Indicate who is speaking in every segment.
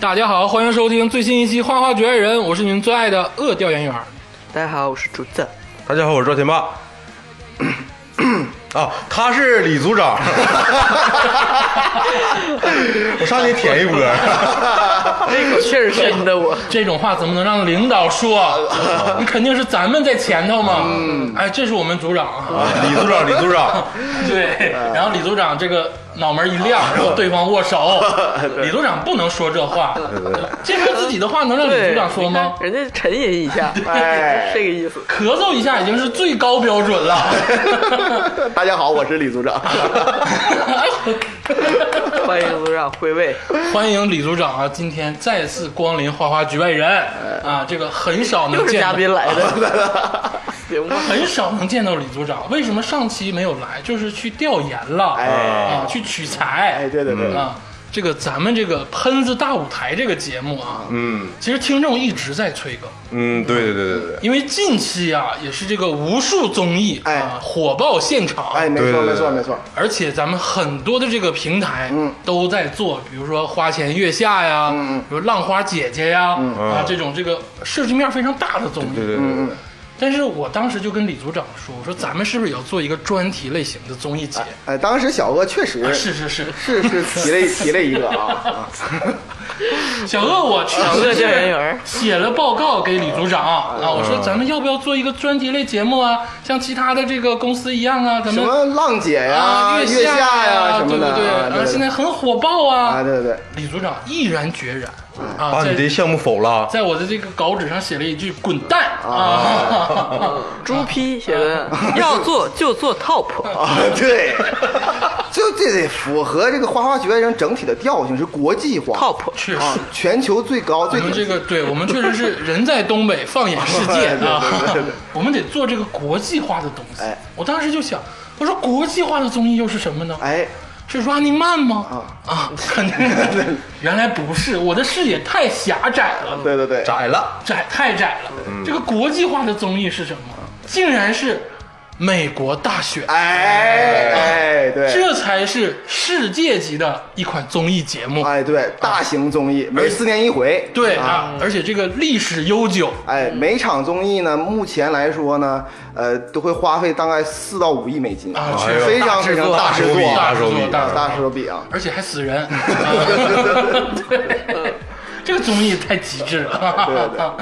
Speaker 1: 大家好，欢迎收听最新一期《花花局爱人》，我是你们最爱的恶调研员。
Speaker 2: 大家好，我是竹子。
Speaker 3: 大家好，我是赵天 霸。啊，他是李组 长。我上去舔一波。
Speaker 2: 这个哎确实深的我，
Speaker 1: 这种话怎么能让领导说？ 你肯定是咱们在前头嘛。嗯，哎，这是我们组长 啊。
Speaker 3: 啊李组长，李组长，
Speaker 1: 对，然后李组长这个脑门一 亮，然后对方握手。李组长不能说这话，这说自己的话能让李
Speaker 2: 对，
Speaker 1: 组长说吗？
Speaker 2: 人家沉吟一下，
Speaker 4: 哎
Speaker 2: 这个意思。
Speaker 1: 咳嗽一下已经是最高标准了。
Speaker 4: 大家好，我是李组长。
Speaker 2: 哎欢迎组长回味，
Speaker 1: 欢迎李组长啊，今天再次光临花花局外人啊，这个很少能
Speaker 2: 又是
Speaker 1: 见
Speaker 2: 嘉
Speaker 1: 到。
Speaker 2: 宾来的，行吧？
Speaker 1: 很少能见到李组长，为什么上期没有来？就是去调研了，
Speaker 4: 哎
Speaker 1: 啊，去取材，
Speaker 4: 哎，对对对，
Speaker 1: 啊，这个咱们这个喷子大舞台这个节目啊，
Speaker 3: 嗯
Speaker 1: 其实听众一直在催更，
Speaker 3: 嗯，对对对对对，
Speaker 1: 因为近期啊也是这个无数综艺
Speaker 4: 哎
Speaker 1: 啊火爆现场，
Speaker 4: 哎，没错
Speaker 3: 对对对
Speaker 4: 没错没错，
Speaker 1: 而且咱们很多的这个平台都在做，比如说花前月下呀，比如浪花姐姐呀，啊这种这个涉及面非常大的综艺，
Speaker 3: 对对对对，
Speaker 1: 但是我当时就跟李组长说，我说咱们是不是也要做一个专题类型的综艺节？
Speaker 4: 哎，当时小鳄确实
Speaker 1: 啊
Speaker 4: 是
Speaker 1: 是是是，
Speaker 4: 是提 了提了一个啊，
Speaker 1: 小鳄我确
Speaker 2: 小乐
Speaker 1: 实
Speaker 2: 调研
Speaker 1: 是
Speaker 2: 员，
Speaker 1: 写了报告给李组长啊，我说咱们要不要做一个专题类节目啊？像其他的这个公司一样啊，咱
Speaker 4: 什
Speaker 1: 们
Speaker 4: 么浪姐呀、
Speaker 1: 啊
Speaker 4: 月
Speaker 1: 下
Speaker 4: 呀什么
Speaker 1: 对
Speaker 4: 的，
Speaker 1: 不对？
Speaker 4: 啊
Speaker 1: 啊，现在很火爆
Speaker 4: 啊，
Speaker 1: 啊。
Speaker 4: 对对对，
Speaker 1: 李组长毅然决然啊，
Speaker 3: 把你
Speaker 1: 在
Speaker 3: 这项目否了。
Speaker 1: 在我的这个稿纸上写了一句“滚蛋”啊，
Speaker 2: 猪批写的，要做就做 top，
Speaker 4: 啊 对，就这得符合这个花花学院整体的调性，是国际化
Speaker 2: top
Speaker 1: 确实
Speaker 4: 啊。，全球最高
Speaker 1: 我
Speaker 4: 最
Speaker 1: 们这个对我们确实是人在东北，放眼世界啊， 我们得做这个国际化的东西
Speaker 4: 哎。
Speaker 1: 我当时就想，我说国际化的综艺又是什么呢？
Speaker 4: 哎，
Speaker 1: 是 Running Man 吗？啊，肯定是，原来不是，我的视野太狭窄了，
Speaker 4: 对对对，
Speaker 3: 窄了，
Speaker 1: 窄太窄了。这个国际化的综艺是什么？竟然是美国大选。
Speaker 4: 哎哎对。
Speaker 1: 这才是世界级的一款综艺节目，
Speaker 4: 哎，对，大型综艺每四年一回，
Speaker 1: 对啊，而且这个历史悠久，
Speaker 4: 哎，
Speaker 2: 嗯
Speaker 4: 每场综艺呢，目前来说呢，呃，都会花费大概四到五亿美金
Speaker 1: 啊
Speaker 3: 确实
Speaker 4: 非常非常大制
Speaker 3: 手
Speaker 4: 作
Speaker 3: 笔，
Speaker 4: 啊，
Speaker 3: 大手笔，
Speaker 1: 大
Speaker 4: 大手笔啊！
Speaker 1: 而且还死人。 对，这个综艺太极致了。
Speaker 4: 对对啊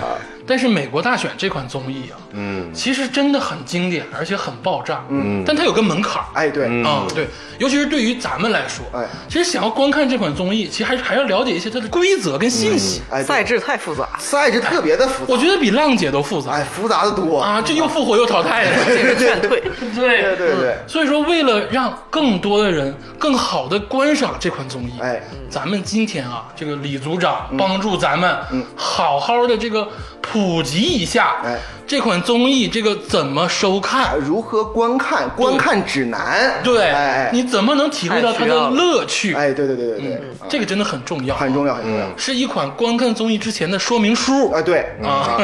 Speaker 1: 但是美国大选这款综艺啊，
Speaker 3: 嗯，
Speaker 1: 其实真的很经典，而且很爆炸。嗯，但它有个门槛儿。
Speaker 4: 哎，对，
Speaker 1: 啊、对，尤其是对于咱们来说，
Speaker 4: 哎
Speaker 1: 其实想要观看这款综艺，其实还是还要了解一些它的规则跟信息。
Speaker 4: 哎，对
Speaker 2: 赛制太复杂，
Speaker 4: 赛制特别的复
Speaker 1: 我
Speaker 4: 杂，
Speaker 1: 觉得比浪姐都复杂、
Speaker 4: 哎，复杂的多。
Speaker 1: 啊！这又复活又淘汰的，
Speaker 2: 这是劝退。
Speaker 1: 对嗯
Speaker 4: 对对对
Speaker 1: 所以说，为了让更多的人更好的观赏这款综艺，
Speaker 4: 哎，
Speaker 1: 咱们今天啊，这个李组长帮助咱们好好的这个普及一下，
Speaker 4: 嗯哎
Speaker 1: 这款综艺这个怎么收看。
Speaker 4: 如何观看？观看指南。
Speaker 1: 对，
Speaker 4: 哎
Speaker 1: 你嗯怎么能体会到它
Speaker 2: 太需要
Speaker 1: 的
Speaker 2: 了
Speaker 1: 乐趣？
Speaker 4: 哎哎，对对对对对，
Speaker 1: 这个真的很重要，
Speaker 4: 很重要很重要。
Speaker 1: 是一款观看综艺之前的说明书
Speaker 4: 哎，嗯对，
Speaker 1: 啊，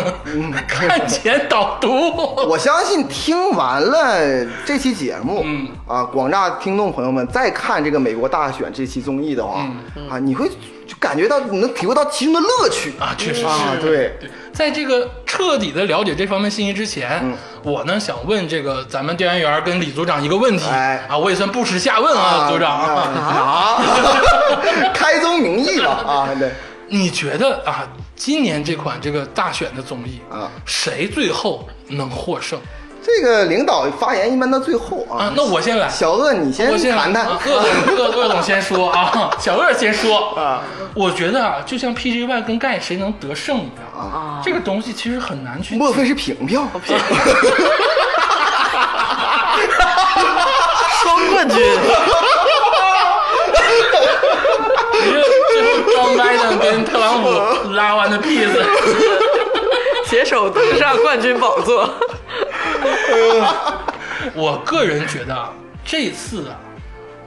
Speaker 1: 看前导 读。
Speaker 4: 我相信听完了这期节目，
Speaker 1: 嗯
Speaker 4: 啊，广大听众朋友们再看这个美国大选这期综艺的话，啊，你会就感觉到你能体会到其中的乐趣
Speaker 1: 嗯啊，确实是
Speaker 4: 啊，对，
Speaker 1: 对，在这个彻底的了解这方面信息之前，
Speaker 4: 嗯
Speaker 1: 我呢想问这个咱们调研员跟李组长一个问题、
Speaker 4: 哎
Speaker 1: 啊，我也算不耻下问啊，组长，
Speaker 4: 啊，开宗明义吧啊，对，
Speaker 1: 你觉得啊，今年这款这个大选的综艺
Speaker 4: 啊，
Speaker 1: 谁最后能获胜
Speaker 4: 这个领导发言一般到最后
Speaker 1: 啊
Speaker 4: 啊？，
Speaker 1: 那我先来。
Speaker 4: 小鳄你先
Speaker 1: 我先来
Speaker 4: 谈谈
Speaker 1: 啊，鄂总，鄂鄂总先说啊，小鄂先说啊。我觉得啊，就像 PG One 跟盖谁能得胜一样啊，这个东西其实很难去
Speaker 4: 莫非是平票？
Speaker 2: 双冠军，
Speaker 1: 这是装拜登跟特朗普拉完的屁子，
Speaker 2: 携手登上冠军宝座。
Speaker 1: 我个人觉得啊，这次啊，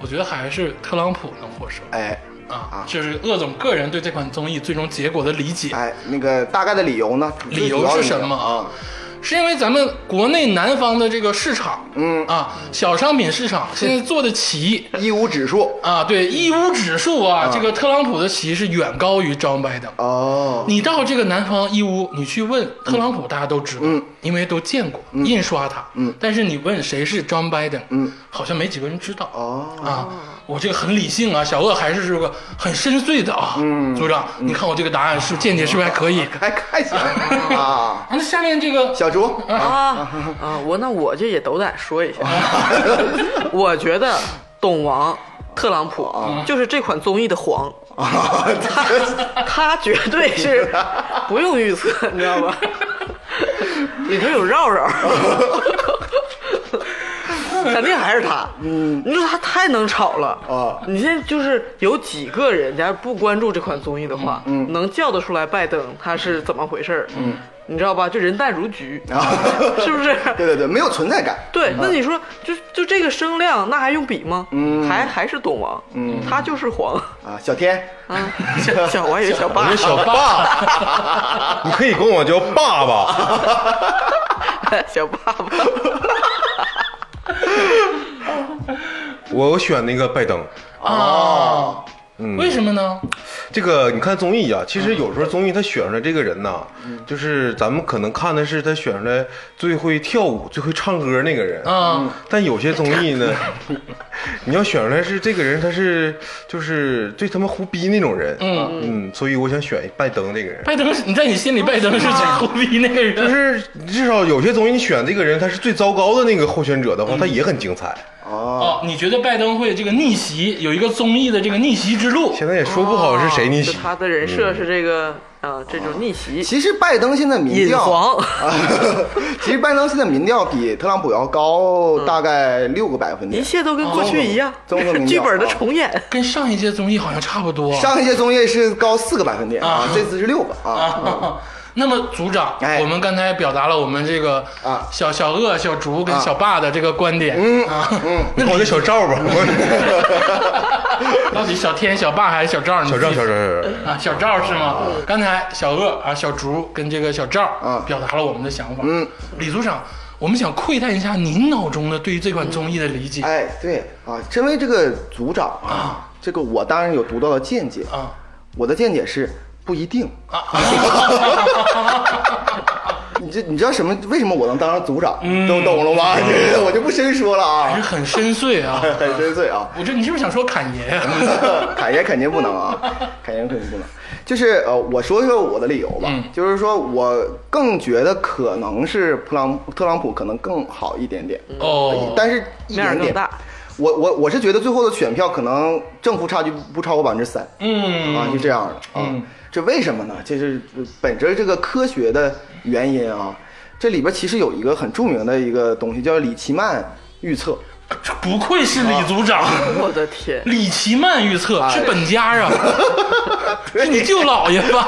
Speaker 1: 我觉得还是特朗普能获胜
Speaker 4: 哎
Speaker 1: 啊，这是鄂总个人对这款综艺最终结果的理解。
Speaker 4: 哎，那个大概的理由呢？
Speaker 1: 哎理由是什么啊？是因为咱们国内南方的这个市场，嗯啊，小商品市场现在做的棋
Speaker 4: 义乌指数
Speaker 1: 啊，对义乌指数啊，这个特朗普的棋是远高于张拜登。
Speaker 4: 哦，
Speaker 1: 你到这个南方义乌，你去问特朗普，大家都知道，因为都见过，印刷他，嗯嗯，但是你问谁是 John Biden，嗯，好像没几个人知道，
Speaker 4: 哦
Speaker 1: 啊，我这个很理性啊，小鳄还是是个很深邃的啊，嗯，组长，你看我这个答案是间接是不是还可以？啊，
Speaker 4: 还还行啊，
Speaker 1: 那下面这个
Speaker 4: 小竹
Speaker 2: 啊啊！我那我这也斗胆说一下，我觉得董王、特朗普就是这款综艺的皇，他他绝对 是不用预测，你知道吧？里头有绕 绕，肯定还是他。嗯，你说他太能吵了
Speaker 4: 啊
Speaker 2: 你现在就是有几个人家不关注这款综艺的话，嗯，能叫得出来拜登他是怎么回事儿？嗯，啊你知道吧？就人淡如 菊，是不是？
Speaker 4: 对对对，没有存在感，
Speaker 2: 对，那你说就就这个声量，那还用比吗？嗯，还还是董王，嗯，他就是皇
Speaker 4: 啊，小天，
Speaker 2: 啊，小小我还以为小
Speaker 3: 我
Speaker 2: 霸
Speaker 3: 是，小爸，你可以管我叫爸 爸。
Speaker 2: 小爸爸，
Speaker 3: 我我选那个拜登。
Speaker 1: 啊，为什么呢？
Speaker 3: 这个你看综艺啊，其实有时候综艺他选出来这个人呐，就是咱们可能看的是他选出来最会跳舞、最会唱歌那个人
Speaker 1: 啊，
Speaker 3: 但有些综艺 呢，你要选出来是这个人，他是就是最他妈胡逼那种人，
Speaker 1: 嗯
Speaker 3: 嗯，所以我想选拜登这个人。
Speaker 1: 拜登是，你在你心里，拜登是最牛逼那个
Speaker 3: 就
Speaker 1: 人，
Speaker 3: 是至少有些综艺你选这个人，他是最糟糕的那个候选者
Speaker 1: 嗯
Speaker 3: 的话，他也很精彩。
Speaker 1: 哦，
Speaker 4: 哦，
Speaker 1: 你觉得拜登会这个逆袭，有一个综艺的这个逆袭之路？
Speaker 3: 现在也说不好是谁逆
Speaker 1: 哦
Speaker 3: 袭
Speaker 2: 哦就，他的人设是这个啊，这种逆袭，
Speaker 4: 其实拜登现在民
Speaker 2: 引
Speaker 4: 调，
Speaker 2: 皇，
Speaker 4: 啊，其实拜登现在民调比特朗普要高大概六个百分
Speaker 2: 一
Speaker 4: 点。
Speaker 2: 切都跟过去一样
Speaker 4: 综合民，调
Speaker 2: 剧本的重演，
Speaker 1: 跟上一届综艺好像差不多。
Speaker 4: 上一届综艺是高四个百分点啊
Speaker 1: 啊，
Speaker 4: 这次是六个啊。
Speaker 1: 啊。 那么组长，
Speaker 4: 哎
Speaker 1: 我们刚才表达了我们这个
Speaker 4: 啊嗯
Speaker 1: 小小鳄、小竹跟小霸的这个观点，啊，
Speaker 3: 你管我叫小赵 吧，
Speaker 1: 到底小天、小霸还是小赵？你
Speaker 3: 小
Speaker 1: 自己
Speaker 3: 赵，小赵，小赵。
Speaker 1: 啊，小赵是吗？
Speaker 4: 嗯
Speaker 1: 刚才小鳄啊、小竹跟这个小赵
Speaker 4: 啊
Speaker 1: 表达了我们的想法。嗯，李组长，我们想窥探一下您脑中的对于这款综艺的理解
Speaker 4: 哎，对啊，身为这个组长啊，这个我当然有独到的见解。
Speaker 1: 啊
Speaker 4: 我的见解是不一定。
Speaker 1: 啊，
Speaker 4: 你这你知道什么？为什么我能当上组长？都懂了吗？ 这我就不深说了
Speaker 1: 还是
Speaker 4: 啊，
Speaker 1: 很深邃啊。
Speaker 4: 很深嗯邃啊。
Speaker 1: 我这你是不是想说侃爷呀？
Speaker 4: 侃爷肯定不能啊，侃爷肯定不能。就是呃，我说说我的理由吧，
Speaker 1: 嗯
Speaker 4: 就是说我更觉得可能是特朗特朗普可能更好一点点，呃
Speaker 1: 哦，
Speaker 4: 但是一
Speaker 2: 面儿
Speaker 4: 点
Speaker 2: 更
Speaker 4: 点。
Speaker 2: 大。
Speaker 4: 我我我是觉得最后的选票可能正负差距不超过百分之三
Speaker 1: 嗯
Speaker 4: 啊，就这样的啊。
Speaker 1: 嗯
Speaker 4: 这为什么呢？这是本着这个科学的原因啊。这里边其实有一个很著名的一个东西叫李奇曼预测，
Speaker 1: 不愧是李组长。
Speaker 4: 啊
Speaker 2: 我的天，
Speaker 1: 李奇曼预
Speaker 4: 哎
Speaker 1: 测是本家啊呀，是你舅姥爷吧？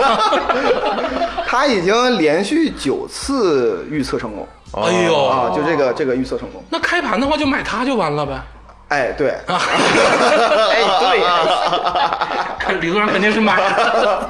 Speaker 4: 他已经连续九次预测成功。
Speaker 1: 哎呦，
Speaker 4: 啊，就这个这个预测成功。
Speaker 1: 那开盘的话就买它就完了呗。
Speaker 4: 哎，对，
Speaker 1: 啊，
Speaker 2: 哎，对，
Speaker 1: 李组长肯定是买 了。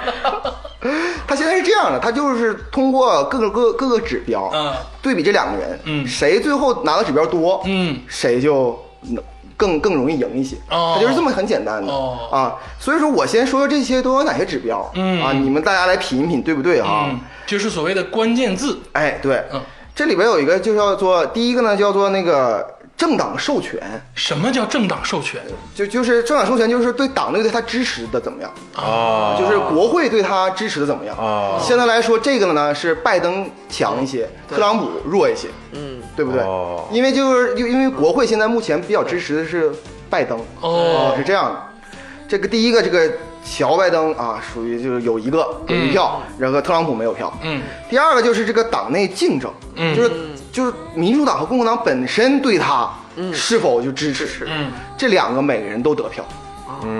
Speaker 4: 他现在是这样的，他就是通过各个各各个指标，
Speaker 1: 嗯
Speaker 4: 对比这两个人，
Speaker 1: 嗯
Speaker 4: 谁最后拿到指标多，
Speaker 1: 嗯
Speaker 4: 谁就能更更容易赢一些。
Speaker 1: 哦
Speaker 4: 他就是这么很简单的、
Speaker 1: 哦
Speaker 4: 啊。所以说我先说说这些都有哪些指标，
Speaker 1: 嗯
Speaker 4: 啊，你们大家来品一品，对不对啊？
Speaker 1: 嗯，就是所谓的关键字
Speaker 4: 哎，对，
Speaker 1: 嗯
Speaker 4: 这里边有一个就叫做第一个呢，叫做那个政党授权。
Speaker 1: 什么叫政党授权？
Speaker 4: 就就是政党授权，就是对党内对他支持的怎么样，
Speaker 3: 啊，
Speaker 4: 就是国会对他支持的怎么样
Speaker 3: 啊嗯
Speaker 4: 相对来说，这个呢是拜登强一些，特朗普弱一些，
Speaker 2: 嗯，
Speaker 4: 对不对
Speaker 3: 哦？
Speaker 4: 因为就是因因为国会现在目前比较支持的是拜登，
Speaker 1: 哦
Speaker 4: 是这样的。这个第一个这个乔拜登啊，属于就是有一个有一票，然后特朗普没有票。
Speaker 1: 嗯，
Speaker 4: 第二个就是这个党内竞争，
Speaker 1: 嗯
Speaker 4: 就是就是民主党和共和党本身对他是否就支持，
Speaker 1: 嗯
Speaker 4: 这两个每个人都得票。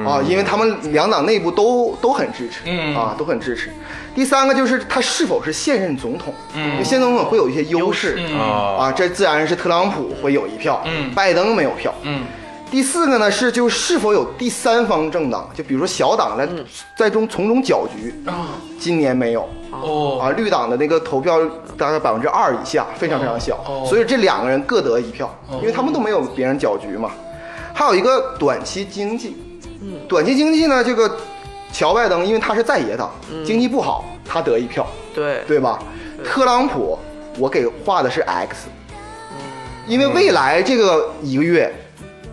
Speaker 4: 啊，因为他们两党内部都都很支持，
Speaker 1: 嗯
Speaker 4: 啊，都很支持。第三个就是他是否是现任总统，嗯，因为现任总统会有一些优势，
Speaker 1: 嗯
Speaker 3: 啊
Speaker 4: 啊，这自然是特朗普会有一票，
Speaker 1: 嗯
Speaker 4: 拜登没有票，
Speaker 1: 嗯
Speaker 4: 第四个呢是就是否有第三方政党，就比如说小
Speaker 1: 嗯
Speaker 4: 党来在中从中搅局，
Speaker 1: 啊
Speaker 4: 今年没有。
Speaker 1: 哦
Speaker 4: 啊，绿党的那个投票大概百分之二以下，非常非常小
Speaker 1: 哦，
Speaker 4: 所以这两个人各得一票
Speaker 1: 哦，，
Speaker 4: 因为他们都没有别人搅局嘛。还有一个短期经济，短期经济呢，这个乔拜登因为他是在野党，经济不好，他得一票，
Speaker 2: 对
Speaker 4: 对吧？特朗普，我给画的是 X，因为未来这个一个月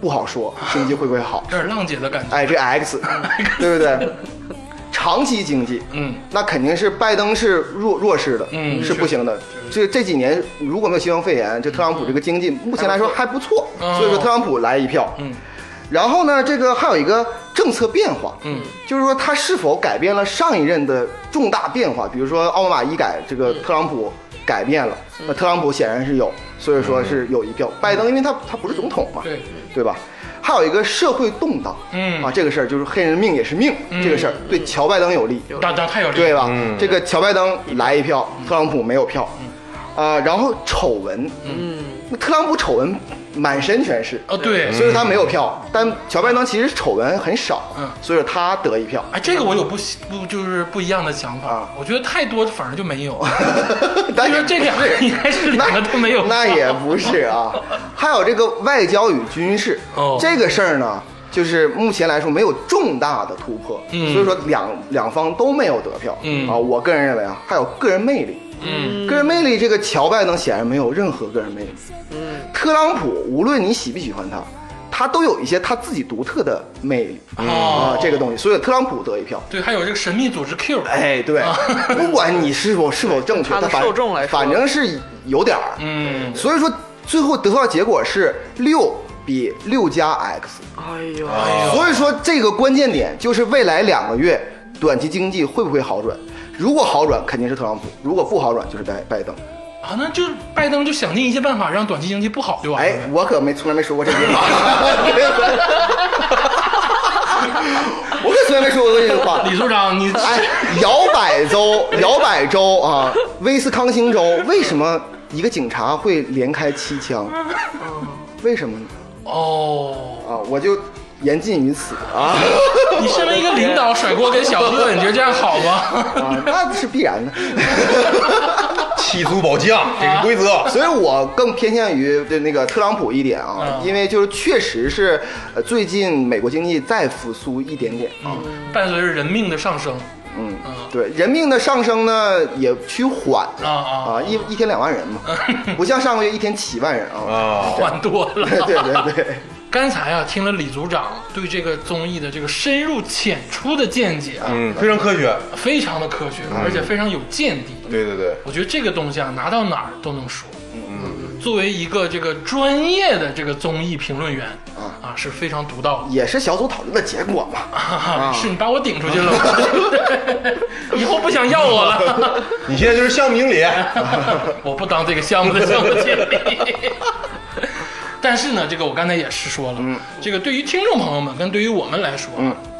Speaker 4: 不好说经济会不会好
Speaker 1: 有点浪姐的感觉。
Speaker 4: 哎，这 X，对不 对？长期经济，
Speaker 1: 嗯，
Speaker 4: 那肯定是拜登是弱弱势的，
Speaker 1: 嗯
Speaker 4: 是不行的。这这几年如果没有新冠肺炎，这特朗普这个经济目前来说还不错，
Speaker 1: 嗯
Speaker 4: 所以说特朗普来一票。
Speaker 1: 嗯，
Speaker 4: 然后呢，这个还有一个政策变化，
Speaker 1: 嗯，
Speaker 4: 就是说他是否改变了上一任的重大变化，比如说奥巴马医改，这
Speaker 1: 嗯
Speaker 4: 个特朗普改变了，那特朗普显然是有，所以说是有一票。拜登因为他他不是总统嘛，
Speaker 1: 嗯对，
Speaker 4: 对吧？还有一个社会动荡，
Speaker 1: 嗯
Speaker 4: 啊，这个事儿就是黑人命也是命，这个事儿对乔拜登有利，
Speaker 1: 大大太有这
Speaker 4: 对
Speaker 1: 个
Speaker 4: 吧？这个乔拜登来一票，特朗普没有票，啊，然后丑闻，嗯，那特朗普丑闻满身全是，
Speaker 1: 哦，对，
Speaker 4: 所以他没有票，但乔拜登其实丑闻很少
Speaker 1: 嗯，
Speaker 4: 所以他得一票，
Speaker 1: 哎，这个我有不喜不就是不一样的想法
Speaker 4: 啊，
Speaker 1: 我觉得太多反而就没有，
Speaker 4: 但
Speaker 1: 就是是这两个 应该是
Speaker 4: 那
Speaker 1: 两个都没有，
Speaker 4: 那也不是啊。还有这个外交与军事，
Speaker 1: 哦
Speaker 4: 这个事儿呢，就是目前来说没有重大的突破，
Speaker 1: 嗯
Speaker 4: 所以说两两方都没有得票，
Speaker 1: 嗯
Speaker 4: 啊，我个人认为啊，还有个人魅力，
Speaker 1: 嗯
Speaker 4: 个人魅力这个乔拜登显然没有任何个人魅力，
Speaker 2: 嗯，
Speaker 4: 特朗普无论你喜不喜欢他，他都有一些他自己独特的魅力、
Speaker 1: 哦
Speaker 4: 啊，这个东西，所以特朗普得一票。
Speaker 1: 对，还有这个神秘组织 Q，
Speaker 4: 哎，对，
Speaker 1: 哦
Speaker 4: 不管你是否是否正确，
Speaker 2: 对他的
Speaker 4: 反
Speaker 2: 受众来说
Speaker 4: 反正是有点儿，
Speaker 1: 嗯，
Speaker 4: 所以说最后得到结果是六比六加 X。
Speaker 2: 哎呦，
Speaker 4: 所以说这个关键点就是未来两个月短期经济会不会好转？如果好转，肯定是特朗普；如果不好转，就是拜拜登。
Speaker 1: 啊，那就拜登就想尽一切办法让短期经济不好就完
Speaker 4: 哎
Speaker 1: 了呗。，
Speaker 4: 我可没从来没说过这句话， 我可从来没说过这句话。
Speaker 1: 李组长，你
Speaker 4: 哎，摇摆州，摇摆州啊，威斯康星州，为什么一个警察会连开七枪？为什么呢？
Speaker 1: 哦，
Speaker 4: 啊，我就言尽于此啊
Speaker 1: 你身为一个领导甩锅给小哥，你觉得这样好吗？
Speaker 4: 啊，那是必然的。
Speaker 3: 七足保将这
Speaker 1: 啊
Speaker 3: 个规则，
Speaker 4: 所以我更偏向于对那个特朗普一点啊，
Speaker 1: 嗯
Speaker 4: 因为就是确实是，呃，最近美国经济再复苏一点点啊，
Speaker 1: 伴随着人命的上升，
Speaker 4: 嗯
Speaker 1: 嗯，
Speaker 4: 对，人命的上升呢也趋缓
Speaker 1: 啊啊
Speaker 4: 啊，一一天两万人 嘛，不像上个月一天七万人啊，
Speaker 3: 啊，
Speaker 1: 缓多了。
Speaker 4: 对对对对。
Speaker 1: 刚才啊，听了李组长对这个综艺的这个深入浅出的见解啊，
Speaker 3: 嗯，非常科学。
Speaker 1: 非常的科学，而且非常有见地。
Speaker 3: 对对对，
Speaker 1: 我觉得这个东西啊，拿到哪儿都能说。嗯，作为一个这个专业的这个综艺评论员啊，是非常独到的。
Speaker 4: 也是小组讨论的结果
Speaker 1: 啊
Speaker 4: 嘛。
Speaker 1: 是你把我顶出去了 吗，以后不想要我了。
Speaker 3: 你现在就是项明礼，
Speaker 1: 我不当这个项目的项目经理。但是呢，这个我刚才也是说了，
Speaker 4: 嗯
Speaker 1: 这个对于听众朋友们跟对于我们来说，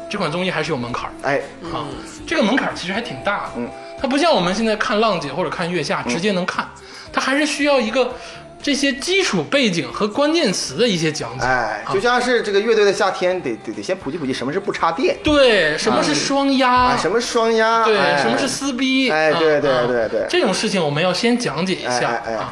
Speaker 1: 这款综艺还是有门槛儿
Speaker 4: 哎，
Speaker 1: 的啊。这个门槛儿其实还挺大的，
Speaker 4: 嗯
Speaker 1: 它不像我们现在看浪姐或者看月下直接能看，它还是需要一个这些基础背景和关键词的一些讲解。啊
Speaker 4: 哎，就像是这个乐队的夏天，得得得先普及普及什么是不插电，
Speaker 1: 对，什么是双
Speaker 4: 啊，
Speaker 1: 压？
Speaker 4: 什么双压，
Speaker 1: 对，
Speaker 4: 哎
Speaker 1: 什么是撕逼？
Speaker 4: 哎
Speaker 1: 啊
Speaker 4: 对对
Speaker 1: 啊
Speaker 4: 对对
Speaker 1: 这种事情我们要先讲解一下
Speaker 4: 哎哎嗯哎
Speaker 1: 啊。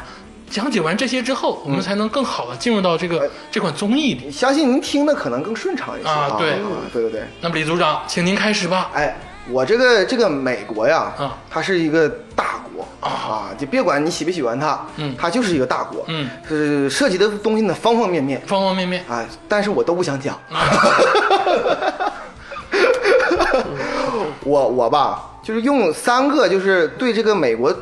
Speaker 1: 讲解完这些之后，我们才能更好的进入到这
Speaker 4: 哎
Speaker 1: 个这款综艺里。
Speaker 4: 相信您听的可能更顺畅一些
Speaker 1: 啊对
Speaker 4: 嗯对对对，
Speaker 1: 那么李组长，请您开始吧。
Speaker 4: 哎。我这个这个美国呀，
Speaker 1: 啊
Speaker 4: 它是一个大国啊，就别管你喜不喜欢它，
Speaker 1: 嗯
Speaker 4: 它就是一个大国，
Speaker 1: 嗯，
Speaker 4: 是涉及的东西呢方方面面
Speaker 1: 方方面面，
Speaker 4: 啊，但是我都不想讲，
Speaker 1: 啊
Speaker 4: 我我吧，就是用三个，就是对这个美国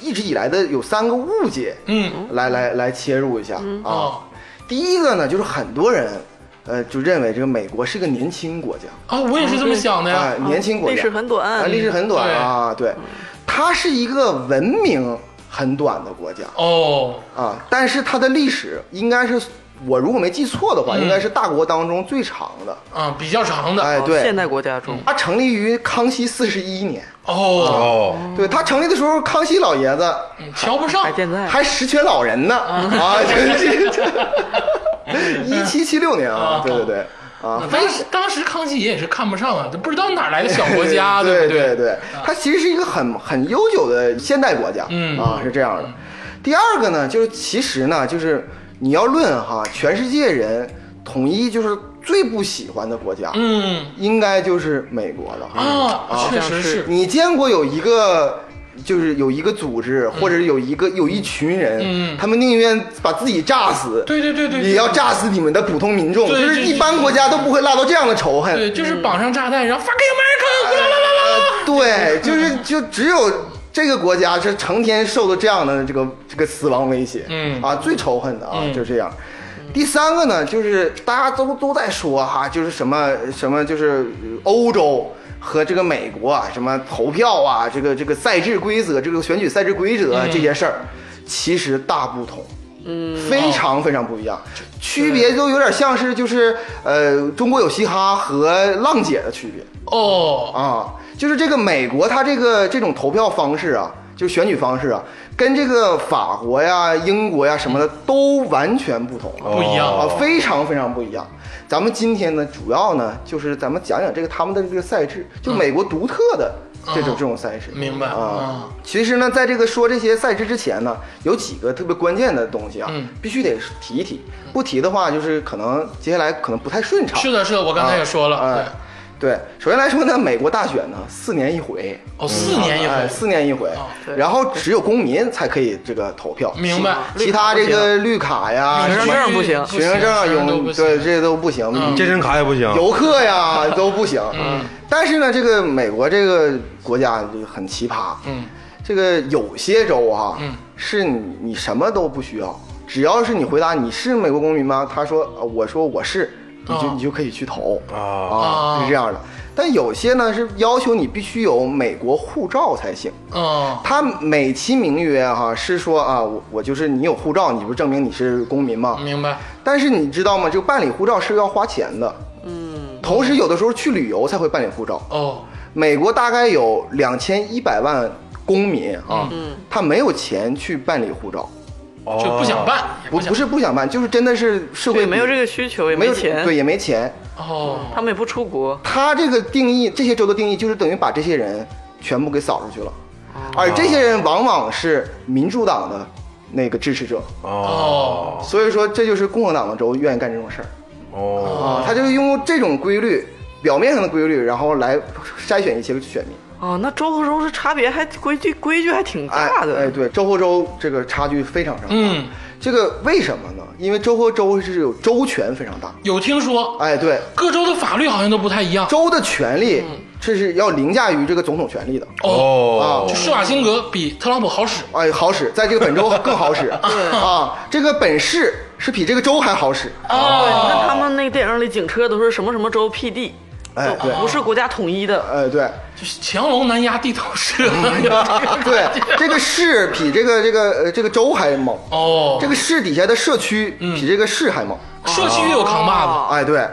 Speaker 4: 一直以来的有三个误解，
Speaker 1: 嗯，
Speaker 4: 来来来切入一下、啊
Speaker 1: 哦。
Speaker 4: 第一个呢，就是很多人，呃，就认为这个美国是个年轻国家，
Speaker 1: 啊，我也是
Speaker 2: 嗯
Speaker 1: 这么想的
Speaker 4: 啊
Speaker 1: 呀。，
Speaker 4: 年轻国家，
Speaker 2: 历史很短
Speaker 4: 啊历史很短啊，对，它是一个文明很短的国家
Speaker 1: 哦，
Speaker 4: 啊，但是它的历史应该是。我如果没记错的话，
Speaker 1: 嗯
Speaker 4: 应该是大国当中最长的。
Speaker 1: 啊，比较长的。
Speaker 4: 哎，
Speaker 2: 哦
Speaker 4: 对，
Speaker 2: 现代国家中，
Speaker 4: 它成立于康熙四十一年。啊
Speaker 1: 哦，
Speaker 3: 哦，
Speaker 4: 对，它成立的时候，康熙老爷子
Speaker 1: 嗯瞧不上
Speaker 2: 哎还。健在，
Speaker 4: 还十全老人呢啊！真是， 一七七六年啊
Speaker 1: 啊，
Speaker 4: 对对对啊，
Speaker 1: 当时当时康熙爷也是看不上啊，这不知道哪来的小国家，
Speaker 4: 哎对
Speaker 1: 不对？啊
Speaker 4: 对它其实是一个很很悠久的现代国家，
Speaker 1: 嗯
Speaker 4: 啊，是这样的。第二个呢，就是其实呢，就是你要论哈，全世界人统一就是最不喜欢的国家，
Speaker 1: 嗯
Speaker 4: 应该就是美国了。嗯
Speaker 1: 啊，确
Speaker 2: 像
Speaker 1: 实
Speaker 2: 是
Speaker 1: 是，
Speaker 4: 你见过有一个？就是有一个组织，或者有一个、有一群人，
Speaker 1: 嗯
Speaker 4: 他们宁愿把自己炸死，
Speaker 1: 对对对对对
Speaker 4: 也要炸死你们的普通民众，
Speaker 1: 对
Speaker 4: 就是
Speaker 1: 对
Speaker 4: 一般国家都不会拉到这样的仇恨。
Speaker 1: 对，
Speaker 2: 嗯
Speaker 1: 就是绑上炸弹，然后 fucking America，啦啦啦啦啦。
Speaker 4: 呃对，就是就只有这个国家是成天受到这样的这个这个死亡威胁，
Speaker 1: 嗯
Speaker 4: 啊，最仇恨的啊，
Speaker 1: 嗯
Speaker 4: 就这样。第三个呢，就是大家都都在说哈、就是什么什么，就是欧洲和这个美国啊，什么投票啊，这个这个赛制规则，这个选举赛制规则、啊
Speaker 1: 嗯
Speaker 4: 这些事儿，其实大不同。嗯，非常非常不一样，
Speaker 1: 哦
Speaker 4: 区别都有点像是就是呃，中国有嘻哈和浪姐的区别。
Speaker 1: 哦，
Speaker 4: 啊，就是这个美国它这个这种投票方式啊，就是选举方式啊，跟这个法国呀、英国呀什么的都完全不同
Speaker 1: 不一样
Speaker 4: 啊
Speaker 3: 哦，
Speaker 4: 非常非常不一样。咱们今天呢，主要呢就是咱们讲讲这个他们的这个赛制，就美国独特的这种、
Speaker 1: 嗯
Speaker 4: 这种赛制。
Speaker 1: 明白
Speaker 4: 啊
Speaker 1: 嗯。
Speaker 4: 其实呢，在这个说这些赛制之前呢，有几个特别关键的东西啊，
Speaker 1: 嗯
Speaker 4: 必须得提一提，不提的话就是可能接下来可能不太顺畅。
Speaker 1: 是的，是的，我刚才也说了，
Speaker 4: 哎对，首先来说呢，美国大选呢四年一回，
Speaker 1: 对，哦，四年一
Speaker 4: 哎
Speaker 1: 回，
Speaker 4: 四年一回
Speaker 1: 哦，
Speaker 2: 对
Speaker 4: 然后只有公民才可以这个投票，
Speaker 1: 明白
Speaker 4: 其他这个绿卡呀、
Speaker 2: 学生证不行
Speaker 4: 哎学生证啊，
Speaker 1: 都
Speaker 4: 有
Speaker 1: 不
Speaker 4: 对这
Speaker 1: 行，
Speaker 4: 些都不行，
Speaker 1: 嗯
Speaker 3: 健身卡也不行，
Speaker 4: 游客呀都不行。但是呢，这个美国这个国家就很奇葩，
Speaker 1: 嗯，
Speaker 4: 这个有些州啊
Speaker 1: 嗯，
Speaker 4: 是你你什么都不需要，只要是你回答你是美国公民吗？他说，呃我说我是，你就
Speaker 1: 哦
Speaker 4: 你就可以去投
Speaker 3: 啊
Speaker 4: 啊，
Speaker 1: 哦
Speaker 4: 是这样的。但有些呢是要求你必须有美国护照才行。
Speaker 1: 哦，
Speaker 4: 他美其名曰哈、是说啊，我我就是你有护照，你不证明你是公民吗？
Speaker 1: 明白，
Speaker 4: 但是你知道吗？这个办理护照是要花钱的，
Speaker 2: 嗯，
Speaker 4: 同时有的时候去旅游才会办理护照。
Speaker 1: 哦，
Speaker 4: 美国大概有两千一百万公民啊，
Speaker 2: 嗯
Speaker 4: 他没有钱去办理护照，
Speaker 3: 哦
Speaker 1: 就不想办，也
Speaker 4: 不
Speaker 1: 想
Speaker 4: 不，是不想办，就是真的是社会
Speaker 2: 对，没有这个需求，也
Speaker 4: 没有
Speaker 2: 钱，
Speaker 4: 对，也没钱。
Speaker 1: 哦，
Speaker 2: 他们也不出国，
Speaker 4: 他这个定义，这些州的定义就是等于把这些人全部给扫出去了，
Speaker 2: 哦
Speaker 4: 而这些人往往是民主党的那个支持者，
Speaker 1: 哦
Speaker 3: 哦
Speaker 4: 所以说这就是共和党的州愿意干这种事儿
Speaker 3: 哦
Speaker 4: 啊，他就是用这种规律，表面上的规律，然后来筛选一些选民。
Speaker 2: 哦，那州和州是差别还规矩规矩还挺
Speaker 4: 哎
Speaker 2: 大的，
Speaker 4: 哎，对，州和州这个差距非常非常大。
Speaker 1: 嗯，
Speaker 4: 这个为什么呢？因为州和州是有州权非常大。
Speaker 1: 有听说
Speaker 4: 哎，对，
Speaker 1: 各州的法律好像都不太一样，
Speaker 4: 州的权力这是要凌驾于这个总统权力的。
Speaker 1: 哦，
Speaker 3: 哦
Speaker 4: 啊
Speaker 1: 就施瓦辛格比特朗普好使，
Speaker 4: 哎，好使，在这个本州更好使啊！这个本市是比这个州还好使。
Speaker 2: 哦，那他们那个电影里警车都是什么什么州 PD，
Speaker 4: 哎
Speaker 2: 都
Speaker 4: 对
Speaker 2: 不是国家统一的，
Speaker 4: 哎，对，
Speaker 1: 就是强龙难压地头 蛇，
Speaker 4: 对，这个市比这个这个呃这个州还猛，
Speaker 1: 哦
Speaker 4: 这，个市底下的社区比这个市还猛。
Speaker 1: 社区也有扛把子，
Speaker 4: 哎，对，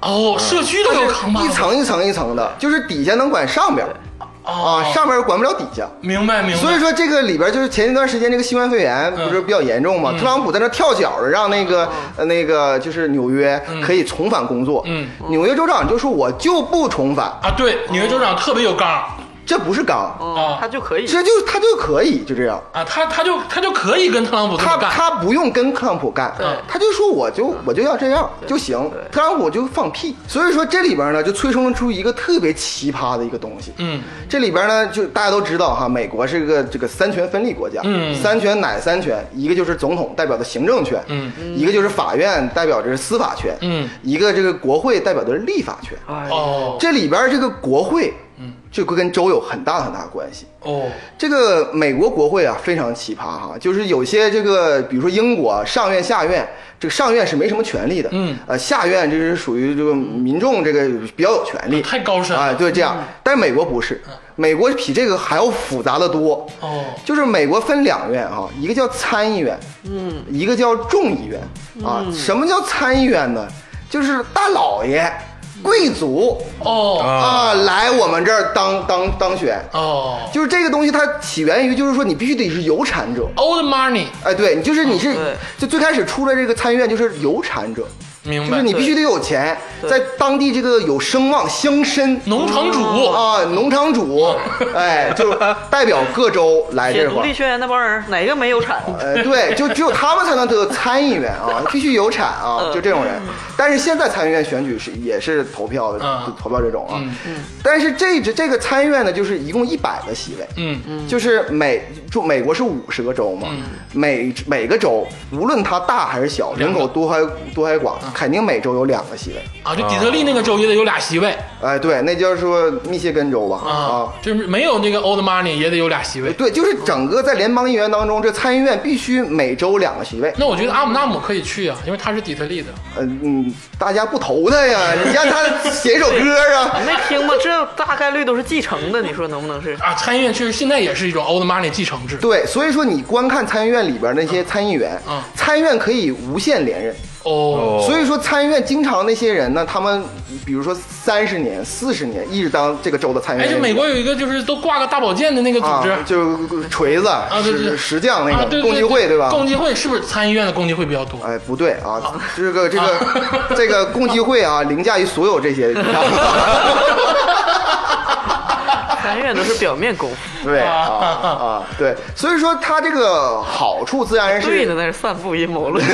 Speaker 1: 哦，社区都有扛把
Speaker 4: 一
Speaker 1: 子，
Speaker 4: 层一层一层的，就是底下能管上边儿，啊，
Speaker 1: 哦，
Speaker 4: 上边儿管不了底下。
Speaker 1: 明白嗯明
Speaker 4: 所以
Speaker 1: 白，
Speaker 4: 说这个里边就是前一段时间这个新冠肺炎不是比较严重嘛，特朗普在那跳脚的，让那个、呃那个就是纽约可以重返工作。
Speaker 1: 嗯，
Speaker 4: 纽约州长就说我就不重返，
Speaker 1: 啊，对，纽约州长特别有杠，
Speaker 4: 这不是刚，
Speaker 2: 哦
Speaker 1: 哦，
Speaker 2: 他就可以，
Speaker 4: 这就他就可以就这样。
Speaker 1: 啊，他他就他就可以跟特朗普这
Speaker 4: 他
Speaker 1: 么干，
Speaker 4: 他不用跟特朗普干
Speaker 1: 对，
Speaker 4: 他就说我就我就要这样就行，特朗普就放屁。所以说这里边呢就催生出一个特别奇葩的一个东西，
Speaker 1: 嗯，
Speaker 4: 这里边呢，就大家都知道哈，美国是个这个三权分立国家，
Speaker 1: 嗯
Speaker 4: 三权哪三权？一个就是总统代表的行政权，
Speaker 1: 嗯，
Speaker 4: 一个就是法院代表着是司法权，
Speaker 1: 嗯，
Speaker 4: 一个这个国会代表的是立法权。
Speaker 2: 哎，
Speaker 1: 哦
Speaker 4: 这里边这个国会，嗯，就跟州有很大很大的关系。
Speaker 1: 哦，
Speaker 4: 这个美国国会啊，非常奇葩哈，就是有些这个，比如说英国啊上院、下院，这个上院是没什么权利的，
Speaker 1: 嗯，
Speaker 4: 呃，下院这是属于这个民众这个比较有权利，
Speaker 1: 太高嗯深了
Speaker 4: 啊，对，这样。但是美国不是，美国比这个还要复杂的多，
Speaker 1: 哦
Speaker 4: 就是美国分两院哈，一个叫参议院，嗯，一
Speaker 1: 嗯
Speaker 4: 个叫众议院啊。什么叫参议院呢？就是大老爷贵族
Speaker 1: 哦
Speaker 4: 啊来我们这儿当当当选，
Speaker 1: 哦
Speaker 4: 就是这个东西它起源于就是说你必须得是有产者。
Speaker 1: ，old money，
Speaker 4: 哎，对你就是
Speaker 1: 啊
Speaker 4: 你是
Speaker 2: 对
Speaker 4: 就最开始出了这个参议院就是有产者，
Speaker 1: 明
Speaker 4: 就
Speaker 1: 白
Speaker 4: 是你。必须得有钱，在当地这个有声望乡绅
Speaker 1: 农场主，
Speaker 4: 啊，农场主， 哎，就代表各州来
Speaker 2: 写
Speaker 4: 这
Speaker 2: 独
Speaker 4: 块
Speaker 2: 立
Speaker 4: 儿。
Speaker 2: 宣言那帮人哪个没有产？
Speaker 4: 呃，对，就只有他们才能得参议员 啊，必须有产
Speaker 1: 嗯
Speaker 4: 啊，就这种人。但是现在参议院选举是也是投票的，
Speaker 1: 嗯
Speaker 4: 就投票这种啊
Speaker 1: 嗯。
Speaker 4: 但是这这这个参议院呢，就是一共一百个席位，
Speaker 1: 嗯
Speaker 4: 就是美就美国是五十个州嘛，每每个州无论它大还是小，人口多还多还广，
Speaker 1: 嗯
Speaker 4: 肯定每州有两个席位。
Speaker 1: 啊，这底特律那个州也得有俩席位
Speaker 4: 哎，对，那就是说密歇根州吧，啊
Speaker 1: 啊，，就是没有那个 old money 也得有俩席位。
Speaker 4: 对，就是整个在联邦议员当中，这参议院必须每州两个席位。
Speaker 1: 那我觉得阿姆纳姆可以去啊，因为他是底特律的。
Speaker 4: 呃嗯，大家不投他呀， 你让他写一首歌啊
Speaker 2: 你。没听吗？这大概率都是继承的，你说能不能是？
Speaker 1: 啊，参议院确实现在也是一种 old money 继承制。
Speaker 4: 对，所以说你观看参议院里边那些参议员
Speaker 1: 嗯，
Speaker 4: 参议院可以无限连任。
Speaker 1: 哦，
Speaker 4: 所以说参议院经常那些人呢，他们比如说三十年、四十年一直当这个州的参议
Speaker 1: 哎，
Speaker 4: 员。
Speaker 1: 就美国有一个就是都挂个大宝剑的那个组
Speaker 4: 啊
Speaker 1: 织，
Speaker 4: 就是锤子、
Speaker 1: 啊，对对，
Speaker 4: 石石匠那
Speaker 1: 啊
Speaker 4: 个
Speaker 1: 对对
Speaker 4: 共济会，对吧？
Speaker 1: 共济会是不是参议院的共济会比较多？
Speaker 4: 哎，不对啊，这个这个 这个共济会啊，凌驾于所有这些。
Speaker 2: 参议院都是表面功夫，
Speaker 4: 对啊啊，对，所以说它这个好处自然
Speaker 2: 对
Speaker 4: 是
Speaker 2: 呢，那是散布阴谋论。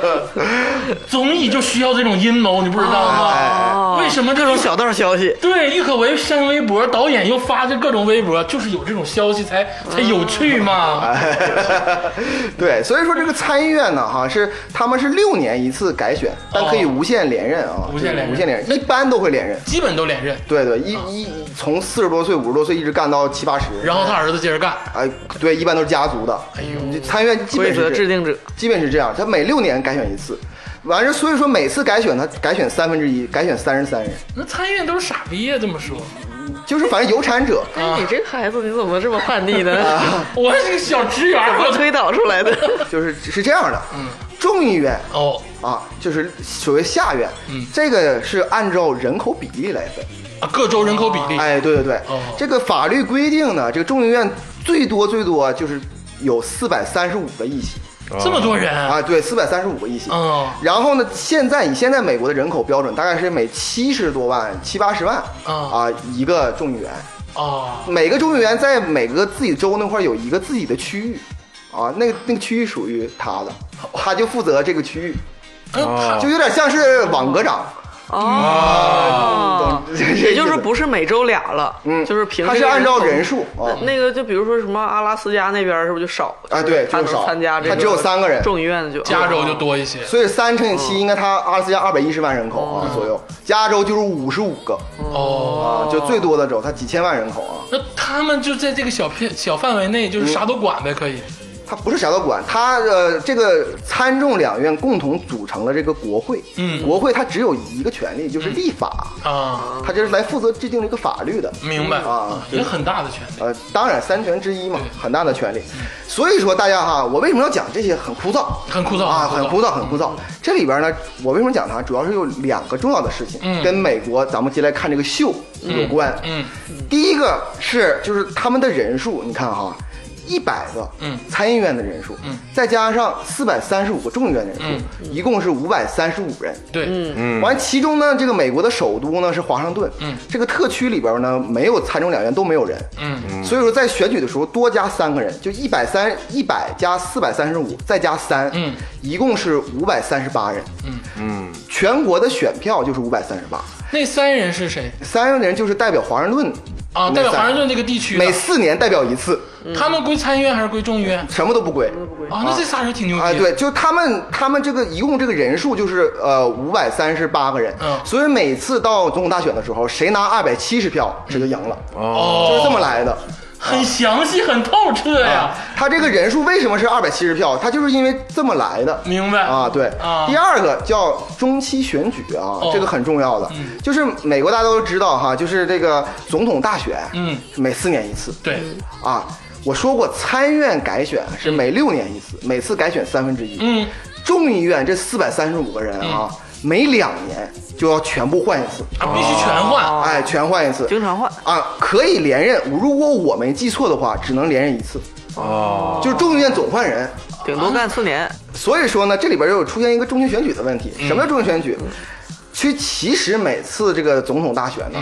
Speaker 1: 综艺就需要这种阴谋，你不知道
Speaker 4: 哎
Speaker 1: 吗？
Speaker 2: 哦
Speaker 1: 为什么这
Speaker 2: 这
Speaker 1: 种
Speaker 2: 种小道消息？
Speaker 1: 对，郁可唯删微博，导演又发这各种微博，就是有这种消息才才有趣嘛。
Speaker 4: 对，所以说这个参议院呢，哈是他们是六年一次改选，但可以无限连任啊，
Speaker 1: 哦无限连任
Speaker 4: 无限连任，一般都会连任。
Speaker 1: 基本都连任，
Speaker 4: 对对，一一从四十多岁、五十多岁一直干到七八十，
Speaker 1: 然后他儿子接着干。
Speaker 4: 哎，对，一般都是家族的。
Speaker 1: 哎呦，
Speaker 4: 这参议院基
Speaker 2: 规
Speaker 4: 本
Speaker 2: 则
Speaker 4: 是
Speaker 2: 制定者，
Speaker 4: 基本是这样，他每六年改选一次，完事所以说每次改选他改选三分之一，改选三十三人，
Speaker 1: 那参议院都是傻逼呀、这么说，
Speaker 4: 就是啊反正有产者。
Speaker 2: 哎，你这个孩子你怎么这么叛逆呢？
Speaker 1: 我是个小职员，
Speaker 2: 怎么
Speaker 1: 我
Speaker 2: 推导出来 的？
Speaker 4: 就是是这样的，嗯，众议院
Speaker 1: 哦
Speaker 4: 啊，就是所谓下院，
Speaker 1: 嗯
Speaker 4: 这个是按照人口比例来分。
Speaker 1: 啊，各州人口比例，
Speaker 4: 哎，对对对，
Speaker 1: 哦
Speaker 4: 这个法律规定呢，这个众议院最多最多就是有四百三十五个议席
Speaker 1: 这么多人，
Speaker 4: 啊，对，四百三十五个议席。
Speaker 1: 嗯
Speaker 4: 然后呢，现在以现在美国的人口标准，大概是每七十多万、七八十万、
Speaker 1: 嗯
Speaker 4: 啊一个众议员，
Speaker 1: 哦，
Speaker 4: 每个众议员在每个自己州那块儿有一个自己的区域，啊，那个那个区域属于他的，他就负责这个区域。
Speaker 1: 嗯，他
Speaker 4: 哎就有点像是网格长，
Speaker 2: 哦
Speaker 3: 啊
Speaker 4: 啊懂，这个意 思
Speaker 2: 也就是不是每周俩了，
Speaker 4: 嗯，
Speaker 2: 就是平
Speaker 4: 他
Speaker 2: 这
Speaker 4: 是
Speaker 2: 个
Speaker 4: 按照
Speaker 2: 口
Speaker 4: 人数啊，
Speaker 2: 那个就比如说什么阿拉斯加那边是不是就少
Speaker 4: 啊对
Speaker 2: 他
Speaker 4: 就少
Speaker 2: 能参加这个，
Speaker 4: 他只有三个人
Speaker 2: 众议嗯院的就
Speaker 1: 加州就多一些，
Speaker 4: 所以三乘以七应该他阿拉斯加二百一十万人口
Speaker 2: 哦
Speaker 4: 啊左右，加州就是五十五个
Speaker 1: 哦。
Speaker 4: 啊，就最多的州，它几千万人口啊，
Speaker 1: 那他们就在这个小片小范围内，就是啥都管呗，可以。
Speaker 4: 它不是啥都管，它呃这个参众两院共同组成了这个国会，
Speaker 1: 嗯
Speaker 4: 国会它只有一个权利就是立法，
Speaker 1: 啊，
Speaker 2: 嗯
Speaker 4: 它就是来负责制定这个法律的，
Speaker 1: 明白
Speaker 4: 啊
Speaker 1: 一个很大的权利。
Speaker 4: 呃，当然三权之一嘛，
Speaker 1: 对
Speaker 4: 很大的权利。所以说大家哈，我为什么要讲这些很枯燥，
Speaker 1: 很枯燥嗯
Speaker 4: 啊，
Speaker 1: 很
Speaker 4: 很
Speaker 1: 枯
Speaker 4: 枯燥，很枯燥。这里边呢，我为什么讲它，主要是有两个重要的事情、
Speaker 1: 嗯
Speaker 4: 跟美国咱们接下来看这个秀有关。
Speaker 1: 嗯，
Speaker 4: 第一个是就是他们的人数，你看哈。一百个
Speaker 1: 嗯
Speaker 4: 参议院的人数，
Speaker 1: 嗯
Speaker 4: 再加上四百三十五个众议院的人数，
Speaker 1: 嗯
Speaker 4: 一共是五百三十五人。
Speaker 1: 对，
Speaker 4: 完，其中呢，这个美国的首都呢是华盛顿，
Speaker 1: 嗯
Speaker 4: 这个特区里边呢没有参众两院都没有人，
Speaker 1: 嗯，
Speaker 4: 所以说在选举的时候多加三个人，就一百三一百加四百三十五，再加三，
Speaker 1: 嗯，
Speaker 4: 一共是五百三十八人，
Speaker 1: 嗯
Speaker 4: 嗯，全国的选票就是五百三十八，
Speaker 1: 那三人是谁
Speaker 4: 三个人就是代表华盛顿
Speaker 1: 啊？
Speaker 4: 那
Speaker 1: 代表
Speaker 4: 三嗯
Speaker 1: 华盛顿这个地区的啊
Speaker 4: 每，四年代表一次，
Speaker 1: 他们归参议院还是归众议院？
Speaker 4: 什么都不归。
Speaker 1: 啊，那这仨人挺牛逼。
Speaker 4: 啊，，对，就他们他们这个一共这个人数就是呃五百三十八个人，
Speaker 1: 嗯
Speaker 4: 所以每次到总统大选的时候，谁拿二百七十票，谁就赢了，
Speaker 1: 哦，啊
Speaker 4: 就是这么，来的。啊
Speaker 1: 很详细，很透彻呀。
Speaker 4: 他这个人数为什么是二百七十票？他就是因为这么来的。
Speaker 1: 明白
Speaker 4: 啊，对
Speaker 1: 啊。哦
Speaker 4: 第二个叫中期选举啊，这个很重要的，
Speaker 1: 嗯
Speaker 4: 就是美国大家都知道哈，就是这个总统大选，
Speaker 1: 嗯，
Speaker 4: 每四年一次
Speaker 1: 对，
Speaker 4: 啊。我说过，参院改选是每六年一次，每次改选三分之一。
Speaker 1: 嗯，
Speaker 4: 众议院这四百三十五个人啊，每两年就要全部换一次，
Speaker 1: 啊，必须全换。
Speaker 4: 哎，全换一次
Speaker 2: 经常换。
Speaker 4: 啊，可以连任。如果我没记错的话，只能连任一次，
Speaker 3: 哦，
Speaker 4: 就是众议院总换人。
Speaker 2: 顶多干四年，
Speaker 4: 所以说呢，这里边又有出现一个中期选举的问题。什么叫中期选举？其其实每次这个总统大选呢，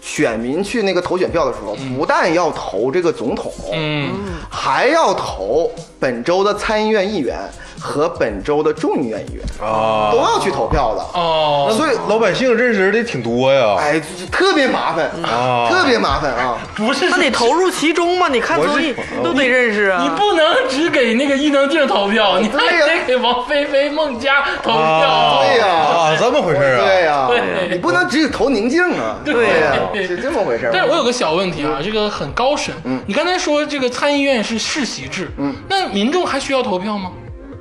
Speaker 4: 选民去那个投选票的时候，不但要投这个总统，
Speaker 1: 嗯，
Speaker 4: 还要投本州的参议院议员和本州的众议院议员，
Speaker 3: 啊，
Speaker 4: 都要去投票的。
Speaker 1: 哦，
Speaker 4: 所以，
Speaker 3: 老百姓认识人的挺多呀。
Speaker 4: 哎，这特别麻烦，
Speaker 1: 哦
Speaker 3: 啊
Speaker 4: 特别麻烦啊！
Speaker 1: 不是
Speaker 2: 他
Speaker 1: 说
Speaker 2: 得投入其中嘛。你看
Speaker 3: 我是
Speaker 2: 综艺
Speaker 3: 我
Speaker 2: 都得认识啊。
Speaker 1: 你不能只给那个伊能静投票，你还
Speaker 4: 对呀
Speaker 1: 得给王菲菲、孟佳投
Speaker 3: 啊，
Speaker 1: 票。
Speaker 4: 对呀
Speaker 3: 啊，这么回事啊？
Speaker 4: 对呀、
Speaker 1: 对
Speaker 4: 你不能只投宁静啊！对呀、
Speaker 1: 对
Speaker 4: 是这么回事儿。
Speaker 1: 但是我有个小问题啊，这个很高深。
Speaker 4: 嗯
Speaker 1: 你刚才说这个参议院是世袭制，嗯，那民众还需要投票吗？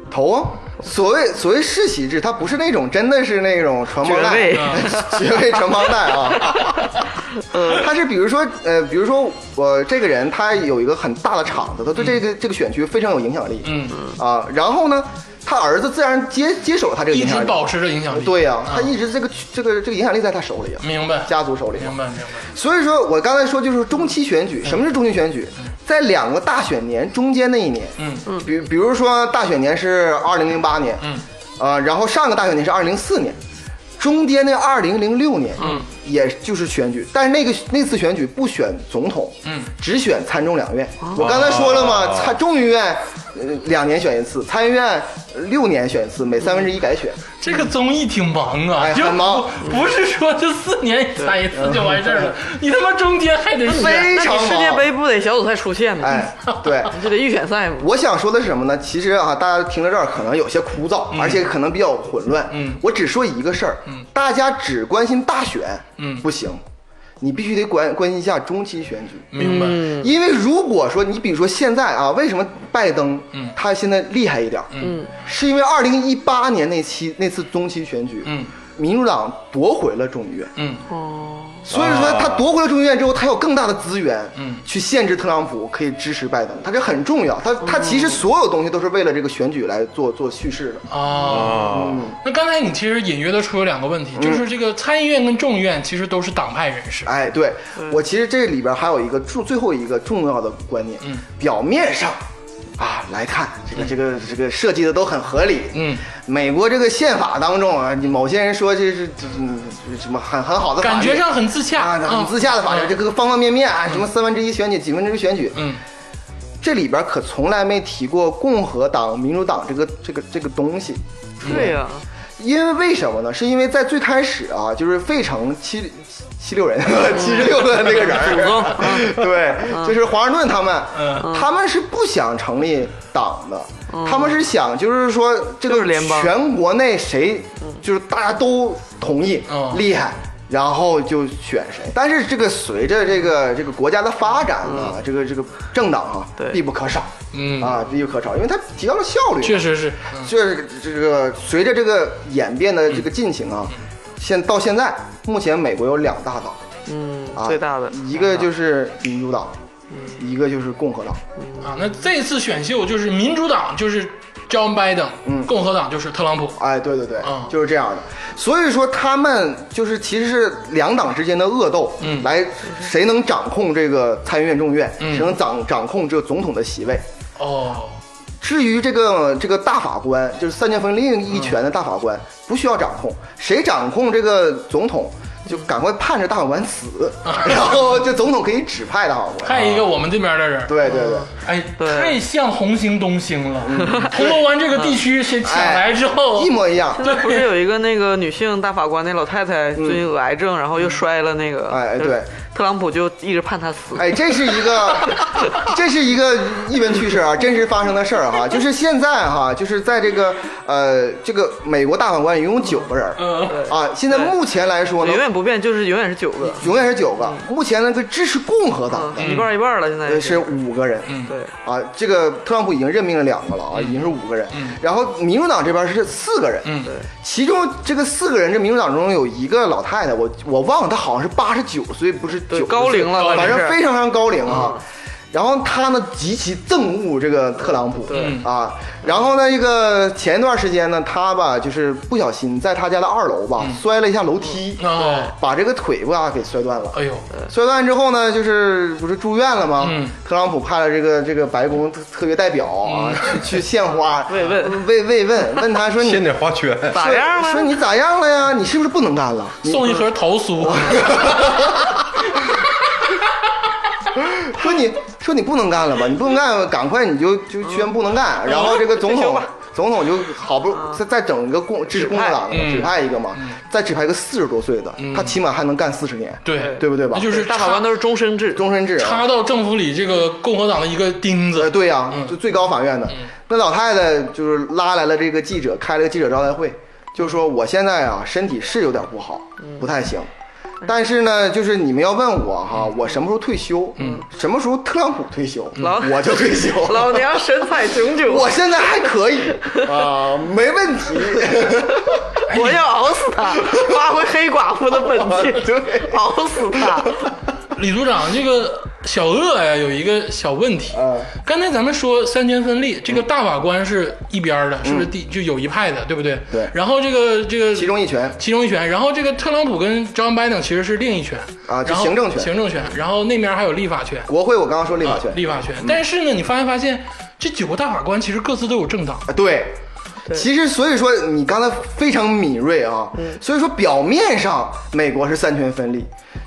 Speaker 4: 投啊！所谓所谓世袭制，它不是那种真的是那种传帮
Speaker 2: 爵
Speaker 4: 带，
Speaker 2: 位，
Speaker 4: 学位成帮带啊。
Speaker 1: 嗯
Speaker 4: 呃，他是比如说，呃，比如说我这个人，他有一个很大的厂子，他对这个、这个选区非常有影响力。
Speaker 1: 嗯，
Speaker 4: 啊，然后呢，他儿子自然接接手了他这个
Speaker 1: 一
Speaker 4: 影
Speaker 1: 直
Speaker 4: 响力。
Speaker 1: 保持着影响力。
Speaker 4: 对呀、他一直这个这个这个影响力在他手里啊，
Speaker 1: 明白，
Speaker 4: 家族手里啊。
Speaker 1: 明白，明白。
Speaker 4: 所以说我刚才说就是中期选
Speaker 1: 嗯
Speaker 4: 举，什么是中期选举？在两个大选年中间那一年，
Speaker 1: 嗯
Speaker 4: 嗯，比比如说大选年是二零零八年，
Speaker 1: 嗯，
Speaker 4: 呃，然后上个大选年是二零零四年，中间那二零零六年，
Speaker 1: 嗯，
Speaker 4: 也就是选举，但是那个那次选举不选总统，
Speaker 1: 嗯，
Speaker 4: 只选参众两院。我刚才说了嘛，
Speaker 3: 哦
Speaker 4: 参众议院。呃，两年选一次，参议院呃六年选一次，每三分之一改选。
Speaker 1: 这个综艺挺忙啊，
Speaker 4: 哎
Speaker 1: 就
Speaker 4: 很忙
Speaker 1: 不不是说这四年才一次就完事儿了，你他妈中间还得选。
Speaker 4: 非
Speaker 2: 那
Speaker 4: 常
Speaker 2: 你
Speaker 4: 忙
Speaker 2: 世界杯不得小组赛出线吗？
Speaker 4: 哎，对，
Speaker 2: 你这得预选赛吗？
Speaker 4: 我想说的是什么呢？其实啊，大家听到这儿可能有些枯燥，而且可能比较混乱。
Speaker 1: 嗯
Speaker 4: 我只说一个事儿，
Speaker 1: 嗯
Speaker 4: 大家只关心大选，
Speaker 1: 嗯
Speaker 4: 不行，你必须得关关心一下中期选举。
Speaker 1: 明白，
Speaker 4: 因为如果说你比如说现在啊，为什么拜登，
Speaker 1: 嗯
Speaker 4: 他现在厉害一点，
Speaker 1: 嗯，
Speaker 4: 是因为二零一八年那期那次中期选举，
Speaker 1: 嗯，
Speaker 4: 民主党夺回了众议院，
Speaker 1: 嗯，
Speaker 2: 哦，
Speaker 4: 所以说他夺回了众议院之后，他有更大的资源，
Speaker 1: 嗯
Speaker 4: 去限制特朗普可以支持拜登，他这很重要。他他其实所有东西都是为了这个选举来做做叙事
Speaker 1: 哦。
Speaker 4: 的。
Speaker 3: 啊，
Speaker 4: 嗯
Speaker 1: 那刚才你其实隐约的出了两个问题，就是这个参议院跟众议院其实都是党派人士，
Speaker 4: 哎，对我其实这里边还有一个重最后一个重要的观念，
Speaker 1: 嗯
Speaker 4: 表面上啊来看这个这个这个设计的都很合理，
Speaker 1: 嗯，
Speaker 4: 美国这个宪法当中啊，你某些人说这是这嗯什么很很好的法律，
Speaker 1: 感觉上很自洽，
Speaker 4: 啊很自洽的法律，
Speaker 1: 嗯
Speaker 4: 这个方方面面啊，什么三分之一选举、几分之一选举，
Speaker 1: 嗯
Speaker 4: 这里边可从来没提过共和党、民主党这个这个这个东西，
Speaker 2: 对
Speaker 4: 啊
Speaker 2: 呀、
Speaker 4: 因为为什么呢？是因为在最开始啊，就是费城七七六人七十六个那个人
Speaker 2: 嗯祖宗嗯
Speaker 4: 儿， 对，就是华盛顿他们
Speaker 1: 嗯，
Speaker 4: 他们是不想成立党的，他们是想就是说
Speaker 2: 嗯
Speaker 4: 这
Speaker 2: 就是
Speaker 4: 个
Speaker 2: 联邦
Speaker 4: 全国内谁就是大家都同意
Speaker 1: 嗯
Speaker 4: 厉害。然后就选谁，但是这个随着这个这个国家的发展啊，这个这个政党啊，
Speaker 2: 嗯对
Speaker 4: 必不可少，
Speaker 1: 嗯
Speaker 4: 啊，必不可少，因为它提高了效率，
Speaker 1: 确实是，
Speaker 4: 就是这个随着这个演变的这个进行
Speaker 1: 嗯
Speaker 4: 啊，现到现在目前美国有两大党
Speaker 2: 嗯，
Speaker 4: 啊，
Speaker 2: 最大的嗯
Speaker 4: 一个就是民主党，一个就是共和党。
Speaker 1: 啊，那这次选秀就是民主党就是 John Biden，
Speaker 4: 嗯
Speaker 1: 共和党就是特朗普。
Speaker 4: 哎，对对对
Speaker 1: 嗯，
Speaker 4: 就是这样的。所以说他们就是其实是两党之间的恶斗，
Speaker 1: 嗯
Speaker 4: 来谁能掌控这个参议院、众议院，
Speaker 1: 嗯
Speaker 4: 谁能掌掌控这个总统的席位。
Speaker 1: 哦，
Speaker 4: 至于这个这个大法官，就是三权分立一权的大法官，不需要掌控，谁掌控这个总统，就赶快判着大法官 死，然后这总统可以指派大法官。
Speaker 1: 派一个我们这边的人。，
Speaker 4: 对对对，
Speaker 1: 哎，
Speaker 2: 对
Speaker 1: 太像红星东星了。 铜锣湾这个地区谁抢来之后
Speaker 4: 嗯一，模一 样。
Speaker 2: 现在不是有一个那个女性大法官，那老太太最近有癌症，然后又摔了那个，
Speaker 4: 嗯哎哎
Speaker 2: 就是
Speaker 4: 对
Speaker 2: 特朗普就一直判她死。
Speaker 4: 哎，这是一个，这是一个一闻趣事啊，真实发生的事儿 哈、就是现在哈、就是在这个呃，这个美国大法官一共有九个人儿
Speaker 1: 嗯，
Speaker 4: 啊，现在目前来说呢
Speaker 2: 永，远不变，就是永远是九个，
Speaker 4: 永远是九个。目前那个支持共和党的
Speaker 2: 嗯，一半儿一半儿了，现在
Speaker 4: 呃
Speaker 2: 已经
Speaker 4: 是五个人，
Speaker 1: 嗯
Speaker 2: 对，
Speaker 4: 啊，这个特朗普已经任命了两个了
Speaker 2: 嗯
Speaker 4: 啊，已经是五个人。然后民主党这边是四个人，
Speaker 1: 嗯
Speaker 4: 其中这个四个人，这民主党中有一个老太太，我我忘了，她好像是八十九岁，不是
Speaker 2: 对
Speaker 4: 九
Speaker 2: 高龄了
Speaker 4: 反
Speaker 2: 反正
Speaker 4: 正
Speaker 2: 是嗯
Speaker 4: 非常非常高龄啊。然后他呢极其憎恶这个特朗普，
Speaker 2: 对
Speaker 4: 啊，然后呢，这个前一段时间呢，他吧就是不小心在他家的二楼吧、
Speaker 2: 嗯
Speaker 4: 摔了一下楼梯，
Speaker 1: 哦
Speaker 4: 把这个腿吧给摔断了。
Speaker 1: 哎呦，
Speaker 4: 摔断之后呢，就是不是住院了吗？
Speaker 1: 嗯
Speaker 4: 特朗普派了这个这个白宫特特别代表啊，
Speaker 1: 嗯
Speaker 4: 去去献花
Speaker 2: 慰问
Speaker 4: 慰慰问，问他说你
Speaker 3: 献点花圈，
Speaker 2: 咋样
Speaker 4: 说
Speaker 2: 了？
Speaker 4: 你咋样了呀？你是不是不能干了？你
Speaker 1: 送一盒桃酥，
Speaker 4: 嗯说你说你不能干了吧？你不能干，赶快你就就宣布能干。
Speaker 1: 嗯
Speaker 4: 然后这个总
Speaker 2: 退休
Speaker 4: 统
Speaker 2: 吧
Speaker 4: 总统就好不再再整一个共支持共和党的
Speaker 1: 嗯
Speaker 4: 指派一个嘛，再指派一个四十多岁的，他起码还能干四十年，
Speaker 1: 对
Speaker 4: 对不对吧
Speaker 1: 那？就是
Speaker 2: 大法官都是终身制，
Speaker 4: 终身制啊。
Speaker 1: 插到政府里这个共和党的一个钉
Speaker 4: 呃，
Speaker 1: 子，
Speaker 4: 对呀、
Speaker 2: 嗯
Speaker 4: 就最高法院的、那老太太就是拉来了这个记者，开了个记者招待会，就说我现在啊身体是有点不好，
Speaker 2: 嗯
Speaker 4: 不太行。但是呢，就是你们要问我哈，
Speaker 2: 嗯
Speaker 4: 我什么时候退休？嗯，什么时候特朗普退休，
Speaker 2: 老
Speaker 4: 我就退休。
Speaker 2: 老娘神采炯炯，
Speaker 4: 我
Speaker 2: 我
Speaker 4: 现在还可以啊、没 问题。 哎
Speaker 2: 我要熬死他，发挥黑寡妇的 本性，
Speaker 4: 对
Speaker 2: 熬死他。
Speaker 1: 李组长，这个小鄂呀有一个小问题
Speaker 4: 嗯。
Speaker 1: 刚才咱们说三权分立，这个大法官是一边儿的，是不是第就有一派的，对不对？
Speaker 4: 嗯对
Speaker 1: 然后这个这个
Speaker 4: 其中一拳
Speaker 1: 其中一权，然后这个特朗普跟 John Biden 其实是另一权
Speaker 4: 啊就
Speaker 1: 然后
Speaker 4: 行政权
Speaker 1: 行政权，然后那面还有立法权，
Speaker 4: 国会我刚刚说立法
Speaker 1: 啊
Speaker 4: 权，嗯
Speaker 1: 立法权。但是呢，你发没发现这九个大法官其实各自都有政党？
Speaker 4: 啊，对。其实，所以说你刚才非常敏锐啊。
Speaker 1: 嗯
Speaker 4: 所以说，表面上美国是三权分立，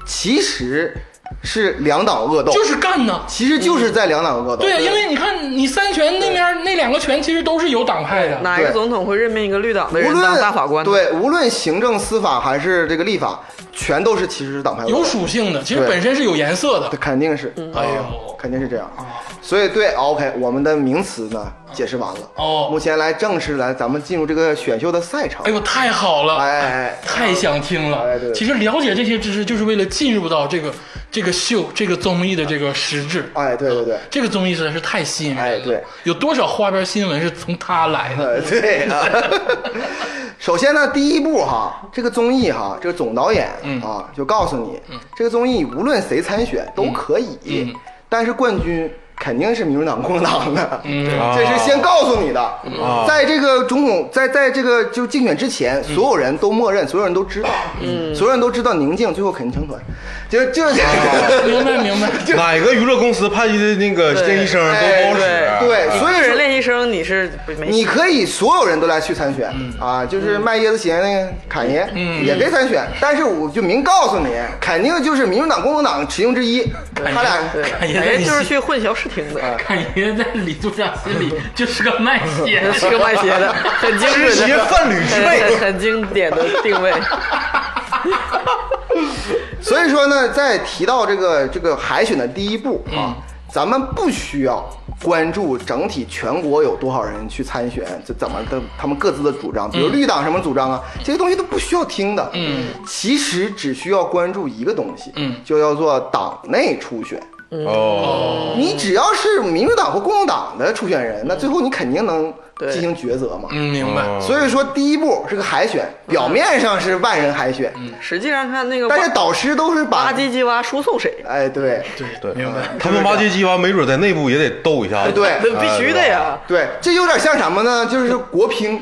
Speaker 4: 其实是两党恶斗，
Speaker 1: 就是干呢。
Speaker 4: 其实就是在两党恶斗。
Speaker 1: 对呀，啊因为你看，你三权那面那两个权其实都是有党派的。
Speaker 2: 哪一个总统会任命一个绿党的
Speaker 4: 无
Speaker 2: 人当
Speaker 4: 论
Speaker 2: 大法官呢？
Speaker 4: 对，无论行政、司法还是这个立法，全都是其实是党派恶斗
Speaker 1: 有属性的，其实
Speaker 4: 对
Speaker 1: 本身是有颜色的
Speaker 4: 对，。肯定是，
Speaker 1: 哎呦
Speaker 4: 肯定是这样。所以对，OK，我们的名词呢解释完了。
Speaker 1: 哦
Speaker 4: 目前来正式来，咱们进入这个选秀的赛场
Speaker 1: 哎。呦，太好了！
Speaker 4: 哎哎哎
Speaker 1: 太想听了。
Speaker 4: 哎对
Speaker 1: 其实了解这些知识，就是为了进入到这个这个秀、这个综艺的这个实质。
Speaker 4: 哎，对对对，
Speaker 1: 这个综艺实在是太吸引人了。
Speaker 4: 哎对，
Speaker 1: 有多少花边新闻是从它来的？
Speaker 4: 呃， 对啊。首先呢，第一步哈，这个综艺哈，这个总导演啊，就告诉你，这个综艺无论谁参选都可以，但是冠军。肯定是民主党、共和党的，这是先告诉你的。在这个总统在在这个就竞选之前，所有人都默认，所有人都知道，所有人都知道宁静最后肯定成团，就就这 个，
Speaker 1: 明白明白。
Speaker 3: 哪个娱乐公司派去的那个
Speaker 2: 对
Speaker 3: 练习生都啊
Speaker 4: 哎
Speaker 3: 不好使
Speaker 2: 对，
Speaker 4: 对，所以
Speaker 2: 个
Speaker 4: 说
Speaker 2: 人练习生你是不没
Speaker 4: 你可以所有人都来去参选、啊，就是卖椰子鞋那个侃爷、也可以参选，但是我就明告诉你，肯定就是民主党、共和党其中之一，他俩
Speaker 2: 对，
Speaker 1: 看人家
Speaker 2: 人
Speaker 1: 你
Speaker 2: 就是
Speaker 1: 信
Speaker 2: 去混淆视听的，
Speaker 1: 看人家在李组长心里
Speaker 4: 嗯
Speaker 1: 就是个卖血
Speaker 4: 哎
Speaker 2: 是个卖鞋的，很精
Speaker 3: 知
Speaker 2: 准
Speaker 3: 鞋
Speaker 2: 的，
Speaker 3: 贩履之
Speaker 2: 很
Speaker 3: 辈
Speaker 2: 很，很经典的定位。
Speaker 4: 所以说呢，在提到这个这个海选的第一步啊，咱们不需要关注整体全国有多少人去参选，这怎么的，他们各自的主张，比如绿党什么主张啊，这些东西都不需要听的。嗯，其实只需要关注一个东西，
Speaker 1: 嗯
Speaker 4: 就叫做党内初选。
Speaker 3: 哦，
Speaker 4: 你只要是民主党或共和党的初选人，那最后你肯定能
Speaker 2: 对
Speaker 4: 进行抉择嘛。
Speaker 1: 嗯，明白。
Speaker 3: 哦
Speaker 4: 所以说，第一步是个海选，表面上是万人海选，
Speaker 2: 实际上看那个
Speaker 4: 但是导师都是把
Speaker 2: 吧，唧唧哇输送谁，啊
Speaker 4: 哎，对，
Speaker 1: 对，明
Speaker 4: 哦
Speaker 1: 白。
Speaker 3: 他们挖掘机吧，没准在内部也得斗一下子。
Speaker 4: 嗯对
Speaker 2: 那必须的呀。
Speaker 4: 哎对，这有点像什么呢？就是国乒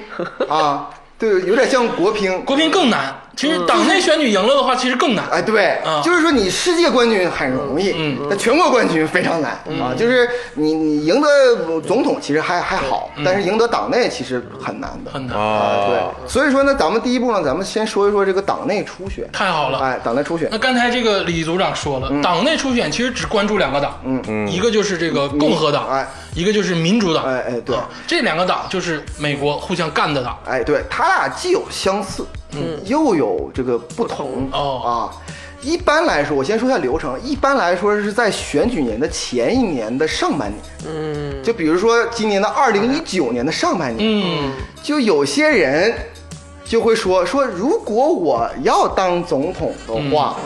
Speaker 4: 啊，对，有点像国乒。
Speaker 1: 国乒更难，其实党内选举赢了的话，其实更难。
Speaker 4: 嗯哎，对
Speaker 1: 啊，嗯
Speaker 4: 就是说你世界冠军很容易，那全国冠军非常难啊。就是你你赢得总统其实还还好，但是赢得党内其实很难的。
Speaker 1: 嗯很难。
Speaker 3: 啊，
Speaker 4: 对，所以说呢，咱们第一步呢，咱们先说一说这个党内初选。
Speaker 1: 太好了
Speaker 4: 哎，党内初选
Speaker 1: 那，刚才这个李组长说
Speaker 4: 嗯
Speaker 1: 了，党内初选其实只关注两个党，嗯，一个就是这个共和党，
Speaker 4: 哎
Speaker 1: 一个就是民主党，
Speaker 4: 哎哎对
Speaker 1: 啊这两个党就是美国互相干的党，
Speaker 4: 哎，对，他俩既有相似，嗯，又有这个不同
Speaker 1: 哦
Speaker 4: 啊。一般来说，我先说一下流程。一般来说是在选举年的前一年的上半年，嗯，就比如说今年的二零一九年的上半年，
Speaker 1: 嗯，
Speaker 4: 就有些人就会说说，如果我要当总统的话，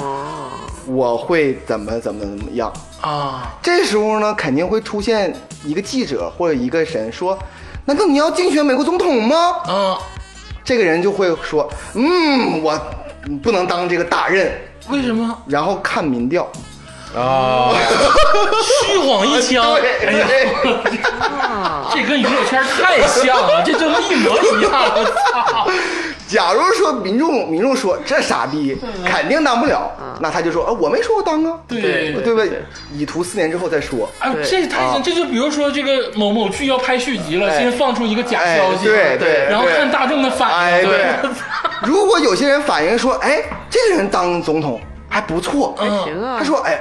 Speaker 4: 我会怎么怎么怎么样。
Speaker 1: 啊，
Speaker 4: 这时候呢，肯定会出现一个记者或者一个人说：“难道你要竞选美国总统吗
Speaker 1: 啊，？”
Speaker 4: 这个人就会说：“嗯，我不能当这个大任。
Speaker 1: 为什么”？
Speaker 4: 然后看民调，
Speaker 3: 啊，
Speaker 1: 虚晃
Speaker 4: 啊
Speaker 1: 一枪，哎呀，这跟娱乐圈太像了，这真的一模一样，啊我操！
Speaker 4: 假如说民众民众说这傻逼肯定当不了，那他就说啊我没说我当啊，
Speaker 1: 嗯对
Speaker 4: 对不啊对？以图四年之后再说，
Speaker 1: 哎，
Speaker 2: 对
Speaker 1: 这太像，这就比如说这个某某剧要拍续集了，先放出一个假消息，
Speaker 4: 哎
Speaker 1: 啊
Speaker 4: 哎对对
Speaker 1: 然后
Speaker 4: 对
Speaker 1: 看大众的反
Speaker 4: 哎
Speaker 1: 应，啊
Speaker 4: 对。如果有些人反映说，哎，这个人当总统还不错，
Speaker 1: 嗯
Speaker 2: 行啊，
Speaker 4: 他说哎，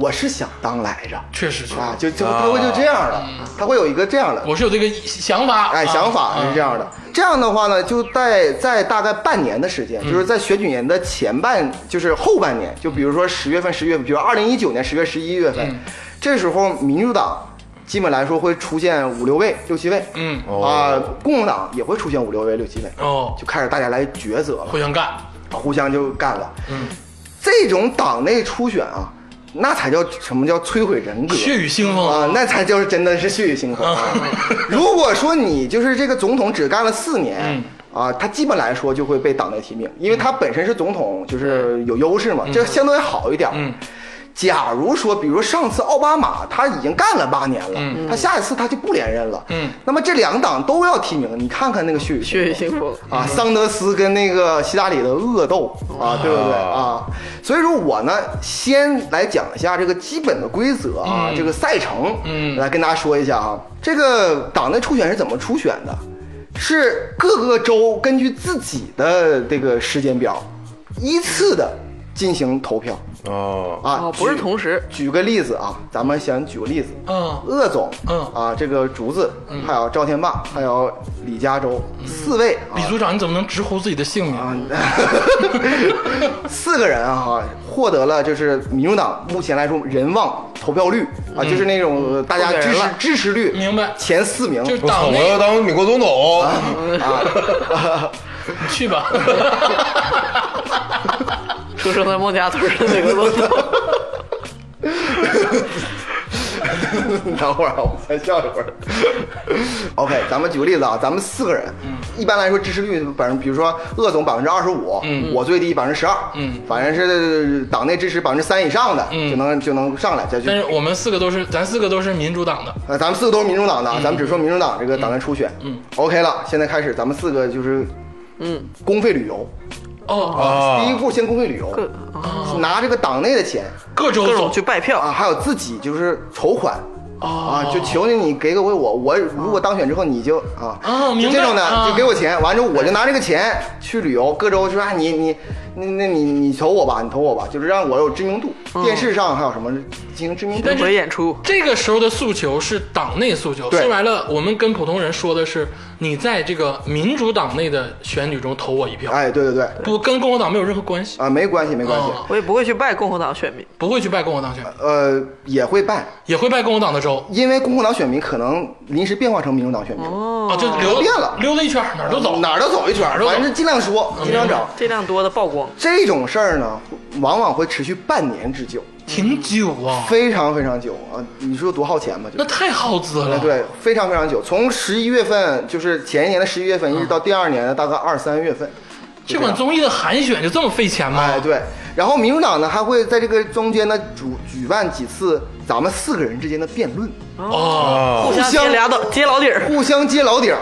Speaker 4: 我是想当来着
Speaker 1: 确实是，嗯
Speaker 4: 啊，就就他会就这样了，他会有一个这样的
Speaker 1: 我是有这个想法，
Speaker 4: 哎，
Speaker 1: 啊嗯
Speaker 4: 想法是这样的。这样的话呢，就在在大概半年的时间，
Speaker 1: 嗯
Speaker 4: 就是在选举年的前半，就是后半年，就比如说十月份、十月份，比如二零一九年十月、十一月
Speaker 1: 嗯
Speaker 4: 份，这时候民主党基本来说会出现五六位、六七位，
Speaker 1: 嗯
Speaker 4: 啊，共和党也会出现五六位、六七位，
Speaker 1: 哦，
Speaker 4: 就开始大家来抉择了，
Speaker 1: 互相干，
Speaker 4: 啊互相就干了。嗯，这种党内初选啊，那才叫什么叫摧毁人格，
Speaker 1: 血雨腥风，啊
Speaker 4: 啊，那才就是真的是血雨腥风。 如果说你就是这个总统只干了四
Speaker 1: 嗯
Speaker 4: 年，啊，他基本来说就会被党内提名，因为他本身是总统，就是有优势嘛，这相对好一点。
Speaker 1: 嗯
Speaker 4: 假如说，比如说上次奥巴马他已经干了八年了，
Speaker 1: 嗯
Speaker 4: 他下一次他就不连任了，
Speaker 1: 嗯
Speaker 4: 那么这两党都要提名，你看看那个血雨腥
Speaker 2: 血雨腥
Speaker 4: 风
Speaker 2: 风。
Speaker 4: 啊，桑德斯跟那个希拉里的恶斗啊，对不对啊？所以说我呢，先来讲一下这个基本的规则啊，
Speaker 1: 嗯
Speaker 4: 这个赛程，
Speaker 1: 嗯
Speaker 4: 来跟大家说一下啊，这个党内初选是怎么初选的？是各个州根据自己的这个时间表，依次的进行投票
Speaker 3: 哦，
Speaker 4: 啊
Speaker 2: 哦，，不是
Speaker 4: 举
Speaker 2: 同时，
Speaker 4: 举个例子啊，咱们想举个例子，
Speaker 1: 嗯
Speaker 4: 鄂总，
Speaker 1: 嗯
Speaker 4: 啊，这个竹子，还有赵天霸，还有李嘉洲，四位啊
Speaker 1: 李组长，你怎么能直呼自己的姓名？
Speaker 4: 啊，四个人啊，哈获得了就是民主党目前来说人望投票率啊，就是那种
Speaker 1: 嗯
Speaker 4: 呃大家
Speaker 2: 投给
Speaker 4: 支
Speaker 2: 人
Speaker 4: 持
Speaker 2: 了
Speaker 4: 支持率
Speaker 1: 明白
Speaker 4: 前四名
Speaker 1: 就是
Speaker 3: 我操，
Speaker 1: 党
Speaker 3: 我
Speaker 1: 内
Speaker 3: 要当美国总统，
Speaker 4: 啊，
Speaker 1: 去吧，
Speaker 2: 出生在孟加拉屯儿的那个骆 驼，
Speaker 4: 等会儿啊我先笑一会儿。OK，咱们举个例子啊，咱们四个人，
Speaker 1: 嗯
Speaker 4: 一般来说支持率百分，比如说鄂总百分之二十五，
Speaker 1: 嗯
Speaker 4: 我最低百分之十二，
Speaker 1: 嗯
Speaker 4: 反正是呃党内支持百分之三以上的，
Speaker 1: 嗯
Speaker 4: 就能就能上来再去
Speaker 1: 但是我们四个都是，咱四个都是民主党的，
Speaker 4: 呃，咱们四个都是民主党的，咱们只说民主党这个党内初选。嗯，OK 了，现在开始，咱们四个就是，
Speaker 2: 嗯，
Speaker 4: 公费旅游。
Speaker 1: 哦，
Speaker 3: 啊
Speaker 4: 第一步先公费旅游，
Speaker 2: 各
Speaker 1: 啊
Speaker 4: 拿这个党内的钱
Speaker 1: 各州
Speaker 2: 各
Speaker 1: 走
Speaker 2: 种去拜票
Speaker 4: 啊，还有自己就是筹款。
Speaker 1: 哦
Speaker 4: 啊，就求你，你给给我，我我如果当选之后，你就啊，
Speaker 1: 哦明
Speaker 4: 就
Speaker 1: 白
Speaker 4: 这种的，
Speaker 1: 啊
Speaker 4: 就给我钱，完之后我就拿这个钱去旅游，各州说啊，你你那那你你投我吧，你投我吧，就是让我有知名度，电视上还有什么进行知名度
Speaker 1: 嗯但，是
Speaker 2: 为演出，
Speaker 1: 这个时候的诉求是党内诉求，
Speaker 4: 对
Speaker 1: 说白了，我们跟普通人说的是，你在这个民主党内的选举中投我一票，
Speaker 4: 哎，对对对，
Speaker 1: 不跟共和党没有任何关系，
Speaker 4: 啊，没关系没关系，
Speaker 1: 哦
Speaker 2: 我也不会去拜共和党选民。
Speaker 1: 不会去拜共和党选民，
Speaker 4: 呃，也会办，
Speaker 1: 也会拜共和党的州，
Speaker 4: 因为共和党选民可能临时变化成民主党选民，
Speaker 1: 啊，就溜
Speaker 4: 哦变了嗯
Speaker 1: 溜达一圈，哪儿都走，
Speaker 4: 哪儿都走一圈
Speaker 1: 哪
Speaker 4: 儿
Speaker 1: 儿，都走嗯
Speaker 4: 反正尽量说，尽量整。
Speaker 2: 这量多的曝光，
Speaker 4: 这种事儿呢，往往会持续半年之久，
Speaker 1: 挺久啊，
Speaker 4: 非常非常久啊！你说多耗钱吧？就
Speaker 1: 那太耗资了，，
Speaker 4: 哎对，非常非常久，从十一月份，就是前一年的十一月份，一直到第二年的大概二三月份。
Speaker 1: 嗯这款综艺的海选就这么费钱吗？
Speaker 4: 哎，对，然后民主党呢还会在这个中间呢主举办几次咱们四个人之间的辩论，
Speaker 1: 哦，
Speaker 3: 啊
Speaker 4: 嗯
Speaker 2: 互相揭俩的揭老底儿，
Speaker 4: 互相揭老底儿，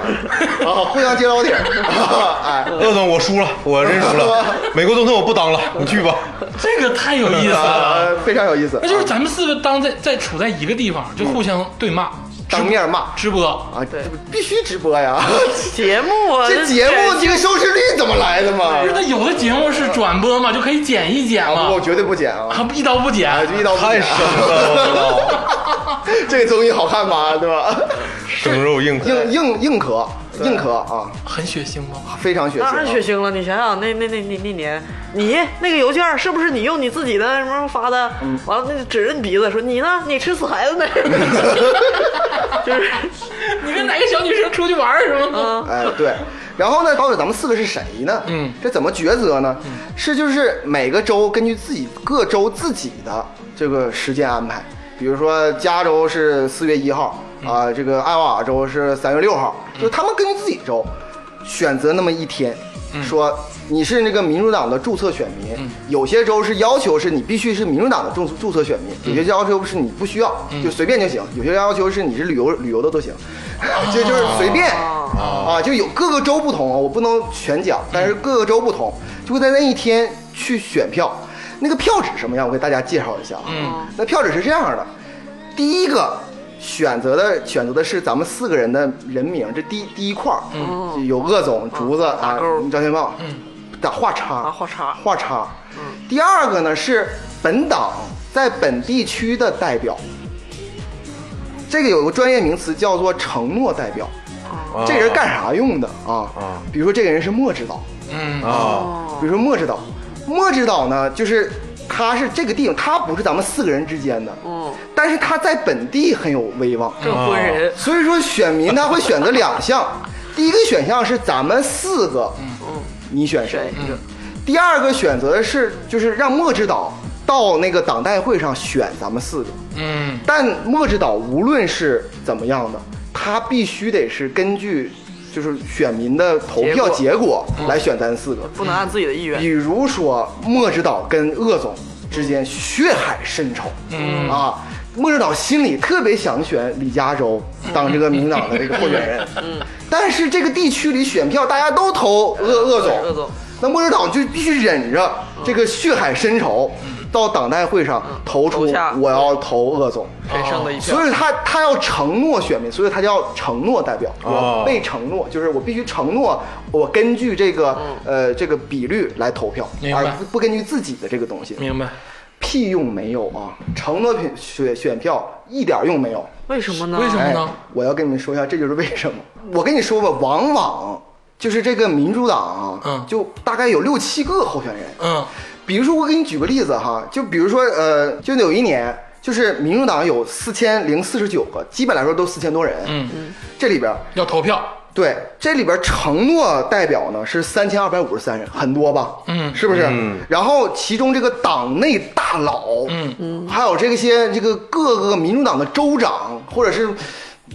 Speaker 4: 啊，互相揭老底儿， 哎，
Speaker 3: 鄂总，我输了，我认输了， 美国总统我不当了，你去吧。
Speaker 1: 这个太有意思 了，
Speaker 4: 呃，非常有意思，
Speaker 1: 那哎就是咱们四个当在在处在一个地方，就互相对骂，直
Speaker 4: 嗯当面骂
Speaker 1: 直播，
Speaker 4: 啊，
Speaker 2: 对
Speaker 4: 这必须直播呀！
Speaker 2: 节目啊，
Speaker 4: 这节目这个收视率怎么来的嘛？
Speaker 1: 不是，那有的节目是转播嘛，就可以剪一剪
Speaker 4: 啊，我
Speaker 1: 嘛，
Speaker 4: 绝对不剪啊，
Speaker 1: 啊，一刀不剪，
Speaker 4: 一刀不
Speaker 3: 太
Speaker 4: 剪啊
Speaker 3: 深了，我操，
Speaker 4: 这个综艺好看吗？对吧？
Speaker 3: 生肉 硬壳。
Speaker 4: 硬硬硬壳，硬壳啊，
Speaker 1: 很血腥吗？
Speaker 4: 非常血
Speaker 2: 当然血
Speaker 4: 腥啊
Speaker 2: 腥了。你想想，那那那那那年，你那个邮件是不是你用你自己的什么发的？
Speaker 1: 嗯
Speaker 2: 完了，那就指着你鼻子说你呢，你吃死孩子呢， 就是嗯
Speaker 1: 你跟哪个小女生出去玩儿是吗？
Speaker 4: 啊。哎，对。然后呢，到底咱们四个是谁呢？
Speaker 1: 嗯
Speaker 4: 这怎么抉择呢？是就是每个州根据自己各州自己的这个时间安排，比如说加州是四月一号啊，这个艾奥瓦州是三月六号，就是他们根据自己州选择那么一天说你是那个民主党的注册选民，有些州是要求是你必须是民主党的注注册选民，有些要求是你不需要，就随便就行；有些要求是你是旅游旅游的都行， 就就是随便啊，就有各个州不同啊，我不能全讲，但是各个州不同，就会在那一天去选票。那个票纸什么样？我给大家介绍一下啊。
Speaker 1: 嗯
Speaker 4: 那票纸是这样的，第一个选择的选择的是咱们四个人的人名，这第一第一块儿，
Speaker 2: 嗯
Speaker 4: 就有鄂总、竹子、
Speaker 2: 打
Speaker 4: 啊
Speaker 2: 勾、
Speaker 4: 张天茂，
Speaker 1: 嗯，
Speaker 4: 打画叉，
Speaker 2: 啊画叉嗯
Speaker 4: 画叉。第二个呢是本党在本地区的代表，这个有个专业名词叫做承诺代表，
Speaker 3: 啊
Speaker 4: 这人干啥用的啊？
Speaker 3: 啊
Speaker 4: 比如说这个人是莫指导，
Speaker 1: 嗯
Speaker 3: 啊
Speaker 2: 哦
Speaker 4: 比如说莫指导，莫指导呢，就是他是这个地方，他不是咱们四个人之间的，
Speaker 2: 嗯，
Speaker 4: 但是他在本地很有威望，
Speaker 3: 哦
Speaker 2: 证婚人
Speaker 4: 所以说选民他会选择两项，第一个选项是咱们四个，你选谁
Speaker 2: 选？一个，
Speaker 4: 第二个选择是就是让莫指导到那个党代会上选咱们四个，
Speaker 1: 嗯
Speaker 4: 但莫指导无论是怎么样的，他必须得是根据就是选民的投票结果嗯来选咱四个。
Speaker 2: 不能按自己的意愿
Speaker 1: 哦
Speaker 4: 比。如说莫指导跟鄂总之间血海深仇，
Speaker 1: 嗯
Speaker 4: 啊，莫指导心里特别想选李嘉洲当这个民党的这个候选人，
Speaker 2: 嗯
Speaker 4: 但是这个地区里选票大家都投鄂鄂总，
Speaker 2: 鄂总
Speaker 4: 那莫指导就必须忍着这个血海深仇，到党代会上投
Speaker 2: 嗯
Speaker 4: 出
Speaker 2: 投下
Speaker 4: 我要投鄂总。
Speaker 2: 谁剩的一票
Speaker 4: 所以他他要承诺选民，所以他叫承诺代表。
Speaker 3: 哦
Speaker 4: 我被承诺，就是我必须承诺，我根据这个、呃这个比率来投票，
Speaker 1: 明白
Speaker 4: 而不不根据自己的这个东西，
Speaker 1: 明白。
Speaker 4: 屁用没有啊！承诺品选选票一点用没有。
Speaker 2: 为什么呢？
Speaker 1: 为什么
Speaker 4: 哎
Speaker 1: 呢？
Speaker 4: 我要跟你们说一下，这就是为什么。我跟你说吧，往往就是这个民主党啊，
Speaker 1: 嗯
Speaker 4: 就大概有六七个候选人，
Speaker 1: 嗯
Speaker 4: 比如说，我给你举个例子哈，就比如说，呃，就有一年，就是民主党有四千零四十九个，基本来说都四千多人。
Speaker 1: 嗯，
Speaker 4: 这里边儿，
Speaker 1: 要投票。
Speaker 4: 对，这里边儿承诺代表呢是三千二百五十三人，很多吧？
Speaker 1: 嗯
Speaker 4: 是不是？
Speaker 3: 嗯
Speaker 4: 然后其中这个党内大佬，
Speaker 1: 嗯
Speaker 4: 嗯，还有这些这个各个民主党的州长或者是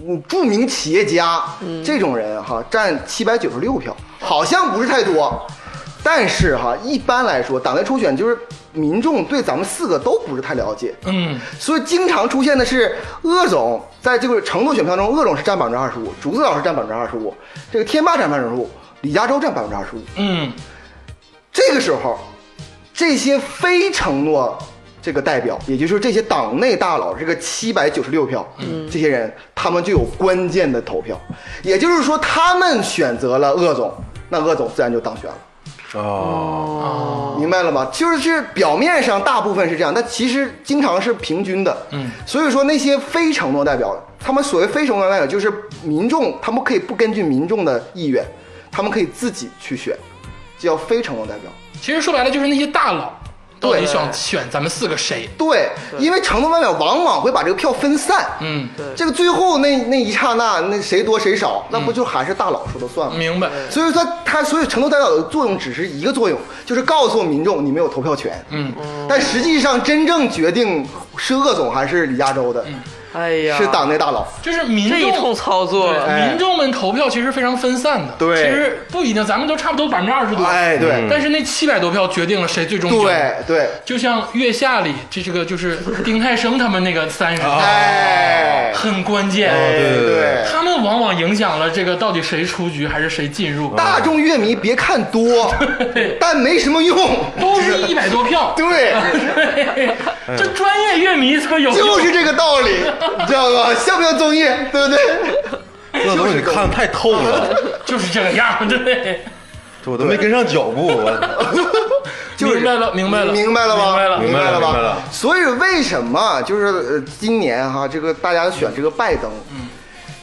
Speaker 4: 嗯著名企业家，
Speaker 1: 嗯
Speaker 4: 这种人哈占七百九十六票，好像不是太多，但是哈一般来说，党内初选就是民众对咱们四个都不是太了解，
Speaker 1: 嗯
Speaker 4: 所以经常出现的是鄂总在这个承诺选票中，鄂总是占百分之二十五，竹子老师占百分之二十五，这个天霸占百分之十五，李嘉洲占百分之二十五。
Speaker 1: 嗯
Speaker 4: 这个时候，这些非承诺这个代表，也就是这些党内大佬，这个七百九十六票，这些人他们就有关键的投票，也就是说，他们选择了鄂总，那鄂总自然就当选了。
Speaker 3: 啊！
Speaker 4: 明白了吗？就是表面上大部分是这样，但其实经常是平均的。
Speaker 1: 嗯，
Speaker 4: 所以说那些非承诺代表，他们所谓非承诺代表就是民众，他们可以不根据民众的意愿，他们可以自己去选，叫非承诺代表。
Speaker 1: 其实说白了就是那些大佬到底
Speaker 4: 对
Speaker 1: 想选咱们四个谁？
Speaker 4: 对，因为承诺代表往往会把这个票分散。
Speaker 1: 嗯，
Speaker 2: 对
Speaker 4: 这个最后那那一刹那，那谁多谁少，那不就还是大佬说了算吗？
Speaker 1: 明白。
Speaker 4: 所以说他所以承诺代表的作用只是一个作用，就是告诉民众你没有投票权。
Speaker 1: 嗯，
Speaker 4: 但实际上真正决定是鄂总还是李嘉洲的，
Speaker 2: 哎呀，
Speaker 4: 是党内大佬。
Speaker 1: 就是民
Speaker 2: 这一通
Speaker 1: 众。
Speaker 2: 操作，
Speaker 1: 对，哎民众们投票其实非常分散的，
Speaker 4: 哎对
Speaker 1: 其实不一定，咱们都差不多百分之二十多，
Speaker 4: 哎，对、
Speaker 1: 但是那七百多票决定了谁最终赢。
Speaker 4: 对对，
Speaker 1: 就像月下里这这个就是丁太升他们那个三人，
Speaker 4: 啊哎，
Speaker 1: 很关键，
Speaker 3: 对对对
Speaker 1: 他们往往影响了这个到底谁出局还是谁进入，
Speaker 4: 大众乐迷别看多，但没什么用。
Speaker 1: 都是一百多票，
Speaker 4: 对，哎
Speaker 1: 对，这专业乐迷才有，
Speaker 4: 就是这个道理，你知道吧？像不像综艺？对不对？
Speaker 3: 乐总你看的太透了，
Speaker 1: 就是这个样，对，
Speaker 3: 这我都没跟上脚步，我
Speaker 4: 就是
Speaker 1: 明白了，明白了，
Speaker 4: 明白了吧？
Speaker 1: 明白了，
Speaker 3: 明白了
Speaker 4: 吧？
Speaker 3: 明白了
Speaker 4: 所以为什么就是呃，今年哈，这个大家选这个拜登，嗯，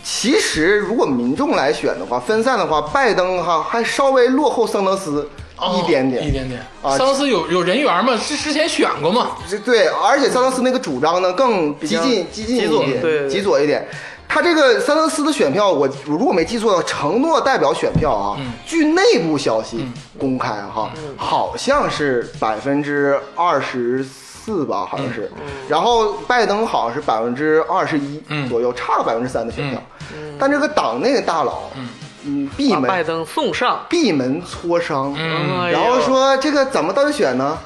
Speaker 4: 其实如果民众来选的话，分散的话，拜登哈还稍微落后桑德斯
Speaker 1: 哦
Speaker 4: 一点点，
Speaker 1: 一点点。
Speaker 4: 啊
Speaker 1: 桑斯有有人缘嘛？之之前选过嘛？
Speaker 4: 这对，而且桑德斯那个主张呢更激进、
Speaker 2: 比较
Speaker 4: 激进
Speaker 2: 极
Speaker 4: 一
Speaker 2: 左
Speaker 4: 点，
Speaker 2: 对对
Speaker 4: 极左一点。他这个桑德斯的选票，我如果没记错，承诺代表选票啊，
Speaker 2: 嗯
Speaker 4: 据内部消息公开哈，好像是百分之二十四吧，好像是。
Speaker 2: 嗯
Speaker 4: 然后拜登好像是百分之二十一
Speaker 1: 嗯
Speaker 2: 嗯
Speaker 4: 左右，差个百分之三的选票。但这个党内大佬嗯闭
Speaker 2: 把拜
Speaker 4: 门
Speaker 2: 登送上。
Speaker 4: 闭门磋商，
Speaker 2: 哎呦
Speaker 4: 然后，说这个怎么当选呢？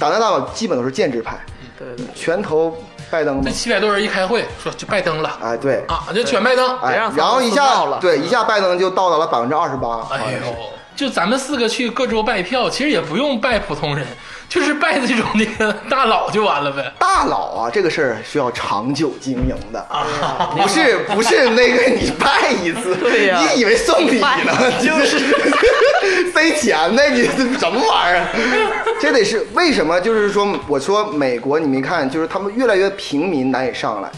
Speaker 4: 党大党基本都是建制派，
Speaker 2: 对对，
Speaker 4: 全投拜登嘛
Speaker 1: 这。七百多人一开会说就拜登了
Speaker 4: 哎，对，
Speaker 1: 啊，就选拜登。
Speaker 4: 哎
Speaker 2: 别让，
Speaker 4: 然后一
Speaker 2: 桑德斯闹
Speaker 4: 下
Speaker 2: 了
Speaker 4: 对一下拜登就到达了百分之二十八，好像
Speaker 1: 哎
Speaker 4: 是
Speaker 1: 呦，就咱们四个去各州拜票，其实也不用拜普通人， 就是拜这种那个大佬就完了呗。
Speaker 4: 大佬啊，这个事儿需要长久经营的，不是不是那个你拜一次，
Speaker 2: 对呀
Speaker 4: 你以为送礼 呢？就是塞钱呢，你什么玩意儿？这得是为什么？就是说，我说美国，你没看，就是他们越来越平民难以上来，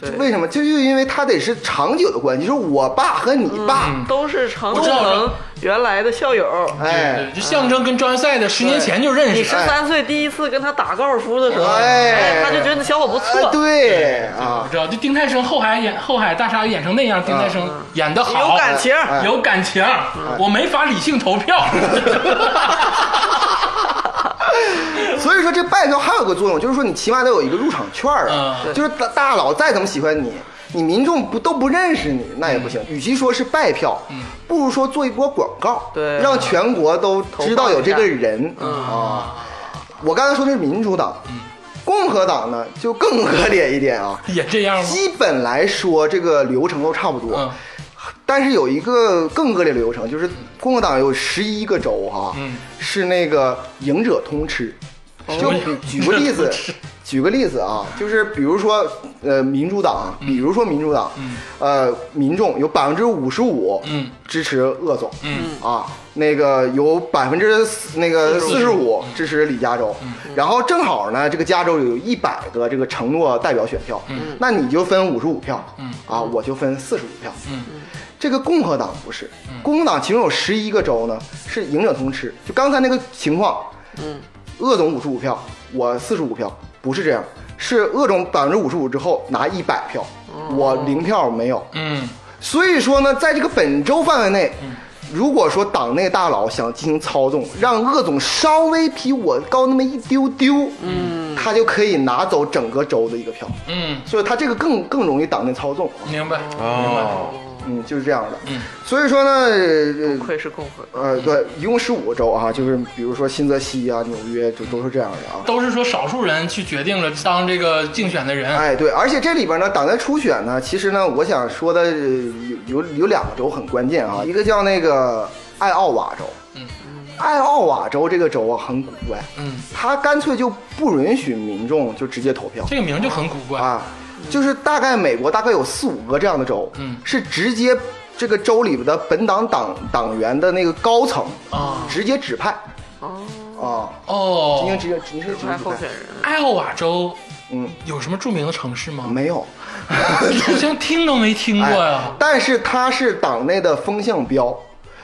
Speaker 2: 对
Speaker 4: 为什么？就是因为他得是长久的关系，就是我爸和你爸，
Speaker 2: 都是常
Speaker 1: 我
Speaker 2: 仲
Speaker 1: 知道
Speaker 2: 恒原来的校友。
Speaker 1: 对，
Speaker 4: 哎
Speaker 1: 就象征跟张恩赛的十年前就认
Speaker 2: 你
Speaker 1: 识
Speaker 2: 十，三岁第一次跟他打高尔夫的时候，
Speaker 4: 哎
Speaker 2: 哎，他就觉得那小伙不
Speaker 4: 哎
Speaker 2: 错，
Speaker 4: 对
Speaker 1: 我
Speaker 4: 啊，
Speaker 1: 知道，就丁太升后海演后海大鲨鱼演成那样，丁太升演的好，
Speaker 2: 有感情。
Speaker 4: 嗯哎嗯
Speaker 1: 有感情，我没法理性投票。
Speaker 4: 所以说这拜票还有个作用，就是说你起码得有一个入场券儿啊，
Speaker 1: 嗯
Speaker 4: 就是大大佬再怎么喜欢你，你民众不都不认识你，那也不行。与其说是拜票，不如说做一波广告，
Speaker 2: 对
Speaker 4: 让全国都知道有这个人啊。我刚才说的是民主党，共和党呢就更恶劣一点啊。
Speaker 1: 也这样吗？
Speaker 4: 基本来说，这个流程都差不多。
Speaker 1: 嗯
Speaker 4: 但是有一个更恶劣的流程，就是共和党有十一个州哈、
Speaker 1: 嗯
Speaker 4: 是那个赢者通吃。就比举个例子，举个例子啊，就是比如说呃，民主党，比如说民主党，呃，民众有百分之五十五
Speaker 1: 嗯
Speaker 4: 支持鄂总，啊，那个有百分之那个四十五嗯支持李加州，然后正好呢，这个加州有一百个这个承诺代表选票，那你就分五十五票，啊，我就分四十五票，这个共和党不是，
Speaker 1: 嗯
Speaker 4: 共和党其中有十一个州呢是赢者通吃，就刚才那个情况，
Speaker 2: 嗯，
Speaker 4: 鄂总五十五票，我四十五票，不是这样，是鄂总百分之五十五之后拿一百票，我零票没有，
Speaker 1: 嗯，
Speaker 4: 所以说呢，在这个本州范围内，如果说党内大佬想进行操纵，让鄂总稍微比我高那么一丢丢，嗯，他就可以拿走整个州的一个票，
Speaker 1: 嗯，
Speaker 4: 所以他这个更更容易党内操纵，
Speaker 1: 明白。
Speaker 3: 哦，
Speaker 4: 嗯，就是这样的，嗯，所以说呢，呃
Speaker 2: 不愧是共和党。
Speaker 4: 呃，对，一共十五个州啊，就是比如说新泽西啊、纽约，就都是这样的啊。
Speaker 1: 都是说少数人去决定了当这个竞选的人。
Speaker 4: 哎，对，而且这里边呢，党在初选呢，其实呢，我想说的呃有有有两个州很关键啊，一个叫那个爱奥瓦州，
Speaker 1: 嗯，
Speaker 4: 爱奥瓦州这个州啊很古怪，
Speaker 1: 嗯，
Speaker 4: 它干脆就不允许民众就直接投票
Speaker 1: 这个名就很古怪。
Speaker 4: 啊，就是大概美国大概有四五个这样的州，
Speaker 1: 嗯
Speaker 4: 是直接这个州里边的本党党党员的那个高层
Speaker 1: 啊
Speaker 4: 直接指派
Speaker 2: 哦，
Speaker 4: 啊，今天
Speaker 1: 哦，
Speaker 4: 直接直接直接指
Speaker 2: 派候
Speaker 4: 派
Speaker 2: 选，人，
Speaker 1: 艾奥瓦州
Speaker 4: 嗯，
Speaker 1: 有什么著名的城市吗？
Speaker 4: 没有。
Speaker 1: 好像听都没听过
Speaker 4: 哎
Speaker 1: 呀。，
Speaker 4: 但是它是党内的风向标，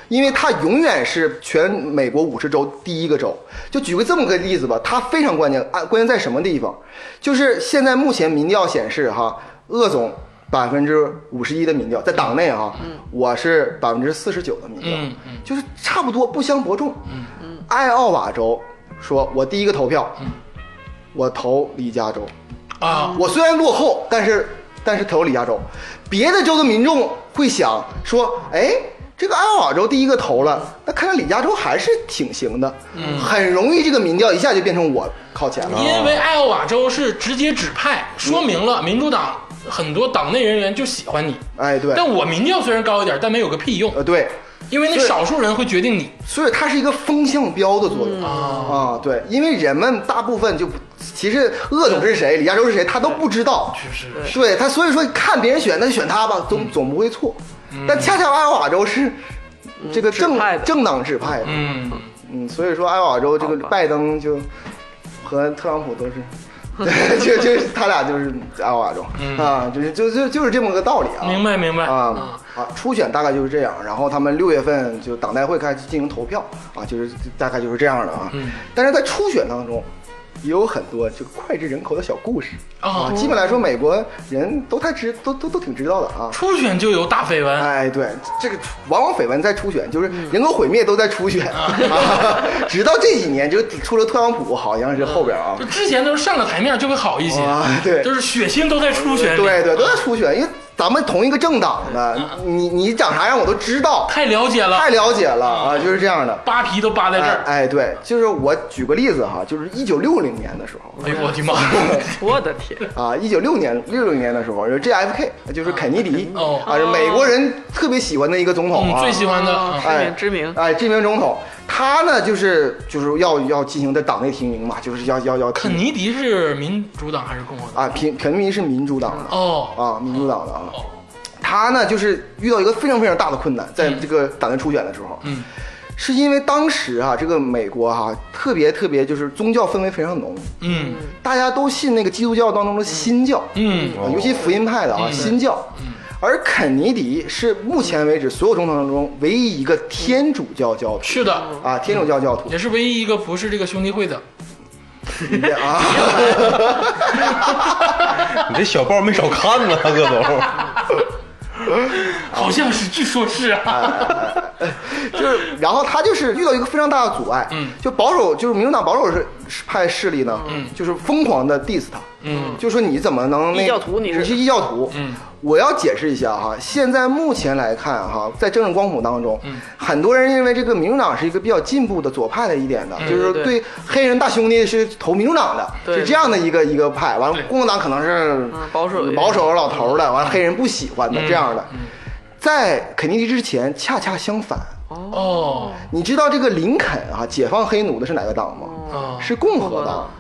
Speaker 4: 因为它永远是全美国五十州第一个州。就举个这么个例子吧，它非常关键啊，关键在什么地方？就是现在目前民调显示哈，鄂总。百分之五十一的民调在党内啊，我是百分之四十九的民调，
Speaker 1: 嗯嗯
Speaker 4: 就是差不多不相伯仲。嗯嗯，爱奥瓦州说，我第一个投票，我投李加州。
Speaker 1: 啊，
Speaker 4: 我虽然落后，但是但是投李家州，别的州的民众会想说，哎，这个艾奥瓦州第一个投了，那看来李家州还是挺行的，很容易这个民调一下就变成我靠前了。
Speaker 1: 嗯因为艾奥瓦州是直接指
Speaker 4: 哦
Speaker 1: 派，说明了民主党很多党内人员就喜欢你。
Speaker 4: 哎，对，
Speaker 1: 但我民调虽然高一点，但没有个屁用，
Speaker 4: 呃对，
Speaker 1: 因为那
Speaker 4: 对
Speaker 1: 少数人会决定你。
Speaker 4: 所以它是一个风向标的作用
Speaker 2: 嗯
Speaker 1: 啊
Speaker 4: 啊，对，因为人们大部分就不其实鄂总是谁，李家洲是谁，他都不知道，
Speaker 1: 是
Speaker 4: 对他，所以说看别人选，那就选他吧，
Speaker 1: 嗯
Speaker 4: 总总不会错。但恰恰艾奥瓦州是这个政
Speaker 2: 指派的
Speaker 4: 政党指派的，
Speaker 1: 嗯，
Speaker 4: 嗯，所以说艾瓦州这个
Speaker 2: 好吧
Speaker 4: 拜登就和特朗普 都是， 就就是他俩就是艾瓦州、啊，就是就就就是这么个道理啊。
Speaker 1: 嗯明白明白
Speaker 4: 啊。
Speaker 1: 嗯
Speaker 4: 啊，初选大概就是这样，然后他们六月份就党代会开始进行投票啊，就是大概就是这样的啊。
Speaker 1: 嗯
Speaker 4: 但是在初选当中，也有很多这个脍炙人口的小故事
Speaker 1: 哦
Speaker 4: 啊，基本来说美国人都太知都都都挺知道的啊。
Speaker 1: 初选就有大绯闻，
Speaker 4: 哎，对，这个往往绯闻在初选，就是
Speaker 1: 嗯
Speaker 4: 人口毁灭都在初选，啊、直到这几年就出了特朗普，好像是后边啊
Speaker 1: 嗯就，之前都是上了台面就会好一些
Speaker 4: 啊，对
Speaker 1: 就是血腥都在初选里。
Speaker 4: 对对，都在初选，因为咱们同一个政党的，
Speaker 1: 嗯
Speaker 4: 你你长啥样我都知道，
Speaker 1: 太了解了
Speaker 4: 太，了解了啊，就是这样的。
Speaker 1: 扒皮都扒在这
Speaker 4: 哎
Speaker 1: 儿。
Speaker 4: 哎，对，就是我举个例子哈，就是一九六零年的时候
Speaker 1: 哎呦我的 妈！
Speaker 2: 我的天，
Speaker 4: 啊，一九六年六零年的时候，有 JFK，就是肯尼迪
Speaker 1: 哦
Speaker 4: 啊，是美国人特别喜欢的一个总统
Speaker 1: 嗯，
Speaker 4: 啊，
Speaker 1: 最喜欢的
Speaker 2: 啊
Speaker 1: 啊
Speaker 2: 知名知名，
Speaker 4: 哎，这名总统他呢就是就是要要进行的党内提名嘛，就是要要要提
Speaker 1: 肯尼迪是民主党还是共和党？
Speaker 4: 啊，平肯尼迪是民主党的
Speaker 1: 哦
Speaker 4: 啊，民主党的啊，
Speaker 1: 哦，
Speaker 4: 他呢就是遇到一个非常非常大的困难，在这个党内初选的时候，
Speaker 1: 嗯，
Speaker 4: 是因为当时啊，这个美国哈、特别特别就是宗教氛围非常浓，
Speaker 1: 嗯
Speaker 4: 大家都信那个基督教当中的新教，
Speaker 1: 嗯
Speaker 4: 啊尤其福音派的啊、新教。而肯尼迪是目前为止所有总统当中唯一一个天主教教徒
Speaker 1: 是的，
Speaker 4: 啊，天主教教徒
Speaker 1: 也是唯一一个不是这个兄弟会的。嗯
Speaker 4: 你这 啊，
Speaker 3: 你这小报没少看呐，葛总。
Speaker 1: 好像是，据说是啊，
Speaker 4: 就是，然后他就是遇到一个非常大的阻碍，
Speaker 1: 嗯
Speaker 4: 就保守，就是民主党保守势派势力呢，
Speaker 1: 嗯
Speaker 4: 就是疯狂的 diss 他，
Speaker 1: 嗯，
Speaker 4: 就说你怎么能那
Speaker 2: 异教徒你是
Speaker 4: 是异教徒，
Speaker 1: 嗯，
Speaker 4: 我要解释一下哈，现在目前来看哈，在政治光谱当中，
Speaker 1: 嗯
Speaker 4: 很多人认为这个民主党是一个比较进步的左派的一点
Speaker 1: 嗯
Speaker 4: 的，就是
Speaker 2: 对
Speaker 4: 对黑人大兄弟是投民主党的，
Speaker 2: 对
Speaker 4: 是这样的一个一个派，完了
Speaker 1: 对
Speaker 4: 共和党可能是
Speaker 2: 嗯保守一点
Speaker 4: 保守老头儿的，完了黑人不喜欢的
Speaker 1: 嗯
Speaker 4: 这样的
Speaker 1: 嗯，
Speaker 4: 在肯尼迪之前恰恰相反。
Speaker 1: 哦
Speaker 4: 你知道这个林肯啊，解放黑奴的是哪个党吗？
Speaker 1: 哦
Speaker 4: 是共
Speaker 2: 共
Speaker 4: 和
Speaker 2: 和党
Speaker 4: 党。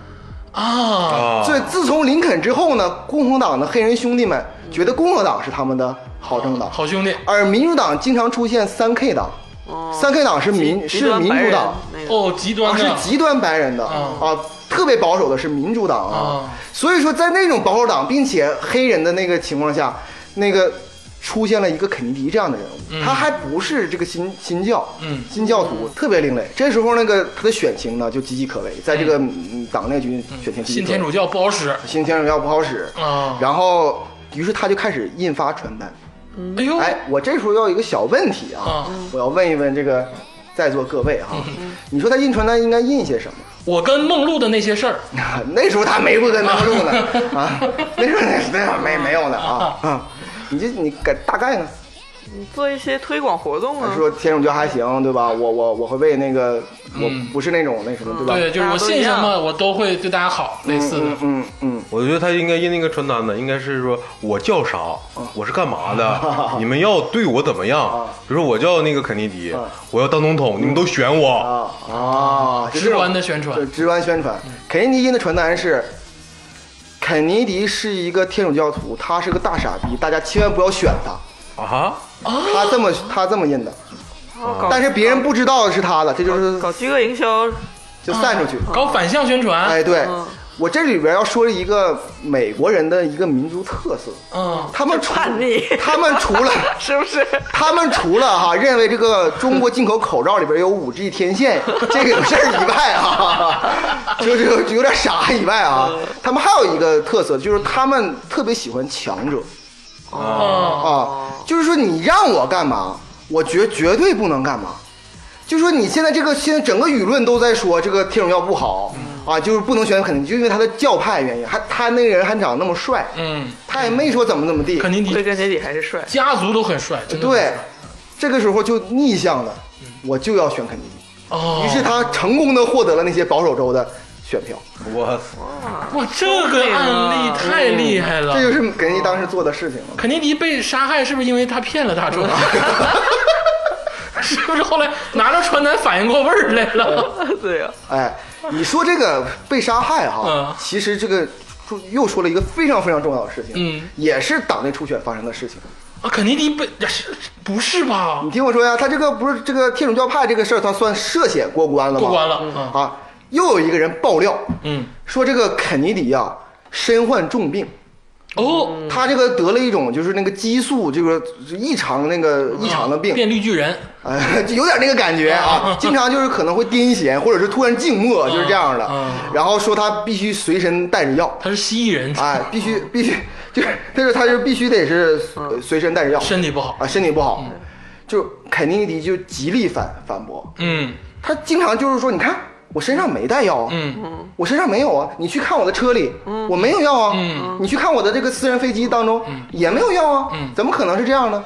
Speaker 1: 啊，
Speaker 3: 啊，
Speaker 4: 所以自从林肯之后呢，共和党的黑人兄弟们觉得共和党是他们的好政党，
Speaker 1: 好兄弟，
Speaker 4: 而民主党经常出现三 K 党，哎三 K 党是民
Speaker 2: 哦极
Speaker 4: 是民主党，，
Speaker 2: 极端白人那个
Speaker 1: 哦，极
Speaker 4: 啊
Speaker 1: 端
Speaker 4: 是
Speaker 1: 的，
Speaker 4: 极端白人的
Speaker 1: 啊
Speaker 4: 啊，特别保守的是民主党啊
Speaker 1: 啊，
Speaker 4: 所以说在那种保守党并且黑人的那个情况下，那个。出现了一个肯尼迪这样的人
Speaker 1: 嗯
Speaker 4: 物，他还不是这个新新教，
Speaker 1: 嗯
Speaker 4: 新教徒特别另类。这时候那个他的选情呢就岌岌可危，在这个嗯党内军选情岌岌
Speaker 1: 信
Speaker 4: 可危
Speaker 1: 天主教不好使
Speaker 4: 新天主教不好使，
Speaker 1: 啊。
Speaker 4: 然后于是他就开始印发传单。
Speaker 1: 哎呦，
Speaker 4: 哎，我这时候要有一个小问题啊
Speaker 1: 啊，嗯
Speaker 4: 我要问一问这个在座各位哈、你说他印传单应该印些什么？
Speaker 1: 我跟梦露的那些事儿，
Speaker 4: 那时候他没不跟 大众呢啊，那时候那那没没有呢啊啊，你这你给大概呢？
Speaker 2: 做一些推广活动啊，
Speaker 4: 说天主教还行对吧？我我我会为那个我
Speaker 1: 嗯
Speaker 4: 不是那种那什么对吧？
Speaker 1: 对，就是我信什么我都会对大家好，类似的
Speaker 4: 嗯。嗯嗯，
Speaker 3: 我觉得他应该印那个传单呢，应该是说我叫啥，我是干嘛 的，你们要对我怎么样？比如说我叫那个肯尼迪，我要当总统，你们都选我。
Speaker 4: 啊啊，就这
Speaker 1: 直
Speaker 4: 种
Speaker 1: 观的宣传嗯
Speaker 4: 对，直观宣传。肯尼迪的传单是：肯尼迪是一个天主教徒，他是个大傻逼，大家千万不要选他。
Speaker 3: 啊，
Speaker 4: 他这么他这么印的，
Speaker 2: 哦搞
Speaker 4: 但是别人不知道是他的，这就是
Speaker 2: 搞饥饿营销，
Speaker 4: 就散出去。
Speaker 1: 搞反向宣传，
Speaker 4: 哎，对
Speaker 2: 嗯，
Speaker 4: 我这里边要说一个美国人的一个民族特色，
Speaker 1: 嗯，
Speaker 4: 他们除
Speaker 2: 叛逆
Speaker 4: 他们除了。
Speaker 2: 是不 是？
Speaker 4: 他们除了哈、认为这个中国进口口罩里边有五 G 天线这个有事儿以外啊， 就就就有点傻以外啊，
Speaker 2: 嗯
Speaker 4: 他们还有一个特色就是他们特别喜欢强者
Speaker 1: 嗯，
Speaker 4: 啊，就是说你让我干嘛，我绝绝对不能干嘛。就说你现在这个现在整个舆论都在说这个天主教不好
Speaker 1: 嗯
Speaker 4: 啊，就是不能选肯定就因为他的教派原因，还他那个人还长那么帅，
Speaker 1: 嗯，
Speaker 4: 他也没说怎么怎么地，
Speaker 1: 肯尼
Speaker 2: 归
Speaker 1: 迪
Speaker 2: 根结底还 是帅，
Speaker 1: 家族都很帅，真的很
Speaker 4: 对
Speaker 1: 帅。，
Speaker 4: 这个时候就逆向的，我就要选肯尼迪。
Speaker 1: 嗯哦，
Speaker 4: 于是他成功的获得了那些保守州的选票，
Speaker 3: 嗯我
Speaker 1: 哇，这个案例太厉害了。
Speaker 4: 这就是肯尼迪
Speaker 1: 哦
Speaker 4: 当时做的事情了。
Speaker 1: 肯尼迪被杀害是不是因为他骗了大众？ 是不是后来拿着传单反应过味儿来了？
Speaker 2: 对呀，
Speaker 4: 哎，你说这个被杀害
Speaker 1: 嗯
Speaker 4: 哈，其实这个说又说了一个非常非常重要的事情，
Speaker 1: 嗯，
Speaker 4: 也是党内初选发生的事情。
Speaker 1: 啊，肯尼迪被呀是不是吧
Speaker 4: 你？听我说呀，他这个不是这个天主教派这个事儿，他算涉险过关了吗？
Speaker 1: 过关了嗯
Speaker 4: 啊！又有一个人爆料，
Speaker 1: 嗯，
Speaker 4: 说这个肯尼迪啊身患重病，
Speaker 1: 哦，
Speaker 4: 他这个得了一种就是那个激素这个异常那个异常的嗯
Speaker 1: 嗯
Speaker 4: 病，
Speaker 1: 变嗯绿巨人，
Speaker 4: 哎， 就有点那个感觉啊，经常就是可能会癫痫，或者是突然静默，就是这样的
Speaker 1: 嗯。
Speaker 4: 然后说他必须随身带着药，
Speaker 1: 他是蜥蜴人，
Speaker 4: 哎，必须必须就是他说他就必须得是呃随身带着药
Speaker 1: 嗯身体不嗯好。
Speaker 4: 啊，身体不好，就肯尼迪就极力反反驳，
Speaker 1: 嗯，
Speaker 4: 他经常就是说，你看我身上没带药啊，
Speaker 1: 嗯，
Speaker 4: 我身上没有啊。你去看我的车里，我没有药啊。你去看我的这个私人飞机当中也没有药啊
Speaker 1: 嗯，
Speaker 4: 怎么可能是这样呢？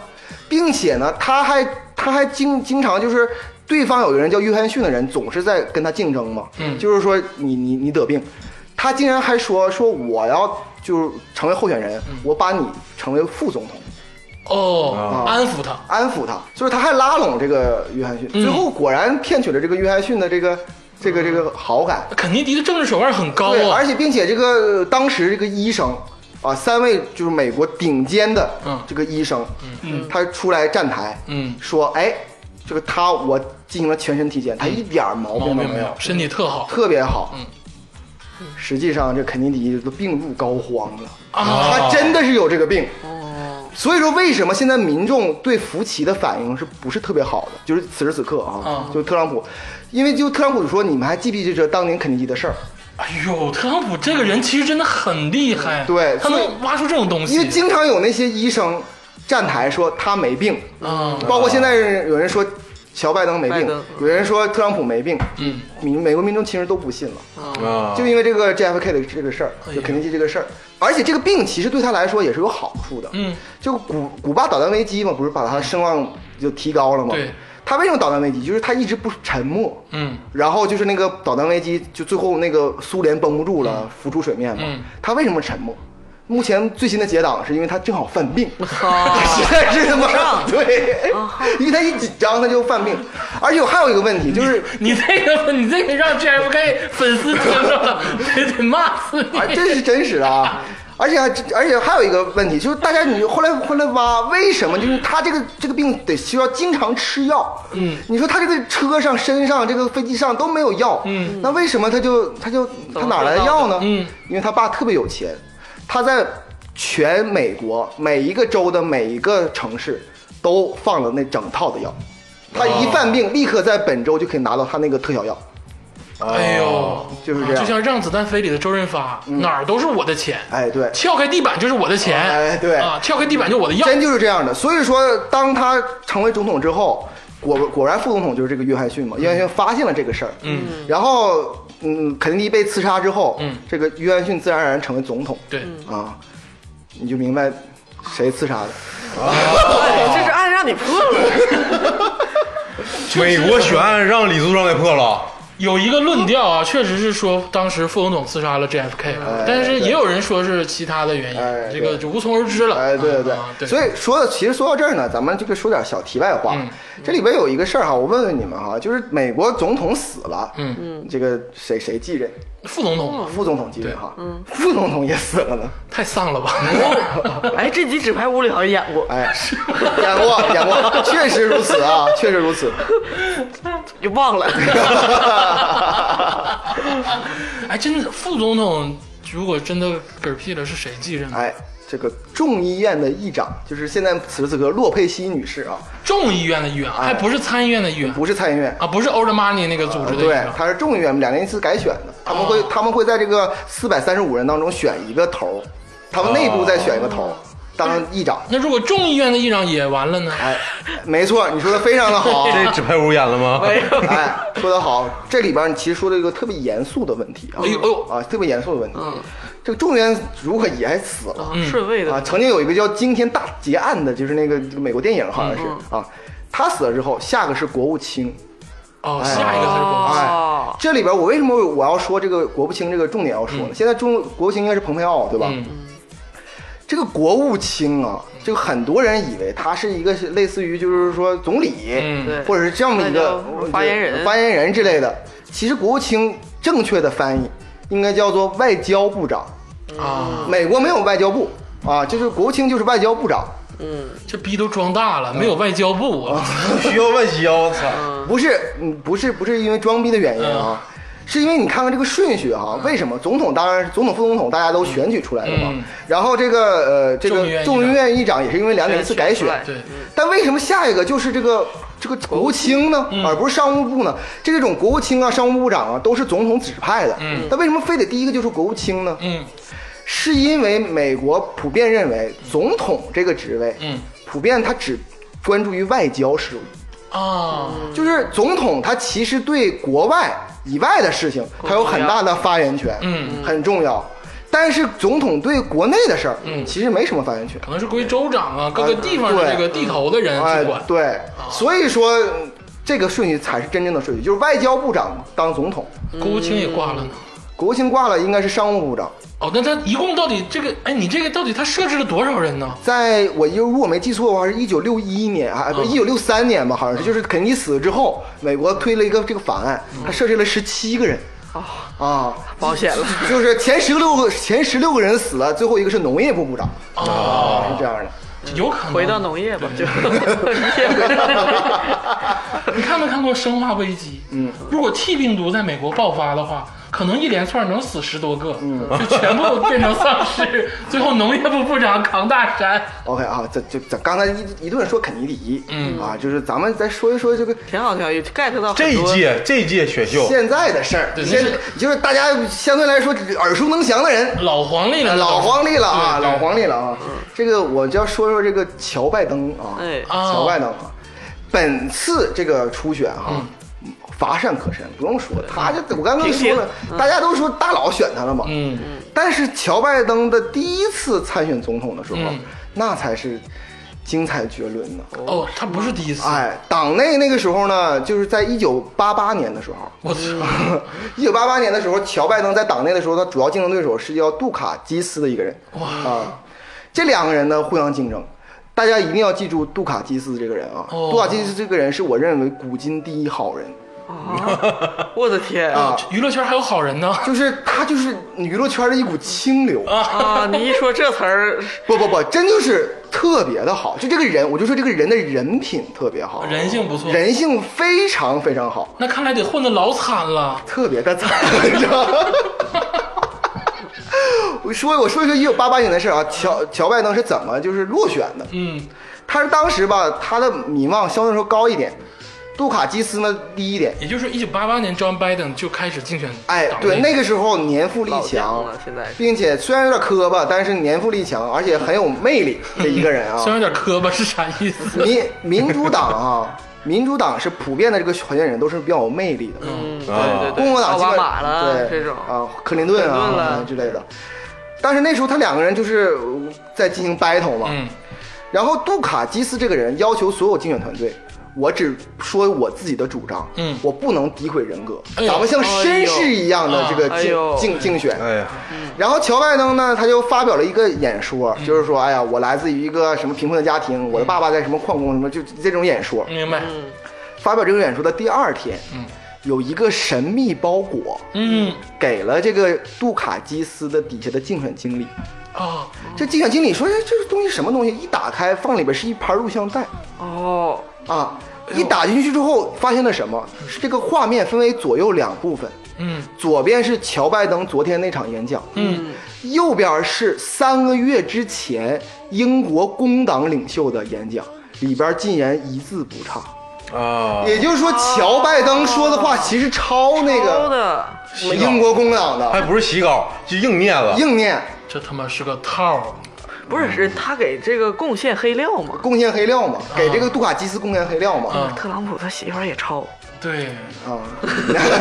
Speaker 4: 并且呢，他还他还经经常就是。对方有个人叫约翰逊的人，总是在跟他竞争嘛，
Speaker 1: 嗯
Speaker 4: 就是说你你你得病，他竟然还说说我要就是成为候选
Speaker 1: 嗯
Speaker 4: 人，我把你成为副总统，
Speaker 1: 哦，
Speaker 4: 啊
Speaker 1: 安抚他，
Speaker 4: 安抚他，所以他还拉拢这个约翰逊，
Speaker 1: 嗯
Speaker 4: 最后果然骗取了这个约翰逊的这个这个这个好感，
Speaker 1: 肯尼迪的政治手腕很高
Speaker 4: 对，
Speaker 1: 啊
Speaker 4: 而，且并且这个呃当时这个医生啊，三位就是美国顶尖的
Speaker 1: 嗯
Speaker 4: 这个医生，
Speaker 5: 嗯
Speaker 4: 他出来站台
Speaker 1: 嗯，
Speaker 4: 说，哎，这个他我进行了全身体检，他一点儿毛
Speaker 1: 嗯毛病
Speaker 4: 病都
Speaker 1: 哦没
Speaker 4: 没有
Speaker 1: 有，，身体特好
Speaker 4: 特别好
Speaker 1: 嗯。
Speaker 4: 实际上，这肯尼迪都病入膏肓了，
Speaker 1: 啊，
Speaker 4: 他真的是有这个病。
Speaker 2: 哦
Speaker 4: 所以说，为什么现在民众对福奇的反应是不是特别好的？就是此时此刻啊，
Speaker 1: 嗯
Speaker 4: 就特朗普，因为就特朗普说，你们还记不记得当年肯尼迪的事儿？
Speaker 1: 哎呦，特朗普这个人其实真的很厉害，
Speaker 4: 对
Speaker 1: 他
Speaker 4: 所以
Speaker 1: 能挖出这种东西，
Speaker 4: 因为经常有那些医生站台说他没病，
Speaker 1: 啊，
Speaker 4: 包括现在有人说乔拜登没
Speaker 2: 拜
Speaker 4: 病
Speaker 2: 登，
Speaker 4: 有人说特朗普没病，
Speaker 1: 嗯，
Speaker 4: 民美国民众其实都不信了，
Speaker 3: 啊，
Speaker 4: 就因为这个 JFK 的这个事儿
Speaker 1: 哎，呀
Speaker 4: 就肯尼基这个事儿，而且这个病其实对他来说也是有好处的，
Speaker 1: 嗯，
Speaker 4: 就古古巴导弹危机嘛，不是把他的声望就提高了吗？
Speaker 1: 对，
Speaker 4: 他为什么导弹危机？就是他一直不沉默，
Speaker 1: 嗯，
Speaker 4: 然后就是那个导弹危机，就最后那个苏联绷不住了，浮出水面嘛。
Speaker 1: 嗯
Speaker 4: 他为什么沉默？目前最新的结党是因为他正好犯病，
Speaker 2: 啊
Speaker 4: 实在 是他
Speaker 1: 啊
Speaker 4: 妈对，因为他一紧张他就犯病，而且我还有一个问 题就是。
Speaker 1: 你这个你这个让 JFK 粉丝听着 了，得得骂死你
Speaker 4: 啊，，这是真实的啊。而且还而且还有一个问题，就是大家你后来后来挖，为什么就是他这个这个病得需要经常吃药？嗯，你说他这个车上、身上、这个飞机上都没有药，
Speaker 1: 嗯，
Speaker 4: 那为什么他就他就他哪来的药呢？
Speaker 1: 嗯，
Speaker 4: 因为他爸特别有钱，他在全美国每一个州的每一个城市都放了那整套的药，他一犯病立刻在本州就可以拿到他那个特效药。
Speaker 1: 哎呦，
Speaker 4: 就是这样嗯
Speaker 1: 就像《让子弹飞》里的周润发，哪儿都是我的钱，
Speaker 4: 哎，对，
Speaker 1: 撬开地板就是我的钱，
Speaker 4: 哎对
Speaker 1: 啊，撬开地板就是我的药，
Speaker 4: 真就是这样的。所以说，当他成为总统之后，果果然副总统就是这个约翰逊
Speaker 1: 嗯
Speaker 4: 嘛。约翰逊发现了这个事儿，嗯，然后嗯，肯尼迪被刺杀之后，
Speaker 1: 嗯
Speaker 4: 这个约翰逊自然而然成为总统
Speaker 1: 对，
Speaker 4: 啊，你就明白谁刺杀的。
Speaker 2: 哎这是按让你破了，
Speaker 3: 美国悬案让李素章给破了，
Speaker 1: 有一个论调啊，确实是说当时副总统刺杀了 JFK，
Speaker 4: 哎
Speaker 1: 但是也有人说是其他的原
Speaker 4: 哎
Speaker 1: 因，
Speaker 4: 对
Speaker 1: 这个就无从而知了。
Speaker 4: 哎，对对对，
Speaker 1: 啊对，
Speaker 4: 所
Speaker 1: 以
Speaker 4: 以说其实说到这儿呢，咱们这个说点小题外话。
Speaker 1: 嗯
Speaker 4: 这里边有一个事儿哈，我问问你们哈，就是美国总统死了，
Speaker 1: 嗯哦
Speaker 4: 这个谁谁继任？
Speaker 1: 副总统
Speaker 4: 副总统继任哈，
Speaker 1: 嗯
Speaker 4: 副总统也死了呢。
Speaker 1: 太丧了吧？ 哦
Speaker 2: 哎，这集《纸牌屋》里好像演过，
Speaker 4: 哎，演过演过，确实如此啊，确实如此。
Speaker 2: 就忘了。
Speaker 1: 哎，真的，副总统如果真的嗝屁了，是谁继任？
Speaker 4: 哎，这个众议院的议长就是现在此时此刻洛佩西女士啊，
Speaker 1: 众议院的议员，还不是参议院的议员
Speaker 4: 哎不是参议院，呃
Speaker 1: 啊，不是 Old Money 那个组织的议哦
Speaker 4: 对
Speaker 1: 员，。
Speaker 4: 她是众议院两年一次改选的，他们会他们会在这个四百三十五人当中选一个头儿，他们内部再选一个头
Speaker 1: 哦
Speaker 4: 儿当议长。
Speaker 1: 那如果众议院的议长也完了呢？
Speaker 4: 哎，没错，你说的非常的好。啊
Speaker 3: 这纸牌屋演了吗？
Speaker 4: 哎，说得好，这里边儿其实说了一个特别严肃的问题啊，
Speaker 1: 哎呦哎呦嗯
Speaker 4: 啊，特别严肃的问题。这个众议院如何也死了？
Speaker 2: 顺位
Speaker 4: 啊，
Speaker 2: 的，
Speaker 4: 曾经有一个叫《惊天大劫案》的，就是那个这个美国电影，好像是、
Speaker 1: 嗯
Speaker 4: 啊。他死了之后，下个是国务卿。
Speaker 1: 哦，下一个才是国务卿。
Speaker 2: 哦
Speaker 4: 哎，这里边我为什么我要说这个国务卿这个重点要说呢？现在中国务卿应该是蓬佩奥，对吧？
Speaker 1: 嗯，
Speaker 4: 这个国务卿啊，这个很多人以为他是一个是类似于就是说总理，
Speaker 1: 嗯
Speaker 2: 对
Speaker 4: 或者是这么一个
Speaker 2: 那就发言人
Speaker 4: 发言人之类的。其实国务卿正确的翻译应该叫做外交部长。哎
Speaker 2: 嗯
Speaker 1: 啊，
Speaker 4: 美国没有外交部啊，就是国务卿就是外交部长。
Speaker 1: 这逼都装大
Speaker 4: 哎
Speaker 1: 了，没有外交部啊。
Speaker 3: 需要外交，操！
Speaker 4: 不是，嗯，不是，不是因为装逼的原因
Speaker 1: 嗯
Speaker 4: 啊，是因为你看看这个顺序哈、为什么总统当然是总统、副总统大家都选举出来的嘛，
Speaker 1: 嗯
Speaker 4: 然后这个呃这
Speaker 1: 众议院
Speaker 4: 个
Speaker 1: 议
Speaker 4: 众议院议长也是因为两年一次改选
Speaker 2: 选出来，
Speaker 1: 对，
Speaker 4: 但为什么下一个就是这个这个国务卿呢，
Speaker 1: 嗯
Speaker 4: 而不是商务部呢？这种国务卿啊、商务部长啊都是总统指派的，
Speaker 1: 嗯
Speaker 4: 但为什么非得第一个就是国务卿呢？
Speaker 1: 嗯
Speaker 4: 是因为美国普遍认为总统这个职位，
Speaker 1: 嗯
Speaker 4: 普遍他只关注于外交事务。
Speaker 1: 啊，
Speaker 4: 就是总统他其实对国外以外的事情，它有很大的发言权，
Speaker 1: 嗯，
Speaker 4: 很重要。但是总统对国内的事儿，
Speaker 1: 嗯
Speaker 4: 其实没什么发言权。
Speaker 1: 可能是归州长啊，各个地方的这个地头的人
Speaker 4: 哎
Speaker 1: 去管，。啊
Speaker 4: 对，所以说嗯这个顺序才是真正的顺序，就是外交部长当总统，
Speaker 1: 国务卿也挂了呢。
Speaker 4: 国务卿挂了应该是商务部长。
Speaker 1: 哦，那他一共到底这个？哎，你这个到底他设置了多少人呢？
Speaker 4: 在我就如果没记错的话，是一九六一年啊，
Speaker 1: 嗯
Speaker 4: 不一九六三年吧，好像是，就是肯尼迪死之后，美国推了一个这个法案，
Speaker 1: 嗯
Speaker 4: 他设置了十七个人。
Speaker 1: 哦
Speaker 4: 啊，
Speaker 2: 保险了。
Speaker 4: 就是前十六个前十六个人死了，最后一个是农业部部长啊
Speaker 1: 哦，
Speaker 4: 是这样的。
Speaker 1: 有可能
Speaker 2: 回到农业吧， 就 一切回到农业。
Speaker 1: 你看没看过《生化危机》？嗯，如果 T 病毒在美国爆发的话，可能一连串能死十多个，嗯，就全部变成丧尸，最后农业部部长扛大山。
Speaker 4: OK 啊，这就咱刚才一一顿说肯尼迪，
Speaker 1: 嗯
Speaker 4: 啊，就是咱们再说一说这个
Speaker 2: 挺好，挺好，有 get 到
Speaker 3: 这
Speaker 2: 很
Speaker 3: 一
Speaker 2: 多。
Speaker 3: 届这一届选秀，
Speaker 4: 现在的事儿，
Speaker 1: 对
Speaker 4: 现
Speaker 1: 那是
Speaker 4: 就是大家相对来说耳熟能详的人，
Speaker 1: 老黄历了，
Speaker 4: 老黄历了啊，
Speaker 1: 对对
Speaker 4: 老黄历了啊。这个我就要说说这个乔拜登啊，
Speaker 2: 哎
Speaker 1: 哦
Speaker 4: 乔拜登啊，本次这个初选啊。
Speaker 1: 嗯
Speaker 4: 乏善可陈，不用说，他就我刚刚说了，大家都说大佬选他了嘛。
Speaker 1: 嗯，
Speaker 4: 但是乔拜登的第一次参选总统的时候
Speaker 1: 嗯，
Speaker 4: 那才是精彩绝伦呢。
Speaker 1: 哦，他不是第一次，
Speaker 4: 哎，党内那个时候呢，就是在一九八八年的时候，
Speaker 1: 我操，
Speaker 4: 一九八八年的时候，乔拜登在党内的时候，他主要竞争对手是叫杜卡基斯的一个人。
Speaker 1: 哇
Speaker 4: 啊，这两个人呢互相竞争，大家一定要记住杜卡基斯这个人啊。
Speaker 1: 哦
Speaker 4: 杜卡基斯这个人是我认为古今第一好人
Speaker 2: 啊！我的天
Speaker 4: 啊，
Speaker 1: 娱乐圈还有好人呢。
Speaker 4: 就是他就是娱乐圈的一股清流。
Speaker 2: 啊！你一说这词儿，
Speaker 4: 不不不，真就是特别的好，就这个人，我就说这个人的人品特别好，
Speaker 1: 人性不错
Speaker 4: 人性非常非常好，
Speaker 1: 那看来得混得老惨了。
Speaker 4: 特别的惨，你知道吗？ 我说我说一说一九八八年的事儿啊，乔乔拜登是怎么就是落选的？
Speaker 1: 嗯，
Speaker 4: 他是当时吧，他的民望相对来说高一点，杜卡基斯呢低一点。
Speaker 1: 也就是一九八八年，John Biden 就开始竞选
Speaker 4: 哎，
Speaker 1: 党内
Speaker 4: 对，那个时候年富力
Speaker 2: 老
Speaker 4: 强
Speaker 2: 将了现在是
Speaker 4: 并且虽然有点磕巴，但是年富力强，而且很有魅力的一个人 啊。
Speaker 1: 虽然有点磕巴是啥意思？
Speaker 4: 民民主党啊，民主党是普遍的这个候选人都是比较有魅力的，
Speaker 2: 嗯，
Speaker 3: 啊
Speaker 2: 对对对，
Speaker 4: 共和党
Speaker 2: 奥
Speaker 4: 基
Speaker 2: 巴
Speaker 4: 本
Speaker 2: 马了嗯
Speaker 4: 对
Speaker 2: 这种，
Speaker 4: 啊，克林顿
Speaker 2: 克林顿
Speaker 4: 啊
Speaker 2: 了
Speaker 4: 之类的。但是那时候他两个人就是呃在进行 battle 嘛，
Speaker 1: 嗯，
Speaker 4: 然后杜卡基斯这个人要求所有竞选团队，我只说我自己的主张，
Speaker 1: 嗯
Speaker 4: 我不能诋毁人格，
Speaker 1: 哎呦
Speaker 4: 咱们像绅士一样的这个
Speaker 2: 哎
Speaker 4: 竞、
Speaker 2: 呦嗯
Speaker 4: 竞竞选。
Speaker 3: 哎呀，
Speaker 4: 然后乔拜登呢，他就发表了一个演说，就是说，哎呀，我来自于一个什么贫困的家庭，我的爸爸在什么矿工什么，就这种演说。
Speaker 1: 明白。
Speaker 4: 嗯发表这个演说的第二天，有一个神秘包裹
Speaker 1: 嗯
Speaker 4: 给了这个杜卡基斯的底下的竞选经理。
Speaker 1: 啊，
Speaker 4: 这竞选经理说：“哎，这个东西什么东西？一打开，放里边是一盘录像带
Speaker 2: 哦，
Speaker 4: 啊！
Speaker 1: 哎
Speaker 4: 一打进去之后，发现了什么？是这个画面分为左右两部分，
Speaker 1: 嗯
Speaker 4: 左边是乔拜登昨天那场演讲，
Speaker 1: 嗯，
Speaker 4: 右边是三个月之前英国工党领袖的演讲，里边竟然一字不差。
Speaker 3: 啊，
Speaker 4: 也就是说，乔拜登说的话其实抄那
Speaker 2: 高
Speaker 4: 个
Speaker 2: 的，
Speaker 4: 我们英国工党
Speaker 3: 还
Speaker 4: 的
Speaker 3: 不是洗稿，就硬念了。
Speaker 4: 硬念，
Speaker 1: 这他妈是个套儿。
Speaker 2: 不是是他给这个贡献黑料嘛？
Speaker 4: 贡献黑料嘛，给这个杜卡基斯贡献黑料嘛。
Speaker 1: 啊，
Speaker 2: 特朗普他媳妇儿也抄，
Speaker 1: 对，
Speaker 4: 啊，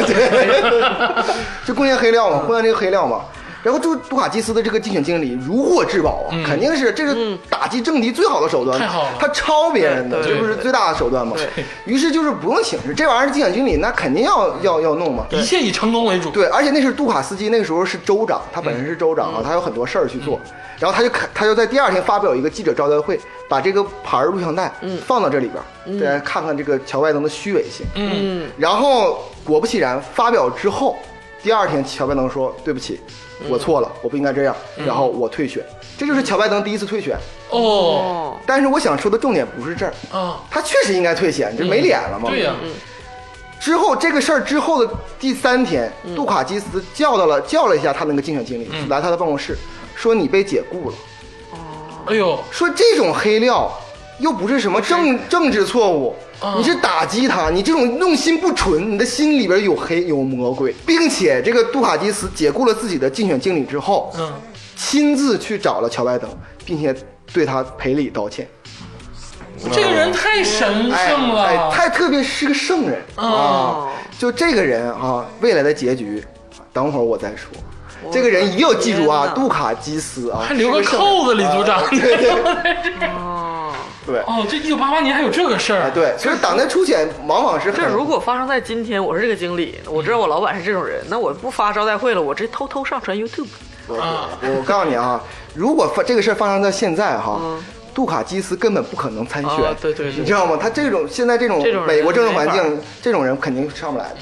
Speaker 4: 对，就贡献黑料嘛，贡献这个黑料嘛。然后就杜卡基斯的这个竞选经理如获至宝啊，肯定是这是打击政敌最好的手段，
Speaker 1: 太好了
Speaker 4: 他抄别人的，
Speaker 2: 对
Speaker 4: 这
Speaker 2: 对
Speaker 4: 不是最大的手段吗
Speaker 2: 对？
Speaker 4: 于是就是不用请示，这玩意儿竞选经理那肯定要要要弄嘛。
Speaker 1: 一切以成功为主。
Speaker 4: 对，而且那是杜卡斯基，那个时候是州长，他
Speaker 1: 嗯
Speaker 4: 本身是州长啊，他有很多事儿去做，然后他就看，他就在第二天发表一个记者招待会，把这个牌儿录像带放到这里边儿，大家看看这个乔拜登的虚伪性。
Speaker 1: 嗯，
Speaker 4: 然后果不其然，发表之后，第二天乔拜登说：“对不起，
Speaker 1: 嗯
Speaker 4: 我错了，我不应该这样。”然后我退选，这就是乔拜登第一次退选。
Speaker 1: 哦
Speaker 2: 哦，
Speaker 4: 但是我想说的重点不是这儿，
Speaker 1: 啊，
Speaker 4: 他确实应该退选，这没脸了嘛。
Speaker 1: 嗯对呀，
Speaker 4: 之后这个事儿之后的第三天，杜卡基斯叫到了叫了一下他那个竞选经理，来他的办公室，说你被解雇了。
Speaker 1: 哎呦，
Speaker 4: 说这种黑料又不是什么政政治错误
Speaker 1: 啊，
Speaker 4: 你是打击他，你这种用心不纯，你的心里边有黑有魔鬼，并且这个杜卡基斯解雇了自己的竞选经理之后，
Speaker 1: 嗯，
Speaker 4: 亲自去找了乔拜登，并且对他赔礼道歉。
Speaker 1: 这个人太神
Speaker 4: 哎
Speaker 1: 圣
Speaker 4: 哎，
Speaker 1: 了，
Speaker 4: 他特别是个圣人啊
Speaker 2: 啊哦，
Speaker 4: 就这个人啊，未来的结局，等会儿我再说。这个人一定要记住啊，
Speaker 2: 天哪
Speaker 4: 杜卡基斯啊，
Speaker 1: 还留个
Speaker 4: 是圣人
Speaker 1: 扣子，李组长
Speaker 4: 啊。对对
Speaker 2: 哦，
Speaker 4: 对
Speaker 1: 哦，这一九八八年还有这个事
Speaker 4: 啊
Speaker 1: 儿，
Speaker 4: 对，所以党内初选往往是很
Speaker 2: 这如果发生在今天，我是这个经理，我知道我老板是这种人，那我不发招待会了，我直接偷偷上传 YouTube。
Speaker 4: 我
Speaker 1: 啊
Speaker 4: 我告诉你啊，如果发这个事儿发生在现在哈
Speaker 2: 嗯，
Speaker 4: 杜卡基斯根本不可能参选
Speaker 2: 啊，对对对
Speaker 4: 你知道吗？他这种现在这种
Speaker 2: 这种人
Speaker 4: 美国政治环
Speaker 2: 没
Speaker 4: 境，这种人肯定上不来的。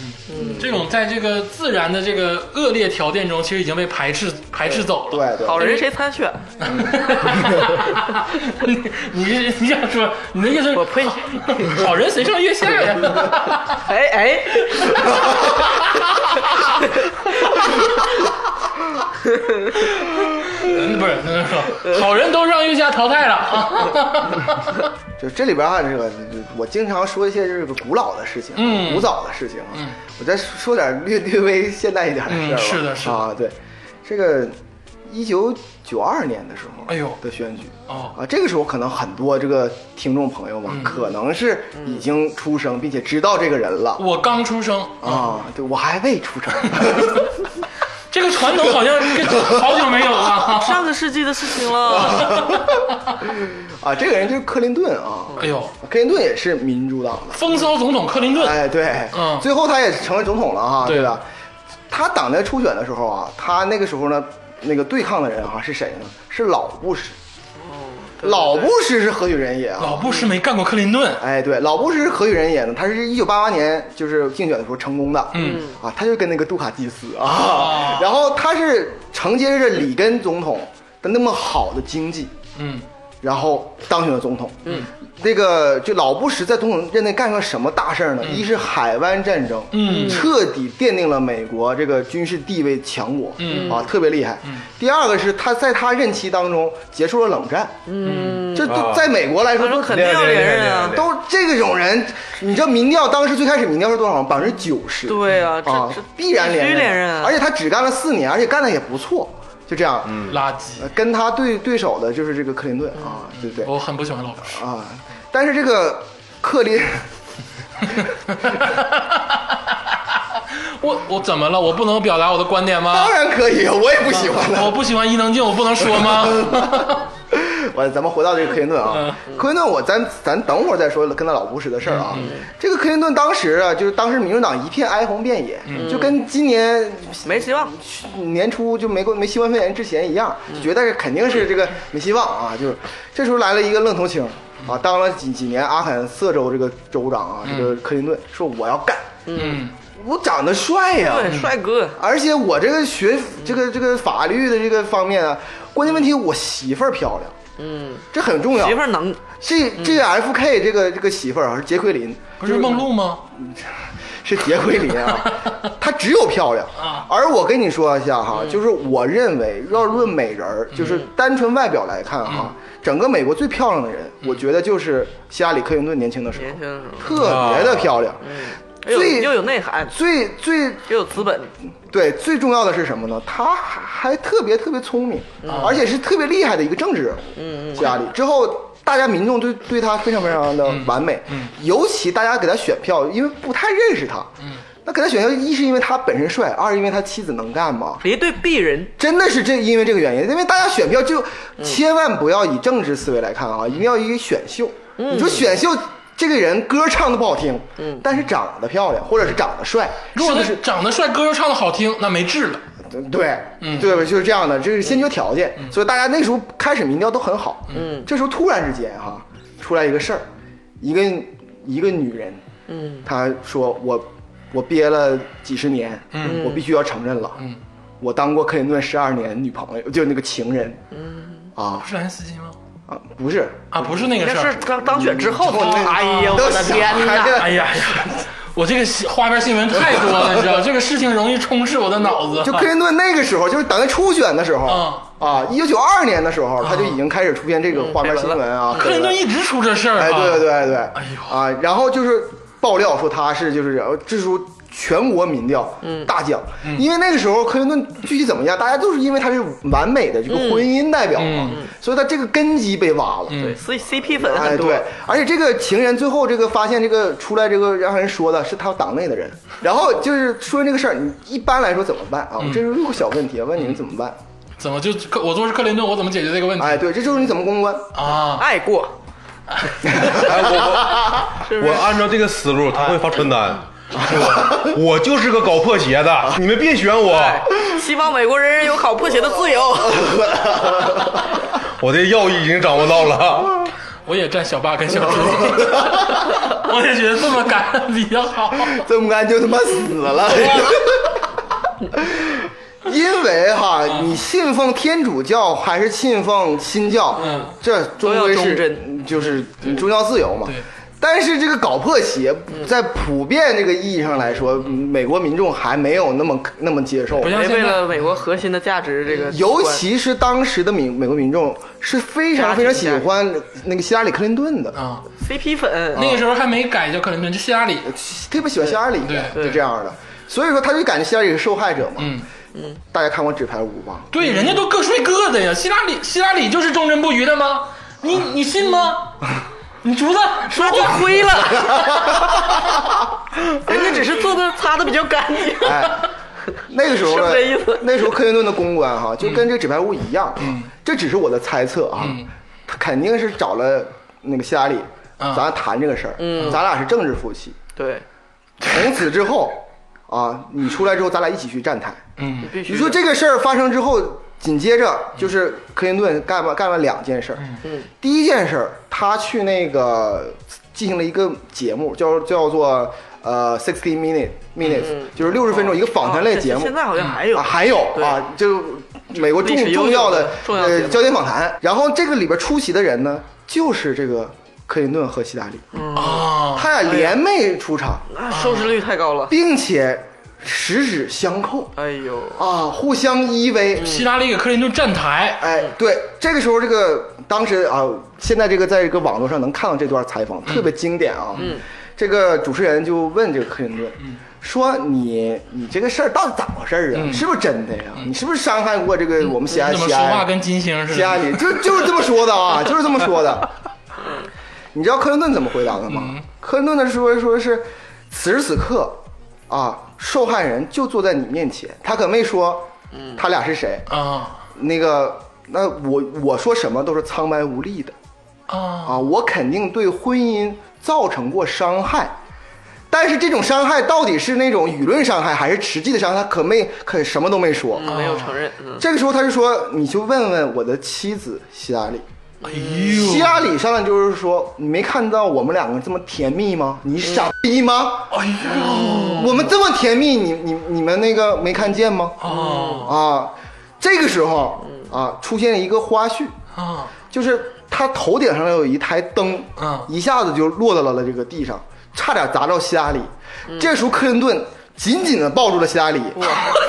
Speaker 1: 这种在这个自然的这个恶劣条件中，其实已经被排斥排斥走 了。
Speaker 4: 对对，嗯
Speaker 2: 好人谁参选？
Speaker 1: 你你这你想说你的意思是？
Speaker 2: 我呸！
Speaker 1: 好人谁上月下 呀？
Speaker 2: 哎哎，
Speaker 1: 嗯不是，那就说好人都让月下淘汰了啊。
Speaker 4: 就这里边啊，这个我经常说一些这个古老的事情，
Speaker 1: 嗯
Speaker 4: 古早的事情啊。我再说点略略微现代一点的事儿吧。
Speaker 1: 嗯是的是的
Speaker 4: 啊，对，这个一九九二年的时候，
Speaker 1: 哎呦
Speaker 4: 的选举。
Speaker 1: 哦，嗯
Speaker 4: 啊，这个时候可能很多这个听众朋友们，可能是已经出生并且知道这个人了、
Speaker 1: 我刚出生，
Speaker 4: 啊，对我还未出生，
Speaker 1: 这个传统好像跟好久没有了。啊
Speaker 2: 上个世纪的事情了。
Speaker 4: 啊，这个人就是克林顿啊，
Speaker 1: 哎呦，
Speaker 4: 克林顿也是民主党的，
Speaker 1: 风骚总统克林 顿，
Speaker 4: 哎，对，
Speaker 1: 嗯
Speaker 4: 最后他也成为总统了啊，
Speaker 1: 对
Speaker 4: 对吧？他党在初选的时候啊，他那个时候呢，那个对抗的人啊是谁呢？是老布什，
Speaker 1: 哦
Speaker 4: 老布什是何许人也啊？
Speaker 1: 老布什没干过克林顿。
Speaker 4: 哎，对，老布什是何许人也呢？他是一九八八年就是竞选的时候成功的，
Speaker 1: 嗯
Speaker 4: 啊，他就跟那个杜卡基斯啊，
Speaker 1: 啊
Speaker 4: 然后他是承接着里根总统的那么好的经济，
Speaker 1: 嗯，
Speaker 4: 然后当选了总统，嗯，那个就老布什在总统任内干了什么大事儿呢？
Speaker 2: 嗯
Speaker 4: 一是海湾战争，
Speaker 1: 嗯
Speaker 4: 彻底奠定了美国这个军事地位强国，嗯啊，特别厉害。第二个是他在他任期当中结束了冷战，嗯，这都
Speaker 3: 啊
Speaker 4: 在美国来说
Speaker 2: 他
Speaker 4: 都
Speaker 2: 说肯定要
Speaker 3: 对对对
Speaker 2: 连任啊
Speaker 3: 对。
Speaker 4: 都这种人，你知道民调当时最开始民调是多少吗？百分之九十。
Speaker 2: 对啊，这
Speaker 4: 啊
Speaker 2: 这，
Speaker 4: 必然
Speaker 2: 必
Speaker 4: 连
Speaker 2: 须
Speaker 4: 任，
Speaker 2: 连任啊。
Speaker 4: 而且他只干了四年，而且干的也不错，就这样。嗯，
Speaker 1: 垃圾，
Speaker 4: 跟他对对手的就是这个克林顿啊，对不对？
Speaker 1: 我很不喜欢老布什。
Speaker 4: 啊，但是这个克林，
Speaker 1: 我我怎么了？我不能表达我的观点吗
Speaker 4: 当？然可以，我也不喜欢 他。
Speaker 1: 我不喜欢伊能静，我不能说吗？
Speaker 4: 我咱们回到这个克林顿
Speaker 1: 嗯
Speaker 4: 啊，克林顿我咱咱等会儿再说跟他老布什的事儿啊。这个克林顿当时啊，就是当时民主党一片哀鸿遍野，就跟今年
Speaker 2: 没希望，
Speaker 4: 年初就没过没新冠肺炎之前一样，就觉得是肯定是这个没希望啊。就是这时候来了一个愣头青啊，当了几几年阿肯色州这个州长啊，这个克林顿说我要干，
Speaker 1: 嗯，
Speaker 4: 我长得帅呀、
Speaker 2: 对，帅哥，
Speaker 4: 而且我这个学这个这个法律的这个方面啊，关键问题我媳妇儿漂亮，
Speaker 2: 嗯，
Speaker 4: 这很重要。
Speaker 2: 媳妇儿嗯能，
Speaker 4: 这这个 F K 这个这个媳妇儿啊是杰奎琳，
Speaker 1: 不是梦露吗？
Speaker 4: 是杰奎琳 啊，她只有漂亮
Speaker 1: 啊。
Speaker 4: 而我跟你说一下哈，
Speaker 2: 嗯
Speaker 4: 就是我认为要论美人儿，就是单纯外表来看
Speaker 2: 嗯
Speaker 4: 哈，整个美国最漂亮的人，我觉得就是希拉里克林顿年轻的时
Speaker 2: 年轻嗯
Speaker 4: 候，
Speaker 2: 的时候，
Speaker 4: 特别的漂亮，
Speaker 2: 又有
Speaker 4: 最
Speaker 2: 又有内涵，
Speaker 4: 最最
Speaker 2: 又有资本，
Speaker 4: 对，最重要的是什么呢？他还还特别特别聪明，而且是特别厉害的一个政治人物。嗯嗯嗯，家里之后，大家民众对对他非常非常的完美，尤其大家给他选票，因为不太认识他。嗯，那给他选票，一是因为他本身帅，二是因为他妻子能干嘛。
Speaker 2: 一对璧人。
Speaker 4: 真的是这因为这个原因，因为大家选票就千万不要以政治思维来看啊，一定要以选秀。你说选秀这个人歌唱的不好听，嗯，但是长得漂亮或者是长得帅，
Speaker 1: 如
Speaker 4: 是
Speaker 1: 果他
Speaker 4: 不是
Speaker 1: 长得帅，歌又唱的好听，那没治了。
Speaker 4: 对，对吧？就是这样的，这是先决条件。所以大家那时候开始民调都很好。嗯，这时候突然之间哈、出来一个事儿，一个一个女人，嗯，她说我我憋了几十年，嗯，我必须要承认了，嗯，我当过克林顿十二年女朋友，就那个情人，嗯，啊
Speaker 1: 不是兰斯基吗？
Speaker 4: 啊，不哎是，
Speaker 1: 啊，不是那个
Speaker 2: 那
Speaker 1: 事儿
Speaker 2: 是。刚当选之后
Speaker 4: 后
Speaker 2: 的，
Speaker 4: 那
Speaker 2: 哎呀，
Speaker 4: 都
Speaker 2: 我的
Speaker 4: 傻
Speaker 2: 天
Speaker 4: 了
Speaker 2: 哪！
Speaker 1: 哎呀哎呀，我这个新花边新闻太多了，你知道，这个事情容易充斥我的脑子。
Speaker 4: 就克林顿那个时候，就是党内初选的时候
Speaker 1: 啊
Speaker 4: 啊，一九九二年的时候，他就已经开始出现这个花边新闻啊，
Speaker 1: 克林顿
Speaker 4: 对
Speaker 1: 一直出这事儿啊。
Speaker 4: 哎哎，对对对对，
Speaker 1: 哎呦
Speaker 4: 啊，然后就是爆料说他是就是呃这时候全国民调大奖，因为那个时候克林顿具体怎么样，大家都是因为他是完美的这个婚姻代表嘛，所以他这个根基被挖了。
Speaker 1: 嗯
Speaker 2: 对，所以 CP 粉
Speaker 4: 哎，
Speaker 2: 很多
Speaker 4: 对，，而且这个情人最后这个发现这个出来这个让人说的是他党内的人，然后就是说这个事儿，你一般来说怎么办啊？我这是个小问题，问你们怎么办？
Speaker 1: 怎么就克我做是克林顿，我怎么解决这个问题
Speaker 4: 哎，对，这就是你怎么公关。
Speaker 1: 啊？
Speaker 2: 爱过，
Speaker 3: 哎，我我我按照这个思路，他会发传单。是吧我就是个搞破鞋 的，你们别选
Speaker 2: 哎
Speaker 3: 我，
Speaker 2: 希望美国人人有考破鞋的自由。
Speaker 3: 我的药医已经掌握到 了。
Speaker 1: 我也站小八跟小九， 我也觉得这么干比较好。
Speaker 4: 这么干就他妈死了。 因为哈，你信奉天主教还是信奉新教，
Speaker 1: 嗯
Speaker 4: 这终归
Speaker 2: 都要忠
Speaker 4: 是
Speaker 2: 贞
Speaker 4: 就是宗教自由嘛
Speaker 1: 对。
Speaker 4: 但是这个搞破鞋，在普遍这个意义上来说，嗯美国民众还没有那么那么接受
Speaker 1: 不。像
Speaker 2: 哎为
Speaker 1: 现在，
Speaker 2: 了美国核心的价值，这个
Speaker 4: 尤其是当时的美美国民众是非常非常喜欢那个希拉里克林顿的，
Speaker 1: 啊，
Speaker 2: CP 粉，
Speaker 1: 那个时候还没改叫克林顿，就希拉里。
Speaker 4: 特别喜欢希拉里
Speaker 1: 对
Speaker 4: 的，
Speaker 1: 对
Speaker 4: 就这样的。所以说，他就感觉希拉里是受害者嘛。
Speaker 1: 嗯，
Speaker 4: 大家看过《纸牌屋》吧？
Speaker 1: 对，人家都各睡各的呀。希拉里，希拉里就是忠贞不渝的吗？你你信吗？你竹子说
Speaker 2: 就
Speaker 1: 话，
Speaker 2: 亏了，人家只是做的擦的比较干净。
Speaker 4: 哎，那个时候
Speaker 2: 是不
Speaker 4: 呢
Speaker 2: 是这意思
Speaker 4: 那时候克林顿的公关哈，就跟这个纸牌屋一样，啊这只是我的猜测啊，他肯定是找了那个希拉里，
Speaker 1: 嗯
Speaker 4: 咱谈这个事儿，咱俩是政治夫妻，
Speaker 2: 对，
Speaker 4: 从此之后啊，你出来之后，咱俩一起去站台。
Speaker 1: 嗯，
Speaker 2: 必须
Speaker 4: 你说这个事儿发生之后，紧接着就是克林顿干了干了两件事儿。嗯，第一件事儿，他去那个进行了一个节目，叫叫做呃 sixty minute minutes，、就是六十分钟一个访谈类节目。
Speaker 2: 哦现在好像还有
Speaker 4: 啊，，还有
Speaker 2: 对
Speaker 4: 啊，就美国重
Speaker 2: 历史悠久
Speaker 4: 重要的
Speaker 2: 的重要节
Speaker 4: 呃
Speaker 2: 目
Speaker 4: 焦点访谈。然后这个里边出席的人呢，就是这个克林顿和希拉里，
Speaker 2: 嗯
Speaker 1: 啊，
Speaker 2: 哎
Speaker 4: 他俩联袂出场，
Speaker 2: 那啊收视率太高了。
Speaker 4: 并且十指相扣
Speaker 2: 哎呦，
Speaker 4: 啊，互相依偎。
Speaker 2: 嗯
Speaker 1: 希拉里给克林顿站台，
Speaker 4: 哎，对，这个时候这个当时啊，现在这个在这个网络上能看到这段采访，特别经典啊。嗯，这个主持人就问这个克林顿，
Speaker 1: 嗯
Speaker 4: 说你你这个事儿到底咋回事儿啊？是不是真的呀？
Speaker 1: 嗯
Speaker 4: 你是不是伤害过这个我们西安
Speaker 1: 怎么
Speaker 4: 西
Speaker 1: 说话
Speaker 4: 安
Speaker 1: 跟金星似
Speaker 4: 西安
Speaker 1: 的？
Speaker 4: 人？就就是这么说的啊，就是这么 说的。你知道克林顿怎么回答的吗？
Speaker 1: 嗯
Speaker 4: 克林顿的说说是，此时此刻，啊，受害人就坐在你面前，他可没说，他俩是谁，
Speaker 1: 啊
Speaker 4: 那个，那我我说什么都是苍白无力的
Speaker 1: 啊，
Speaker 4: 啊！我肯定对婚姻造成过伤害，但是这种伤害到底是那种舆论伤害还是实际的伤害，他可没可什么都没说。
Speaker 2: 嗯没有承认，嗯，
Speaker 4: 这个时候他就说：“你去问问我的妻子希拉里。”
Speaker 1: 哎
Speaker 4: 希
Speaker 1: 呦，
Speaker 4: 拉里上来就是说：“你没看到我们两个这么甜蜜吗？你傻逼吗？
Speaker 1: 哎呦，
Speaker 4: 我们这么甜蜜，你你你们那个没看见吗？”
Speaker 1: 啊
Speaker 4: 啊，这个时候啊，出现了一个花絮。
Speaker 1: 啊，
Speaker 4: 就是他头顶上有一台灯，
Speaker 1: 嗯
Speaker 4: 一下子就落到了这个地上，差点砸到希拉里。
Speaker 1: 嗯
Speaker 4: 这时候克林顿紧紧地抱住了希拉里，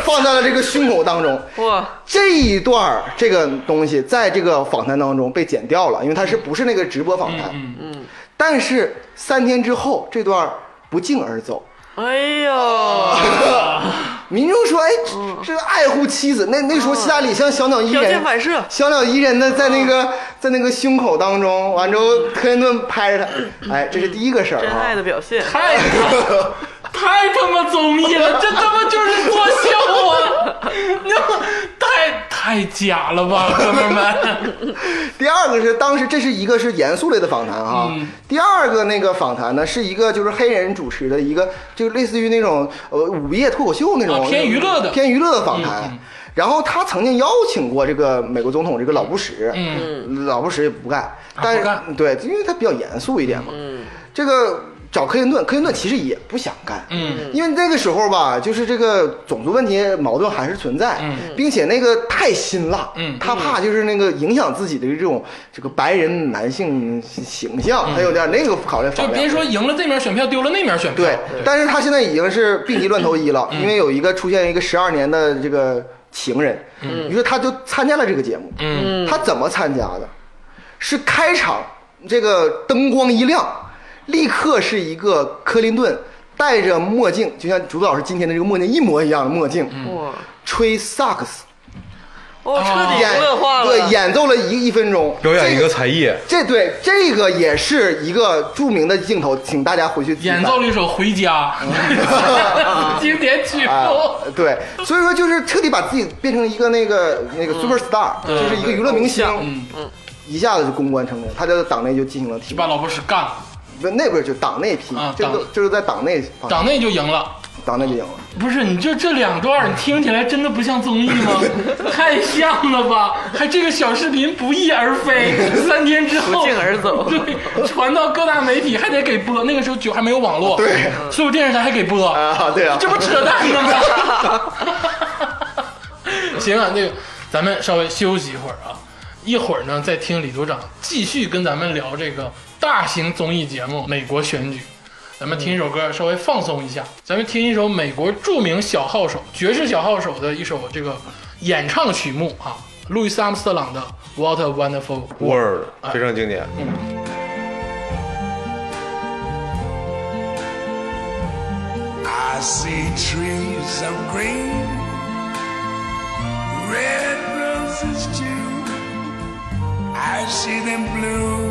Speaker 4: 放在了这个胸口当中。
Speaker 2: 哇，
Speaker 4: 这一段儿这个东西在这个访谈当中被剪掉了，因为它是不是那个直播访谈？
Speaker 1: 嗯
Speaker 4: 嗯。但是三天之后，这段儿不胫而走。
Speaker 2: 哎呦，
Speaker 4: 哦民众说：“哎，这这爱护妻子。那”那时候希拉里像小鸟依
Speaker 2: 嗯条
Speaker 4: 人
Speaker 2: 件，反射，嗯
Speaker 4: 小鸟依人的在那个在那个胸口当中，完之后克林顿拍着他，哎，这是第一个事儿
Speaker 2: 嗯真爱
Speaker 4: 啊
Speaker 2: 的。表现。
Speaker 1: 太太他妈综艺了，这他妈就是作秀啊！你知道吗太太假了吧，哥们儿 们？
Speaker 4: 第二个是当时这是一个是严肃类的访谈哈
Speaker 1: 嗯，
Speaker 4: 第二个那个访谈呢是一个就是黑人主持的一个就类似于那种呃午夜脱口秀那种
Speaker 1: 啊偏娱乐的
Speaker 4: 偏娱乐的访
Speaker 1: 嗯
Speaker 4: 谈。然后他曾经邀请过这个美国总统这个老布什，
Speaker 1: 嗯啊
Speaker 4: 老布什也不干，但
Speaker 1: 不干嗯
Speaker 4: 是对，因为他比较严肃一点嘛。这个找克林顿，克林顿其实也不想干，
Speaker 1: 嗯，
Speaker 4: 因为那个时候吧，就是这个种族问题矛盾还是存在，
Speaker 1: 嗯
Speaker 4: 并且那个太辛辣，
Speaker 1: 嗯
Speaker 4: 他怕就是那个影响自己的这种这个白人男性形象，他有点那个考虑
Speaker 1: 嗯就
Speaker 4: 考量。
Speaker 1: 别说赢了这面选票，丢了那面选票。
Speaker 4: 对，但是他现在已经是病急乱投医
Speaker 1: 嗯
Speaker 4: 了，因为有一个出现一个十二年的这个情人，于是他就参加了这个节目。
Speaker 1: 嗯，
Speaker 4: 他怎么参加的？是开场这个灯光一亮，立刻是一个克林顿戴着墨镜，就像竹子老师今天的这个墨镜一模一样的墨镜，
Speaker 1: 嗯
Speaker 2: 哇，
Speaker 4: 吹萨克斯，
Speaker 2: 哦，彻底
Speaker 4: 演
Speaker 2: 娱乐化了，
Speaker 1: 啊
Speaker 4: 对，演奏了一一分钟，
Speaker 3: 表演一
Speaker 4: 这
Speaker 3: 个才艺，
Speaker 4: 这对这个也是一个著名的镜头，请大家回去自己
Speaker 1: 演
Speaker 4: 看
Speaker 1: 奏了一首《回家》 经典曲
Speaker 4: 啊
Speaker 1: 目。，
Speaker 4: 对，所以说就是彻底把自己变成一个那个那个 super star，、就是一个娱乐明星，
Speaker 1: 嗯，
Speaker 4: 一下子就公关成功，他在党内就进行了提
Speaker 1: 就
Speaker 4: 拔
Speaker 1: 把，老布什干了，
Speaker 4: 不那边就党内批，
Speaker 1: 啊
Speaker 4: 这
Speaker 1: 党
Speaker 4: 都就是在党内发
Speaker 1: 党内就赢了。
Speaker 4: 党内就赢了，
Speaker 1: 不是你这这两段，你听起来真的不像综艺吗？太像了吧！还这个小视频不翼而飞，三天之后
Speaker 2: 不胫而走
Speaker 1: 对，传到各大媒体还得给播，那个时候就还没有网络，
Speaker 4: 对，
Speaker 1: 所有电视台还给播，
Speaker 4: 啊，对啊
Speaker 1: 这，不扯淡呢吗？行啊，那个咱们稍微休息一会儿啊，一会儿呢再听李组长继续跟咱们聊这个大型综艺节目《美国选举》。咱们听一首歌，稍微放松一下。咱们听一首美国著名小号手、爵士小号手的一首这个演唱曲目啊，路易斯阿姆斯特朗的《What a Wonderful World》。
Speaker 3: word 非常经典。
Speaker 5: I see trees of green, red roses too. I see them bloom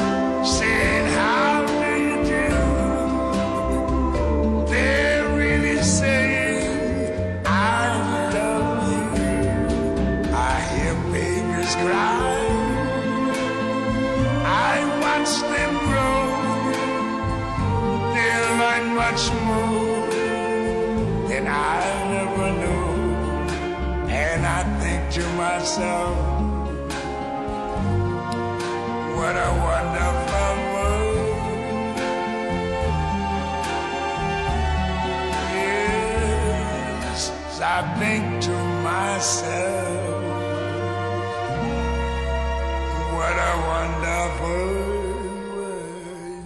Speaker 5: saying, How do you do? They're really saying, I love you. I hear babies cry. I watch them grow. They learn much more than I never knew. And I think to myself, what a wonderful world. Yes, I think to myself, what a wonderful world.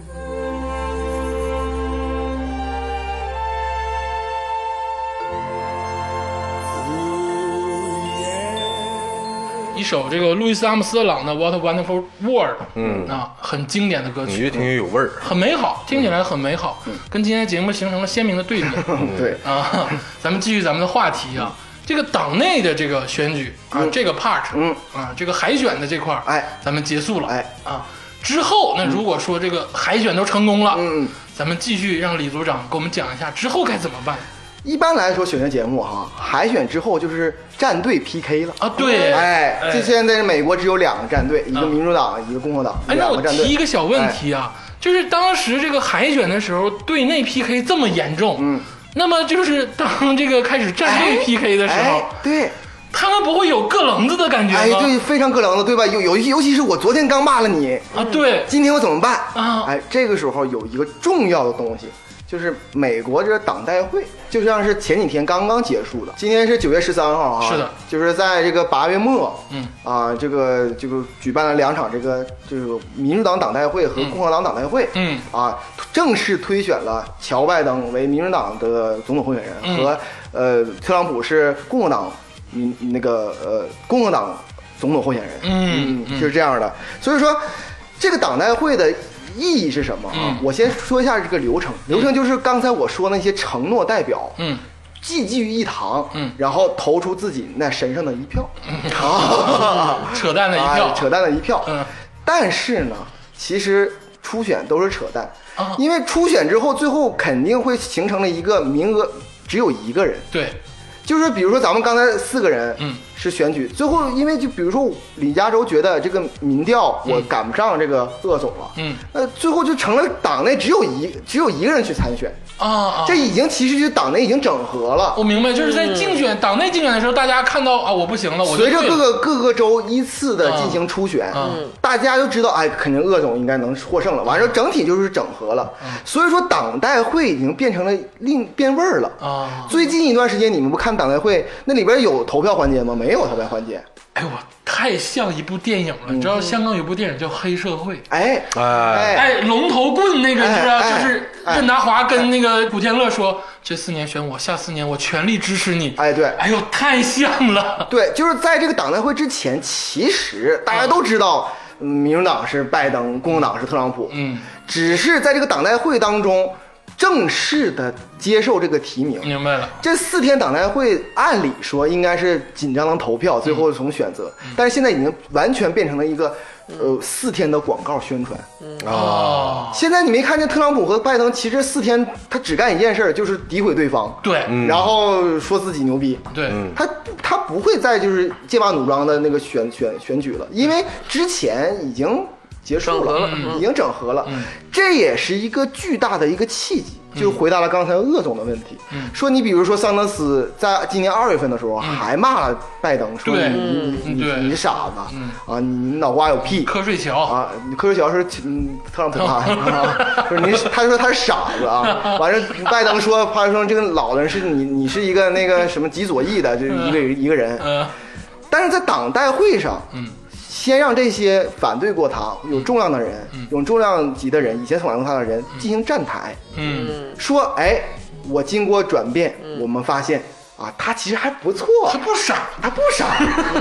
Speaker 5: Ooh, yeah.
Speaker 1: 一首这个路易斯阿姆斯特朗的《What a Wonderful World》，嗯啊，很经典的歌
Speaker 3: 你
Speaker 1: 曲，
Speaker 3: 越听越有味儿。
Speaker 1: 很美好，听起来很美好，
Speaker 4: 嗯
Speaker 1: 跟今天节目形成了鲜明的对 比
Speaker 4: 对，
Speaker 1: 啊。咱们继续咱们的话题啊，这个党内的这个选举啊，这个 part，
Speaker 4: 嗯
Speaker 1: 啊，这个海选的这块儿，
Speaker 4: 哎，
Speaker 1: 咱们结束了，
Speaker 4: 哎
Speaker 1: 啊。之后，那如果说这个海选都成功了，
Speaker 4: 嗯嗯，
Speaker 1: 咱们继续让李组长给我们讲一下之后该怎么办
Speaker 4: 一般来说选秀节目哈，海选之后就是战队 PK 了。
Speaker 1: 啊？对，
Speaker 4: 哎
Speaker 1: 哎，
Speaker 4: 这现在美国只有两个战队，一个民主党，一个共和党，
Speaker 1: 哎，那
Speaker 4: 两
Speaker 1: 我
Speaker 4: 个战队。哎
Speaker 1: 提一个小问题啊，就是当时这个海选的时候，对内 PK 这么严重，嗯，那么就是当这个开始战队 PK 的时候，
Speaker 4: 哎，对，
Speaker 1: 他们不会有硌棱子的感觉吗？
Speaker 4: 哎，对，非常咯楞的，对吧？有有，尤其是我昨天刚骂了你，
Speaker 1: 啊，对，
Speaker 4: 今天我怎么办？
Speaker 1: 啊
Speaker 4: 哎，这个时候有一个重要的东西，就是美国这个党代会，就像是前几天刚刚结束的，今天是九月十三号啊，
Speaker 1: 是的，
Speaker 4: 就是在这个八月末，
Speaker 1: 嗯
Speaker 4: 啊，这个这个举办了两场这个这个民主党党代会和共和党党代会，
Speaker 1: 嗯
Speaker 4: 啊，正式推选了乔拜登为民主党的总统候选人、
Speaker 1: 嗯
Speaker 4: 和呃特朗普是共和党民那个呃共和党总统候选人，
Speaker 1: 嗯嗯
Speaker 4: 就是这样的。所以说，这个党代会的意义是什么
Speaker 1: 嗯
Speaker 4: 啊？我先说一下这个流程，流程就是刚才我说那些承诺代表，
Speaker 1: 嗯，
Speaker 4: 寄居一堂，
Speaker 1: 嗯
Speaker 4: 然后投出自己那神圣的一票，啊，
Speaker 1: 扯淡的一票，
Speaker 4: 哎扯淡的一票
Speaker 1: 嗯。
Speaker 4: 但是呢，其实初选都是扯淡
Speaker 1: 啊，
Speaker 4: 因为初选之后，最后肯定会形成了一个名额只有一个人，
Speaker 1: 对，
Speaker 4: 就是比如说咱们刚才四个人，
Speaker 1: 嗯，
Speaker 4: 是选举，最后因为就比如说李嘉洲觉得这个民调我赶不上这个鄂总了，
Speaker 1: 嗯，
Speaker 4: 那最后就成了党内只有一只有一个人去参选，
Speaker 1: 啊啊，
Speaker 4: 这已经其实就党内已经整合了
Speaker 1: 我。明白，就是在竞选、党内竞选的时候，大家看到啊，我不行了，我就
Speaker 4: 随着
Speaker 1: 退
Speaker 4: 各
Speaker 1: 了
Speaker 4: 个各个州依次的进行初选，
Speaker 1: 嗯
Speaker 4: 大家都知道，哎，肯定鄂总应该能获胜了。完了，整体就是整合了，
Speaker 1: 嗯
Speaker 4: 所以说党代会已经变成了另变味儿了。
Speaker 1: 啊，
Speaker 4: 最近一段时间，你们不看党代会那里边有投票环节吗？没有投票环节。
Speaker 1: 哎我太像一部电影了，
Speaker 4: 嗯
Speaker 1: 你知道香港有部电影叫《黑社会》。
Speaker 4: 哎
Speaker 3: 哎
Speaker 1: 哎，龙头棍那个你知道，
Speaker 4: 哎哎
Speaker 1: 就是
Speaker 4: 哎
Speaker 1: 任达华跟那个古天乐说，这四年选我，下四年我全力支持你。
Speaker 4: 哎对
Speaker 1: 哎呦，太像了。
Speaker 4: 对，就是在这个党代会之前，其实大
Speaker 1: 哦
Speaker 4: 家都知道，嗯民主党是拜登，共和党是特朗普，
Speaker 1: 嗯，
Speaker 4: 只是在这个党代会当中正式的接受这个提名。
Speaker 1: 明白了。
Speaker 4: 这四天党代会，按理说应该是紧张的投票，最后从选择，但是现在已经完全变成了一个，呃，四天的广告宣传。
Speaker 3: 啊，
Speaker 1: 哦，
Speaker 4: 现在你没看见特朗普和拜登，其实四天他只干一件事儿，就是诋毁对方，
Speaker 1: 对
Speaker 4: 然后说自己牛逼。
Speaker 1: 对，
Speaker 4: 他他不会再就是剑拔弩张的那个选选选举了，因为之前已经结束
Speaker 2: 整合了
Speaker 4: 已经整合了，这也是一个巨大的一个契机。就回答了刚才鄂总的问题，说你比如说桑德斯在今年二月份的时候还骂了拜登，说
Speaker 1: 对
Speaker 4: 你你
Speaker 1: 嗯
Speaker 4: 你
Speaker 1: 对
Speaker 4: 你傻子啊，你你脑瓜有屁
Speaker 1: 瞌睡桥，
Speaker 4: 啊！科学小说是嗯特朗普骂的，
Speaker 1: 哦
Speaker 4: 啊说你他说他是傻子啊，完了拜登说他说这个老人是你你是一个那个什么极左翼的这一个一个人，
Speaker 1: 嗯，
Speaker 4: 但是在党代会上，
Speaker 1: 嗯，
Speaker 4: 先让这些反对过他有重量的人，有重量级的人，以前反对过他的人进行站台，
Speaker 1: 嗯，
Speaker 4: 说哎，我经过转变，我们发现啊，他其实还不错，
Speaker 1: 他不傻嗯
Speaker 4: 他不傻，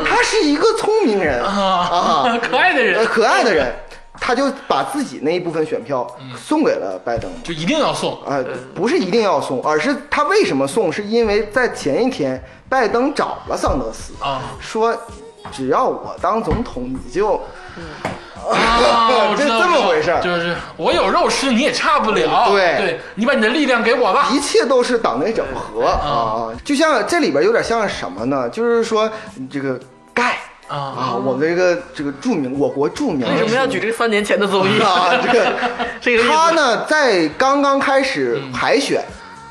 Speaker 4: 他是一个聪明人
Speaker 1: 啊，
Speaker 4: 啊，
Speaker 1: 可爱的
Speaker 4: 呃
Speaker 1: 人
Speaker 4: 可爱的人，他就把自己那一部分选票
Speaker 1: 嗯
Speaker 4: 送给了拜登。
Speaker 1: 就一定要送。
Speaker 4: 啊，不是一定要送，而是他为什么送，是因为在前一天，拜登找了桑德斯
Speaker 1: 啊
Speaker 4: 说只要我当总统，你就
Speaker 1: 啊，我知道
Speaker 4: 这这么回事儿
Speaker 1: 就是我有肉吃，你也差不了。
Speaker 4: 对
Speaker 1: 对你把你的力量给我吧。
Speaker 4: 一切都是党内整合啊，就像这里边有点像什么呢？就是说这个盖
Speaker 1: 啊
Speaker 4: 啊，我们这个这个著名我国著名
Speaker 2: 为什么要举这个三年前的综艺？
Speaker 4: 啊？这个
Speaker 2: 这个例子
Speaker 4: 他呢，在刚刚开始海选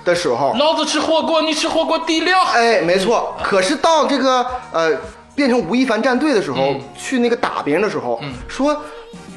Speaker 4: 的时候，
Speaker 1: 老子吃火锅，你吃火锅底料。
Speaker 4: 哎，没错。可是到这个呃变成吴亦凡战队的时候，
Speaker 1: 嗯
Speaker 4: 去那个打别人的时候，说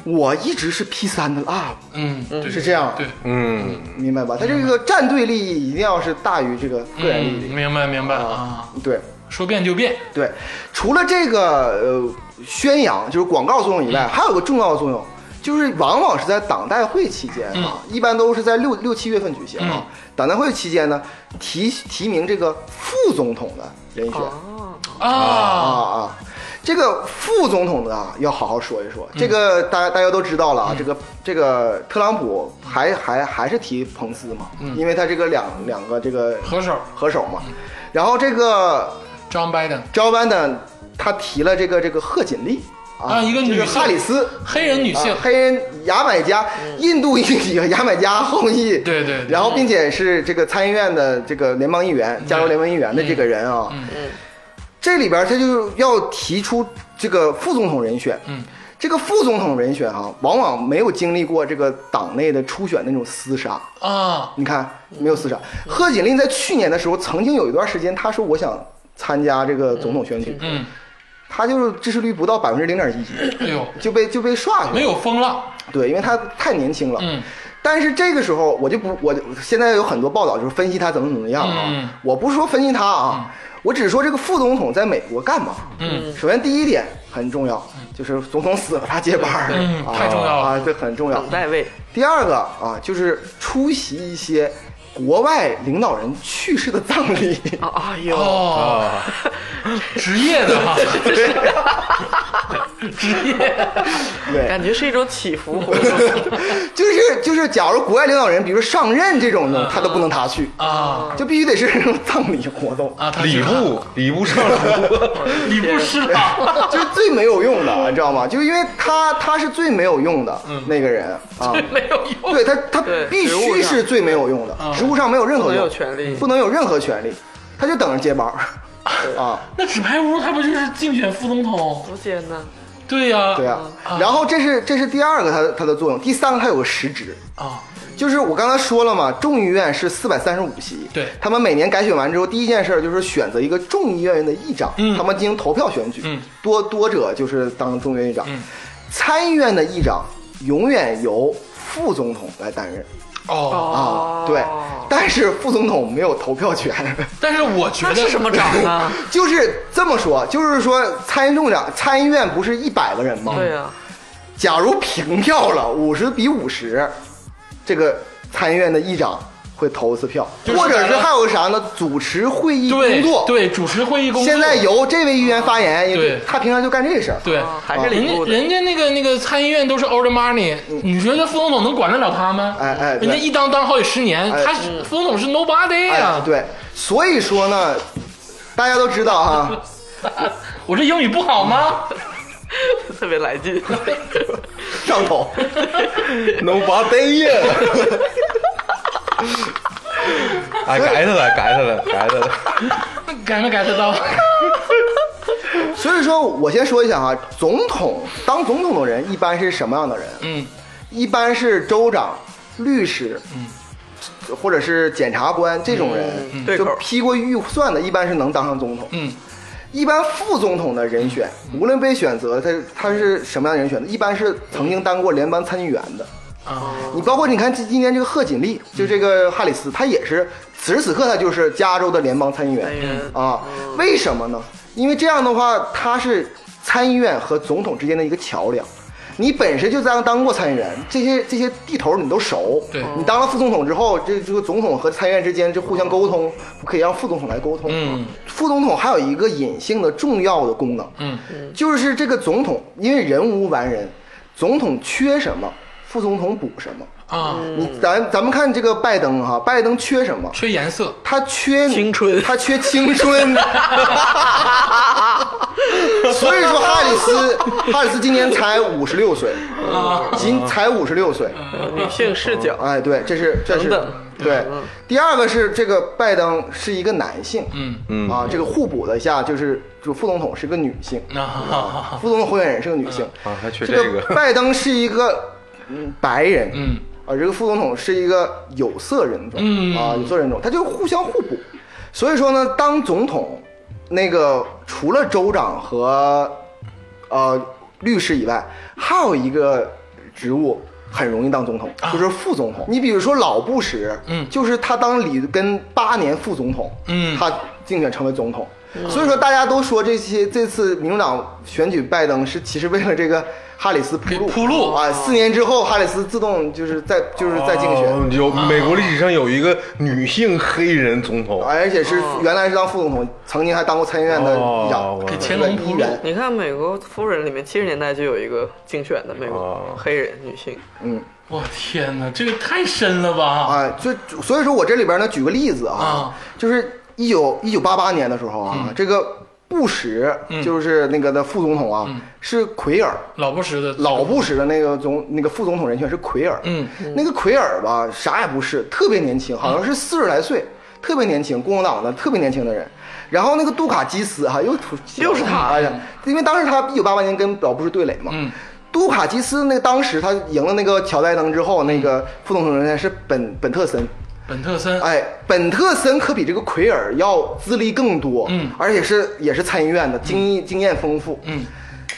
Speaker 4: 我一直是 P 三的啊，
Speaker 1: 嗯，对
Speaker 4: 是这样
Speaker 1: 对，
Speaker 3: 嗯，
Speaker 4: 明白吧？他这个战队利益一定要是大于这个个人利
Speaker 1: 嗯，
Speaker 4: 益、
Speaker 1: 明白明白
Speaker 4: 啊
Speaker 1: 啊，。
Speaker 4: 对
Speaker 1: 说变就变，
Speaker 4: 对，除了这个呃宣扬就是广告作用以
Speaker 1: 嗯
Speaker 4: 外，还有个重要的作用。就是往往是在党代会期间啊，一般都是在六六七月份举行啊
Speaker 1: 嗯。
Speaker 4: 党代会期间呢，提提名这个副总统的人
Speaker 1: 哦
Speaker 4: 选，啊
Speaker 1: 啊，
Speaker 4: 啊！这个副总统的啊，要好好说一说。
Speaker 1: 嗯
Speaker 4: 这个大家大家都知道了啊，这个这个特朗普还还还是提彭斯嘛，因为他这个两两个这个
Speaker 1: 嗯合嗯手
Speaker 4: 合手嘛。然后这个
Speaker 1: 张拜登，
Speaker 4: 招班呢，他提了这个这个贺锦丽
Speaker 1: 啊一个女
Speaker 4: 这
Speaker 1: 性
Speaker 4: 哈里斯。
Speaker 1: 黑人女性嗯
Speaker 4: 啊，黑人牙买加、印度裔、牙买加后裔，
Speaker 1: 对对对
Speaker 4: 然后并且是这个参议院的这个联邦议员，加州联邦议员的这个人啊，
Speaker 1: 嗯
Speaker 4: 这里边他就要提出这个副总统人选，
Speaker 1: 嗯，
Speaker 4: 这个副总统人选啊，往往没有经历过这个党内的初选那种厮杀。
Speaker 1: 啊，
Speaker 4: 你看，没有厮杀。贺锦丽在去年的时候，曾经有一段时间，她说我想参加这个总统选举，
Speaker 1: 嗯，
Speaker 4: 她就是支持率不到百分之零点一，
Speaker 1: 哎呦，
Speaker 4: 就被就被刷去了
Speaker 1: 没。有风浪，
Speaker 4: 对，因为他太年轻了。
Speaker 1: 嗯。
Speaker 4: 但是这个时候，我就不，我现在有很多报道就是分析他怎么怎么样啊。
Speaker 1: 嗯
Speaker 4: 我不是说分析他啊，我只是说这个副总统在美国干嘛。
Speaker 1: 嗯。
Speaker 4: 首先第一点很重要，就是总统死了他接班儿、
Speaker 1: 嗯
Speaker 4: 啊，
Speaker 1: 太重要了
Speaker 4: 啊，这很重要
Speaker 2: 等。待位，
Speaker 4: 第二个啊，就是出席一些国外领导人去世的葬礼。
Speaker 2: 啊，哎呦，
Speaker 1: 哦，
Speaker 3: 啊，
Speaker 1: 职业的哈，职业，
Speaker 4: 对，
Speaker 2: 感觉是一种起伏活动。
Speaker 4: 就是就是就是假如国外领导人，比如说上任这种
Speaker 2: 嗯
Speaker 4: 的，他都不能他去，
Speaker 1: 啊
Speaker 4: 就必须得是那种葬礼活动，
Speaker 1: 啊，他
Speaker 3: 礼
Speaker 1: 是
Speaker 3: 部礼部尚 书，
Speaker 1: 礼部侍郎，
Speaker 4: 就是最没有用的，你知道吗？就是因为他他是最没有用的那个人 啊，
Speaker 1: 没有 用。
Speaker 4: 对他他
Speaker 2: 嗯对
Speaker 4: 必
Speaker 2: 职务
Speaker 4: 须
Speaker 2: 上
Speaker 4: 是最没有用的，职务上没有任何
Speaker 2: 不能有
Speaker 4: 用
Speaker 2: 权利
Speaker 4: 不能有任何权利，他就等着接班 儿啊。
Speaker 1: 那纸牌屋他不就是竞选副总统？
Speaker 2: 多艰难，
Speaker 1: 对呀、
Speaker 4: 对啊，
Speaker 1: 嗯
Speaker 4: 然后这是这是第二个它的它的作用，第三个它有个实质，
Speaker 1: 啊
Speaker 4: 就是我刚才说了嘛，众议院是四百三十五席，
Speaker 1: 对
Speaker 4: 他们每年改选完之后，第一件事儿就是选择一个众议院的议长，
Speaker 1: 嗯
Speaker 4: 他们进行投票选举，
Speaker 1: 嗯
Speaker 4: 多多者就是当众议院议长，
Speaker 1: 嗯
Speaker 4: 参议院的议长永远由副总统来担任
Speaker 1: 哦，
Speaker 4: 啊，对，但是副总统没有投票权。
Speaker 1: 但是我觉
Speaker 2: 那
Speaker 1: 得
Speaker 2: 是什么长啊？
Speaker 4: 就是这么说，就是说参议众长、参议院不是一百个人吗？
Speaker 1: 啊
Speaker 2: 对呀、
Speaker 4: 假如平票了五十比五十，这个参议院的议长会投一次票，
Speaker 1: 就是
Speaker 4: 或者是还有个啥呢？主持会议工
Speaker 1: 对
Speaker 4: 作。
Speaker 1: 对主持会议工作，
Speaker 4: 现在由这位议员发言，因为
Speaker 1: 对
Speaker 4: 他平常就干这事儿。
Speaker 1: 对。
Speaker 2: 啊还是
Speaker 1: 人
Speaker 2: 礼
Speaker 1: 家
Speaker 2: 部的。
Speaker 1: 人家那个那个参议院都是 old money，你觉得副总统能管得了他吗？
Speaker 4: 嗯哎哎对
Speaker 1: 人家一当当好几十年，
Speaker 4: 哎
Speaker 1: 他是副总统是 nobody 啊
Speaker 4: 哎
Speaker 1: 呀。
Speaker 4: 对，所以说呢，大家都知道哈，
Speaker 1: 我这英语不好吗？
Speaker 2: 特别来劲，
Speaker 4: 上头。
Speaker 3: nobody 呀。哎，改他了，改他了，改他了。
Speaker 1: 改没改得到？
Speaker 4: 所以说我先说一下哈，啊总统当总统的人一般是什么样的人？
Speaker 1: 嗯，
Speaker 4: 一般是州长、律师，嗯，或者是检察官这种人，
Speaker 2: 对
Speaker 4: 就
Speaker 2: 口
Speaker 4: 批过预算的，一般是能当上总统。
Speaker 1: 嗯，
Speaker 4: 一般副总统的人选，无论被选择，他他是什么样的人选的，一般是曾经当过联邦参议员的。
Speaker 1: 啊，
Speaker 4: 你包括你看今今年这个贺锦丽，就这个哈里斯，他也是此时此刻他就是加州的联邦参议
Speaker 2: 哎
Speaker 4: 员
Speaker 2: 呀，
Speaker 4: 啊。为什么呢？因为这样的话，他是参议院和总统之间的一个桥梁。你本身就当当过参议员，这些这些地头你都熟。
Speaker 1: 对
Speaker 4: 你当了副总统之后，这这个总统和参议院之间就互相沟通，可以让副总统来沟通。
Speaker 1: 嗯，
Speaker 4: 副总统还有一个隐性的重要的功能，
Speaker 1: 嗯，
Speaker 4: 就是这个总统，因为人无完人，总统缺什么，副总统补什么。
Speaker 1: 啊，
Speaker 4: 你咱咱们看这个拜登哈、拜登缺什么？
Speaker 1: 缺颜色，
Speaker 4: 他缺
Speaker 2: 青春
Speaker 4: 他缺 青春。所以说，哈里斯，哈里斯今年才五十六岁，今才五十六岁。
Speaker 2: 女性视角，
Speaker 4: 哎，对，这是这是
Speaker 2: 等
Speaker 4: 对。第二个是这个拜登是一个男性，
Speaker 1: 嗯，
Speaker 3: 嗯
Speaker 4: 啊，这个互补了一下，就是就副总统是个女性，
Speaker 1: 那啊好好好
Speaker 2: 啊
Speaker 1: 好
Speaker 4: 副总统候选人是个女性。
Speaker 3: 啊，还缺
Speaker 4: 这
Speaker 3: 这
Speaker 4: 个
Speaker 3: 个。
Speaker 4: 拜登是一个嗯白人，
Speaker 1: 嗯
Speaker 4: 啊，这个副总统是一个有色人种，
Speaker 1: 嗯
Speaker 4: 啊，有色人种，他就互相互补。所以说呢，当总统，那个除了州长和呃律师以外，还有一个职务。很容易当总统，就是副总统。你比如说老布什，
Speaker 1: 啊嗯
Speaker 4: 就是他当里根八年副总统，
Speaker 1: 嗯
Speaker 4: 他竞选成为总统。所以说大家都说这些这次民主党选举拜登是其实为了这个哈里斯铺路
Speaker 1: 给铺路
Speaker 4: 啊，四年之后哈里斯自动就是在就是在竞选，
Speaker 3: 哦有美国历史上有一个女性黑人总统，
Speaker 4: 而且是原来是当副总统，曾经还当过参议院的议
Speaker 3: 哦
Speaker 4: 长，
Speaker 1: 给乾隆铺
Speaker 4: 议
Speaker 1: 路
Speaker 4: 员。
Speaker 2: 你看美国夫人里面七十年代就有一个竞选的美国
Speaker 3: 哦
Speaker 2: 黑人女性，
Speaker 1: 我天哪，这个太深了吧？
Speaker 4: 啊，就所以说我这里边呢举个例子啊
Speaker 1: 啊，
Speaker 4: 就是一九一九八八年的时候啊，这个布什
Speaker 1: 嗯
Speaker 4: 就是那个的副总统啊，是奎尔。
Speaker 1: 老不识的
Speaker 4: 老布什的那个总那个副总统人选是奎尔，
Speaker 1: 嗯，
Speaker 4: 那个奎尔吧，啥也不是，特别年轻，好
Speaker 2: 啊
Speaker 4: 像是四十来岁，特别年轻，共和党的特别年轻的人。然后那个杜卡基斯哈、又出
Speaker 2: 又是他嗯
Speaker 4: 哎呀，因为当时他一九八八年跟老布什对垒嘛，
Speaker 1: 嗯
Speaker 4: 杜卡基斯那个当时他赢了那个乔拜登之后，那
Speaker 2: 嗯
Speaker 4: 个副总统人选是本本特森，
Speaker 1: 本特森，
Speaker 4: 哎，本特森可比这个奎尔要资历更多，
Speaker 1: 嗯
Speaker 4: 而且是也是参议院的，经验、经验丰富，
Speaker 1: 嗯，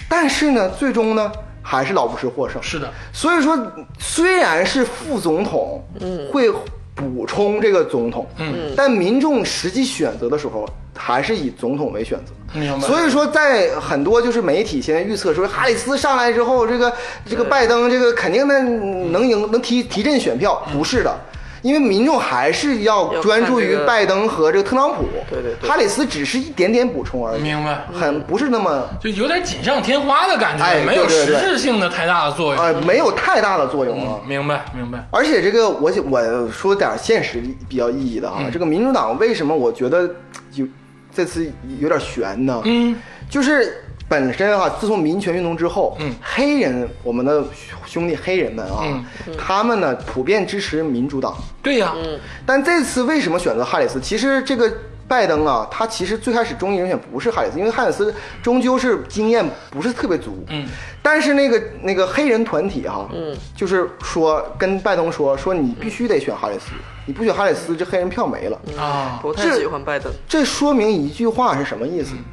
Speaker 4: 但是呢，最终呢还是老布什获胜。
Speaker 1: 是的，
Speaker 4: 所以说，虽然是副总统，嗯，会补充这个总统，
Speaker 1: 嗯，
Speaker 4: 但民众实际选择的时候，还是以总统为选择。
Speaker 1: 明白。
Speaker 4: 所以说，在很多就是媒体现在预测说，哈里斯上来之
Speaker 1: 嗯
Speaker 4: 后，这个这个拜登这个肯定能能赢，能提提振选票，不是的。因为民众还是要
Speaker 2: 要
Speaker 4: 专注
Speaker 2: 看这
Speaker 4: 于
Speaker 2: 个
Speaker 4: 拜登和这个特朗普。
Speaker 2: 对对对嗯
Speaker 4: 哈里斯只是一点点补充而已，
Speaker 1: 明白
Speaker 4: 很不是那么。
Speaker 1: 就有点锦上添花的感觉，
Speaker 4: 哎
Speaker 1: 没有
Speaker 4: 对对
Speaker 1: 实
Speaker 4: 对
Speaker 1: 质性的太大的作用。哦
Speaker 4: 呃，没有太大的作用啊。
Speaker 1: 明白，明
Speaker 2: 嗯
Speaker 1: 白。
Speaker 4: 而且这个我我说点现实比较意义的
Speaker 1: 嗯
Speaker 4: 哈，这个民主党为什么我觉得有这次有点悬呢？
Speaker 1: 嗯，
Speaker 4: 就是本身哈、自从民权运动之后，
Speaker 1: 嗯
Speaker 4: 黑人我们的兄弟黑人们啊，
Speaker 1: 嗯
Speaker 4: 他们呢普遍支持民主党，
Speaker 1: 对呀、
Speaker 2: 嗯
Speaker 4: 但这次为什么选择哈里斯？其实这个拜登啊，他其实最开始中意人选不是哈里斯，因为哈里斯终究是经验不是特别足。
Speaker 1: 嗯，
Speaker 4: 但是那个那个黑人团体哈、嗯，就是说跟拜登说说你必须得选哈里斯，你不选哈里斯这黑人票没了。
Speaker 1: 啊，
Speaker 2: 不太喜欢拜登。
Speaker 4: 这说明一句话是什么意思？
Speaker 1: 嗯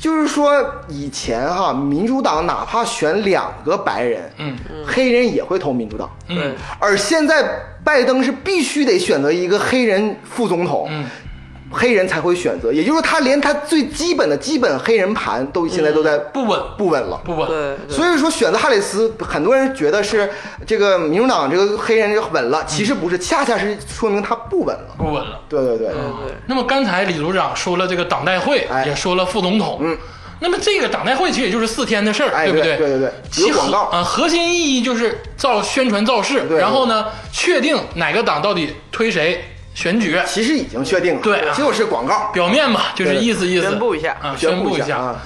Speaker 4: 就是说，以前哈，民主党哪怕选两个白人，
Speaker 1: 嗯，
Speaker 4: 黑人也会投民主党，
Speaker 2: 对，
Speaker 4: 而现在拜登是必须得选择一个黑人副总统，
Speaker 1: 嗯
Speaker 4: 黑人才会选择，也就是他连他最基本的基本黑人盘都现在都在
Speaker 1: 不稳，
Speaker 4: 不稳了。
Speaker 1: 不稳。
Speaker 2: 对，对
Speaker 4: 所以说选择哈里斯，很多人觉得是这个民主党这个黑人就稳了，其实不是，恰恰是说明他不稳了。
Speaker 1: 不稳了。
Speaker 4: 对对对，
Speaker 1: 嗯
Speaker 2: 对对
Speaker 1: 那么刚才李组长说了这个党代会，
Speaker 4: 哎
Speaker 1: 也说了副总统，嗯，那么这个党代会其实也就是四天的事儿，
Speaker 4: 哎
Speaker 1: 不
Speaker 4: 对
Speaker 1: 对
Speaker 4: 对对对
Speaker 1: 其
Speaker 4: 有广告
Speaker 1: 核啊，核心意义就是造宣传造势，
Speaker 4: 对
Speaker 1: 然后呢，确定哪个党到底推谁选举，
Speaker 4: 其实已经确定了，
Speaker 1: 对啊
Speaker 4: 就是广告。
Speaker 1: 表面吧，就是意思意思，
Speaker 2: 宣布一下
Speaker 1: 啊，
Speaker 4: 宣布
Speaker 1: 布
Speaker 4: 一下
Speaker 1: 下
Speaker 4: 啊。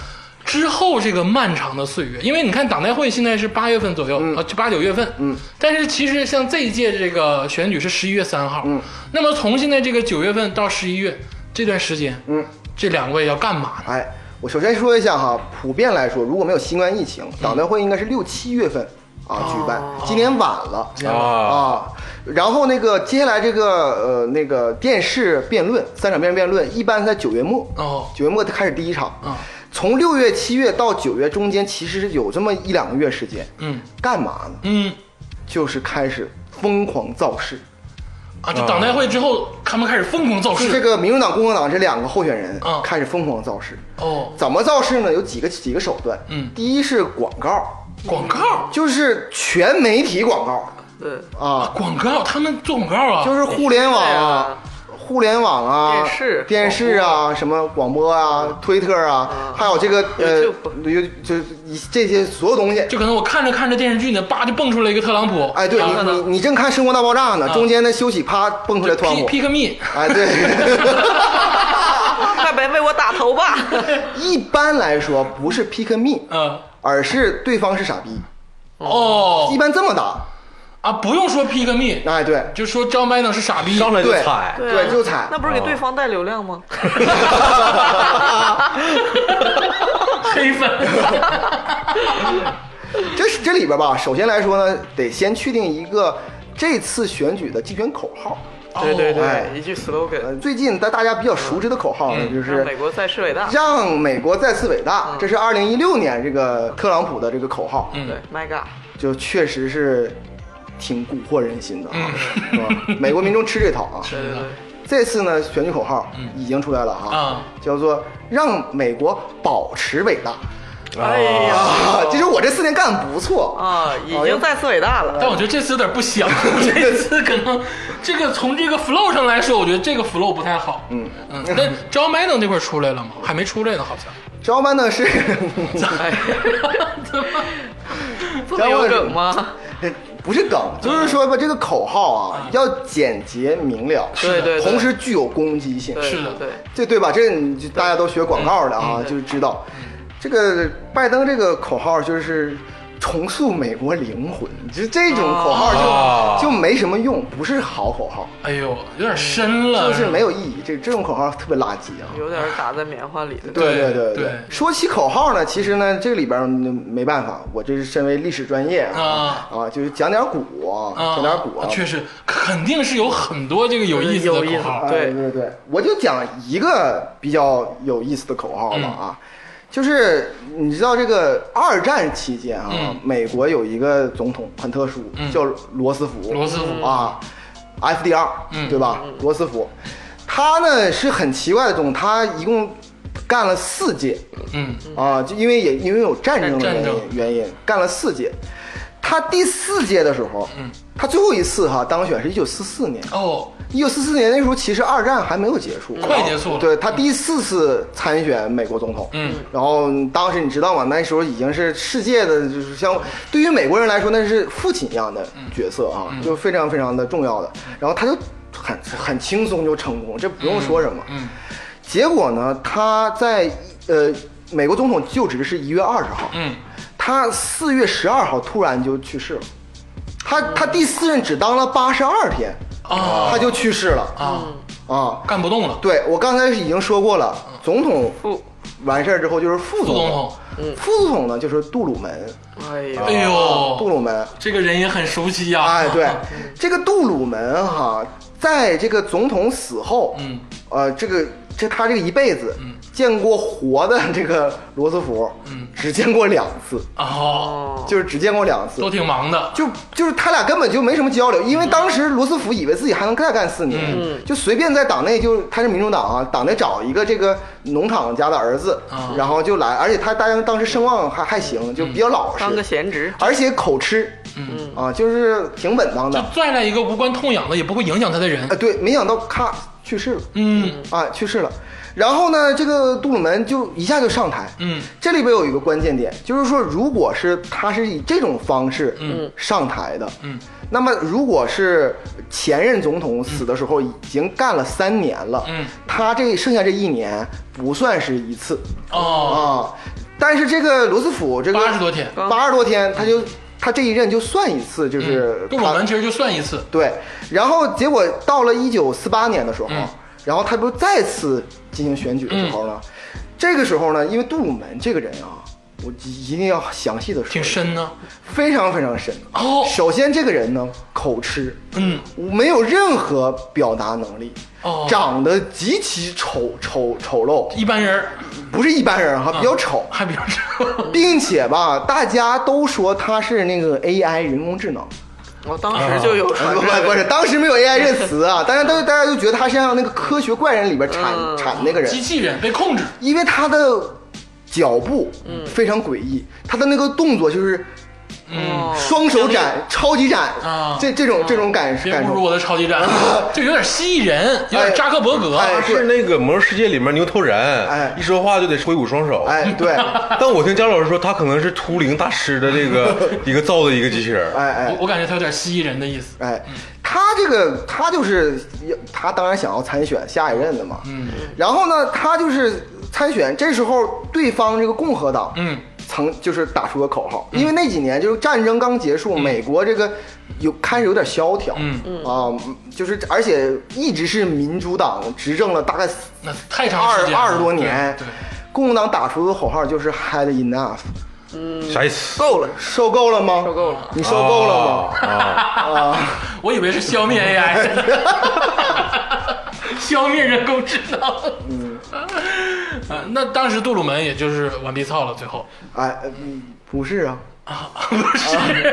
Speaker 1: 之后这个漫长的岁月，因为你看党代会现在是八月份左右，啊，八九月份，嗯，但是其实像这一届这个选举是十一月三号，嗯，那么从现在这个九月份到十一月这段时间，嗯，这两位要干嘛呢？
Speaker 4: 哎，我首先说一下哈，普遍来说，如果没有新冠疫情，党代会应该是六七月份啊
Speaker 1: 哦
Speaker 4: 举办，今年晚了
Speaker 3: 啊，
Speaker 4: 啊。然后那个接下来这个呃那个电视辩论三场辩辩论，一般在九月末
Speaker 1: 哦
Speaker 4: 九月末开始第一场
Speaker 1: 嗯
Speaker 4: 从六月、七月到九月中间，其实是有这么一两个月时间，
Speaker 1: 嗯
Speaker 4: 干嘛呢？
Speaker 1: 嗯
Speaker 4: 就是开始疯狂造势，
Speaker 1: 啊，就党代会之后，他们开始疯狂造
Speaker 4: 就这
Speaker 1: 势，
Speaker 4: 个民主党、共和党这两个候选人
Speaker 1: 嗯
Speaker 4: 开始疯狂造势。
Speaker 1: 哦，
Speaker 4: 怎么造势呢？有几个几个手段，
Speaker 1: 嗯
Speaker 4: 第一是广告，
Speaker 1: 广告，
Speaker 4: 就是全媒体广告
Speaker 2: 对，
Speaker 4: 啊，
Speaker 1: 广告，他们做广告啊，
Speaker 4: 就是互联网
Speaker 2: 啊
Speaker 4: 啊。互联网啊，
Speaker 2: 电视
Speaker 4: 电视啊，什么广播啊，推特啊，还有这个呃
Speaker 2: YouTube，
Speaker 4: 有就是一这些所有东西，
Speaker 1: 就可能我看着看着电视剧呢，叭就蹦出来一个特朗普，啊
Speaker 4: 哎，对
Speaker 1: 然后
Speaker 4: 你你
Speaker 1: 呢
Speaker 4: 你正看《生活大爆炸》呢，中间的休息啪蹦出来特朗普，
Speaker 1: ，pick pick me，
Speaker 4: 哎，对，
Speaker 2: 快别为我打头吧！
Speaker 4: 一般来说不是 pick me，
Speaker 1: 嗯，
Speaker 4: 而是对方是傻逼，
Speaker 1: 哦
Speaker 4: 一，般这么打，
Speaker 1: 啊，不用说 pick me，
Speaker 4: 哎，对，
Speaker 1: 就说张拜登是傻逼，
Speaker 3: 上来就
Speaker 4: 对
Speaker 3: 踩，
Speaker 2: 啊
Speaker 4: 对，就踩
Speaker 2: 那，不是给对方带流量吗？
Speaker 1: 黑粉，
Speaker 4: 这是这里边吧，首先来说呢，得先确定一个这次选举的竞选口号。
Speaker 2: 对对
Speaker 4: 哎
Speaker 2: 对，一句 slogan，
Speaker 4: 呃，最近大大家比较熟知的口号呢，
Speaker 2: 嗯
Speaker 4: 就
Speaker 2: 让
Speaker 4: 是
Speaker 2: 美国再世伟大。嗯
Speaker 4: 让美国再次伟大，这是二零一六年这个特朗普的这个口号，
Speaker 1: 嗯
Speaker 2: 对，My God，
Speaker 4: 就确实是挺蛊惑人心的
Speaker 2: 嗯
Speaker 4: 啊，是吧？美国民众吃这套 啊。
Speaker 2: 对对
Speaker 1: 哦
Speaker 2: 对，
Speaker 4: 这次呢，选举口号
Speaker 2: 嗯
Speaker 4: 已经出来了
Speaker 1: 啊
Speaker 4: 哈，叫做让美国保持伟大
Speaker 2: 哎呀
Speaker 4: 啊，，就是我这四年干得不错
Speaker 2: 啊，已经再次伟大了。
Speaker 1: 但我觉得这次有点不响， 这次可能这个从这个 flow 上来说，我觉得这个 flow 不太好，嗯嗯，但张拜登这块出来了吗？还没出来呢，好像，
Speaker 4: 招班呢是，
Speaker 2: 哎，这么
Speaker 4: 然后
Speaker 2: 有梗吗？
Speaker 4: 不是梗，就是说吧，这个口号啊要简洁明了，
Speaker 2: 对对对
Speaker 4: 同时具有攻击性，
Speaker 2: 对
Speaker 1: 是的
Speaker 2: 对，
Speaker 4: 这对吧？这你就大家都学广告的啊，就知道，这个拜登这个口号就是重塑美国灵魂，就这种口号
Speaker 3: 啊
Speaker 4: 就就没什么用，不是好口号，
Speaker 1: 哎呦，有点深了，
Speaker 4: 就是没
Speaker 1: 有，
Speaker 4: 有意义，这这种口号特别垃圾啊。
Speaker 2: 有点打在棉花里的。
Speaker 4: 对
Speaker 1: 对
Speaker 4: 对
Speaker 1: 对
Speaker 4: 说起口号呢，其实呢，这里边嗯没办法，我这是身为历史专业
Speaker 1: 啊
Speaker 4: 啊，就是讲点古啊，
Speaker 1: 啊
Speaker 4: 讲点古啊，
Speaker 1: 确实肯定是有很多这个有意思的
Speaker 2: 有意
Speaker 1: 口
Speaker 2: 思
Speaker 1: 号，
Speaker 4: 哎
Speaker 2: 对
Speaker 4: 对对，我就讲一个比较有意思的口
Speaker 1: 嗯
Speaker 4: 号吧啊，就是你知道这个二战期间啊，
Speaker 1: 嗯
Speaker 4: 美国有一个总统很特殊，叫罗斯福，
Speaker 1: 罗斯福
Speaker 4: 啊，FDR，、
Speaker 1: 嗯
Speaker 4: 对吧？罗斯福，他呢是很奇怪的总统，他一共干了四届，
Speaker 1: 嗯，
Speaker 4: 啊，就因为也因为有战争的
Speaker 1: 战
Speaker 4: 原
Speaker 1: 争嗯
Speaker 4: 因，原因干了四届。他第四届的时候，他最后一次哈当选是一九四四年，
Speaker 1: 哦，
Speaker 4: 一九四四年那时候其实二战还没有结束，
Speaker 1: 嗯快结束了
Speaker 4: 对他第四次参选美国总统，
Speaker 1: 嗯，
Speaker 4: 然后当时你知道吗？那时候已经是世界的，就是像对于美国人来说那是父亲一样的
Speaker 1: 嗯
Speaker 4: 角色啊，就非常非常的重要的。然后他就很很轻松就成功，这不用说什么。
Speaker 1: 嗯，
Speaker 4: 结果呢，他在呃美国总统就职是一月二十号，
Speaker 1: 嗯，
Speaker 4: 他四月十二号突然就去世了。他他第四任只当了八十二天，
Speaker 1: 啊
Speaker 4: 他就去世了
Speaker 1: 啊，
Speaker 4: 哦啊！
Speaker 1: 干不动了，
Speaker 4: 对我刚才已经说过了，总统
Speaker 2: 不，
Speaker 4: 完事儿之后就是副总统嗯
Speaker 1: 副，
Speaker 4: 副总统呢就是杜鲁门，
Speaker 2: 哎呀
Speaker 1: 哎，
Speaker 4: 杜
Speaker 1: 呦，
Speaker 4: 鲁门，
Speaker 1: 这个人也很熟悉呀，
Speaker 4: 哎，对，这个杜鲁门哈，在这个总统死后，
Speaker 1: 嗯，
Speaker 4: 呃，这个这他这个一辈子，见过活的这个罗斯福，
Speaker 1: 嗯
Speaker 4: 只见过两次，
Speaker 1: 哦，
Speaker 2: 哦，
Speaker 4: 就是只见过两次
Speaker 1: 都，挺忙的，
Speaker 4: 就就是他俩根本就没什么交流，
Speaker 2: 嗯
Speaker 4: 因为当时罗斯福以为自己还能再干四年，就随便在党内就他是民主党啊，党内找一个这个农场家的儿子，
Speaker 1: 啊
Speaker 4: 然后就来，而且他当当时声望还还行，就比较老
Speaker 2: 嗯
Speaker 4: 实，
Speaker 2: 当个闲职，
Speaker 4: 而且口吃，
Speaker 1: 嗯
Speaker 4: 啊，就是挺稳当的
Speaker 1: 就，拽来一个无关痛痒的，也不会影响他的人
Speaker 4: 啊，，对，没想到咔去世了，
Speaker 1: 嗯
Speaker 4: 啊，去世了。然后呢，这个杜鲁门就一下就上台。
Speaker 1: 嗯，
Speaker 4: 这里边有一个关键点，就是说，如果是他是以这种方式
Speaker 1: 嗯
Speaker 4: 上台的，
Speaker 1: 嗯，
Speaker 4: 那么如果是前任总统死的时候已经干了三年了，
Speaker 1: 嗯，
Speaker 4: 他这剩下这一年不算是一次
Speaker 1: 哦，
Speaker 4: 啊。但是这个罗斯福这个
Speaker 1: 80多天
Speaker 4: 八十多天，他就他这一任就算一次，就是
Speaker 1: 嗯跟
Speaker 4: 他
Speaker 1: 我们其实就算一次，
Speaker 4: 对，然后结果到了一九四八年的时候，
Speaker 1: 嗯
Speaker 4: 然后他不再次进行选举的时候呢，
Speaker 1: 嗯
Speaker 4: 这个时候呢，因为杜鲁门这个人啊，我一定要详细的说，
Speaker 1: 挺，深呢，
Speaker 4: 非常非常深。
Speaker 1: 哦
Speaker 4: 首先这个人呢，口吃，
Speaker 1: 嗯，
Speaker 4: 没有任何表达能力，
Speaker 1: 哦
Speaker 4: 长得极其丑丑丑陋，
Speaker 1: 一嗯般人儿
Speaker 4: 不是一般人啊哈，比较丑。
Speaker 1: 还比较少，
Speaker 4: 并且吧，大家都说他是那个 AI 人工智能，
Speaker 2: 我当
Speaker 1: 啊
Speaker 2: 时就 有传
Speaker 4: 不
Speaker 2: 闻
Speaker 4: 不不是，当时没有 AI 这词啊，大家都大家都觉得他身上那个科学怪人里边产
Speaker 2: 嗯
Speaker 4: 产那个 人
Speaker 1: 机，器人被控制，
Speaker 4: 因为他的脚步非常诡异，他的那个动作就是
Speaker 1: 嗯，
Speaker 2: 哦
Speaker 4: 双手展、超级展
Speaker 1: 啊，
Speaker 4: 这这种这种感
Speaker 1: 别
Speaker 4: 感
Speaker 1: 侮辱
Speaker 4: 受。
Speaker 1: 我的超级战， 就有点蜥蜴人，有点扎克伯格，
Speaker 4: 哎
Speaker 3: 他是那个《魔兽世界》里面牛头人，
Speaker 4: 哎
Speaker 3: 一说话就得挥舞双手。
Speaker 4: 哎，对，
Speaker 3: 但我听佳老师说，他可能是图灵大师的这个一个造的一个机器人。
Speaker 4: 哎哎
Speaker 1: 我我感觉他有点蜥蜴人的意思，
Speaker 4: 哎，他这个他就是他当然想要参选下一任的嘛，
Speaker 1: 嗯
Speaker 4: 然后呢，他就是参选，这时候对方这个共和党，
Speaker 1: 嗯，
Speaker 4: 曾就是打出个口号，因为那几年就是战争刚结束，美国这个有开始有点萧条，
Speaker 1: 嗯
Speaker 4: 啊，就是而且一直是民主党执政了大概
Speaker 1: 那太长时
Speaker 4: 二
Speaker 1: 间了
Speaker 4: 二十多年
Speaker 1: 对，对，
Speaker 4: 共和党打出的口号就是 “had enough”，
Speaker 3: 啥意思？
Speaker 4: 够了，受够了吗？
Speaker 2: 受够了，
Speaker 4: 你受够
Speaker 1: 哦
Speaker 4: 了吗？
Speaker 3: 啊啊！
Speaker 1: 我以为是消灭 AI，消灭人工智能。
Speaker 4: 嗯
Speaker 1: 啊，那当时杜鲁门也就是完犊子操了，最后
Speaker 4: 哎，嗯不是啊，
Speaker 1: 不是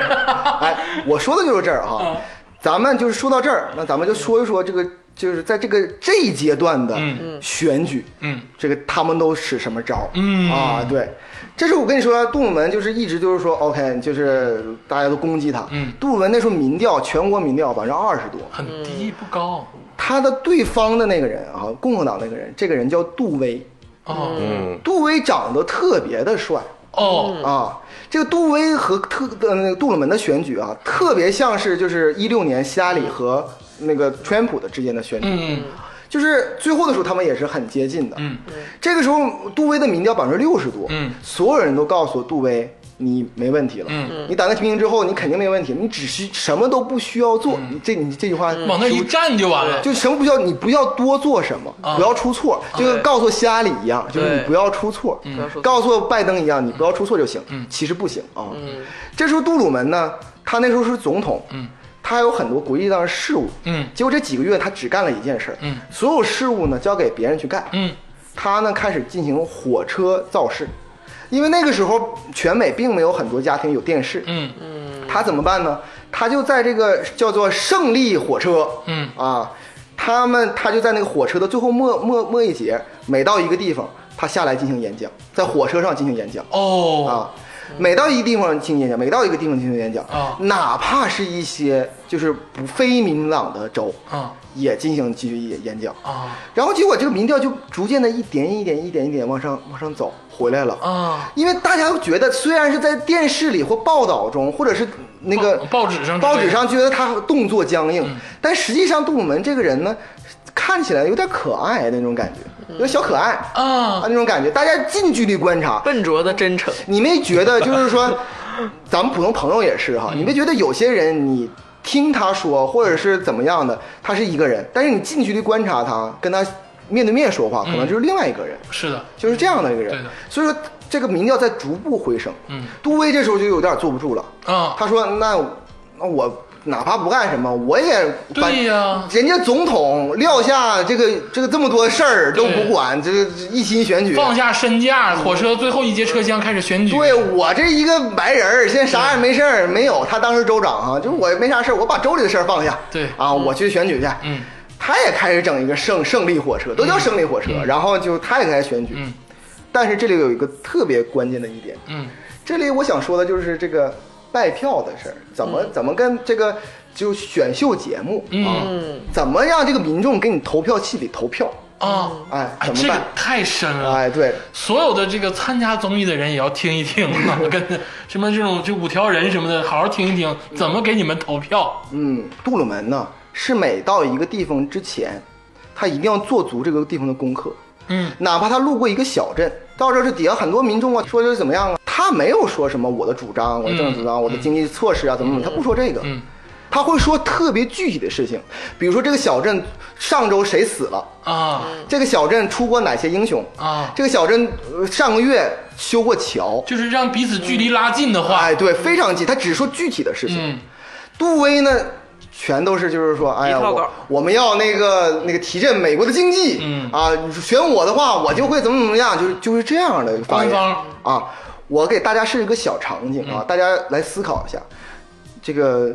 Speaker 4: 哎，我说的就是这儿
Speaker 1: 嗯
Speaker 4: 哈、咱们就是说到这儿，那咱们就说一说这个，就是在这个这一阶段的选举，
Speaker 1: 嗯，
Speaker 4: 这个他们都使什么招儿？
Speaker 1: 嗯
Speaker 4: 啊，对，这是我跟你说，杜鲁门就是一直就是说，OK，就是大家都攻击他，
Speaker 1: 嗯
Speaker 4: 杜鲁门那时候民调全国民调百分之二十多，
Speaker 1: 很低不高
Speaker 4: 他的对方的那个人啊，共和党那个人，这个人叫杜威，
Speaker 1: 哦
Speaker 3: 嗯，
Speaker 4: 杜威长得特别的帅，
Speaker 1: 哦
Speaker 4: 啊，这个杜威和特呃那个杜鲁门的选举啊，特别像是就是一六年希拉里和那个川普的之间的选举，
Speaker 1: 嗯
Speaker 4: 就是最后的时候他们也是很接近的。
Speaker 1: 嗯，
Speaker 4: 这个时候杜威的民调百分之六十多，
Speaker 1: 嗯
Speaker 4: 所有人都告诉杜威你没问题了，
Speaker 1: 嗯
Speaker 4: 你打那提名之后你肯定没问题，你只需什么都不需要做，你这你这句话
Speaker 1: 嗯往那一站就完了，
Speaker 4: 就什么不需要，你不要多做什么，
Speaker 1: 啊嗯
Speaker 4: 不要出错，就跟告诉希拉里一样，就是你不要出错，
Speaker 2: 不要出错
Speaker 4: 告诉拜登一样，你不要出错就行。其实不行啊。这时候杜鲁门呢，他那时候是总统，
Speaker 1: 嗯
Speaker 4: 他有很多国际上的事务，
Speaker 1: 嗯
Speaker 4: 结果这几个月他只干了一件事儿，
Speaker 1: 嗯
Speaker 4: 所有事务呢交给别人去干，
Speaker 1: 嗯
Speaker 4: 他呢开始进行火车造势，因为那个时候全美并没有很多家庭有电视，
Speaker 1: 嗯
Speaker 4: 他怎么办呢？他就在这个叫做胜利火车，
Speaker 1: 嗯
Speaker 4: 啊，他们他就在那个火车的最后末末末一节，每到一个地方，他下来进行演讲，在火车上进行演讲、
Speaker 1: 哦
Speaker 4: 啊。每到一地方进行演讲，每到一个地方进行演讲，
Speaker 1: 啊
Speaker 4: 哪怕是一些就是不非民朗的州，
Speaker 1: 啊
Speaker 4: 也进行继续演演讲。
Speaker 1: 啊
Speaker 4: 然后结果这个民调就逐渐的一点一点一点一点往上往上走回来了
Speaker 1: 啊！
Speaker 4: 因为大家都觉得，虽然是在电视里或报道中，或者是那个
Speaker 1: 报报纸上嗯
Speaker 4: 报纸上觉得他动作僵硬，但实际上杜鲁门这个人呢，看起来有点可爱的那种感觉，有点小可爱啊
Speaker 1: 啊
Speaker 4: 那种感觉。大家近距离观
Speaker 1: 嗯
Speaker 4: 察，
Speaker 2: 笨拙的真诚，
Speaker 4: 你没觉得就是 说，咱们普通朋友也是
Speaker 1: 嗯
Speaker 4: 哈，你没觉得有些人你听他说或者是怎么样的，他是一个人，但是你近距离观察他，跟他面对面说话，可能就是另外一个人，
Speaker 1: 是的，
Speaker 4: 就是这样的一个
Speaker 1: 嗯对
Speaker 4: 人
Speaker 1: 的。
Speaker 4: 所以说这个民调在逐步回升。
Speaker 1: 嗯
Speaker 4: 杜威这时候就有点坐不住了，
Speaker 1: 啊，
Speaker 4: 他说：“那那我。”哪怕不干什么，我也把
Speaker 1: 对呀
Speaker 4: 人家总统撂下这个这个这么多事儿都不管，这个一心选举，啊
Speaker 1: 放下身价，火车最后一节车厢开始选举。
Speaker 4: 对我这一个白人儿，现在啥也没事儿，没有。他当时州长啊，就是我也没啥事儿，我把州里的事儿放下。
Speaker 1: 对
Speaker 4: 啊，我去选举去。
Speaker 1: 嗯，
Speaker 4: 他也开始整一个胜胜利火车，都叫胜利火车。然后就他也开始选举。
Speaker 1: 嗯
Speaker 4: 但是这里有一个特别关键的一点，
Speaker 1: 嗯
Speaker 4: 这里我想说的就是这个拜票的事儿，怎么、怎么跟这个就选秀节目，啊
Speaker 1: 嗯
Speaker 4: 怎么让这个民众给你投票器里投票？
Speaker 1: 啊，
Speaker 4: 哎，
Speaker 1: 哎，
Speaker 4: 怎么
Speaker 1: 这
Speaker 4: 办
Speaker 1: 个？太深了。
Speaker 4: 哎，对，
Speaker 1: 所有的这个参加综艺的人也要听一听，跟着什么这种这五条人什么的，好好听一听怎么给你们投票。
Speaker 4: 嗯，杜鲁门呢，是每到一个地方之前，他一定要做足这个地方的功课，
Speaker 1: 嗯
Speaker 4: 哪怕他路过一个小镇，到这儿这底下很多民众啊，说这怎么样啊，他没有说什么我的主张、我的政治主张、我的经济措施啊，怎么怎么，他不说这个，
Speaker 1: 嗯
Speaker 4: 他会说特别具体的事情，比如说这个小镇上周谁死了，
Speaker 1: 啊
Speaker 4: 这个小镇出过哪些英雄，
Speaker 1: 啊，
Speaker 4: 这个小镇、呃上个月修过桥，
Speaker 1: 就是让彼此距离拉近的话，
Speaker 4: 哎，对，非常近，他只说具体的事情。
Speaker 1: 嗯
Speaker 4: 杜威呢，全都是就是说，哎呀，
Speaker 2: 一套
Speaker 4: 我
Speaker 2: 稿
Speaker 4: 我们要那个那个提振美国的经济，
Speaker 1: 嗯
Speaker 4: 啊，选我的话，我就会怎么怎么样，就是就是这样的发言
Speaker 1: 官嗯
Speaker 4: 啊。我给大家设一个小场景啊，大家来思考一下，这个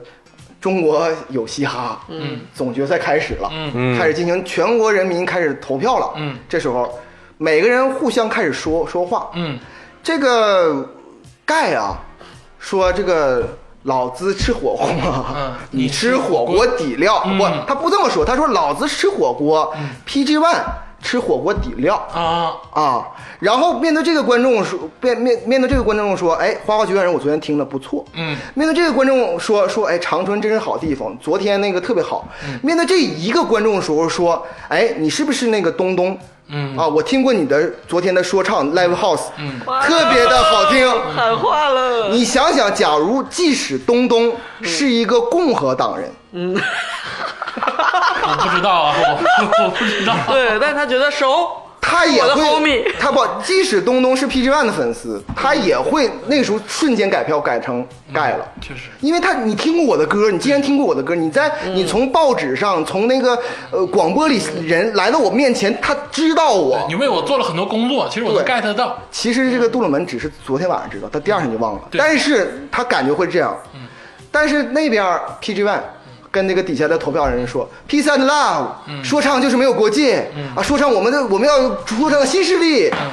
Speaker 4: 中国有嘻哈，嗯，总决赛开始了，
Speaker 1: 嗯
Speaker 4: 开始进行全国人民开始投票了，
Speaker 1: 嗯
Speaker 4: 这时候每个人互相开始说说话，
Speaker 1: 嗯
Speaker 4: 这个盖啊，说这个老子吃火锅，
Speaker 1: 嗯
Speaker 4: 你吃火锅底料、
Speaker 1: 嗯
Speaker 4: 不？他不这么说，他说老子吃火锅、p g One 吃火锅底料
Speaker 1: 啊
Speaker 4: 啊。然后面对这个观众说，面面面对这个观众说，哎，花花局外人，我昨天听了不错。
Speaker 1: 嗯
Speaker 4: 面对这个观众说说，哎，长春真是好地方，昨天那个特别好。
Speaker 1: 嗯
Speaker 4: 面对这一个观众的时候说，哎，你是不是那个东东？
Speaker 1: 嗯
Speaker 4: 啊，我听过你的昨天的说唱 live house，
Speaker 1: 嗯
Speaker 4: 特别的好听。
Speaker 2: 喊话了，
Speaker 4: 你想想，假如即使东东
Speaker 1: 嗯
Speaker 4: 是一个共和党人，
Speaker 1: 我不知道啊， 我我不知道。
Speaker 2: 对，但他觉得熟，
Speaker 1: 嗯
Speaker 4: 他也
Speaker 2: 我的
Speaker 4: 会
Speaker 2: homie，
Speaker 4: 他不，即使东东是 PG One 的粉丝，他也会那时候瞬间改票改成
Speaker 2: 嗯
Speaker 4: 盖了。
Speaker 1: 确实，
Speaker 4: 因为他，你听过我的歌，你既然听过我的歌，你在
Speaker 2: 嗯
Speaker 4: 你从报纸上，从那个呃广播里人来到我面前，他知道我
Speaker 1: 你。为我做了很多工作，其实我能
Speaker 4: 对
Speaker 1: get 到。
Speaker 4: 其实这个杜鲁门只是昨天晚上知道，他第二天就忘了。
Speaker 1: 对
Speaker 4: 但是他感觉会这样。但是那边 PG One 跟那个底下的投票人说，Peace and Love，、说
Speaker 1: 嗯
Speaker 4: 唱就是没有国界、啊，说唱我们的我们要说唱新势力。
Speaker 1: 嗯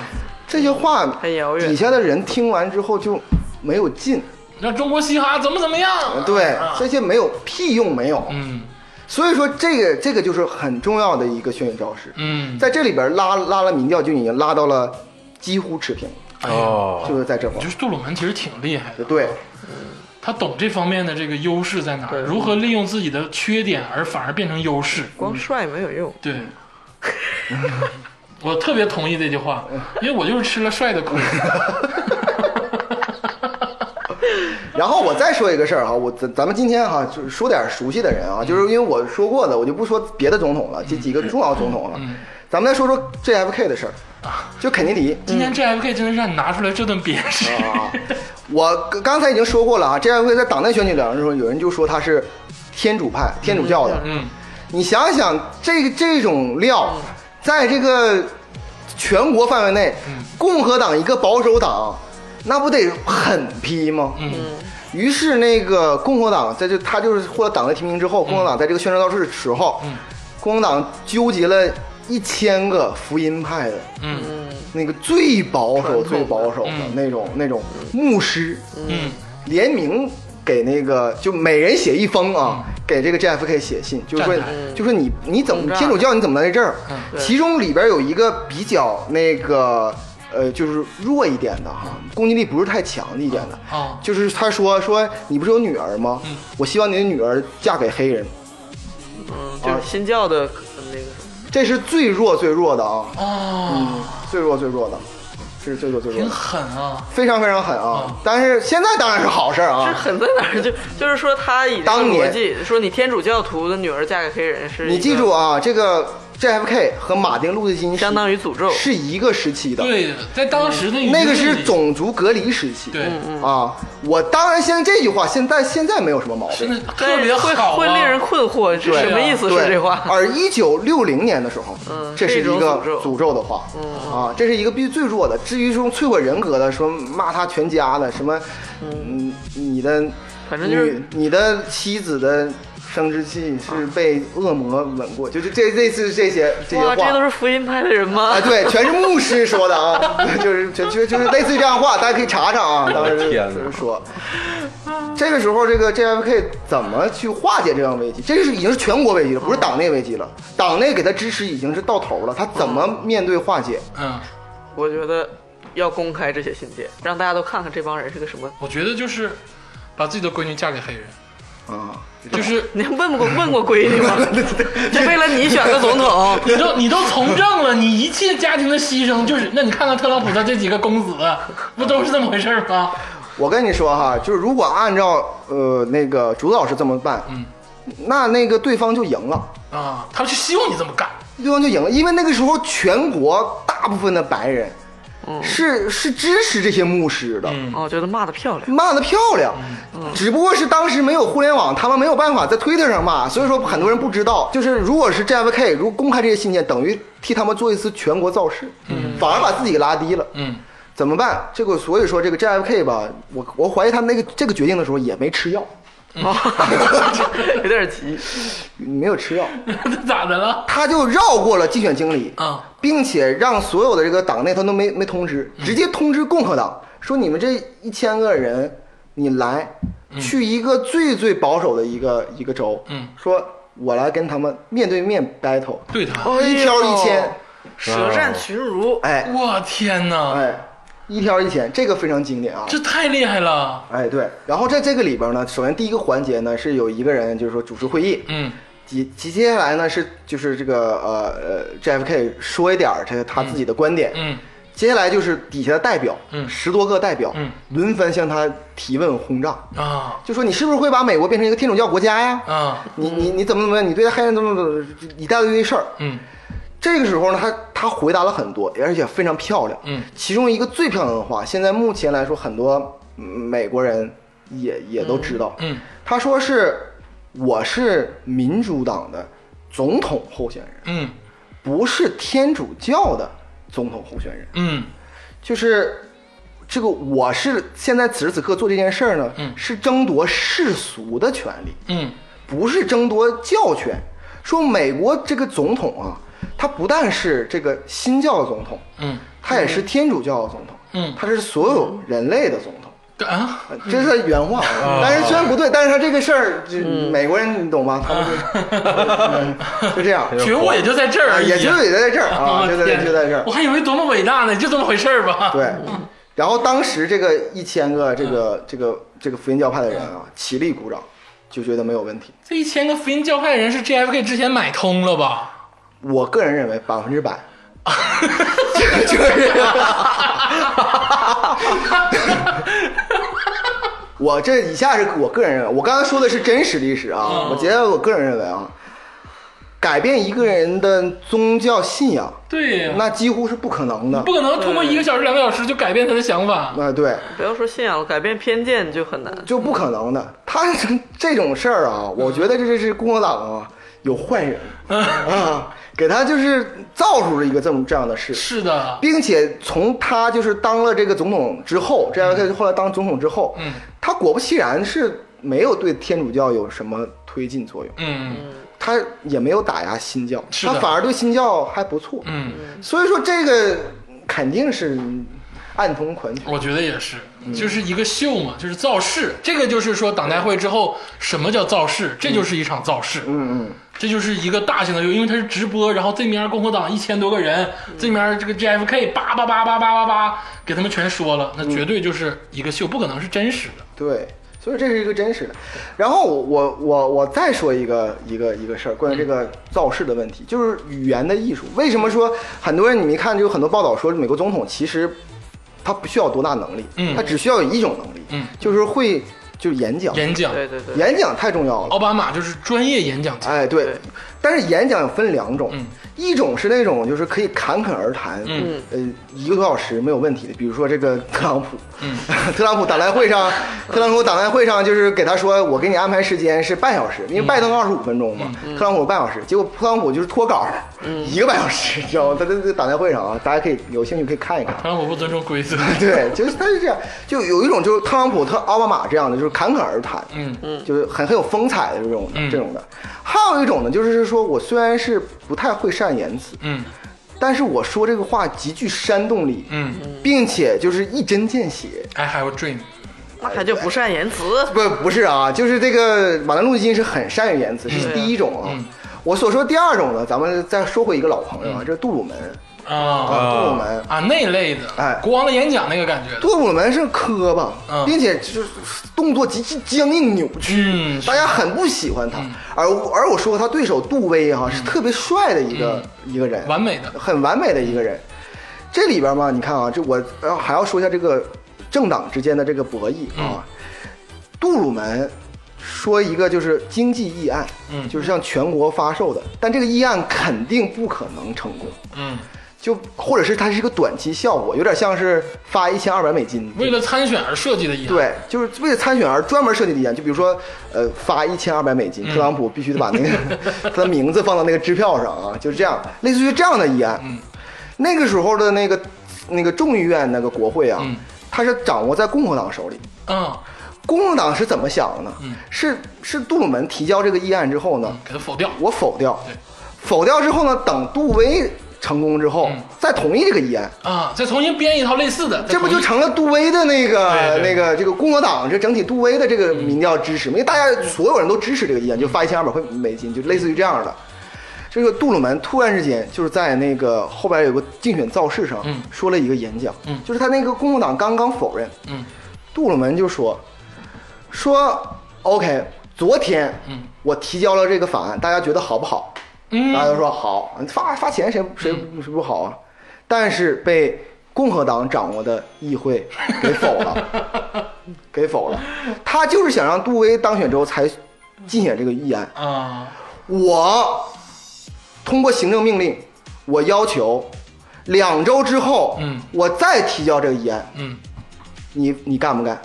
Speaker 4: 这些话
Speaker 2: 很遥远
Speaker 4: 底下的人听完之后就没有劲，
Speaker 1: 让中国嘻哈怎么怎么样？
Speaker 4: 嗯对、这些没有屁用没有。
Speaker 1: 啊嗯
Speaker 4: 所以说这个这个就是很重要的一个选举招式。
Speaker 1: 嗯，
Speaker 4: 在这里边拉拉了民调就已经拉到了几乎持平，
Speaker 1: 哎呀，
Speaker 3: 哦
Speaker 4: 就是在这块
Speaker 1: 就
Speaker 4: 儿。
Speaker 1: 是杜鲁门其实挺厉害的，
Speaker 4: 对，
Speaker 1: 他懂这方面的这个优势在哪儿，
Speaker 2: 对
Speaker 1: 如何利用自己的缺点而反而变成优势。
Speaker 2: 光帅没有用，
Speaker 1: 对， 我特别同意这句话，因为我就是吃了帅的亏。
Speaker 4: 然后我再说一个事儿哈，我咱咱们今天哈就是说点熟悉的人啊，就是因为我说过的，我就不说别的总统了，这几个重要总统了，咱们再说说 JFK 的事儿，就肯尼迪。
Speaker 1: 今天 JFK 真的让你拿出来这顿瘪食，
Speaker 4: 啊， 我刚刚才已经说过了啊，JFK 在党内选举两人的时候，有人就说他是天主派、天主教的。
Speaker 1: 嗯，
Speaker 4: 你想想，这个这种料，在这个全国范围内，
Speaker 1: 嗯
Speaker 4: 共和党一个保守党，那不得狠批吗？嗯。于是那个共和党在这，
Speaker 1: 嗯
Speaker 4: 他就是获得党的提名之后，共和党在这个宣传造势的时候，共和党纠集了一千个福音派的，
Speaker 1: 嗯
Speaker 4: 那个最保守、最保守的
Speaker 1: 嗯
Speaker 4: 那种、那种牧师，
Speaker 1: 嗯
Speaker 4: 联名给那个就每人写一封啊，给这个 JFK 写信，就是说
Speaker 1: 嗯站台
Speaker 4: 就说你你怎
Speaker 2: 轰
Speaker 4: 么
Speaker 2: 炸
Speaker 4: 天主教你怎么嗯来这儿
Speaker 1: 嗯？
Speaker 2: 对
Speaker 4: 其中里边有一个比较那个呃就是弱一点的哈，攻击力不是太强的一点的，
Speaker 1: 啊
Speaker 4: 就是他说说你不是有女儿吗
Speaker 1: 嗯？
Speaker 4: 我希望你的女儿嫁给黑人。
Speaker 2: 嗯，
Speaker 1: 啊
Speaker 2: 就是新教的那个什么，
Speaker 4: 这是最弱最弱的啊，
Speaker 1: 啊，
Speaker 4: 最弱最弱的，这是最弱最弱
Speaker 1: 挺
Speaker 4: 的，
Speaker 1: 狠啊，
Speaker 4: 非常非常狠啊
Speaker 1: 啊！
Speaker 4: 但是现在当然是好事儿啊，
Speaker 2: 这很在哪儿？就就是说他以这个
Speaker 4: 当年
Speaker 2: 逻辑说你天主教徒的女儿嫁给黑人是一个
Speaker 4: 你记住啊，这个 JFK 和马丁路德金是
Speaker 2: 相当于诅咒
Speaker 4: 是一个时期的，
Speaker 1: 对的，在当时那
Speaker 4: 那
Speaker 1: 个
Speaker 4: 个是种族隔离时期。
Speaker 1: 对，
Speaker 2: 嗯
Speaker 4: 啊，我当然现在这句话现在现在没有什么毛
Speaker 1: 真
Speaker 4: 病，
Speaker 1: 的特
Speaker 2: 但
Speaker 1: 别
Speaker 2: 是
Speaker 1: 好啊，
Speaker 2: 会会令人困惑，这
Speaker 4: 对
Speaker 2: 什么意思？说
Speaker 4: 对
Speaker 2: 这话？
Speaker 4: 而一九六零年的时候，
Speaker 2: 嗯
Speaker 4: 这是
Speaker 2: 是
Speaker 4: 一
Speaker 2: 一种
Speaker 4: 个
Speaker 2: 诅咒嗯
Speaker 4: 诅咒的话，啊，这是一个必须最弱的。至于说摧毁人格的，说骂他全家的，什么，嗯，你的，
Speaker 2: 反正就是
Speaker 4: 女你的妻子的生殖器是被恶魔吻过，就是这类似这些这些
Speaker 2: 哇，
Speaker 4: 话，
Speaker 2: 这都是福音派的人吗？
Speaker 4: 啊，对，全是牧师说的啊， 就是就就就是类似于这样的话，大家可以查查啊，当时
Speaker 3: 哎天哪
Speaker 4: 就是说，这个时候这个 JFK 怎么去化解这样危机？这是已经是全国危机了，不是党内危机了，党内给他支持已经是到头了，他怎么面对化解？
Speaker 1: 嗯。
Speaker 2: 我觉得要公开这些信件，让大家都看看这帮人是个什么。
Speaker 1: 我觉得就是把自己的闺女嫁给黑人，
Speaker 4: 啊，
Speaker 1: 就是
Speaker 2: 你问过问过闺 女吗？就为了你选个总统，哦
Speaker 1: 你都你都从政了，你一切家庭的牺牲就是，那你看看特朗普他这几个公子，不都是这么回事吗？
Speaker 4: 我跟你说哈，就是如果按照呃那个竹子老师这么办，
Speaker 1: 嗯，
Speaker 4: 那那个对方就赢了。
Speaker 1: 啊，他就希望你这么干，
Speaker 4: 对方就赢了，因为那个时候全国大部分的白人，是是支持这些牧师的，
Speaker 1: 嗯
Speaker 2: 哦，觉得骂的漂亮。
Speaker 4: 骂的漂亮，只不过是当时没有互联网，他们没有办法在推特上骂，所以说很多人不知道。就是如果是 JFK 如果公开这些信件，等于替他们做一次全国造势，反而把自己给拉低了。
Speaker 1: 嗯，
Speaker 4: 怎么办？这个所以说这个 JFK 吧，我我怀疑他那个这个决定的时候也没吃药，
Speaker 2: 哦， 有点急，
Speaker 4: 没有吃药，
Speaker 1: 咋的了？
Speaker 4: 他就绕过了竞选经理
Speaker 1: 啊，
Speaker 4: 并且让所有的这个党内他都没没通知，
Speaker 1: 嗯
Speaker 4: 直接通知共和党说你们这一千个人，你来去一个最最保守的一个一个州，
Speaker 1: 嗯
Speaker 4: 说我来跟他们面对面 battle，
Speaker 1: 对他，
Speaker 2: 哎呦
Speaker 4: 一挑一千，哦
Speaker 2: 舌战群儒。
Speaker 4: 哎
Speaker 1: 我天哪，
Speaker 4: 哎，一挑一千，这个非常经典啊。
Speaker 1: 这太厉害了，
Speaker 4: 哎，对，然后在这个里边呢，首先第一个环节呢是有一个人就是说主持会议，
Speaker 1: 嗯
Speaker 4: 紧紧接下来呢是就是这个呃呃 JFK 说一点儿这个他自己的观点，
Speaker 1: 嗯
Speaker 4: 接下来就是底下的代表，
Speaker 1: 嗯
Speaker 4: 十多个代表，
Speaker 1: 嗯
Speaker 4: 轮番向他提问轰炸，
Speaker 1: 啊
Speaker 4: 就说你是不是会把美国变成一个天主教国家呀？
Speaker 1: 啊
Speaker 4: 你你你怎么怎么样？你对黑人怎么怎么一大堆事儿？
Speaker 1: 嗯
Speaker 4: 这个时候呢，他他回答了很多，而且非常漂亮。
Speaker 1: 嗯
Speaker 4: 其中一个最漂亮的话，现在目前来说，很多嗯美国人也也都知道。
Speaker 1: 嗯嗯
Speaker 4: 他说是我是民主党的总统候选人，
Speaker 1: 嗯
Speaker 4: 不是天主教的总统候选人。
Speaker 1: 嗯
Speaker 4: 就是这个，我是现在此时此刻做这件事儿呢，
Speaker 1: 嗯
Speaker 4: 是争夺世俗的权利，
Speaker 1: 嗯
Speaker 4: 不是争夺教权。说美国这个总统啊，他不但是这个新教的总统，
Speaker 1: 嗯
Speaker 4: 他也是天主教的总统，
Speaker 1: 嗯
Speaker 4: 他是所有人类的总统。
Speaker 1: 啊，
Speaker 4: 呃这是他原话啊，但是虽然不对，但是他这个事儿，就
Speaker 1: 嗯
Speaker 4: 美国人你懂吗？他们 就嗯就这样，啊
Speaker 1: 觉悟也就在这儿而已，
Speaker 4: 哎也就也在这儿啊，
Speaker 1: 我
Speaker 4: 就在
Speaker 1: 天
Speaker 4: 就在这儿
Speaker 1: 我。还以为多么伟大呢，就这么回事儿吧？
Speaker 4: 对，然后当时这个一千个这个这个这个福音教派的人啊，起立鼓掌，就觉得没有问题。
Speaker 1: 这一千个福音教派人是 JFK 之前买通了吧？
Speaker 4: 我个人认为百分 之百，就就是，我这以下是我个人认为，我刚才说的是真实历史
Speaker 1: 嗯
Speaker 4: 啊，我觉得我个人认为啊，改变一个人的宗教信仰，
Speaker 1: 对呀、
Speaker 4: 那几乎是不可能的
Speaker 1: 不。可能通过一个小时、两个小时就改变他的想法。
Speaker 4: 啊，对，
Speaker 2: 不要说信仰了，改变偏见就很难。
Speaker 4: 就不可能的。他这种事儿啊，我觉得这就是共和党啊有坏人
Speaker 1: 嗯
Speaker 4: 啊，给他就是造出了一个这么这样的事，
Speaker 1: 是的，
Speaker 4: 并且从他就是当了这个总统之后，这样他后来当总统之后，
Speaker 1: 嗯，
Speaker 4: 他果不其然是没有对天主教有什么推进作用，
Speaker 1: 嗯，
Speaker 4: 他也没有打压新教，
Speaker 1: 是
Speaker 4: 他
Speaker 1: 的
Speaker 4: 反而对新教还不错。
Speaker 1: 嗯，
Speaker 4: 所以说这个肯定是暗通款曲。
Speaker 1: 我觉得也是，就是一个秀嘛，就是造势。这个就是说党代会之后，什么叫造势？这就是一场造势。
Speaker 4: 嗯嗯，
Speaker 1: 这就是一个大型的秀，因为它是直播，然后这面共和党一千多个人，
Speaker 4: 嗯
Speaker 1: 这面这个 JFK 叭叭叭叭叭叭叭，给他们全说了，那绝对就是一个秀，不可能是真实的。
Speaker 4: 对，所以这是一个真实的。然后我我我我再说一个一个一个事儿，关于这个造势的问题，就是语言的艺术。为什么说很多人你没看就有很多报道说美国总统其实他不需要多大能力，
Speaker 1: 嗯
Speaker 4: 他只需要有一种能力，
Speaker 1: 嗯
Speaker 4: 就是会就是演讲，
Speaker 1: 演讲，
Speaker 2: 对对对，
Speaker 4: 演讲太重要了。
Speaker 1: 奥巴马就是专业演讲家，
Speaker 4: 哎，对
Speaker 2: 对，
Speaker 4: 但是演讲有分两种，
Speaker 1: 嗯
Speaker 4: 一种是那种就是可以侃侃而谈，
Speaker 1: 嗯
Speaker 4: 呃，一个多小时没有问题的，比如说这个特朗普，
Speaker 1: 嗯
Speaker 4: 特朗普党代 会上，特朗普党代会上就是给他说，我给你安排时间是半小时，因为
Speaker 1: 嗯
Speaker 4: 拜登二十五分钟嘛，特朗普半小时，结果特朗普就是脱稿，
Speaker 1: 嗯
Speaker 4: 一个半小时，你知道吗？在在在党代会上啊，大家可以有兴趣可以看一看。
Speaker 1: 特朗普不尊重规则。
Speaker 4: 对，就是他是这样，就有一种就是特朗普、特奥巴马这样的，就是侃侃而谈，
Speaker 1: 嗯
Speaker 4: 嗯，就是很很有风采的这种、
Speaker 1: 嗯
Speaker 4: 这种的。还有一种呢，就是说我虽然是不太会善言辞，
Speaker 1: 嗯
Speaker 4: 但是我说这个话极具煽动力，
Speaker 1: 嗯
Speaker 4: 并且就是一针见血。
Speaker 1: ，I have a dream。
Speaker 2: 那他就不善言辞。
Speaker 4: 不不是啊，就是这个马丁路金是很善于言辞，这是
Speaker 2: 对啊
Speaker 4: 第一种啊。
Speaker 1: 嗯
Speaker 4: 我所说第二种呢，咱们再说回一个老朋友啊，这是杜鲁门
Speaker 1: 啊
Speaker 4: 啊，杜鲁门。
Speaker 1: 啊那类的，
Speaker 4: 哎
Speaker 1: 国王的演讲那个感觉的，
Speaker 4: 杜鲁门是磕巴，
Speaker 1: 嗯
Speaker 4: 并且就是动作极其僵硬扭曲，
Speaker 1: 嗯
Speaker 4: 大家很不喜欢他。而而我说过他对手杜威哈、是特别帅的一个、一个人，
Speaker 1: 嗯完美的
Speaker 4: 很完美的一个人。这里边嘛，你看啊，这我呃还要说一下这个政党之间的这个博弈
Speaker 1: 嗯
Speaker 4: 啊。杜鲁门说一个就是经济议案，
Speaker 1: 嗯
Speaker 4: 就是向全国发售的，但这个议案肯定不可能成功。
Speaker 1: 嗯，
Speaker 4: 就或者是它是一个短期效果，有点像是发一千二百美金，
Speaker 1: 为了参选而设计的一，，
Speaker 4: 对，就是为了参选而专门设计的一样，就比如说，呃，发一千二百美金，特朗普必须得把那
Speaker 1: 嗯
Speaker 4: 个 他的名字放到那个支票上啊，就是这样，类似于这样的议案。
Speaker 1: 嗯
Speaker 4: 那个时候的那个那个众议院那个国会啊，
Speaker 1: 嗯
Speaker 4: 它是掌握在共和党手里。
Speaker 1: 嗯，
Speaker 4: 共和党是怎么想的呢？
Speaker 1: 嗯
Speaker 4: 是是杜鲁门提交这个议案之后呢，
Speaker 1: 给他否掉，
Speaker 4: 我否掉
Speaker 1: 对，
Speaker 4: 否掉之后呢，等杜威成功之后、
Speaker 1: 嗯
Speaker 4: 再同意这个议案。
Speaker 1: 啊，再重新编一套类似的，
Speaker 4: 这不就
Speaker 1: 成？
Speaker 4: 成了杜威的那个
Speaker 1: 对对嗯
Speaker 4: 那个这个共和党这整体杜威的这个民调支持，因为大家所有人都支持这个议案，就发一千二百块美金，就类似于这样的。这个杜鲁门突然之间就是在那个后边有个竞选造势上
Speaker 1: 嗯
Speaker 4: 说了一个演讲
Speaker 1: 嗯，
Speaker 4: 就是他那个共和党刚刚否认，
Speaker 1: 嗯
Speaker 4: 杜鲁门就说说 OK，昨天
Speaker 1: 嗯
Speaker 4: 我提交了这个法案，大家觉得好不好？大家
Speaker 1: 嗯
Speaker 4: 都说好，发发钱谁谁谁不好啊？但是被共和党掌握的议会给否了，给否了。他就是想让杜威当选之后才竞选这个议案。
Speaker 1: 啊，
Speaker 4: 我通过行政命令，我要求两周之后，
Speaker 1: 嗯
Speaker 4: 我再提交这个议案，
Speaker 1: 嗯
Speaker 4: 你你干不干？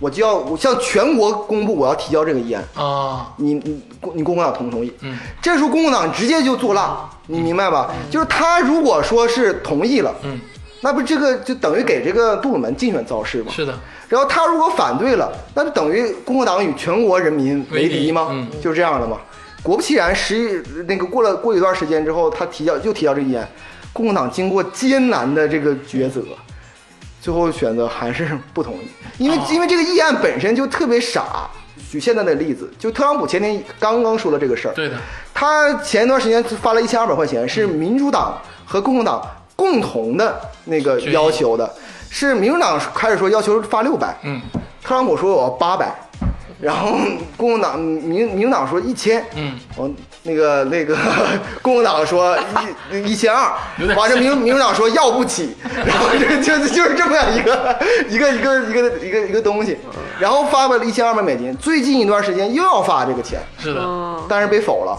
Speaker 4: 我就要我向全国公布我要提交这个议案。
Speaker 1: 啊，
Speaker 4: 你你你共和党同不同意？
Speaker 1: 嗯，
Speaker 4: 这时候共和党直接就作蜡，你明白吧？就是他如果说是同意了，
Speaker 1: 嗯，
Speaker 4: 那不这个就等于给这个杜鲁门竞选造势吗？
Speaker 1: 是的，
Speaker 4: 然后他如果反对了，那就等于共和党与全国人民为敌吗？
Speaker 1: 为敌嗯
Speaker 4: 就是这样的嘛。果不其然，十一那个过了过一段时间之后，他提交又提交这一案，共和党经过艰难的这个抉择，最后选择还是不同意，因为、
Speaker 1: 哦
Speaker 4: 因为这个议案本身就特别傻。举现在的例子，就特朗普前天刚刚说了这个事儿，
Speaker 1: 对的，
Speaker 4: 他前一段时间发了一千二百块钱，是民主党和共和党共同的那个
Speaker 1: 决议
Speaker 4: 要求的，是民主党开始说要求发六百，
Speaker 1: 嗯
Speaker 4: 特朗普说我要八百，然后共和党民民主党说一千，
Speaker 1: 嗯，
Speaker 4: 哦，那个那个 共和党说一一千二
Speaker 1: 有，点
Speaker 4: 完了民民主党说要 不起，然后就就就是这么样一个一个一个一个一个一个东西，然后发了一千二百美金，最近一段时间又要发这个钱，
Speaker 1: 是的，
Speaker 2: 嗯，
Speaker 4: 但是被否了。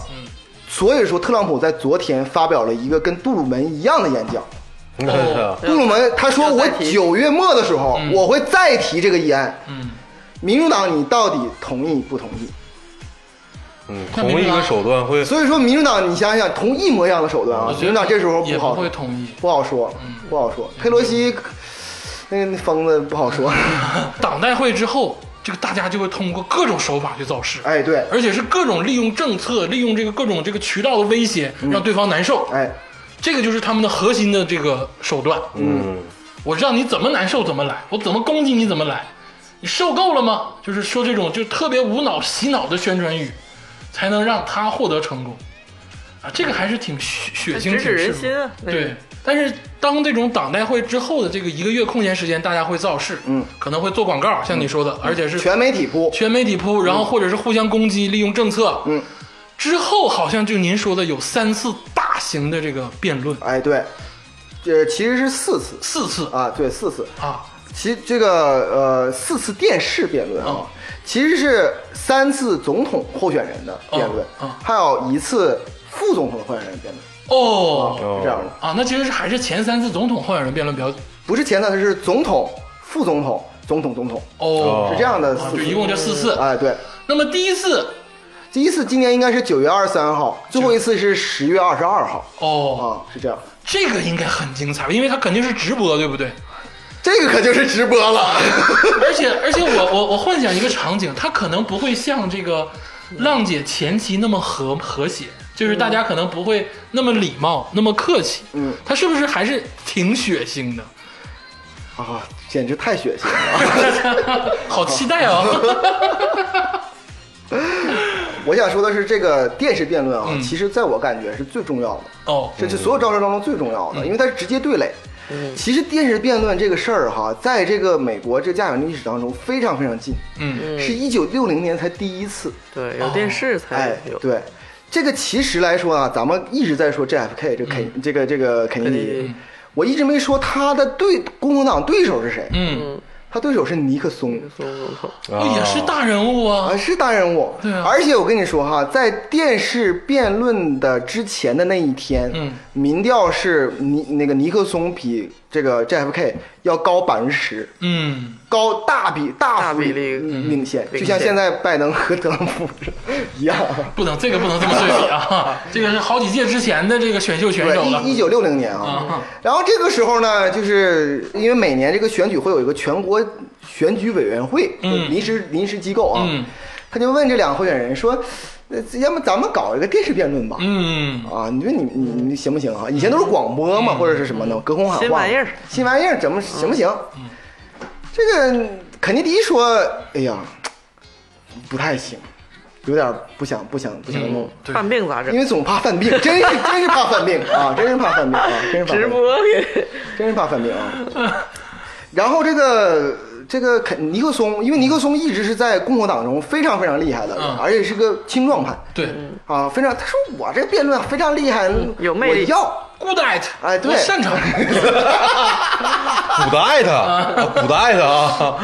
Speaker 4: 所以说，特朗普在昨天发表了一个跟杜鲁门一样的演讲。
Speaker 3: 你看看，
Speaker 4: 杜鲁门他说：“
Speaker 2: 要
Speaker 4: 我
Speaker 2: 再提
Speaker 4: 九月末的时候，
Speaker 1: 嗯
Speaker 4: 我会再提这个议案。
Speaker 1: 嗯，
Speaker 4: 民主党，你到底同意不同意？
Speaker 3: 嗯，同一个手段会
Speaker 4: 所以说，民主党，你想想，同一模一样的手段啊
Speaker 1: 我，
Speaker 4: 民
Speaker 1: 觉
Speaker 4: 主
Speaker 1: 得
Speaker 4: 党这时候
Speaker 1: 也
Speaker 4: 不好，
Speaker 1: 不会同意，嗯
Speaker 4: 不好说，嗯 不好说。佩洛西那那疯子不好说。
Speaker 1: 党代会之后，这个大家就会通过各种手法去造势，
Speaker 4: 哎，对，
Speaker 1: 而且是各种利用政策，利用这个各种这个渠道的威胁，
Speaker 4: 嗯
Speaker 1: 让对方难受。
Speaker 4: 哎，
Speaker 1: 这个就是他们的核心的这个手段。
Speaker 3: 嗯，
Speaker 1: 我让你怎么难受怎么来，我怎么攻击你怎么来，你受够了吗？就是说这种就特别无脑洗脑的宣传语，才能让他获得成功。啊，这个还是挺血血腥，
Speaker 2: 直指人
Speaker 1: 挺赤
Speaker 2: 心
Speaker 1: 裸
Speaker 2: 啊那个
Speaker 1: 对，但是当这种党代会之后的这个一个月空闲时间，大家会造势，嗯，可能会做广告，像你说的，而且是
Speaker 4: 全媒体铺，
Speaker 1: 全媒体铺，然后或者是互相攻击，利用政策，
Speaker 4: 嗯，
Speaker 1: 之后好像就您说的有三次大型的这个辩论，
Speaker 4: 哎，对，这其实是四次
Speaker 1: 四次
Speaker 4: 啊，对，四次，
Speaker 1: 啊，
Speaker 4: 其这个呃四次电视辩论啊
Speaker 1: 嗯，
Speaker 4: 其实是三次总统候选人的辩论
Speaker 1: 嗯嗯，
Speaker 4: 还有一次副总统候选人辩论，
Speaker 1: 哦，
Speaker 4: 是这样的，
Speaker 1: 啊，那其实是还是前三次总统候选人辩论比较
Speaker 4: 不是前三次是总统、副总统、总统、总统，
Speaker 1: 哦
Speaker 3: 哦
Speaker 4: 是这样的
Speaker 1: 啊，
Speaker 4: 四
Speaker 1: 就
Speaker 4: 次，
Speaker 1: 一共就四次。
Speaker 4: 哎，对，
Speaker 1: 那么第一次
Speaker 4: 第一次今年应该是九月二十三号，最后一次是十月二十二号
Speaker 1: 哦，
Speaker 4: 啊，是这样。
Speaker 1: 这个应该很精彩，因为它肯定是直播，对不对？
Speaker 4: 这个可就是直播了，
Speaker 1: 而且而且我我我幻想一个场景，它可能不会像这个
Speaker 4: 嗯
Speaker 1: 浪姐前期那么和和谐，就是大家可能不会那么礼貌，那么客气。
Speaker 4: 嗯，
Speaker 1: 它是不是还是挺血腥的？
Speaker 4: 啊，简直太血腥了！
Speaker 1: 好期待啊！
Speaker 4: 我想说的是，这个电视辩论啊，
Speaker 1: 嗯
Speaker 4: 其实在我感觉是最重要的，
Speaker 1: 哦，
Speaker 4: 这是所有招生当中最重要的，因为它是直接对垒。其实电视辩论这个事儿哈，在这个美国这个家长历史当中非常非常近，
Speaker 1: 嗯
Speaker 4: 是一九六零年才第一次。
Speaker 2: 对，有电视
Speaker 4: 哎
Speaker 2: 才有，。
Speaker 4: 对，这个其实来说啊，咱们一直在说 JFK 这个肯、这个这个肯尼
Speaker 2: 肯尼
Speaker 4: 迪，我一直没说他的对共和党对手是谁，
Speaker 1: 嗯，
Speaker 4: 他对手是尼克松。
Speaker 2: 总统总统
Speaker 1: 哦也是大人物啊
Speaker 4: 啊，。是大人物。
Speaker 1: 对啊
Speaker 4: 而且我跟你说哈，在电视辩论的之前的那一天，
Speaker 1: 嗯
Speaker 4: 民调是尼那个尼克松比这个 JFK 要高百分之十，
Speaker 1: 嗯，
Speaker 4: 高大比大
Speaker 2: 大
Speaker 4: 幅
Speaker 2: 比例嗯
Speaker 4: 领领先，
Speaker 2: 领
Speaker 4: 就像
Speaker 2: 先
Speaker 4: 现在拜登和特朗普 是一样。
Speaker 1: 不能这个不能这么对 比啊，这个是好几届之前的这个选秀选手了
Speaker 4: 对，。一一九六零年啊
Speaker 1: 啊，
Speaker 4: 然后这个时候呢，就是因为每年这个选举会有一个全国选举委员会，
Speaker 1: 嗯
Speaker 4: 临时临时机构啊，
Speaker 1: 嗯
Speaker 4: 他就问这两个候选人说，那要么咱们搞一个电视辩论吧。
Speaker 1: 嗯，
Speaker 4: 啊，你说你你你行不行啊？以前都是广播嘛，或者是什么
Speaker 1: 嗯
Speaker 4: 呢？隔空喊话，
Speaker 2: 新玩意儿
Speaker 4: 新玩意儿怎么行不行？这个肯尼迪说，哎呀，不太行，有点不想不想不想弄，
Speaker 1: 对，
Speaker 2: 犯病咋
Speaker 4: 因
Speaker 2: 整？
Speaker 4: 为总怕犯病，真是真是怕犯病啊，真是怕犯病啊，真是怕犯病
Speaker 2: 直播给
Speaker 4: 真是怕犯病啊。然后这个这个肯尼克松，因为尼克松一直是在共和党中非常非常厉害的，
Speaker 1: 嗯
Speaker 4: 而且是个青壮派，
Speaker 1: 对
Speaker 4: 啊，非常。他说我这辩论非常厉害，
Speaker 2: 嗯有魅力
Speaker 4: 我要
Speaker 1: ，Good at，
Speaker 4: 哎对
Speaker 1: 我擅长。
Speaker 3: 古代的，啊古代的啊，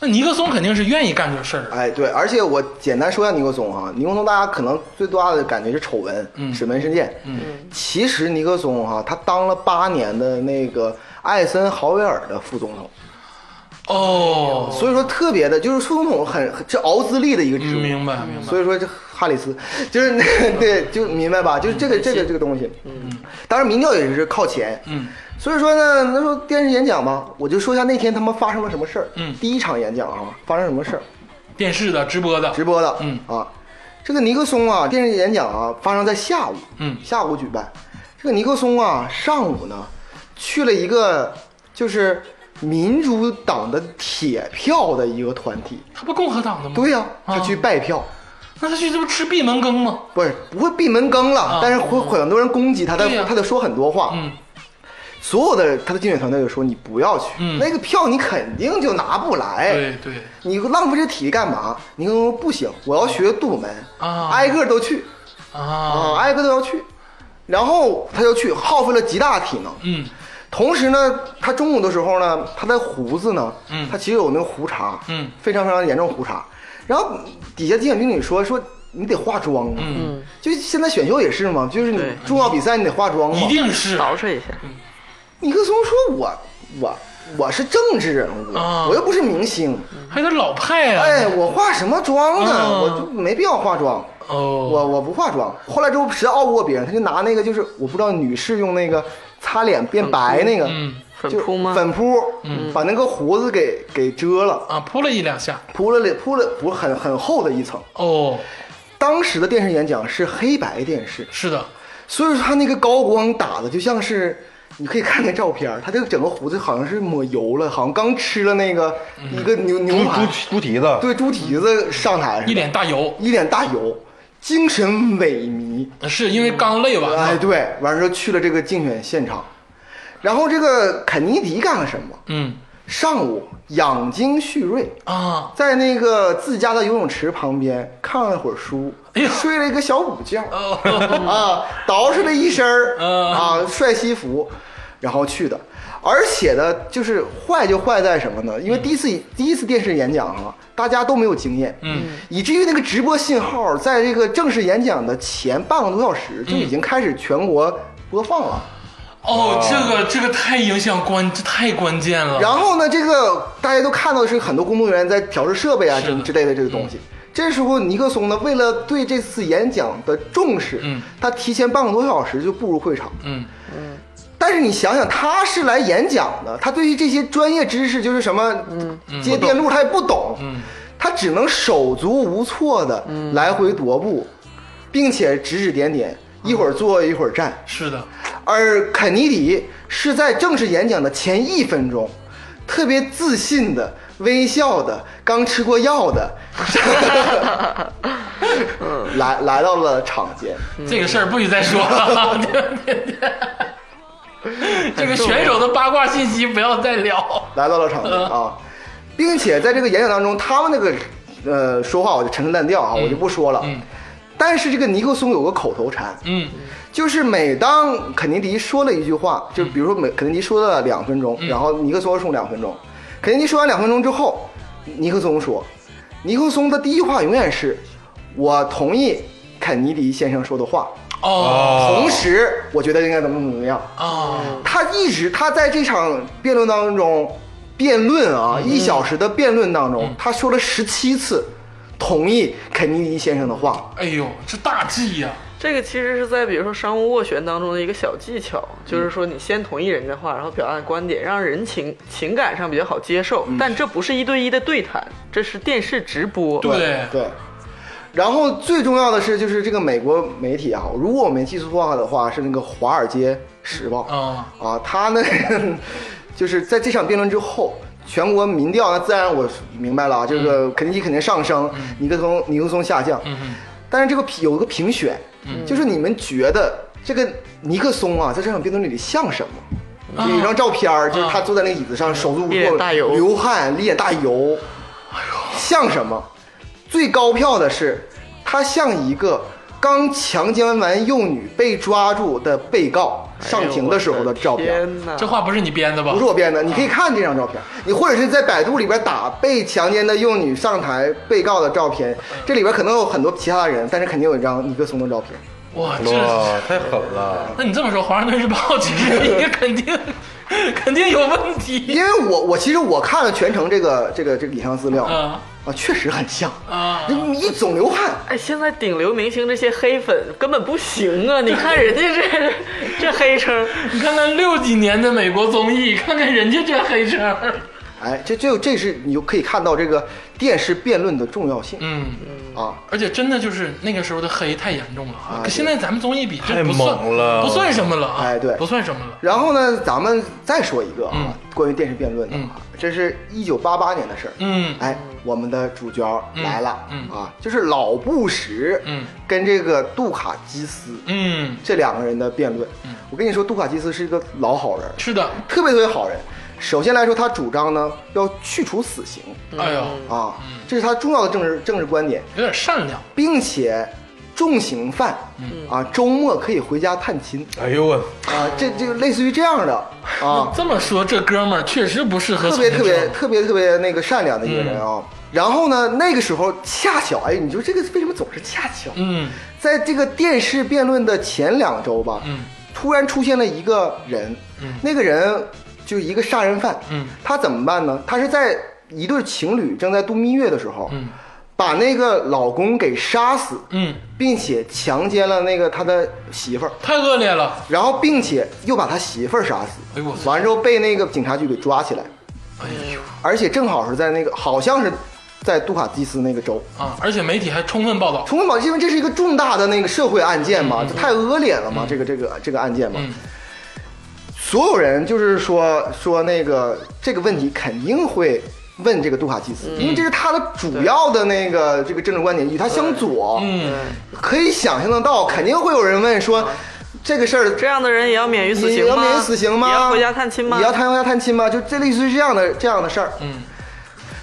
Speaker 1: 那尼克松肯定是愿意干这事儿的。
Speaker 4: 哎对，而且我简单说一下尼克松哈、尼克松大家可能最大的感觉是丑闻、
Speaker 1: 嗯
Speaker 4: 水门事件，嗯，其实尼克松哈、他当了八年的那个艾森豪威尔的副总统，
Speaker 1: 哦，
Speaker 4: 所以说特别的，就是副总统很很是熬资历的一个职务，
Speaker 1: 明白明白。
Speaker 4: 所以说这哈里斯就是那对，就明白吧？就是这个这个这个东西，嗯，当然民调也是靠前，
Speaker 1: 嗯，
Speaker 4: 所以说呢，那时候电视演讲吧，我就说一下那天他们发生了什么事儿。
Speaker 1: 嗯
Speaker 4: 第一场演讲啊，发生什么事儿？
Speaker 1: 电视的、直播的，
Speaker 4: 直播的，
Speaker 1: 嗯
Speaker 4: 啊，这个尼克松啊，电视演讲啊，发生在下午，
Speaker 1: 嗯
Speaker 4: 下午举办。这个尼克松啊，上午呢去了一个就是民主党的铁票的一个团体，
Speaker 1: 他不共和党的吗？
Speaker 4: 对呀、
Speaker 1: 啊
Speaker 4: 他去拜票。
Speaker 1: 那他去这不吃闭门羹吗？
Speaker 4: 不是不会闭门羹了，但是会会很多人攻击他，他
Speaker 1: 嗯对呀
Speaker 4: 他得说很多话。
Speaker 1: 嗯，
Speaker 4: 所有的他的竞选团队就说你不要去，
Speaker 1: 嗯
Speaker 4: 那个票你肯定就拿不来，
Speaker 1: 对对，
Speaker 4: 你浪费这体力干嘛？你跟我说不行，我要学杜鲁门，
Speaker 1: 啊
Speaker 4: 挨个都去
Speaker 1: 啊，
Speaker 4: 挨个都要去，然后他就去，耗费了极大体能。
Speaker 1: 嗯
Speaker 4: 同时呢，他中午的时候呢，他的胡子呢，
Speaker 1: 嗯
Speaker 4: 他其实有那个胡茬，
Speaker 1: 嗯
Speaker 4: 非常非常严重的胡茬。然后底下竞选经理说说你得化妆啊，
Speaker 1: 嗯，
Speaker 4: 就现在选秀也是嘛，就是你
Speaker 2: 对
Speaker 4: 重要比赛你得化妆嘛。
Speaker 1: 一定是
Speaker 4: 哎
Speaker 2: 捯饬一下，
Speaker 1: 嗯
Speaker 4: 尼克松说我我我是政治人物，
Speaker 1: 啊
Speaker 4: 我又不是明星，
Speaker 1: 还有点老派啊。
Speaker 4: 哎，我化什么妆呢？
Speaker 1: 啊
Speaker 4: 我就没必要化妆。
Speaker 1: 哦，
Speaker 4: 我我不化妆，后来之后实在拗不过别人，他就拿那个就是我不知道女士用那个擦脸变白那个，
Speaker 1: 嗯
Speaker 2: 粉
Speaker 4: 就
Speaker 2: 扑吗？嗯
Speaker 4: 粉扑，把那个胡子给给遮了，
Speaker 1: 啊，扑了一两下，
Speaker 4: 扑了里扑了不是很很厚的一层。
Speaker 1: 哦，
Speaker 4: 当时的电视演讲是黑白电视，
Speaker 1: 是的，
Speaker 4: 所以说他那个高光打的就像是，你可以看那照片儿，他这个整个胡子好像是抹油了，好像刚吃了那个
Speaker 1: 嗯
Speaker 4: 一个牛
Speaker 3: 猪
Speaker 4: 牛排
Speaker 3: 猪，猪蹄子，
Speaker 4: 对，猪蹄子上台似的
Speaker 1: 一脸大油，
Speaker 4: 一脸大油，精神萎靡。
Speaker 1: 是因为刚累完
Speaker 4: 哎，
Speaker 1: 了，
Speaker 4: 对，完事儿去了这个竞选现场，然后这个肯尼迪干了什么？
Speaker 1: 嗯
Speaker 4: 上午养精蓄锐，
Speaker 1: 啊，
Speaker 4: 在那个自家的游泳池旁边看了会儿书，
Speaker 1: 哎呦
Speaker 4: 睡了一个小午觉。
Speaker 1: 哦，
Speaker 4: 啊，捯饬了一身儿
Speaker 1: 嗯
Speaker 4: 啊，帅西服，然后去的。而且呢，就是坏就坏在什么呢？因为第一次第一次电视演讲啊，大家都没有经验，
Speaker 1: 嗯，
Speaker 4: 以至于那个直播信号在这个正式演讲的前半个多小时就已经开始全国播放了。
Speaker 1: 哦，这个这个太影响关，这太关键了，
Speaker 4: 然后呢，这个大家都看到的是很多工作人员在调试设备啊，
Speaker 1: 是
Speaker 4: 这
Speaker 1: 的嗯
Speaker 4: 之类的这个东西。这时候，尼克松呢，为了对这次演讲的重视，
Speaker 1: 嗯
Speaker 4: 他提前半个多小时就步入会场，
Speaker 1: 嗯，
Speaker 4: 但是你想想，他是来演讲的，他对于这些专业知识就是什么
Speaker 1: 嗯
Speaker 4: 接电路，他也不懂，他只能手足无措的来回踱步，并且指指点点，
Speaker 1: 嗯
Speaker 4: 一会儿坐一会儿站。
Speaker 1: 是的，
Speaker 4: 而肯尼迪是在正式演讲的前一分钟，特别自信的微笑的，刚吃过 药的，来来到了场间。
Speaker 1: 这个事儿不许再说了，
Speaker 4: 嗯
Speaker 1: 这个选手的八卦信息不要再聊，
Speaker 4: 来到了场地
Speaker 1: 嗯
Speaker 4: 啊，并且在这个演讲当中，他们那个呃说话我就陈词滥调啊，我就不说了。
Speaker 1: 嗯
Speaker 4: 但是这个尼克松有个口头禅，
Speaker 1: 嗯
Speaker 4: 就是每当肯尼迪说了一句话，就比如说每肯尼迪说了两分钟，然后尼克松说两分钟，肯尼迪说完两分钟之后，尼克松说，尼克松的第一句话永远是“我同意肯尼迪先生说的话”，
Speaker 1: 哦
Speaker 3: 哦，
Speaker 4: 同时我觉得应该怎么怎么样。
Speaker 1: 啊，
Speaker 4: 他一直他在这场辩论当中，辩论啊，一小时的辩论当中，他说了十七次同意肯尼迪先生的话。
Speaker 1: 哎呦，这大忌呀，
Speaker 2: 这个其实是在比如说商务斡旋当中的一个小技巧，
Speaker 1: 嗯
Speaker 2: 就是说你先同意人家话，然后表达观点，让人情情感上比较好接受。
Speaker 4: 嗯
Speaker 2: 但这不是一对一的对谈，这是电视直播。
Speaker 1: 对
Speaker 4: 对。然后最重要的是，就是这个美国媒体啊，如果我没记错的话，是那个《华尔街时报》
Speaker 1: 啊，
Speaker 4: 啊，他呢， 就是在这场辩论之后，全国民调，那自然我明白了
Speaker 1: 嗯
Speaker 4: 啊，这个肯尼基肯定上升，尼克松尼克松下降，
Speaker 1: 嗯
Speaker 4: 但是这个有一个评选，就是你们觉得这个尼克松啊，在这场辩论里像什
Speaker 1: 嗯
Speaker 4: 么？有一张照片儿，就是他坐在那个椅子上，手足无
Speaker 2: 一脸
Speaker 4: 措，
Speaker 2: 大油
Speaker 4: 流汗，一脸大油，
Speaker 1: 哎
Speaker 4: 像什么？最高票的是，他像一个刚强奸完幼女被抓住的被告
Speaker 2: 哎
Speaker 4: 上庭的时候的照片。
Speaker 2: 天哪，
Speaker 1: 这话不是你编的吧
Speaker 4: 不？是我编的，你可以看这张照片，你或者是在百度里边打“被强奸的幼女上台被告”的照片，这里边可能有很多其他的人，但是肯定有一张尼克松的照片。
Speaker 1: 哇，这。
Speaker 3: 哇，太狠了，
Speaker 1: 那你这么说，《华盛顿日报》其实 也肯定肯定有问题
Speaker 4: 因为我我其实我看了全程这个这个这个影像资料
Speaker 1: 啊
Speaker 4: 啊，确实很像，
Speaker 1: 啊！
Speaker 4: 你一总流汗，
Speaker 2: 哎，现在顶流明星这些黑粉根本不行啊！你看人家这 这黑称，
Speaker 1: 你看看六几年的美国综艺，看看人家这黑车儿，
Speaker 4: 哎，这这这是你就可以看到这个电视辩论的重要性
Speaker 1: 嗯，
Speaker 4: 啊。
Speaker 1: 而且真的就是那个时候的黑太严重了啊！
Speaker 4: 哎
Speaker 1: 可现在咱们综艺比这
Speaker 3: 太
Speaker 1: 不算
Speaker 3: 猛了
Speaker 1: 不算什么了啊！
Speaker 4: 哎对
Speaker 1: 不算什么了。
Speaker 4: 然后呢，咱们再说一个
Speaker 1: 嗯
Speaker 4: 啊，关于电视辩论的啊，这是一九八八年的事儿。
Speaker 1: 嗯
Speaker 4: 哎，我们的主角来了
Speaker 1: 嗯嗯
Speaker 4: 啊，就是老布什，
Speaker 1: 嗯，
Speaker 4: 跟这个杜卡基斯
Speaker 1: 嗯，
Speaker 4: 这两个人的辩论。我跟你说，杜卡基斯是一个老好人，
Speaker 1: 是的，
Speaker 4: 特别特别好人。首先来说，他主张呢要去除死刑
Speaker 1: 哎呦，
Speaker 4: 啊，这是他重要的政治政治观点，
Speaker 1: 有点善良，
Speaker 4: 并且重刑犯
Speaker 1: 嗯
Speaker 4: 啊周末可以回家探亲
Speaker 3: 哎呦我，
Speaker 4: 啊，这这个类似于这样的啊，
Speaker 1: 这么说这哥们儿确实不适合
Speaker 4: 特别
Speaker 1: 从
Speaker 4: 特
Speaker 1: 政
Speaker 4: 别特别特别那个善良的一个人啊、
Speaker 1: 嗯
Speaker 4: 然后呢，那个时候恰巧，哎，你说这个为什么总是恰巧？
Speaker 1: 嗯
Speaker 4: 在这个电视辩论的前两周吧，
Speaker 1: 嗯
Speaker 4: 突然出现了一个人，
Speaker 1: 嗯
Speaker 4: 那个人就是一个杀人犯，
Speaker 1: 嗯
Speaker 4: 他怎么办呢？他是在一对情侣正在度蜜月的时候，
Speaker 1: 嗯
Speaker 4: 把那个老公给杀死，
Speaker 1: 嗯，
Speaker 4: 并且强奸了那个他的媳妇儿，
Speaker 1: 太恶劣了。
Speaker 4: 然后并且又把他媳妇儿杀
Speaker 1: 哎
Speaker 4: 死
Speaker 1: 呦我，操
Speaker 4: 完之后被那个警察局给抓起来，
Speaker 1: 哎呦
Speaker 4: 而且正好是在那个好像是在杜卡基斯那个州。
Speaker 1: 啊！而且媒体还充分报道，
Speaker 4: 充分保因为这是一个重大的那个社会案件嘛，这太恶劣了嘛，这个这个这个案件嘛，
Speaker 1: 嗯
Speaker 4: 所有人就是说说那个这个问题肯定会问这个杜卡基斯，
Speaker 1: 嗯
Speaker 4: 因为这是他的主要的那个这个政治观点，与他相左，
Speaker 1: 嗯，
Speaker 4: 可以想象得到，肯定会有人问说这个事儿
Speaker 2: 这样的人也要免于死
Speaker 4: 你
Speaker 2: 刑吗？
Speaker 4: 要免于死刑吗？
Speaker 2: 也要回家探亲吗？
Speaker 4: 你要探回家探亲吗？就这类似于这样的这样的事儿。
Speaker 1: 嗯，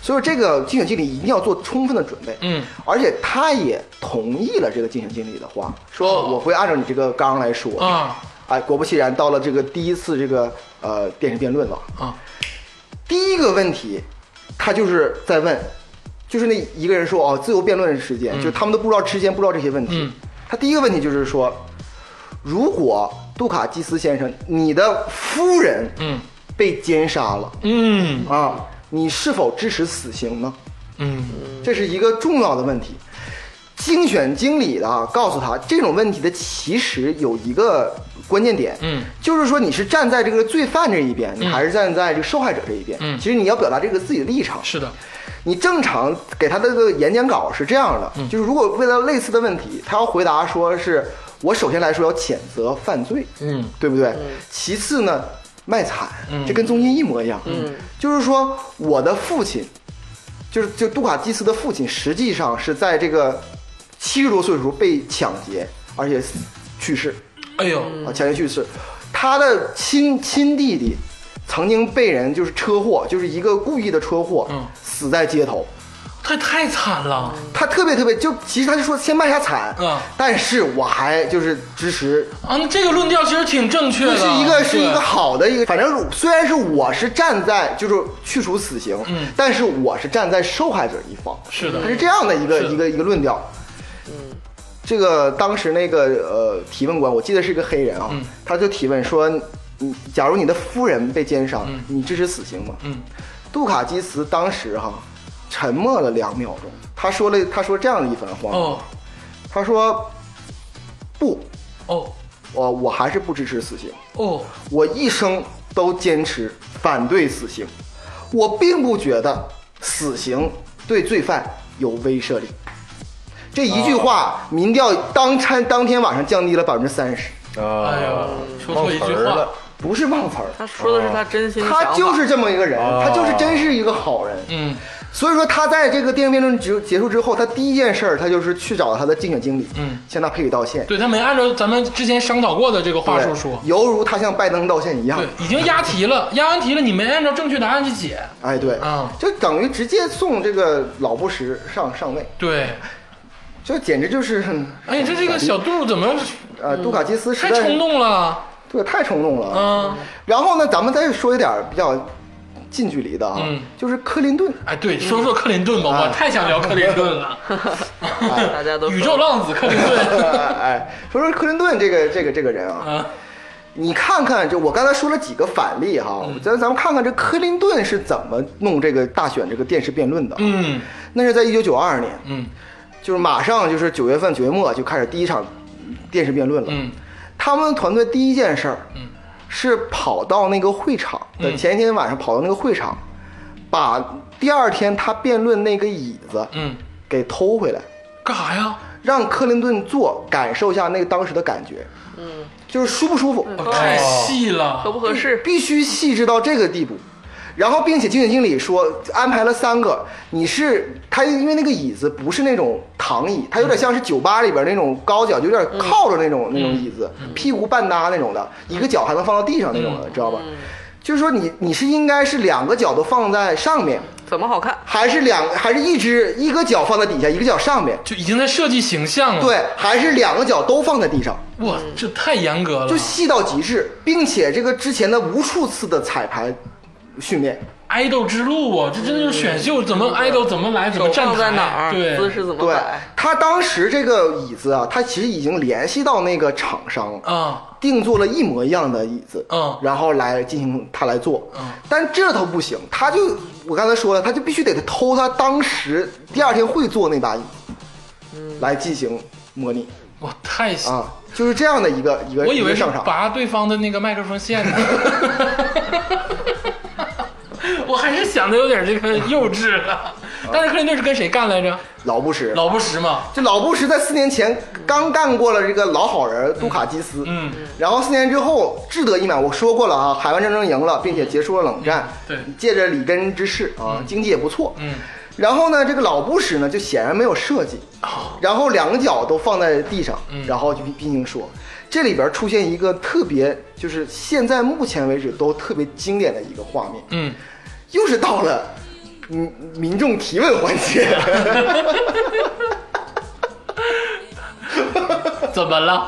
Speaker 4: 所以这个竞选经理一定要做充分的准备。
Speaker 1: 嗯，
Speaker 4: 而且他也同意了这个竞选经理的话，说
Speaker 2: 哦
Speaker 4: 我会按照你这个纲来说。
Speaker 2: 嗯
Speaker 1: 啊
Speaker 4: 哎，果不其然，到了这个第一次这个呃电视辩论了。
Speaker 1: 啊，
Speaker 4: 第一个问题，他就是在问，就是那一个人说哦，自由辩论时间，就是他们都不知道之间不知道这些问题。
Speaker 1: 嗯
Speaker 4: 他第一个问题就是说，如果杜卡基斯先生，你的夫人
Speaker 1: 嗯
Speaker 4: 被奸杀了、
Speaker 1: 嗯
Speaker 4: 啊，你是否支持死刑呢？
Speaker 1: 嗯，
Speaker 4: 这是一个重要的问题。竞选经理的啊，告诉他这种问题的其实有一个关键点，
Speaker 1: 嗯，
Speaker 4: 就是说你是站在这个罪犯这一边，你还是站在这个受害者这一边，
Speaker 1: 嗯
Speaker 4: 其实你要表达这个自己的立场。
Speaker 1: 是的，
Speaker 4: 你正常给他的这个演讲稿是这样的，
Speaker 1: 嗯
Speaker 4: 就是如果为了类似的问题，他要回答说是我首先来说要谴责犯罪，
Speaker 1: 嗯
Speaker 4: 对不对？其次呢，卖惨，这跟宗亲一模一样，嗯，就是说我的父亲，就是就杜卡基斯的父亲，实际上是在这个七十多岁的时候被抢劫，而且死去世，
Speaker 1: 哎呦，
Speaker 4: 啊，强行去世。他的亲亲弟弟曾经被人就是车祸，就是一个故意的车祸，
Speaker 1: 嗯
Speaker 4: 死在街头。
Speaker 1: 太太惨了，
Speaker 4: 他特别特别，就其实他就说先卖下惨，
Speaker 1: 嗯
Speaker 4: 但是我还就是支持，
Speaker 1: 啊，那这个论调其实挺正确
Speaker 4: 这
Speaker 1: 的，
Speaker 4: 是一个
Speaker 1: 对
Speaker 4: 是一个好的一个，反正虽然是我是站在就是去除死刑，
Speaker 1: 嗯
Speaker 4: 但是我是站在受害者一方，
Speaker 1: 是的
Speaker 4: 他是这样的一个
Speaker 1: 是的
Speaker 4: 一个一个论调。这个当时那个呃提问官，我记得是一个黑人
Speaker 1: 嗯
Speaker 4: 啊，他就提问说，你假如你的夫人被奸杀，你支持死刑吗？
Speaker 1: 嗯，
Speaker 4: 杜卡基斯当时哈、沉默了两秒钟，他说了他说这样的一番话，
Speaker 1: 哦
Speaker 4: 他说不，
Speaker 1: 哦
Speaker 4: 我我还是不支持死刑，
Speaker 1: 哦，
Speaker 4: 我一生都坚持反对死刑，我并不觉得死刑对罪犯有威慑力。这一句话，民调当天当天晚上降低了百分之三十，
Speaker 3: 啊，
Speaker 1: 哎呦说
Speaker 3: 忘
Speaker 1: 错一
Speaker 3: 词
Speaker 1: 句
Speaker 3: 儿
Speaker 1: 话
Speaker 3: 了，
Speaker 4: 不是忘词儿，
Speaker 2: 他说的是他真
Speaker 1: 哦
Speaker 2: 心的想法
Speaker 4: 他就是这么一个人，
Speaker 3: 哦
Speaker 4: 他就是真是一个好人。
Speaker 1: 嗯
Speaker 4: 所以说他在这个电影辩论结结束之后，他第一件事儿，他就是去找他的竞选经理，
Speaker 1: 嗯，
Speaker 4: 向他赔礼道歉，
Speaker 1: 对他没按照咱们之前商讨过的这个话术
Speaker 4: 对
Speaker 1: 说，
Speaker 4: 犹如他向拜登道歉一样
Speaker 1: 对。，已经押题了，押完题了，你没按照正确答案去解，
Speaker 4: 哎，对，
Speaker 1: 嗯
Speaker 4: 就等于直接送这个老布什上上位，
Speaker 1: 对，
Speaker 4: 这简直就是，
Speaker 1: 哎，这这个小杜怎么
Speaker 4: 呃，杜卡基斯实
Speaker 1: 太
Speaker 4: 在是
Speaker 1: 冲，动了？
Speaker 4: 对，太冲动了。
Speaker 1: 嗯，
Speaker 4: 然后呢，咱们再说一点比较近距离的啊，
Speaker 1: 嗯
Speaker 4: 就是克林顿，
Speaker 1: 哎，对，说说克林顿吧，我太想聊克林顿了。
Speaker 2: 大家都
Speaker 1: 宇宙浪子克林顿，
Speaker 4: 哎，说说克林顿这个这个这个人啊，
Speaker 1: 啊，
Speaker 4: 你看看这，我刚才说了几个反例哈，
Speaker 1: 嗯
Speaker 4: 咱咱们看看这克林顿是怎么弄这个大选这个电视辩论的。，
Speaker 1: 嗯
Speaker 4: 那是在一九九二年，
Speaker 1: 嗯
Speaker 4: 就是马上就是九月份九月末就开始第一场电视辩论了。
Speaker 1: 嗯，
Speaker 4: 他们团队第一件事儿，
Speaker 1: 嗯，
Speaker 4: 是跑到那个会场的前一天晚上跑到那个会场，把第二天他辩论那个椅子，
Speaker 1: 嗯，
Speaker 4: 给偷回来。
Speaker 1: 干啥呀？
Speaker 4: 让克林顿坐，感受一下那个当时的感觉，嗯，就是舒不舒服，
Speaker 1: 哦太细
Speaker 2: 合
Speaker 1: 了，
Speaker 2: 不合适？
Speaker 4: 必须细致到这个地步。然后，并且竞选经理说安排了三个，你是他，因为那个椅子不是那种躺椅，它有点像是酒吧里边那种高脚，就有点靠着那种、那种椅子，屁股半搭那种的，一个脚还能放到地上那种的，知道吧？就是说你你是应该是两个脚都放在上面，
Speaker 2: 怎么好看？
Speaker 4: 还是两还是一只一个脚放在底下，一个脚上面？
Speaker 1: 就已经在设计形象了。，
Speaker 4: 对，还是两个脚都放在地上？
Speaker 1: 哇，
Speaker 2: 嗯
Speaker 1: 这太严格了
Speaker 4: 就。细到极致，并且这个之前的无数次的彩排训练，
Speaker 1: 爱豆之路啊，这真的就是选秀，怎
Speaker 4: 嗯
Speaker 1: 么爱豆怎么来，怎么
Speaker 2: 手
Speaker 1: 站
Speaker 2: 放
Speaker 1: 台
Speaker 2: 在哪儿，
Speaker 1: 对，
Speaker 2: 姿势怎么
Speaker 4: 对
Speaker 2: 摆，
Speaker 4: 他当时这个椅子啊，他其实已经联系到那个厂商了
Speaker 1: 啊，
Speaker 4: 定做了一模一样的椅子，
Speaker 1: 嗯
Speaker 4: 然后来进行他来做，
Speaker 1: 嗯
Speaker 4: 但这头不行，他就我刚才说了，他就必须得偷他当时第二天会做那把椅子，
Speaker 1: 嗯
Speaker 4: 来进行模拟
Speaker 1: 我太喜，
Speaker 4: 啊，就是这样的一个一个
Speaker 1: 我以
Speaker 4: 一
Speaker 1: 为
Speaker 4: 个
Speaker 1: 是
Speaker 4: 上场，
Speaker 1: 拔对方的那个麦克风线 呢。我还是想的有点这个幼稚了，
Speaker 4: 啊
Speaker 1: 但是克林顿是跟谁干来着？
Speaker 4: 老布什，
Speaker 1: 老布什嘛，
Speaker 4: 这老布什在四年前刚干过了这个老好人杜卡基斯，
Speaker 1: 嗯，
Speaker 4: 然后四年之后志得意满。我说过了啊，海湾战争赢了，并且结束了冷战，
Speaker 1: 嗯
Speaker 4: 借着里根之势啊，经济也不错，
Speaker 1: 嗯。
Speaker 4: 然后呢，这个老布什呢就显然没有设计，
Speaker 1: 哦
Speaker 4: 然后两个脚都放在地上，
Speaker 1: 嗯
Speaker 4: 然后就毕竟说，这里边出现一个特别，就是现在目前为止都特别经典的一个画面，
Speaker 1: 嗯，
Speaker 4: 又是到了嗯民众提问环节。
Speaker 1: 嗯怎么了？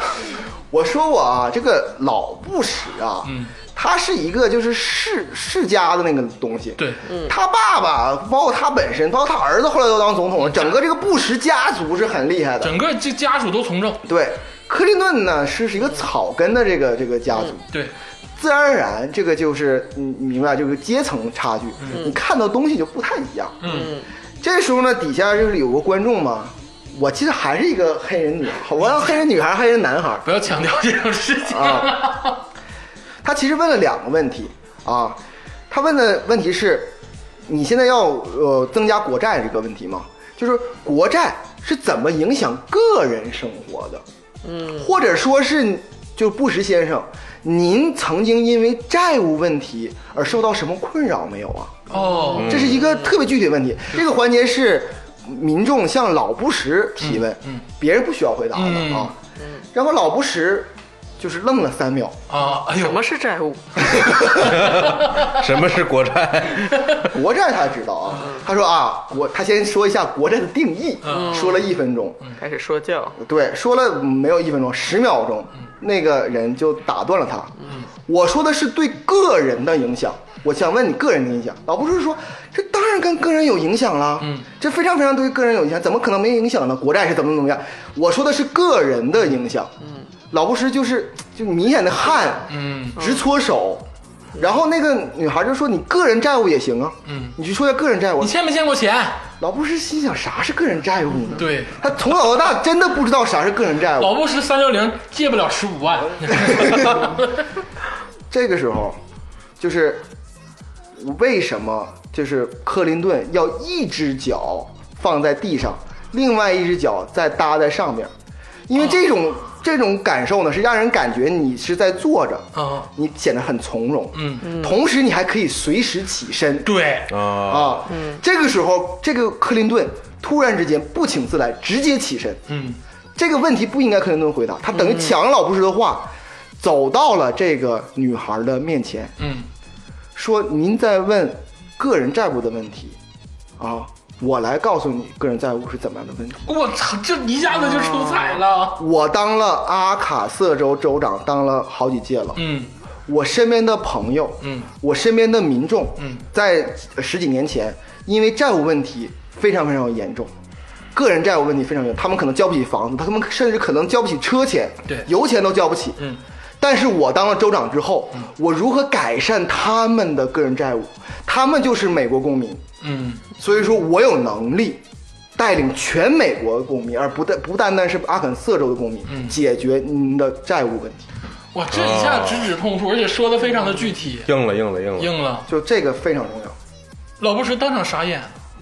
Speaker 4: 我说过啊，这个老布什啊，
Speaker 1: 嗯，
Speaker 4: 他是一个就是世世家的那个东西，
Speaker 1: 对，
Speaker 4: 他爸爸包括他本身，包括他儿子后来都当总统了，整个这个布什家族是很厉害
Speaker 1: 嗯
Speaker 4: 的。
Speaker 1: 整个这家属都从政，
Speaker 4: 对，克林顿呢是是一个草根的这个这个家族，
Speaker 1: 对，
Speaker 4: 自然而然这个就是嗯你你明白这个阶层差距，你看到东西就不太一样。
Speaker 1: 嗯
Speaker 4: 这时候呢，底下就是有个观众嘛，我其实还是一个黑人女孩，我要黑人女孩，黑人男孩。
Speaker 1: 不要强调这种事情。
Speaker 4: 啊他其实问了两个问题啊，他问的问题是，你现在要呃增加国债这个问题吗？就是国债是怎么影响个人生活的？嗯，或者说是就布什先生，您曾经因为债务问题而受到什么困扰没有啊？
Speaker 1: 哦，
Speaker 4: 这是一个特别具体的问题。这个环节是民众向老布什提问，
Speaker 1: 嗯嗯
Speaker 4: 别人不需要回答的、
Speaker 1: 嗯
Speaker 4: 啊。然后老布什就是愣了三秒，
Speaker 1: 啊，哎呦，
Speaker 2: 什么是债务？
Speaker 3: 什么是国债？
Speaker 4: 国债他知道啊，他说啊，国他先说一下国债的定义，说了一分钟，
Speaker 2: 开始说教，
Speaker 4: 对，说了没有一分钟，十秒钟，
Speaker 1: 嗯
Speaker 4: 那个人就打断了他。我说的是对个人的影响，我想问你个人的影响。老布什说，这当然跟个人有影响了，
Speaker 1: 嗯，
Speaker 4: 这非常非常对个人有影响，怎么可能没影响呢？国债是怎么怎么样？我说的是个人的影响，嗯，老布什就是就明显的汗，
Speaker 1: 嗯，
Speaker 4: 直搓手。然后那个女孩就说：“你个人债务也行啊，
Speaker 1: 嗯
Speaker 4: 你去说一下个人债务啊。
Speaker 1: 你欠没欠过钱？
Speaker 4: 老布什心想：啥是个人债务呢？
Speaker 1: 对
Speaker 4: 他从小到大真的不知道啥是个人债务。
Speaker 1: 老布什三六零借不了十五万，
Speaker 4: 这个时候，就是为什么就是克林顿要一只脚放在地上，另外一只脚再搭在上面？因为这种、这种感受呢，是让人感觉你是在坐着，
Speaker 1: 啊
Speaker 4: 你显得很从容，
Speaker 1: 嗯
Speaker 4: 同时你还可以随时起身，
Speaker 1: 对，
Speaker 3: 啊，
Speaker 4: 啊，这个时候，这个克林顿突然之间不请自来，直接起身。
Speaker 1: 嗯，
Speaker 4: 这个问题不应该克林顿回答，他等于抢了老布什的话，走到了这个女孩的面前，
Speaker 1: 嗯，
Speaker 4: 说：“您在问个人债务的问题，啊，我来告诉你个人债务是怎么样的问题。
Speaker 1: 我操，这一下子就出彩了，
Speaker 4: 我当了阿卡瑟州州长，当了好几届了，
Speaker 1: 嗯
Speaker 4: 我身边的朋友，
Speaker 1: 嗯，
Speaker 4: 我身边的民众，
Speaker 1: 嗯，
Speaker 4: 在十几年前，因为债务问题非常非常严重，个人债务问题非常严重，他们可能交不起房子，他们甚至可能交不起车钱，
Speaker 1: 对
Speaker 4: 油钱都交不起，
Speaker 1: 嗯。
Speaker 4: 但是我当了州长之后，我如何改善他们的个人债务？他们就是美国公民，
Speaker 1: 嗯
Speaker 4: 所以说我有能力带领全美国的公民，而不单不单单是阿肯色州的公民，
Speaker 1: 嗯
Speaker 4: 解决您的债务问题。
Speaker 1: 哇，这一下直指痛处，而且说的非常的具体，
Speaker 3: 硬了，硬了，硬了。
Speaker 1: 硬了。
Speaker 4: 就这个非常重要。
Speaker 1: 老布什当场傻眼，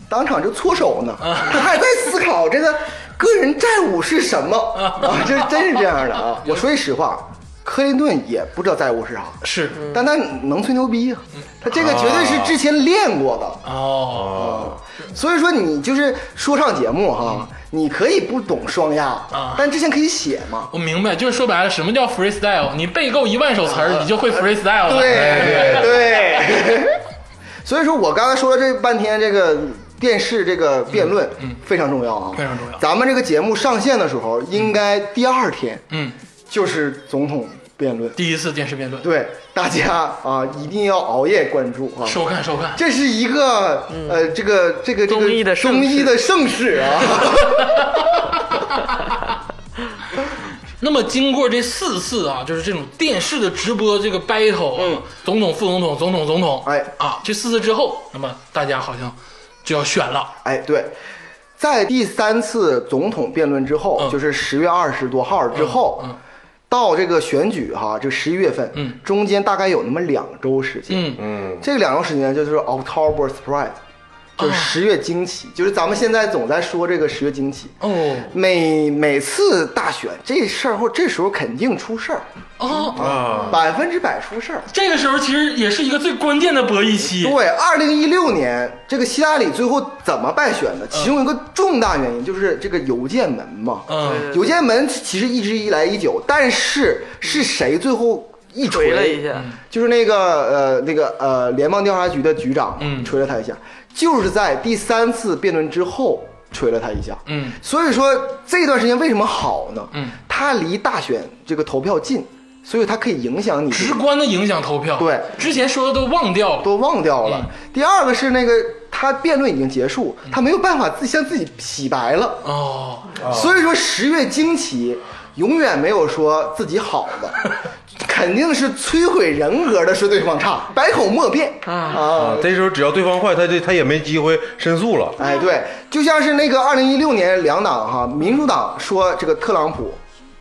Speaker 4: 当场就搓手呢，他还在思考这个个人债务是什么啊，这真是这样的啊！我说句实话，克林顿也不知道债务是啥，
Speaker 1: 是
Speaker 4: 但他能吹牛逼啊，他这个绝对是之前练过的。啊
Speaker 1: 哦，
Speaker 4: 所以说你就是说唱节目哈，你可以不懂双押
Speaker 1: 啊，
Speaker 4: 但之前可以写嘛。
Speaker 1: 我明白，就是说白了，什么叫 freestyle？你背够一万首词儿，你就会 freestyle 了。
Speaker 4: 哎对对。 所以说我刚才说了这半天，这个电视这个辩论非常重要啊，
Speaker 1: 非常重要
Speaker 4: 咱们这个节目上线的时候，应该第二天，
Speaker 1: 嗯，
Speaker 4: 就是总统辩论。
Speaker 1: 第一次电视辩论，
Speaker 4: 对大家啊，一定要熬夜关注啊！
Speaker 1: 收看收看，
Speaker 4: 这是一个呃，这个这个这个
Speaker 2: 综艺的盛世
Speaker 4: 综艺的盛世啊！
Speaker 1: 那么经过这四次啊，就是这种电视的直播这个 battle，、嗯、总统、副总统、总统、总统，
Speaker 4: 哎
Speaker 1: 啊，这四次之后，那么大家好像就要选了，
Speaker 4: 哎，对，在第三次总统辩论之后，
Speaker 1: 嗯
Speaker 4: 就是十月二十多号之后，
Speaker 1: 嗯嗯
Speaker 4: 到这个选举哈、这十一月份，
Speaker 1: 嗯
Speaker 4: 中间大概有那么两周时间，
Speaker 1: 嗯
Speaker 3: 嗯，
Speaker 4: 这两周时间就是 October Surprise，就是
Speaker 1: 哦
Speaker 4: 十月惊奇，就是咱们现在总在说这个十月惊奇。
Speaker 1: 哦
Speaker 4: 每每次大选这事儿或这时候肯定出事儿，
Speaker 1: 哦，
Speaker 3: 啊，
Speaker 4: 百分之百出事儿。
Speaker 1: 这个时候其实也是一个最关键的博弈期，
Speaker 4: 对，二零一六年这个希拉里最后怎么败选的？其中一个重大原因就是这个邮件门嘛。
Speaker 1: 嗯，
Speaker 4: 邮件门其实一直以来已久，但是是谁最后一
Speaker 2: 锤
Speaker 4: 锤嗯
Speaker 2: 了一下，
Speaker 4: 就是那个呃那个呃联邦调查局的局长，
Speaker 1: 嗯
Speaker 4: 捶了他一下，就是在第三次辩论之后捶了他一下，
Speaker 1: 嗯，
Speaker 4: 所以说这段时间为什么好呢？
Speaker 1: 嗯，
Speaker 4: 他离大选这个投票近，所以他可以影响你
Speaker 1: 直观的影响投票，
Speaker 4: 对
Speaker 1: 之前说的都忘掉了，
Speaker 4: 都忘掉了。
Speaker 1: 嗯
Speaker 4: 第二个是那个他辩论已经结束，他没有办法自己向自己洗白了。
Speaker 1: 哦，
Speaker 4: 所以说十月惊奇永远没有说自己好 的，肯定是摧毁人格的，说对方差，百口莫辩
Speaker 2: 啊
Speaker 3: 啊，这时候只要对方坏，他就他也没机会申诉了。
Speaker 4: 哎，对，就像是那个二零一六年两党哈，民主党说这个特朗普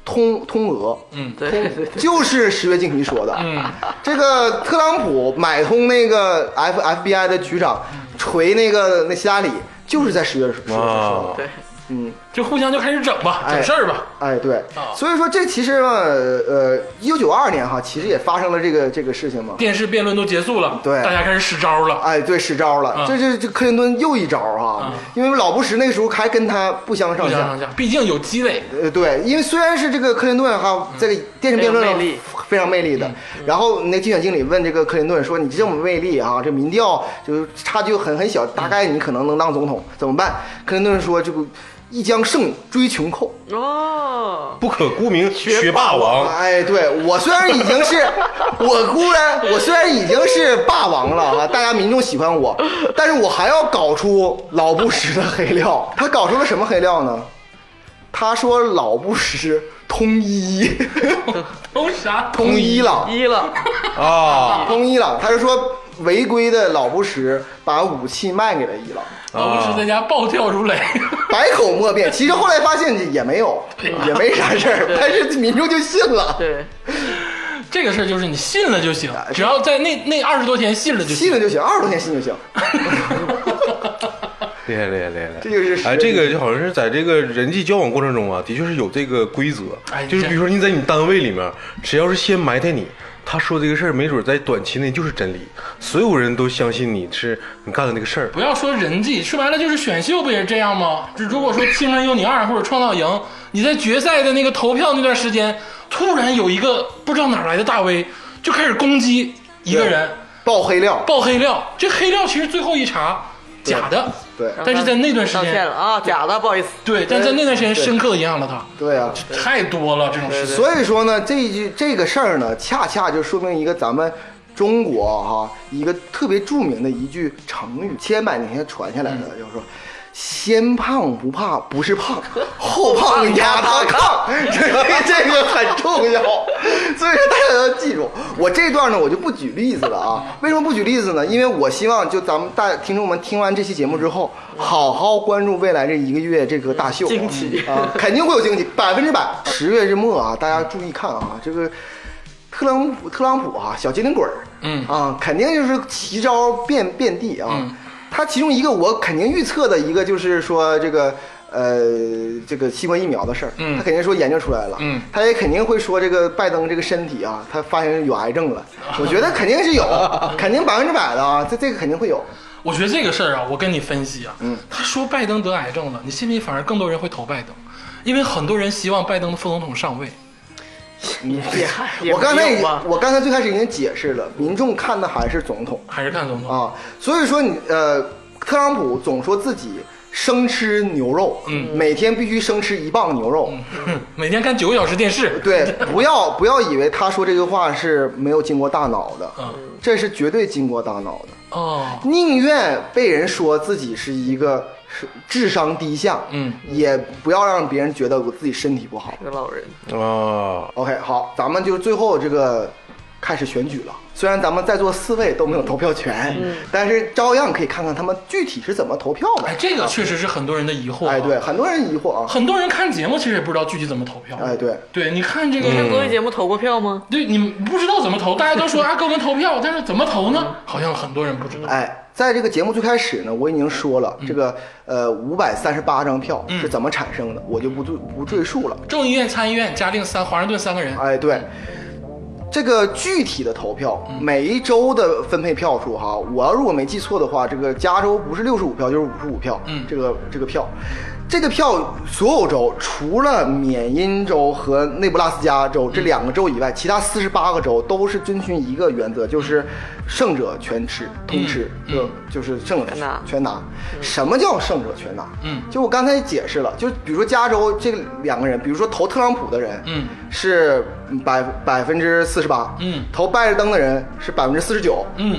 Speaker 4: 通通俄，
Speaker 1: 嗯，
Speaker 2: 对对对，
Speaker 4: 就是十月惊奇说的，
Speaker 1: 嗯，
Speaker 4: 这个特朗普买通那个 F FBI 的局长，锤那个那希拉里，就是在十月说说的
Speaker 3: 啊，
Speaker 2: 对，
Speaker 4: 嗯。
Speaker 1: 就互相就开始整吧，
Speaker 4: 哎
Speaker 1: 整事儿吧，
Speaker 4: 哎，对
Speaker 1: 啊，
Speaker 4: 所以说这其实嘛，呃，一九九二年哈，其实也发生了这个这个事情嘛。
Speaker 1: 电视辩论都结束了，
Speaker 4: 对
Speaker 1: 大家开始使招了，
Speaker 4: 哎，对，使招了，
Speaker 1: 嗯
Speaker 4: 这这这克林顿又一招哈、
Speaker 1: 嗯
Speaker 4: 因为老布什那个时候还跟他不相
Speaker 1: 互
Speaker 4: 上
Speaker 1: 相
Speaker 4: 下
Speaker 1: 上。下，毕竟有积累，
Speaker 4: 呃，对，因为虽然是这个克林顿哈，这个电视辩论
Speaker 2: 很有嗯魅力嗯
Speaker 4: 非常魅力的，然后那竞选经理问这个克林顿说：“你这么魅力哈，这民调就是差距很很小，大概你可能能当总统，怎么办？”克林顿说：“这个一将胜追穷寇。”
Speaker 2: 哦，
Speaker 3: 不可沽名，学霸王。
Speaker 4: 哎，对我虽然已经是，我固然我虽然已经是霸王了啊，大家民众喜欢我，但是我还要搞出老布什的黑料。他搞出了什么黑料呢？他说老布什通伊，
Speaker 1: 都啥
Speaker 4: 通伊朗，
Speaker 2: 一了，
Speaker 3: 啊
Speaker 4: 通伊朗，他是说违规的老布什把武器卖给了伊朗。
Speaker 1: 老布什在家暴跳如雷，
Speaker 4: 百口莫辩，其实后来发现也没有，也没啥事儿，但是民众就信了，
Speaker 2: 对，
Speaker 1: 这个事儿就是你信了就行，只要在那那二十多天信了就
Speaker 4: 信
Speaker 1: 行。
Speaker 4: 了就行，二十多天信就行。
Speaker 3: 厉害厉害厉害！厉害
Speaker 4: 这就是实
Speaker 3: 哎，
Speaker 4: 力
Speaker 3: 这个就好像是在这个人际交往过程中啊，的确是有这个规则
Speaker 1: 哎，
Speaker 3: 就是
Speaker 1: 这
Speaker 3: 比如说你在你单位里面，谁要是先埋汰你，他说这个事儿没准在短期内就是真理，所有人都相信你是你干的那个事儿。
Speaker 1: 不要说人际，说白了就是选秀不也是这样吗？就如果说《青春有你二》或者《创造营》，你在决赛的那个投票那段时间，突然有一个不知道哪来的大 V 就开始攻击一个人，
Speaker 4: 爆黑料，
Speaker 1: 爆黑料。这黑料其实最后一查，假的。
Speaker 4: 对
Speaker 1: 但是在那段时
Speaker 2: 道歉
Speaker 1: 间
Speaker 2: 了，啊，假的，不好意思，
Speaker 1: 对，但在那段时间深刻的影响了他，
Speaker 4: 对啊。
Speaker 1: 太多了这种事情。
Speaker 4: 所以说呢，这一句这个事儿呢，恰恰就说明一个咱们中国哈、一个特别著名的一句成语，千百年前传下来的，就是说。先胖不怕不是 胖，后胖压他炕，这个这个很重要，所以说大家要记住。我这段呢，我就不举例子了啊。为什么不举例子呢？因为我希望就咱们大听众们听完这期节目之后，好好关注未来这一个月这个大秀啊，
Speaker 2: 惊奇
Speaker 4: 啊，肯定会有惊喜，百分之百。十月之末啊，大家注意看啊，这个特朗普特朗普啊，小机灵鬼儿，
Speaker 1: 嗯
Speaker 4: 啊，肯定就是奇招遍遍地啊。
Speaker 1: 嗯
Speaker 4: 他其中一个我肯定预测的一个就是说这个。呃，这个新冠疫苗的事儿，
Speaker 1: 嗯
Speaker 4: 他肯定说研究出来了，
Speaker 1: 嗯
Speaker 4: 他也肯定会说这个拜登这个身体啊，他发现有癌症了，我觉得肯定 是有，肯定百分之百的啊，这这个肯定会有，
Speaker 1: 我觉得这个事儿啊，我跟你分析啊，
Speaker 4: 嗯
Speaker 1: 他说拜登得癌症了，你信不信？反而更多人会投拜登，因为很多人希望拜登的副总统上位。
Speaker 2: 也也
Speaker 4: 我刚才
Speaker 2: 没
Speaker 4: 已
Speaker 2: 有吧
Speaker 4: 我刚才最开始已经解释了，民众看的还是总统，哦
Speaker 1: 还是看总统。
Speaker 4: 啊，所以说你呃，特朗普总说自己生吃牛肉，嗯，每天必须生吃一磅牛肉，
Speaker 1: 每天看九个小时电视，
Speaker 4: 对，不要不要以为他说这个话是没有经过大脑的，这是绝对经过大脑的，
Speaker 1: 哦，
Speaker 4: 宁愿被人说自己是一个是智商低下，
Speaker 1: 嗯，
Speaker 4: 也不要让别人觉得我自己身体不好。
Speaker 2: 这个老人，
Speaker 1: 嗯
Speaker 3: 啊，
Speaker 4: OK，好，咱们就最后这个开始选举了。虽然咱们在座四位都没有投票权，但是照样可以看看他们具体是怎么投票的
Speaker 1: 嗯哎，。这个确实是很多人的疑惑、啊
Speaker 4: 哎，对，，很多人疑惑啊。
Speaker 1: 很多人看节目其实也不知道具体怎么投票，
Speaker 4: 哎，对，嗯
Speaker 1: 对，你看这个，
Speaker 2: 综艺节目投过票吗？
Speaker 1: 对，你们不知道怎么投，大家都说啊，给我们投票，但是怎么投
Speaker 4: 嗯
Speaker 1: 呢？好像很多人不知道。
Speaker 4: 哎，在这个节目最开始呢，我已经说了，这个呃五百三十八张票
Speaker 1: 嗯
Speaker 4: 是怎么产生的，我就不赘不赘述了。
Speaker 1: 众议院、参议院加令三华盛顿三个人，
Speaker 4: 哎，对，这个具体的投票，
Speaker 1: 嗯
Speaker 4: 每一周的分配票数哈，我要如果没记错的话，这个加州不是六十五票就是五十五票，
Speaker 1: 嗯
Speaker 4: 这个这个票，这个票所有州除了缅因州和内布拉斯加
Speaker 1: 嗯
Speaker 4: 州这两个州以外，其他四十八个州都是遵循一个原则，就是胜者全吃通吃，
Speaker 1: 嗯
Speaker 4: 就就是胜者
Speaker 2: 全拿
Speaker 4: 全拿。什么叫胜者全拿？
Speaker 1: 嗯
Speaker 4: 就我刚才解释了，就比如说加州这两个人，比如说投特朗普的人，
Speaker 1: 嗯，
Speaker 4: 是百百分之四十八，
Speaker 1: 嗯
Speaker 4: 投拜登的人是百分之四十九，
Speaker 1: 嗯，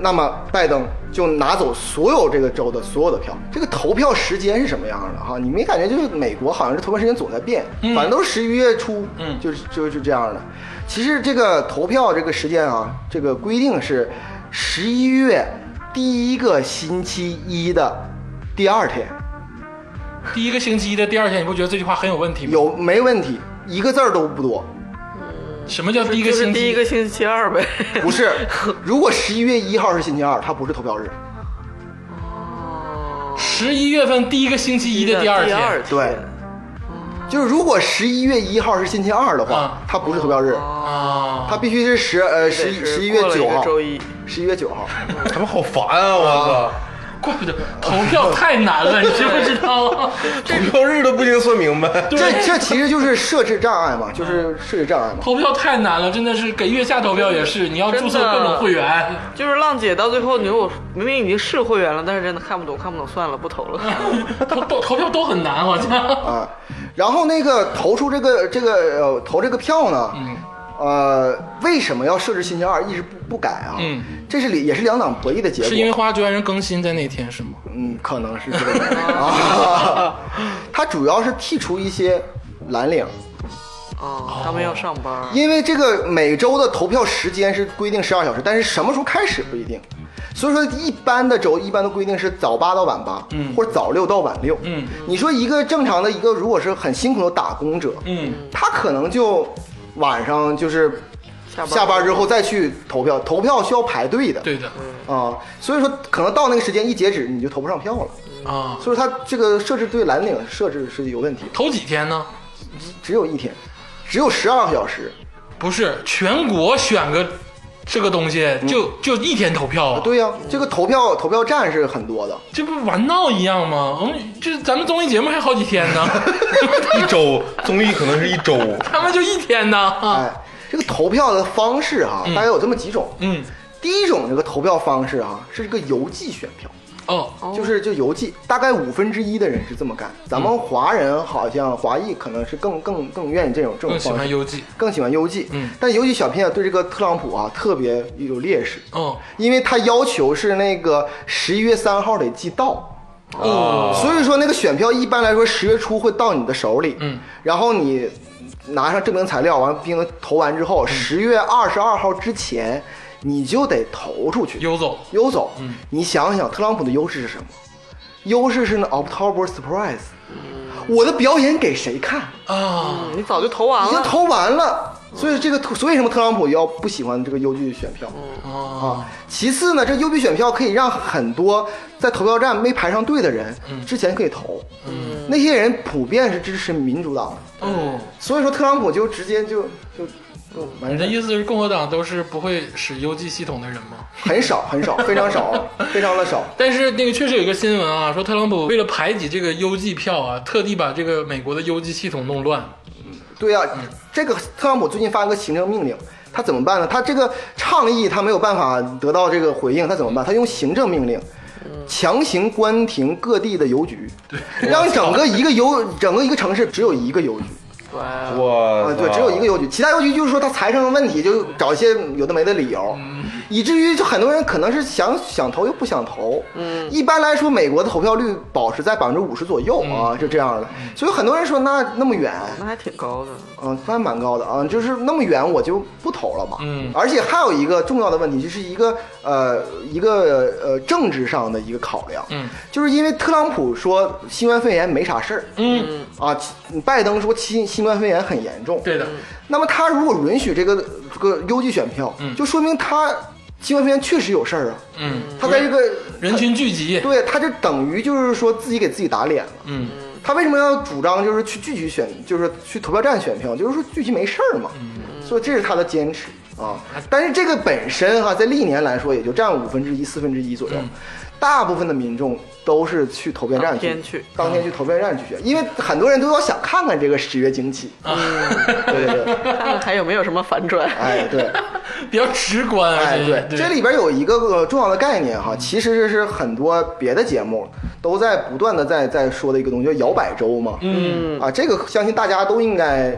Speaker 4: 那么拜登就拿走所有这个州的所有的票。这个投票时间是什么样的哈？你没感觉就是美国好像是投票时间总在变，
Speaker 1: 嗯
Speaker 4: 反正都是十一月初，
Speaker 1: 嗯
Speaker 4: 就是就就这样的。其实这个投票这个时间啊，这个规定是十一月第一个星期一的第二天，
Speaker 1: 第一个星期的第二天，你不觉得这句话很有问题吗？
Speaker 4: 有没问题，一个字儿都不多。
Speaker 1: 什么叫第一个
Speaker 2: 就是
Speaker 1: 星期？
Speaker 2: 第一个星期二呗。
Speaker 4: 不是，如果十一月一号是星期二，它不是投票日。
Speaker 1: 十一月份第一个星期一的第二
Speaker 2: 第
Speaker 1: 天，
Speaker 4: 对，就是如果十一月一号是星期二的话
Speaker 1: 啊，
Speaker 4: 它不是投票日，
Speaker 1: 啊，
Speaker 4: 它必须是十呃十一十一月九
Speaker 2: 过了一个
Speaker 4: 号，
Speaker 2: 周一，
Speaker 4: 十一月九号。
Speaker 3: 他们好烦啊！我
Speaker 1: 怪不得投票太难了，你知不知道？
Speaker 3: 操，投票日都不一定算明白。
Speaker 4: 这
Speaker 1: 对，啊
Speaker 4: 这其实就是设置障碍嘛，就是设置障碍嘛。
Speaker 1: 投票太难了，真的是给月下投票也是，你要注册
Speaker 2: 真的
Speaker 1: 各种会员。
Speaker 2: 就是浪姐到最后，你说我明明已经是会员了，但是真的看不懂，看不懂，算了，不投了。
Speaker 1: 投投投票都很难，好像。
Speaker 4: 啊，然后那个投出这个这个呃投这个票呢，
Speaker 1: 嗯
Speaker 4: 呃，为什么要设置星期二，一直不不改啊？
Speaker 1: 嗯，
Speaker 4: 这是里也是两党博弈的结果。
Speaker 1: 是因为花椒人更新在那天是吗？
Speaker 4: 嗯，可能是这个原因啊。 它主要是剔除一些蓝领，
Speaker 2: 哦，他们要上班。
Speaker 4: 因为这个每周的投票时间是规定十二小时，但是什么时候开始不一定。所以说，一般的州一般的规定是早八到晚八，
Speaker 1: 嗯
Speaker 4: 或者早六到晚六。
Speaker 1: 嗯，
Speaker 4: 你说一个正常的一个，如果是很辛苦的打工者，
Speaker 1: 嗯，
Speaker 4: 他可能就晚上就是
Speaker 2: 下班
Speaker 4: 下班之后再去投票，投票需要排队的。
Speaker 1: 对的
Speaker 4: 啊，所以说可能到那个时间一截止，你就投不上票了。
Speaker 1: 啊。
Speaker 4: 所以说他这个设置对蓝领设置是有问题，
Speaker 1: 投几天呢？
Speaker 4: 只有一天，只有十二个小时。
Speaker 1: 不是全国选个这个东西就、就一天投票啊？，
Speaker 4: 对呀、这个投票投票站是很多的。
Speaker 1: 这不玩闹一样吗？我们这咱们综艺节目还好几天呢，
Speaker 3: 一周综艺可能是一周，
Speaker 1: 他们就一天呢。啊，
Speaker 4: 哎，这个投票的方式哈、大概有这么几种。
Speaker 1: 嗯，
Speaker 4: 第一种这个投票方式哈、是这个邮寄选票，
Speaker 1: 哦，
Speaker 4: 就是就邮寄，大概五分之一的人是这么干。咱们华人好像华裔可能是更更更愿意这种这种
Speaker 1: 更喜
Speaker 4: 方
Speaker 1: 欢
Speaker 4: 式，
Speaker 1: 邮寄。
Speaker 4: 更喜欢邮寄。
Speaker 1: 嗯
Speaker 4: 但邮寄小票对这个特朗普啊特别有劣势，
Speaker 1: 哦，
Speaker 4: 因为他要求是那个十一月三号得寄到。
Speaker 3: 哦
Speaker 4: 所以说那个选票一般来说十月初会到你的手里，
Speaker 1: 嗯，
Speaker 4: 然后你拿上证明材料，完并投完之
Speaker 1: 嗯
Speaker 4: 后，十、月二十二号之前你就得投出去，
Speaker 1: 邮走。
Speaker 4: 邮走。
Speaker 1: 嗯
Speaker 4: 你想想，特朗普的优势是什么？优势是那 October Surprise，、我的表演给谁看？
Speaker 1: 啊，
Speaker 2: 嗯你早就投完
Speaker 4: 已经
Speaker 2: 了。
Speaker 4: 投完了，所以这个所以为什么特朗普要不喜欢这个邮寄选票？
Speaker 1: 哦，
Speaker 4: 啊，其次呢，这邮寄选票可以让很多在投票站没排上队的人，之前可以投。嗯，那些人普遍是支持民主党的，
Speaker 1: 哦，
Speaker 4: 所以说特朗普就直接就就就完
Speaker 1: 你的
Speaker 4: 事，
Speaker 1: 意思是共和党都是不会使邮寄系统的人吗？
Speaker 4: 很少很少，非常少，非常的少。
Speaker 1: 但是那个确实有一个新闻啊，说特朗普为了排挤这个邮寄票啊，特地把这个美国的邮寄系统弄乱。
Speaker 4: 对啊，这个特朗普最近发了个行政命令，他怎么办呢？他这个倡议他没有办法得到这个回应，他怎么办？他用行政命令。强行关停各地的邮局，让整个一个邮整个一个城市只有一个邮局。
Speaker 3: 我呃
Speaker 4: 啊，对，只有一个邮局，其他邮局就是说他财政问题，就找一些有的没的理由，以至于就很多人可能是想想投又不想投。嗯，一般来说，美国的投票率保持在百分之五十左右啊，是这样的。所以很多人说，那那么远，
Speaker 2: 那还挺高的。
Speaker 4: 嗯，算蛮高的啊，就是那么远我就不投了吧。
Speaker 1: 嗯
Speaker 4: 而且还有一个重要的问题，就是一个呃一个呃政治上的一个考量。
Speaker 1: 嗯，
Speaker 4: 就是因为特朗普说新冠肺炎没啥事儿，
Speaker 1: 嗯，
Speaker 4: 啊，其拜登说新新冠肺炎很严重。
Speaker 1: 对的，
Speaker 4: 那么他如果允许这个这个邮寄选票，
Speaker 1: 嗯
Speaker 4: 就说明他新冠肺炎确实有事儿啊。
Speaker 1: 嗯，
Speaker 4: 他在这个
Speaker 1: 人群聚集，
Speaker 4: 对，他就等于就是说自己给自己打脸了。
Speaker 1: 嗯，
Speaker 4: 他为什么要主张就是去聚集选，就是去投票站选票，就是说聚集没事儿嘛，所以这是他的坚持啊。但是这个本身哈、在历年来说也就占五分之一、四分之一左右，大部分的民众都是去投票站
Speaker 2: 当天去
Speaker 4: 当天去投票站去选，因为很多人都要想看看这个十月惊奇。嗯对对对，
Speaker 2: 看看还有没有什么反转。
Speaker 4: 哎对。
Speaker 1: 比较直观，而
Speaker 4: 哎，
Speaker 1: 且
Speaker 4: 对，
Speaker 1: 对
Speaker 4: 这里边有一个呃重要的概念哈，其实这是很多别的节目都在不断的在在说的一个东西，叫摇摆州嘛。嗯，啊，这个相信大家都应该。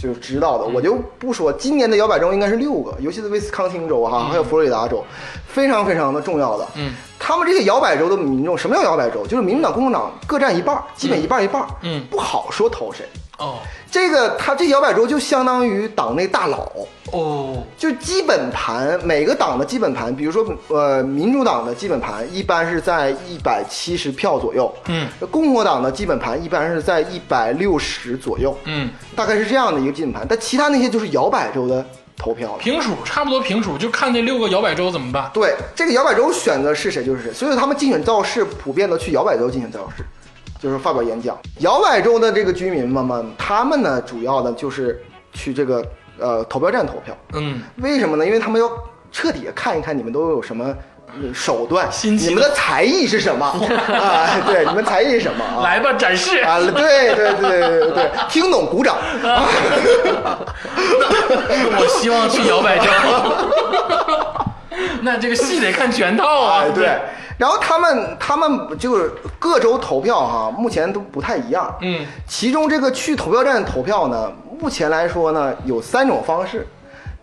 Speaker 4: 就知道的，我就不说。今年的摇摆州应该是六个，尤其是威斯康星州哈，还有佛罗里达州，非常非常的重要的。
Speaker 1: 嗯，
Speaker 4: 他们这些摇摆州的民众，什么叫摇摆州？就是民主党、共和党各占一半儿，基本一半儿一半儿。
Speaker 1: 嗯
Speaker 4: 不好说投谁。
Speaker 1: 哦
Speaker 4: 这个他这摇摆州就相当于党内大佬。
Speaker 1: 哦，
Speaker 4: 就基本盘，每个党的基本盘，比如说呃，民主党的基本盘一般是在一百七十票左右，
Speaker 1: 嗯，
Speaker 4: 共和党的基本盘一般是在一百六十左右，
Speaker 1: 嗯，
Speaker 4: 大概是这样的一个基本盘。但其他那些就是摇摆州的投票了。
Speaker 1: 平数差不多平数，就看这六个摇摆州怎么办。
Speaker 4: 对，这个摇摆州选择是谁就是谁，所以他们竞选造势普遍的去摇摆州竞选造势，就是发表演讲。摇摆州的这个居民们嘛，他们呢主要呢就是去这个呃投票站投票，
Speaker 1: 嗯，
Speaker 4: 为什么呢？因为他们要彻底看一看你们都有什么呃手段，
Speaker 1: 新奇的
Speaker 4: 你们的才艺是什么啊？对，你们才艺是什么啊？
Speaker 1: 来吧，展示。
Speaker 4: 啊，对对对对对对，听懂鼓掌。
Speaker 1: 我希望去摇摆 州。 那这个戏得看全套啊。
Speaker 4: 哎，对。然后他们他们就是各州投票哈、目前都不太一样。
Speaker 1: 嗯，
Speaker 4: 其中这个去投票站投票呢，目前来说呢有三种方式。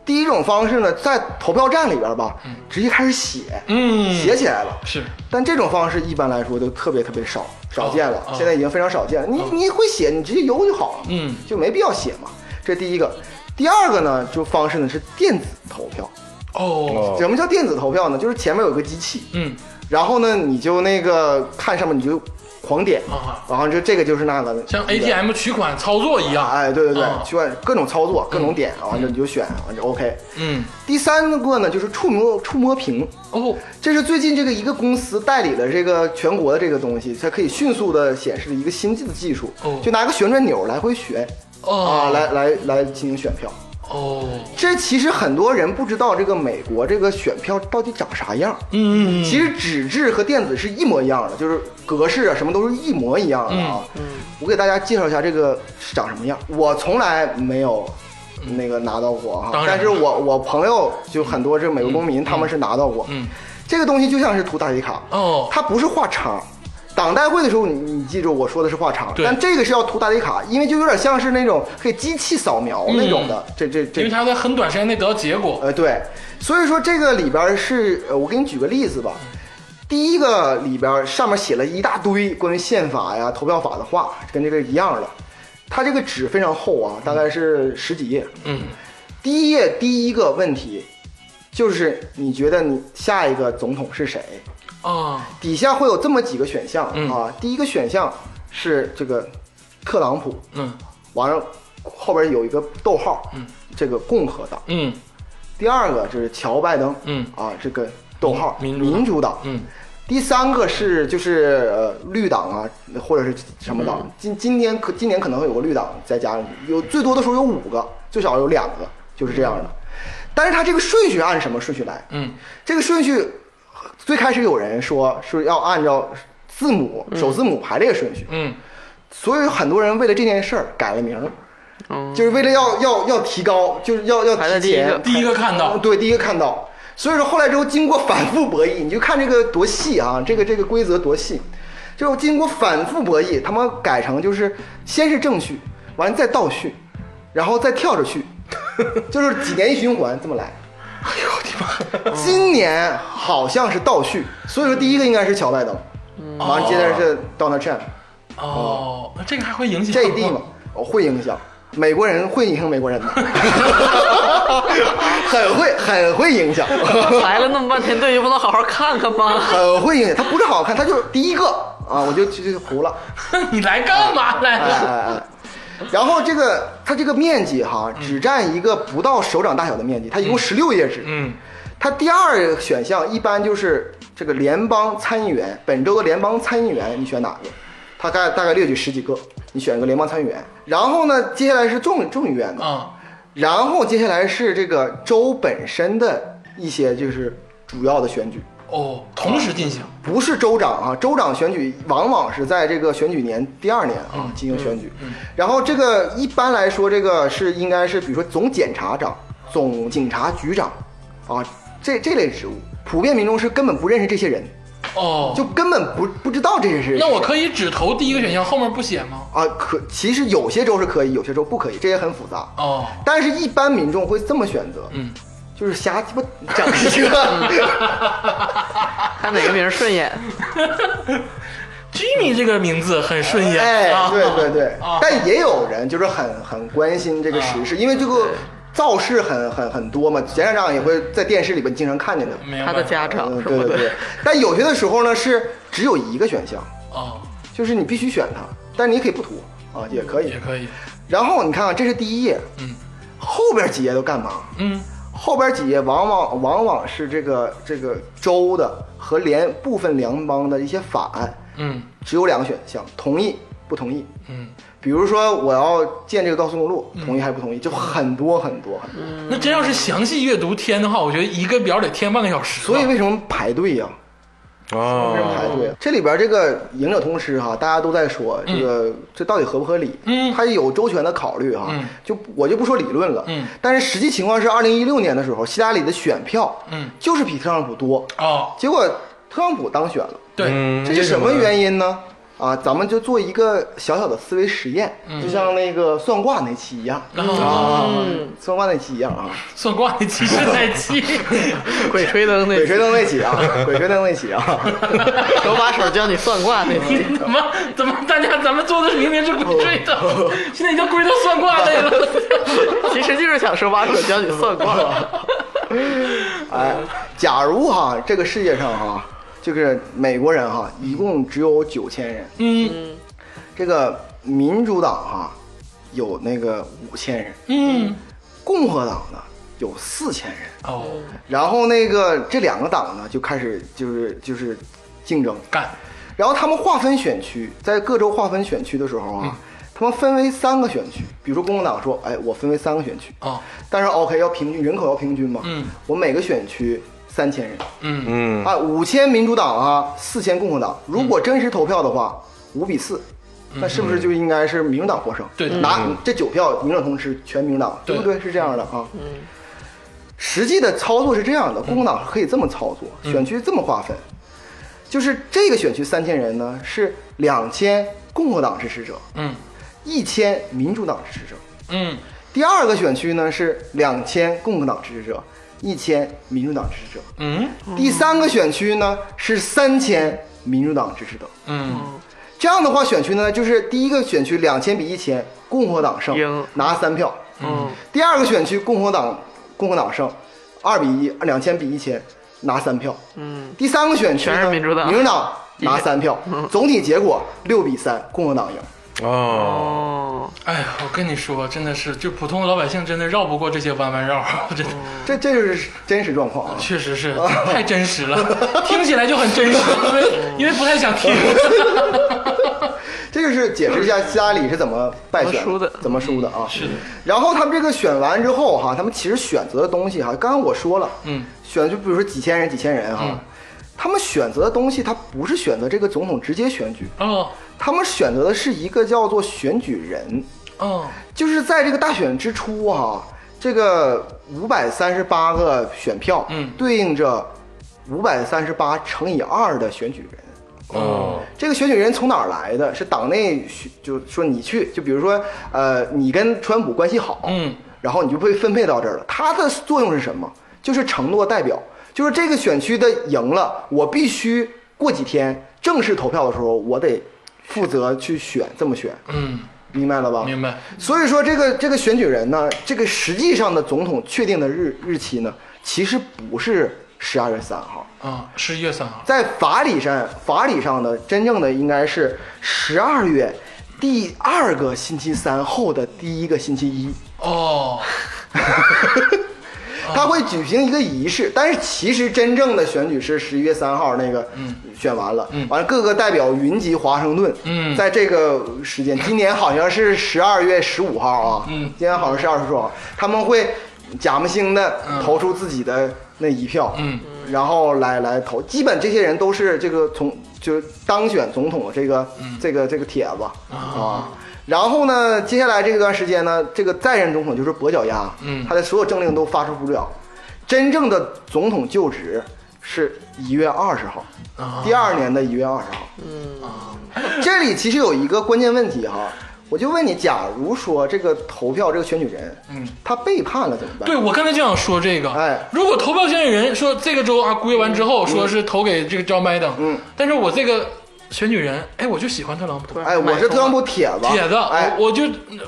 Speaker 4: 第一种方式呢，在投票站里边吧，直接开始写，
Speaker 1: 嗯
Speaker 4: 写起来了。
Speaker 1: 是，
Speaker 4: 但这种方式一般来说都特别特别少少见了，
Speaker 1: 哦
Speaker 4: 现在已经非常少见了。你你会写，你直接邮就好了，
Speaker 1: 嗯，
Speaker 4: 就没必要写嘛。这第一个，第二个呢，就方式呢是电子投票。
Speaker 1: 哦，
Speaker 3: 哦
Speaker 4: 什么叫电子投票呢？就是前面有个机器，
Speaker 1: 嗯，
Speaker 4: 然后呢你就那个看上面你就狂点，
Speaker 1: 啊
Speaker 4: 然后就这个就是那个
Speaker 1: 像
Speaker 4: 那个
Speaker 1: ATM 取款操作一样。
Speaker 4: 哎，对对对
Speaker 1: 啊，
Speaker 4: 去按各种操作，各种点，完了你就选，完了就 OK。
Speaker 1: 嗯，
Speaker 4: 第三个呢就是触摸触摸屏，
Speaker 1: 哦，
Speaker 4: 这是最近这个一个公司代理了这个全国的这个东西，它可以迅速的显示一个新进的技术
Speaker 1: 哦，
Speaker 4: 就拿一个旋转钮来回旋，
Speaker 1: 哦
Speaker 4: 啊，，来来来进行选票。
Speaker 1: 哦，
Speaker 4: 这其实很多人不知道这个美国这个选票到底长啥样，
Speaker 1: 嗯，
Speaker 4: 其实纸质和电子是一模一样的，就是格式啊什么都是一模一样的啊。
Speaker 1: 嗯
Speaker 4: 我给大家介绍一下这个是长什么样，我从来没有。那个拿到过哈
Speaker 1: 当，然
Speaker 4: 但是我我朋友就很多这个美国公民，他们是拿到过。
Speaker 1: 嗯，
Speaker 4: 这个东西就像是涂大体卡，
Speaker 1: 哦，
Speaker 4: 它不是画叉。党代会的时候，你你记住我说的是画叉，
Speaker 1: 对
Speaker 4: 但这个是要涂打底卡，因为就有点像是那种可以机器扫描
Speaker 1: 嗯
Speaker 4: 那种的，这这
Speaker 1: 因为
Speaker 4: 这，
Speaker 1: 他在很短时间内得到结果。
Speaker 4: 呃对，所以说这个里边是，呃我给你举个例子吧，第一个里边上面写了一大堆关于宪法呀、投票法的话，跟这个一样的，它这个纸非常厚啊，大概是十几页，
Speaker 1: 嗯，
Speaker 4: 第一页第一个问题就是你觉得你下一个总统是谁？呃
Speaker 1: 啊，
Speaker 4: 底下会有这么几个选项、
Speaker 1: 嗯
Speaker 4: 啊。第一个选项是这个特朗普，
Speaker 1: 嗯，
Speaker 4: 完了后边有一个逗号，嗯，这个共和党。
Speaker 1: 嗯，
Speaker 4: 第二个就是乔拜登，
Speaker 1: 嗯
Speaker 4: 啊，这个逗号
Speaker 1: 民
Speaker 4: 主
Speaker 1: 民主党
Speaker 4: 党，
Speaker 1: 嗯。
Speaker 4: 第三个是就是呃绿党啊，或者是什么
Speaker 1: 嗯
Speaker 4: 党？今今天可今年可能会有个绿党再加上去，有最多的时候有五个，最少有两个，就是这样的。但是它这个顺序按什么顺序来？
Speaker 1: 嗯，
Speaker 4: 这个顺序最开始有人说是要按照字母首字母排列顺序，
Speaker 1: 嗯，
Speaker 4: 所以很多人为了这件事儿改了名儿，就是为了要要要提高，就是要要
Speaker 2: 哦排在
Speaker 4: 提
Speaker 2: 第一
Speaker 4: 前
Speaker 2: 个
Speaker 1: 第一个看到，
Speaker 4: 哦对，第一个看到。所以说后来之后，经过反复博弈，你就看这个多细啊，这个这个规则多细，就是经过反复博弈，他们改成就是先是正序，完了再倒序，然后再跳着去， 就是几年一循环这么来。哎呦我的妈！今年好像是倒序，所以说第一个应该是乔拜登，完了接着是 Donald Trump，
Speaker 1: 哦，那这个还会影响
Speaker 4: 这一地嘛，哦 会影响美国人，会影响美国人的， 很会很会影响。
Speaker 2: 排了那么半天队，就不能好好看看吗？
Speaker 4: 很会影响，他不是好看，他就是第一个啊，我就就就糊了，
Speaker 1: 你来干嘛来
Speaker 4: 哎
Speaker 1: 了？
Speaker 4: 哎哎。然后这个它这个面积哈，只占一个不到手掌大小的面积，它一共十六页纸。
Speaker 1: 嗯嗯，
Speaker 4: 它第二个选项一般就是这个联邦参议员，本周的联邦参议员你选哪个？他概大概列举十几个，你选一个联邦参议员。然后呢，接下来是众众议院的，
Speaker 1: 啊，
Speaker 4: 然后接下来是这个州本身的一些就是主要的选举。
Speaker 1: 哦，同时进行，
Speaker 4: 不是州长啊，州长选举往往是在这个选举年第二年
Speaker 1: 嗯
Speaker 4: 啊进行选举。然后这个一般来说，这个是应该是比如说总检察长、总警察局长啊这这类职务，普遍民众是根本不认识这些人，
Speaker 1: 哦，
Speaker 4: 就根本不不知道这些是。
Speaker 1: 那我可以只投第一个选项，后面不写吗？
Speaker 4: 啊，可其实有些州是可以，有些州不可以，这也很复杂。
Speaker 1: 哦，
Speaker 4: 但是，一般民众会这么选择，
Speaker 1: 嗯，
Speaker 4: 就是瞎鸡巴整 一个，
Speaker 2: 看哪个名儿顺眼，
Speaker 1: Jimmy 这个名字很顺眼，
Speaker 4: 嗯哎
Speaker 1: 啊，
Speaker 4: 对对对
Speaker 1: 啊，
Speaker 4: 但也有人就是很很关心这个时事，因为这个造势很很很多嘛，前两长也会在电视里边经常看见的。
Speaker 1: 明白
Speaker 2: 他的家长
Speaker 4: 嗯，
Speaker 2: 什
Speaker 4: 对
Speaker 2: 么
Speaker 4: 对
Speaker 2: 的
Speaker 4: 对。，但有些的时候呢是只有一个选项，
Speaker 1: 哦，
Speaker 4: 就是你必须选它，但你也可以不涂啊，也可以
Speaker 1: 也。可以，
Speaker 4: 然后你看啊，这是第一页，
Speaker 1: 嗯，
Speaker 4: 后边几页都干嘛？
Speaker 1: 嗯，
Speaker 4: 后边几页往往往往是这个这个州的和联部分联邦的一些法案，
Speaker 1: 嗯
Speaker 4: 只有两个选项，同意不同意。
Speaker 1: 嗯，
Speaker 4: 比如说我要建这个高速公路，同意还是不同意，就很多很多很多。
Speaker 2: 嗯
Speaker 1: 那真要是详细阅读填的话，我觉得一个表得填半个小时啊。
Speaker 4: 所以为什么排队呀、为什么
Speaker 1: 哦
Speaker 3: 啊，
Speaker 4: 排队啊？这里边这个赢者通吃哈，大家都在说这个这到底合不合理？
Speaker 1: 嗯
Speaker 4: 它有周全的考虑哈
Speaker 1: 嗯。
Speaker 4: 就我就不说理论了，
Speaker 1: 嗯
Speaker 4: 但是实际情况是，二零一六年的时候，希拉里的选票，
Speaker 1: 嗯，
Speaker 4: 就是比特朗普多，
Speaker 1: 哦，
Speaker 4: 结果特朗普当选了。
Speaker 1: 对，
Speaker 3: 嗯
Speaker 4: 这是什么原因呢？啊，咱们就做一个小小的思维实验，就像那个算卦那期一样、
Speaker 1: 然后
Speaker 4: 啊，算卦那期一样啊，
Speaker 1: 算卦那期是在七，
Speaker 2: 鬼吹灯那
Speaker 4: 鬼吹灯那期 啊，鬼吹灯那期啊，
Speaker 2: 手把手教你算卦那期，
Speaker 1: 怎么怎么大家咱们做的明明是鬼吹灯，现在已经归到算卦类了。
Speaker 2: 其实就是想手把手教你算卦。
Speaker 4: 哎，假如哈，这个世界上哈，就是美国人哈，一共只有九千人，
Speaker 1: 嗯
Speaker 4: 这个民主党哈有那个五千人，
Speaker 1: 嗯，
Speaker 4: 共和党呢有四千人，
Speaker 1: 哦，
Speaker 4: 然后那个这两个党呢就开始就是就是竞争，
Speaker 1: 干，
Speaker 4: 然后他们划分选区，在各州划分选区的时候
Speaker 1: 嗯
Speaker 4: 啊，他们分为三个选区。比如说共和党说，哎，我分为三个选区，
Speaker 1: 哦，
Speaker 4: 但是 OK 要平均人口要平均嘛，
Speaker 1: 嗯，
Speaker 4: 我每个选区三千人，
Speaker 1: 嗯，
Speaker 3: 嗯，
Speaker 4: 啊，五千民主党啊，四千共和党。如
Speaker 1: 嗯
Speaker 4: 果真实投票的话，五比四。那是不是就应该是民主党获胜？
Speaker 1: 对的
Speaker 4: 拿啊这九票，民主党通吃，全民主党，对不
Speaker 1: 嗯对嗯
Speaker 4: 对？是这样的啊。实际的操作是这样的，共和党可以这么操作，
Speaker 1: 嗯
Speaker 4: 选区这么划分，就是这个选区三千人呢是两千共和党支持者，
Speaker 1: 嗯
Speaker 4: 一千民主党支持者。
Speaker 1: 嗯，
Speaker 4: 第二个选区呢是两千共和党支持者，一千民主党支持者。
Speaker 1: 嗯
Speaker 4: 第三个选区呢是三千民主党支持者。
Speaker 1: 嗯，
Speaker 4: 这样的话，选区呢就是第一个选区两千比一千，共和党胜
Speaker 2: 赢，
Speaker 4: 拿三票；
Speaker 2: 嗯，
Speaker 4: 第二个选区共和党共和党胜，二比一，两千比一千，拿三票。
Speaker 2: 嗯，
Speaker 4: 第三个选区呢
Speaker 2: 全是民主党嗯
Speaker 4: 民主党拿三票，总体结果六比三，共和党赢。
Speaker 3: 啊，
Speaker 2: 哦，
Speaker 1: 哎呀，我跟你说，真的是，就普通老百姓真的绕不过这些弯弯绕，我真的。
Speaker 4: 这这就是真实状况啊！
Speaker 1: 确实是太真实了，听起来就很真实，因为因为不太想听。
Speaker 4: 这就是解释一下希拉里是怎么败选、
Speaker 2: 怎么输的
Speaker 4: 怎么输的啊。是
Speaker 1: 的。
Speaker 4: 然后他们这个选完之后哈、他们其实选择的东西哈、刚刚我说了，
Speaker 1: 嗯，
Speaker 4: 选就比如说几千人、几千人哈、
Speaker 1: 嗯
Speaker 4: 他们选择的东西，他不是选择这个总统直接选举，
Speaker 1: 哦
Speaker 4: 他们选择的是一个叫做选举人，
Speaker 1: 哦
Speaker 4: 就是在这个大选之初哈、啊这个五百三十八个选票，
Speaker 1: 嗯
Speaker 4: 对应着五百三十八乘以二的选举人。
Speaker 3: 哦，
Speaker 4: 这个选举人从哪儿来的？是党内选，就说你去，就比如说，呃，你跟川普关系好，
Speaker 1: 嗯，
Speaker 4: 然后你就被分配到这儿了。它的作用是什么？就是承诺代表，就是这个选区的赢了，我必须过几天正式投票的时候，我得负责去选，这么选，
Speaker 1: 嗯，
Speaker 4: 明白了吧？
Speaker 1: 明白。
Speaker 4: 所以说，这个这个选举人呢，这个实际上的总统确定的日日期呢，其实不是十二月三号，
Speaker 1: 啊，十一月三号，
Speaker 4: 在法理上，法理上的真正的应该是十二月第二个星期三后的第一个星期一，
Speaker 1: 哦，
Speaker 4: 他会举行一个仪式。但是其实真正的选举是十一月三号那个选完了，完了各个代表云集华盛顿，
Speaker 1: 嗯
Speaker 4: 在这个时间，今年好像是十二月十五号啊，
Speaker 1: 嗯
Speaker 4: 今年好像是二十号，他们会假模星的投出自己的那一票，
Speaker 1: 嗯，
Speaker 4: 然后来来投，基本这些人都是这个从就是当选总统的这个、
Speaker 1: 嗯
Speaker 4: 这个这个帖子啊。然后呢，接下来这段时间呢，这个在任总统就是跛脚鸭，
Speaker 1: 嗯
Speaker 4: 他的所有政令都发出不了。真正的总统就职是一月二十号，
Speaker 1: 啊
Speaker 4: 第二年的一月二十号。嗯，这里其实有一个关键问题哈，我就问你，假如说这个投票这个选举人，
Speaker 1: 嗯，
Speaker 4: 他背叛了怎么办？
Speaker 1: 对，我刚才就想说这个。
Speaker 4: 哎
Speaker 1: 如果投票选举人说这个州啊归完之后，说是投给这个 Joe Biden，
Speaker 4: 嗯，
Speaker 1: 但是我这个选举人，哎，我就喜欢特朗普。
Speaker 4: 哎，我是特朗普铁子，
Speaker 1: 铁子，
Speaker 4: 哎，啊
Speaker 1: 我我就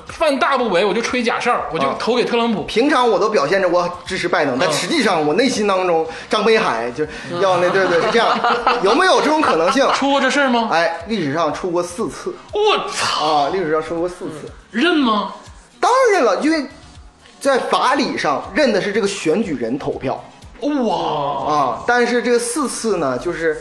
Speaker 1: 犯大不韪，我就吹假哨，我就投给特朗普。
Speaker 4: 平常我都表现着我支持拜登，
Speaker 1: 嗯
Speaker 4: 但实际上我内心当中张北海就是要那对对是 这样，有没有这种可能性？
Speaker 1: 出过这事儿吗？
Speaker 4: 哎，历史上出过四次
Speaker 1: 我操，
Speaker 4: 啊，历史上出过四次，
Speaker 1: 认吗？
Speaker 4: 当然了，因为在法理上认的是这个选举人投票
Speaker 1: 哇，
Speaker 4: 啊，但是这个四次呢，就是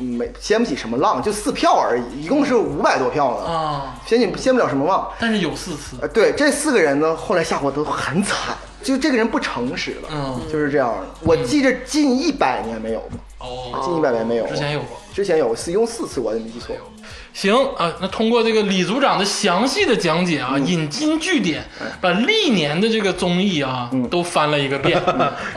Speaker 4: 嗯没掀不起什么浪，就四票而已，一共是五百多票呢，
Speaker 1: 啊！
Speaker 4: 掀起掀不了什么浪。
Speaker 1: 但是有四次，
Speaker 4: 呃，对，这四个人呢，后来下火都很惨，就这个人不诚实了，
Speaker 1: 嗯
Speaker 4: 就是这样的。我记着近一百年没有过，
Speaker 1: 哦，
Speaker 4: 近一百年没有，
Speaker 1: 之前有过。
Speaker 4: 之前有，一共四次，我也没记错。
Speaker 1: 行啊，那通过这个李组长的详细的讲解
Speaker 4: 嗯
Speaker 1: 啊，引经据典，
Speaker 4: 哎
Speaker 1: 把历年的这个综艺啊
Speaker 4: 嗯
Speaker 1: 都翻了一个遍，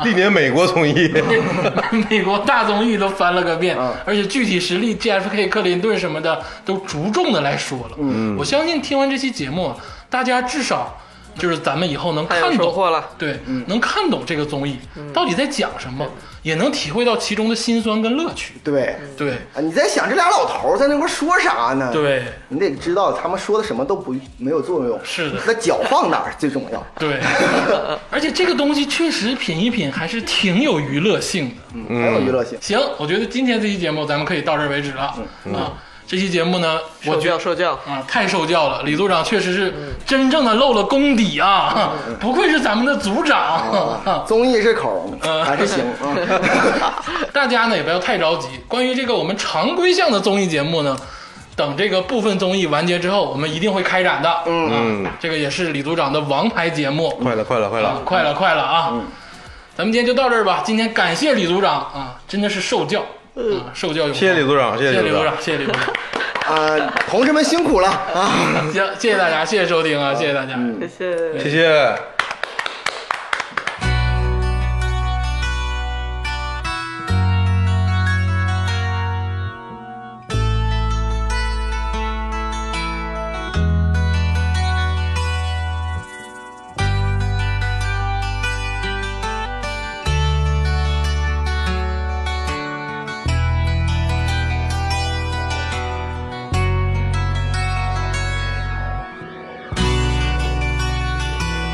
Speaker 3: 历年美国综艺，
Speaker 1: 哦 美国大综艺都翻了个遍
Speaker 4: 嗯，
Speaker 1: 而且具体实力 JFK、克林顿什么的都着重的来说了。嗯，我相信听完这期节目，大家至少就是咱们以后能
Speaker 2: 太有
Speaker 1: 看
Speaker 2: 收获
Speaker 1: 懂，
Speaker 2: 了。
Speaker 1: 对，能看懂这个综艺到底在讲什么，也能体会到其中的辛酸跟乐趣。
Speaker 4: 对，
Speaker 1: 对，
Speaker 4: 啊，你在想这俩老头儿在那块儿说啥呢？，
Speaker 1: 对，
Speaker 4: 你得知道他们说的什么都不没有作用。
Speaker 1: 是的
Speaker 4: 那脚放哪儿最重要。
Speaker 1: 对， 而且这个东西确实品一品还是挺有娱乐性的。
Speaker 4: 嗯，很有娱乐性。
Speaker 1: 行，我觉得今天这期节目咱们可以到这儿为止了啊。这期节目呢，我
Speaker 2: 受
Speaker 1: 觉
Speaker 2: 教受教，
Speaker 1: 啊，太受教了！李组长确实是真正的露了功底啊，不愧是咱们的组长。
Speaker 4: 啊综艺是口儿，
Speaker 1: 嗯
Speaker 4: 还是行啊。
Speaker 1: 大家呢也不要太着急。关于这个我们常规项的综艺节目呢，等这个部分综艺完结之后，我们一定会开展的。嗯，这个也是李组长的王牌节目。
Speaker 3: 快了，快了，快
Speaker 1: 啊
Speaker 3: 了，！
Speaker 1: 快了，快了啊！咱们今天就到这儿吧。今天感谢李组长啊，真的是受教，啊，受教有方。
Speaker 3: 谢谢李组长，谢
Speaker 1: 谢谢
Speaker 3: 李
Speaker 1: 李
Speaker 3: 组
Speaker 1: 组
Speaker 3: 长
Speaker 1: 长，。谢谢李组长。
Speaker 4: 啊，同志们辛苦了啊！
Speaker 1: 行，谢谢大家，谢谢收听啊，谢谢大家。
Speaker 2: 谢谢。
Speaker 3: 谢谢。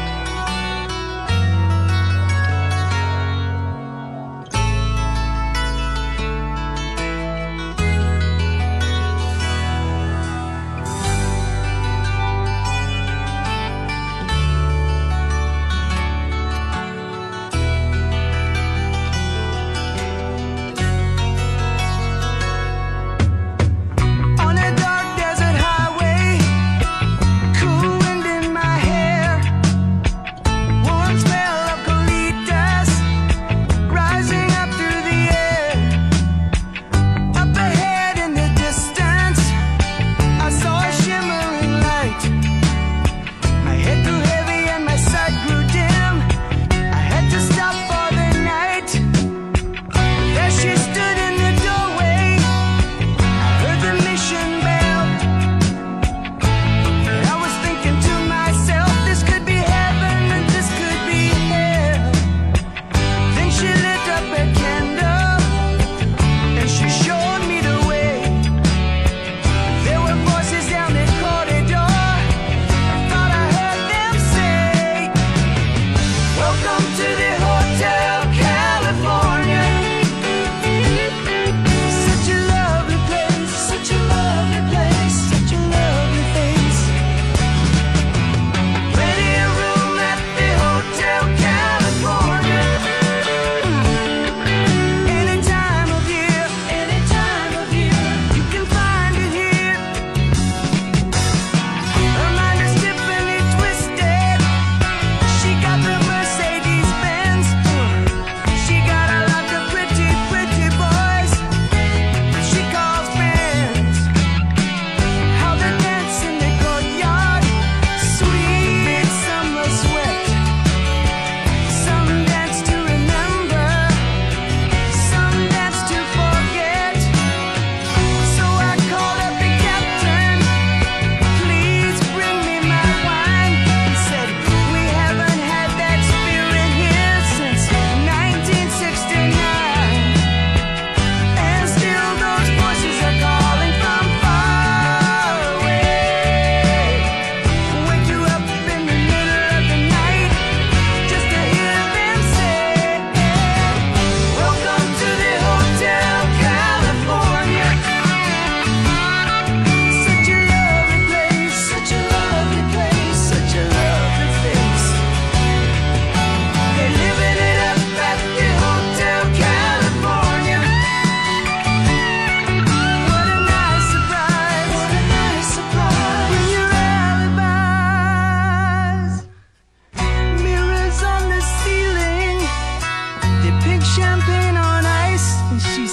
Speaker 5: Thank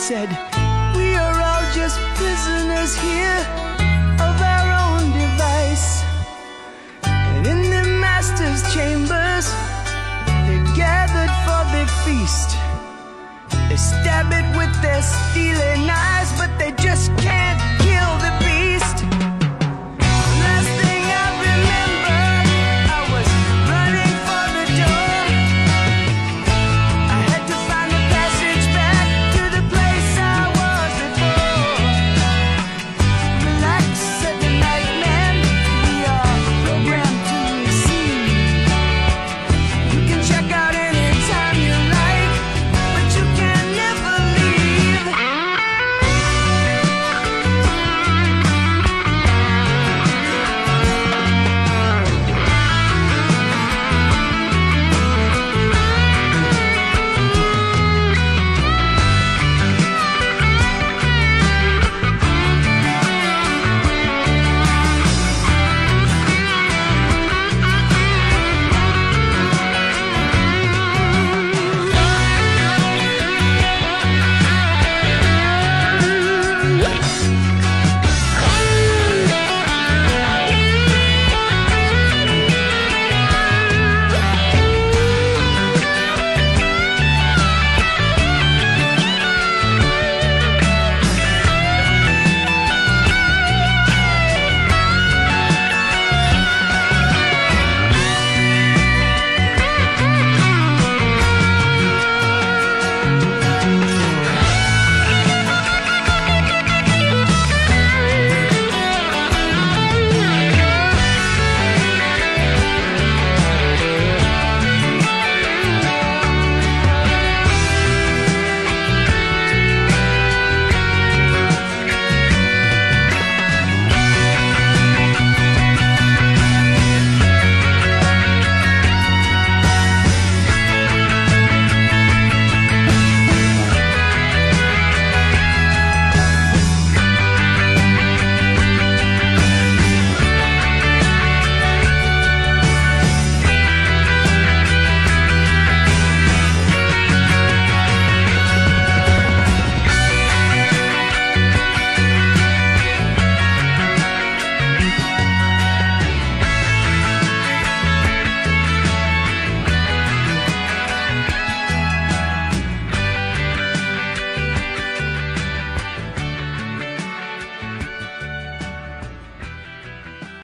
Speaker 6: dead.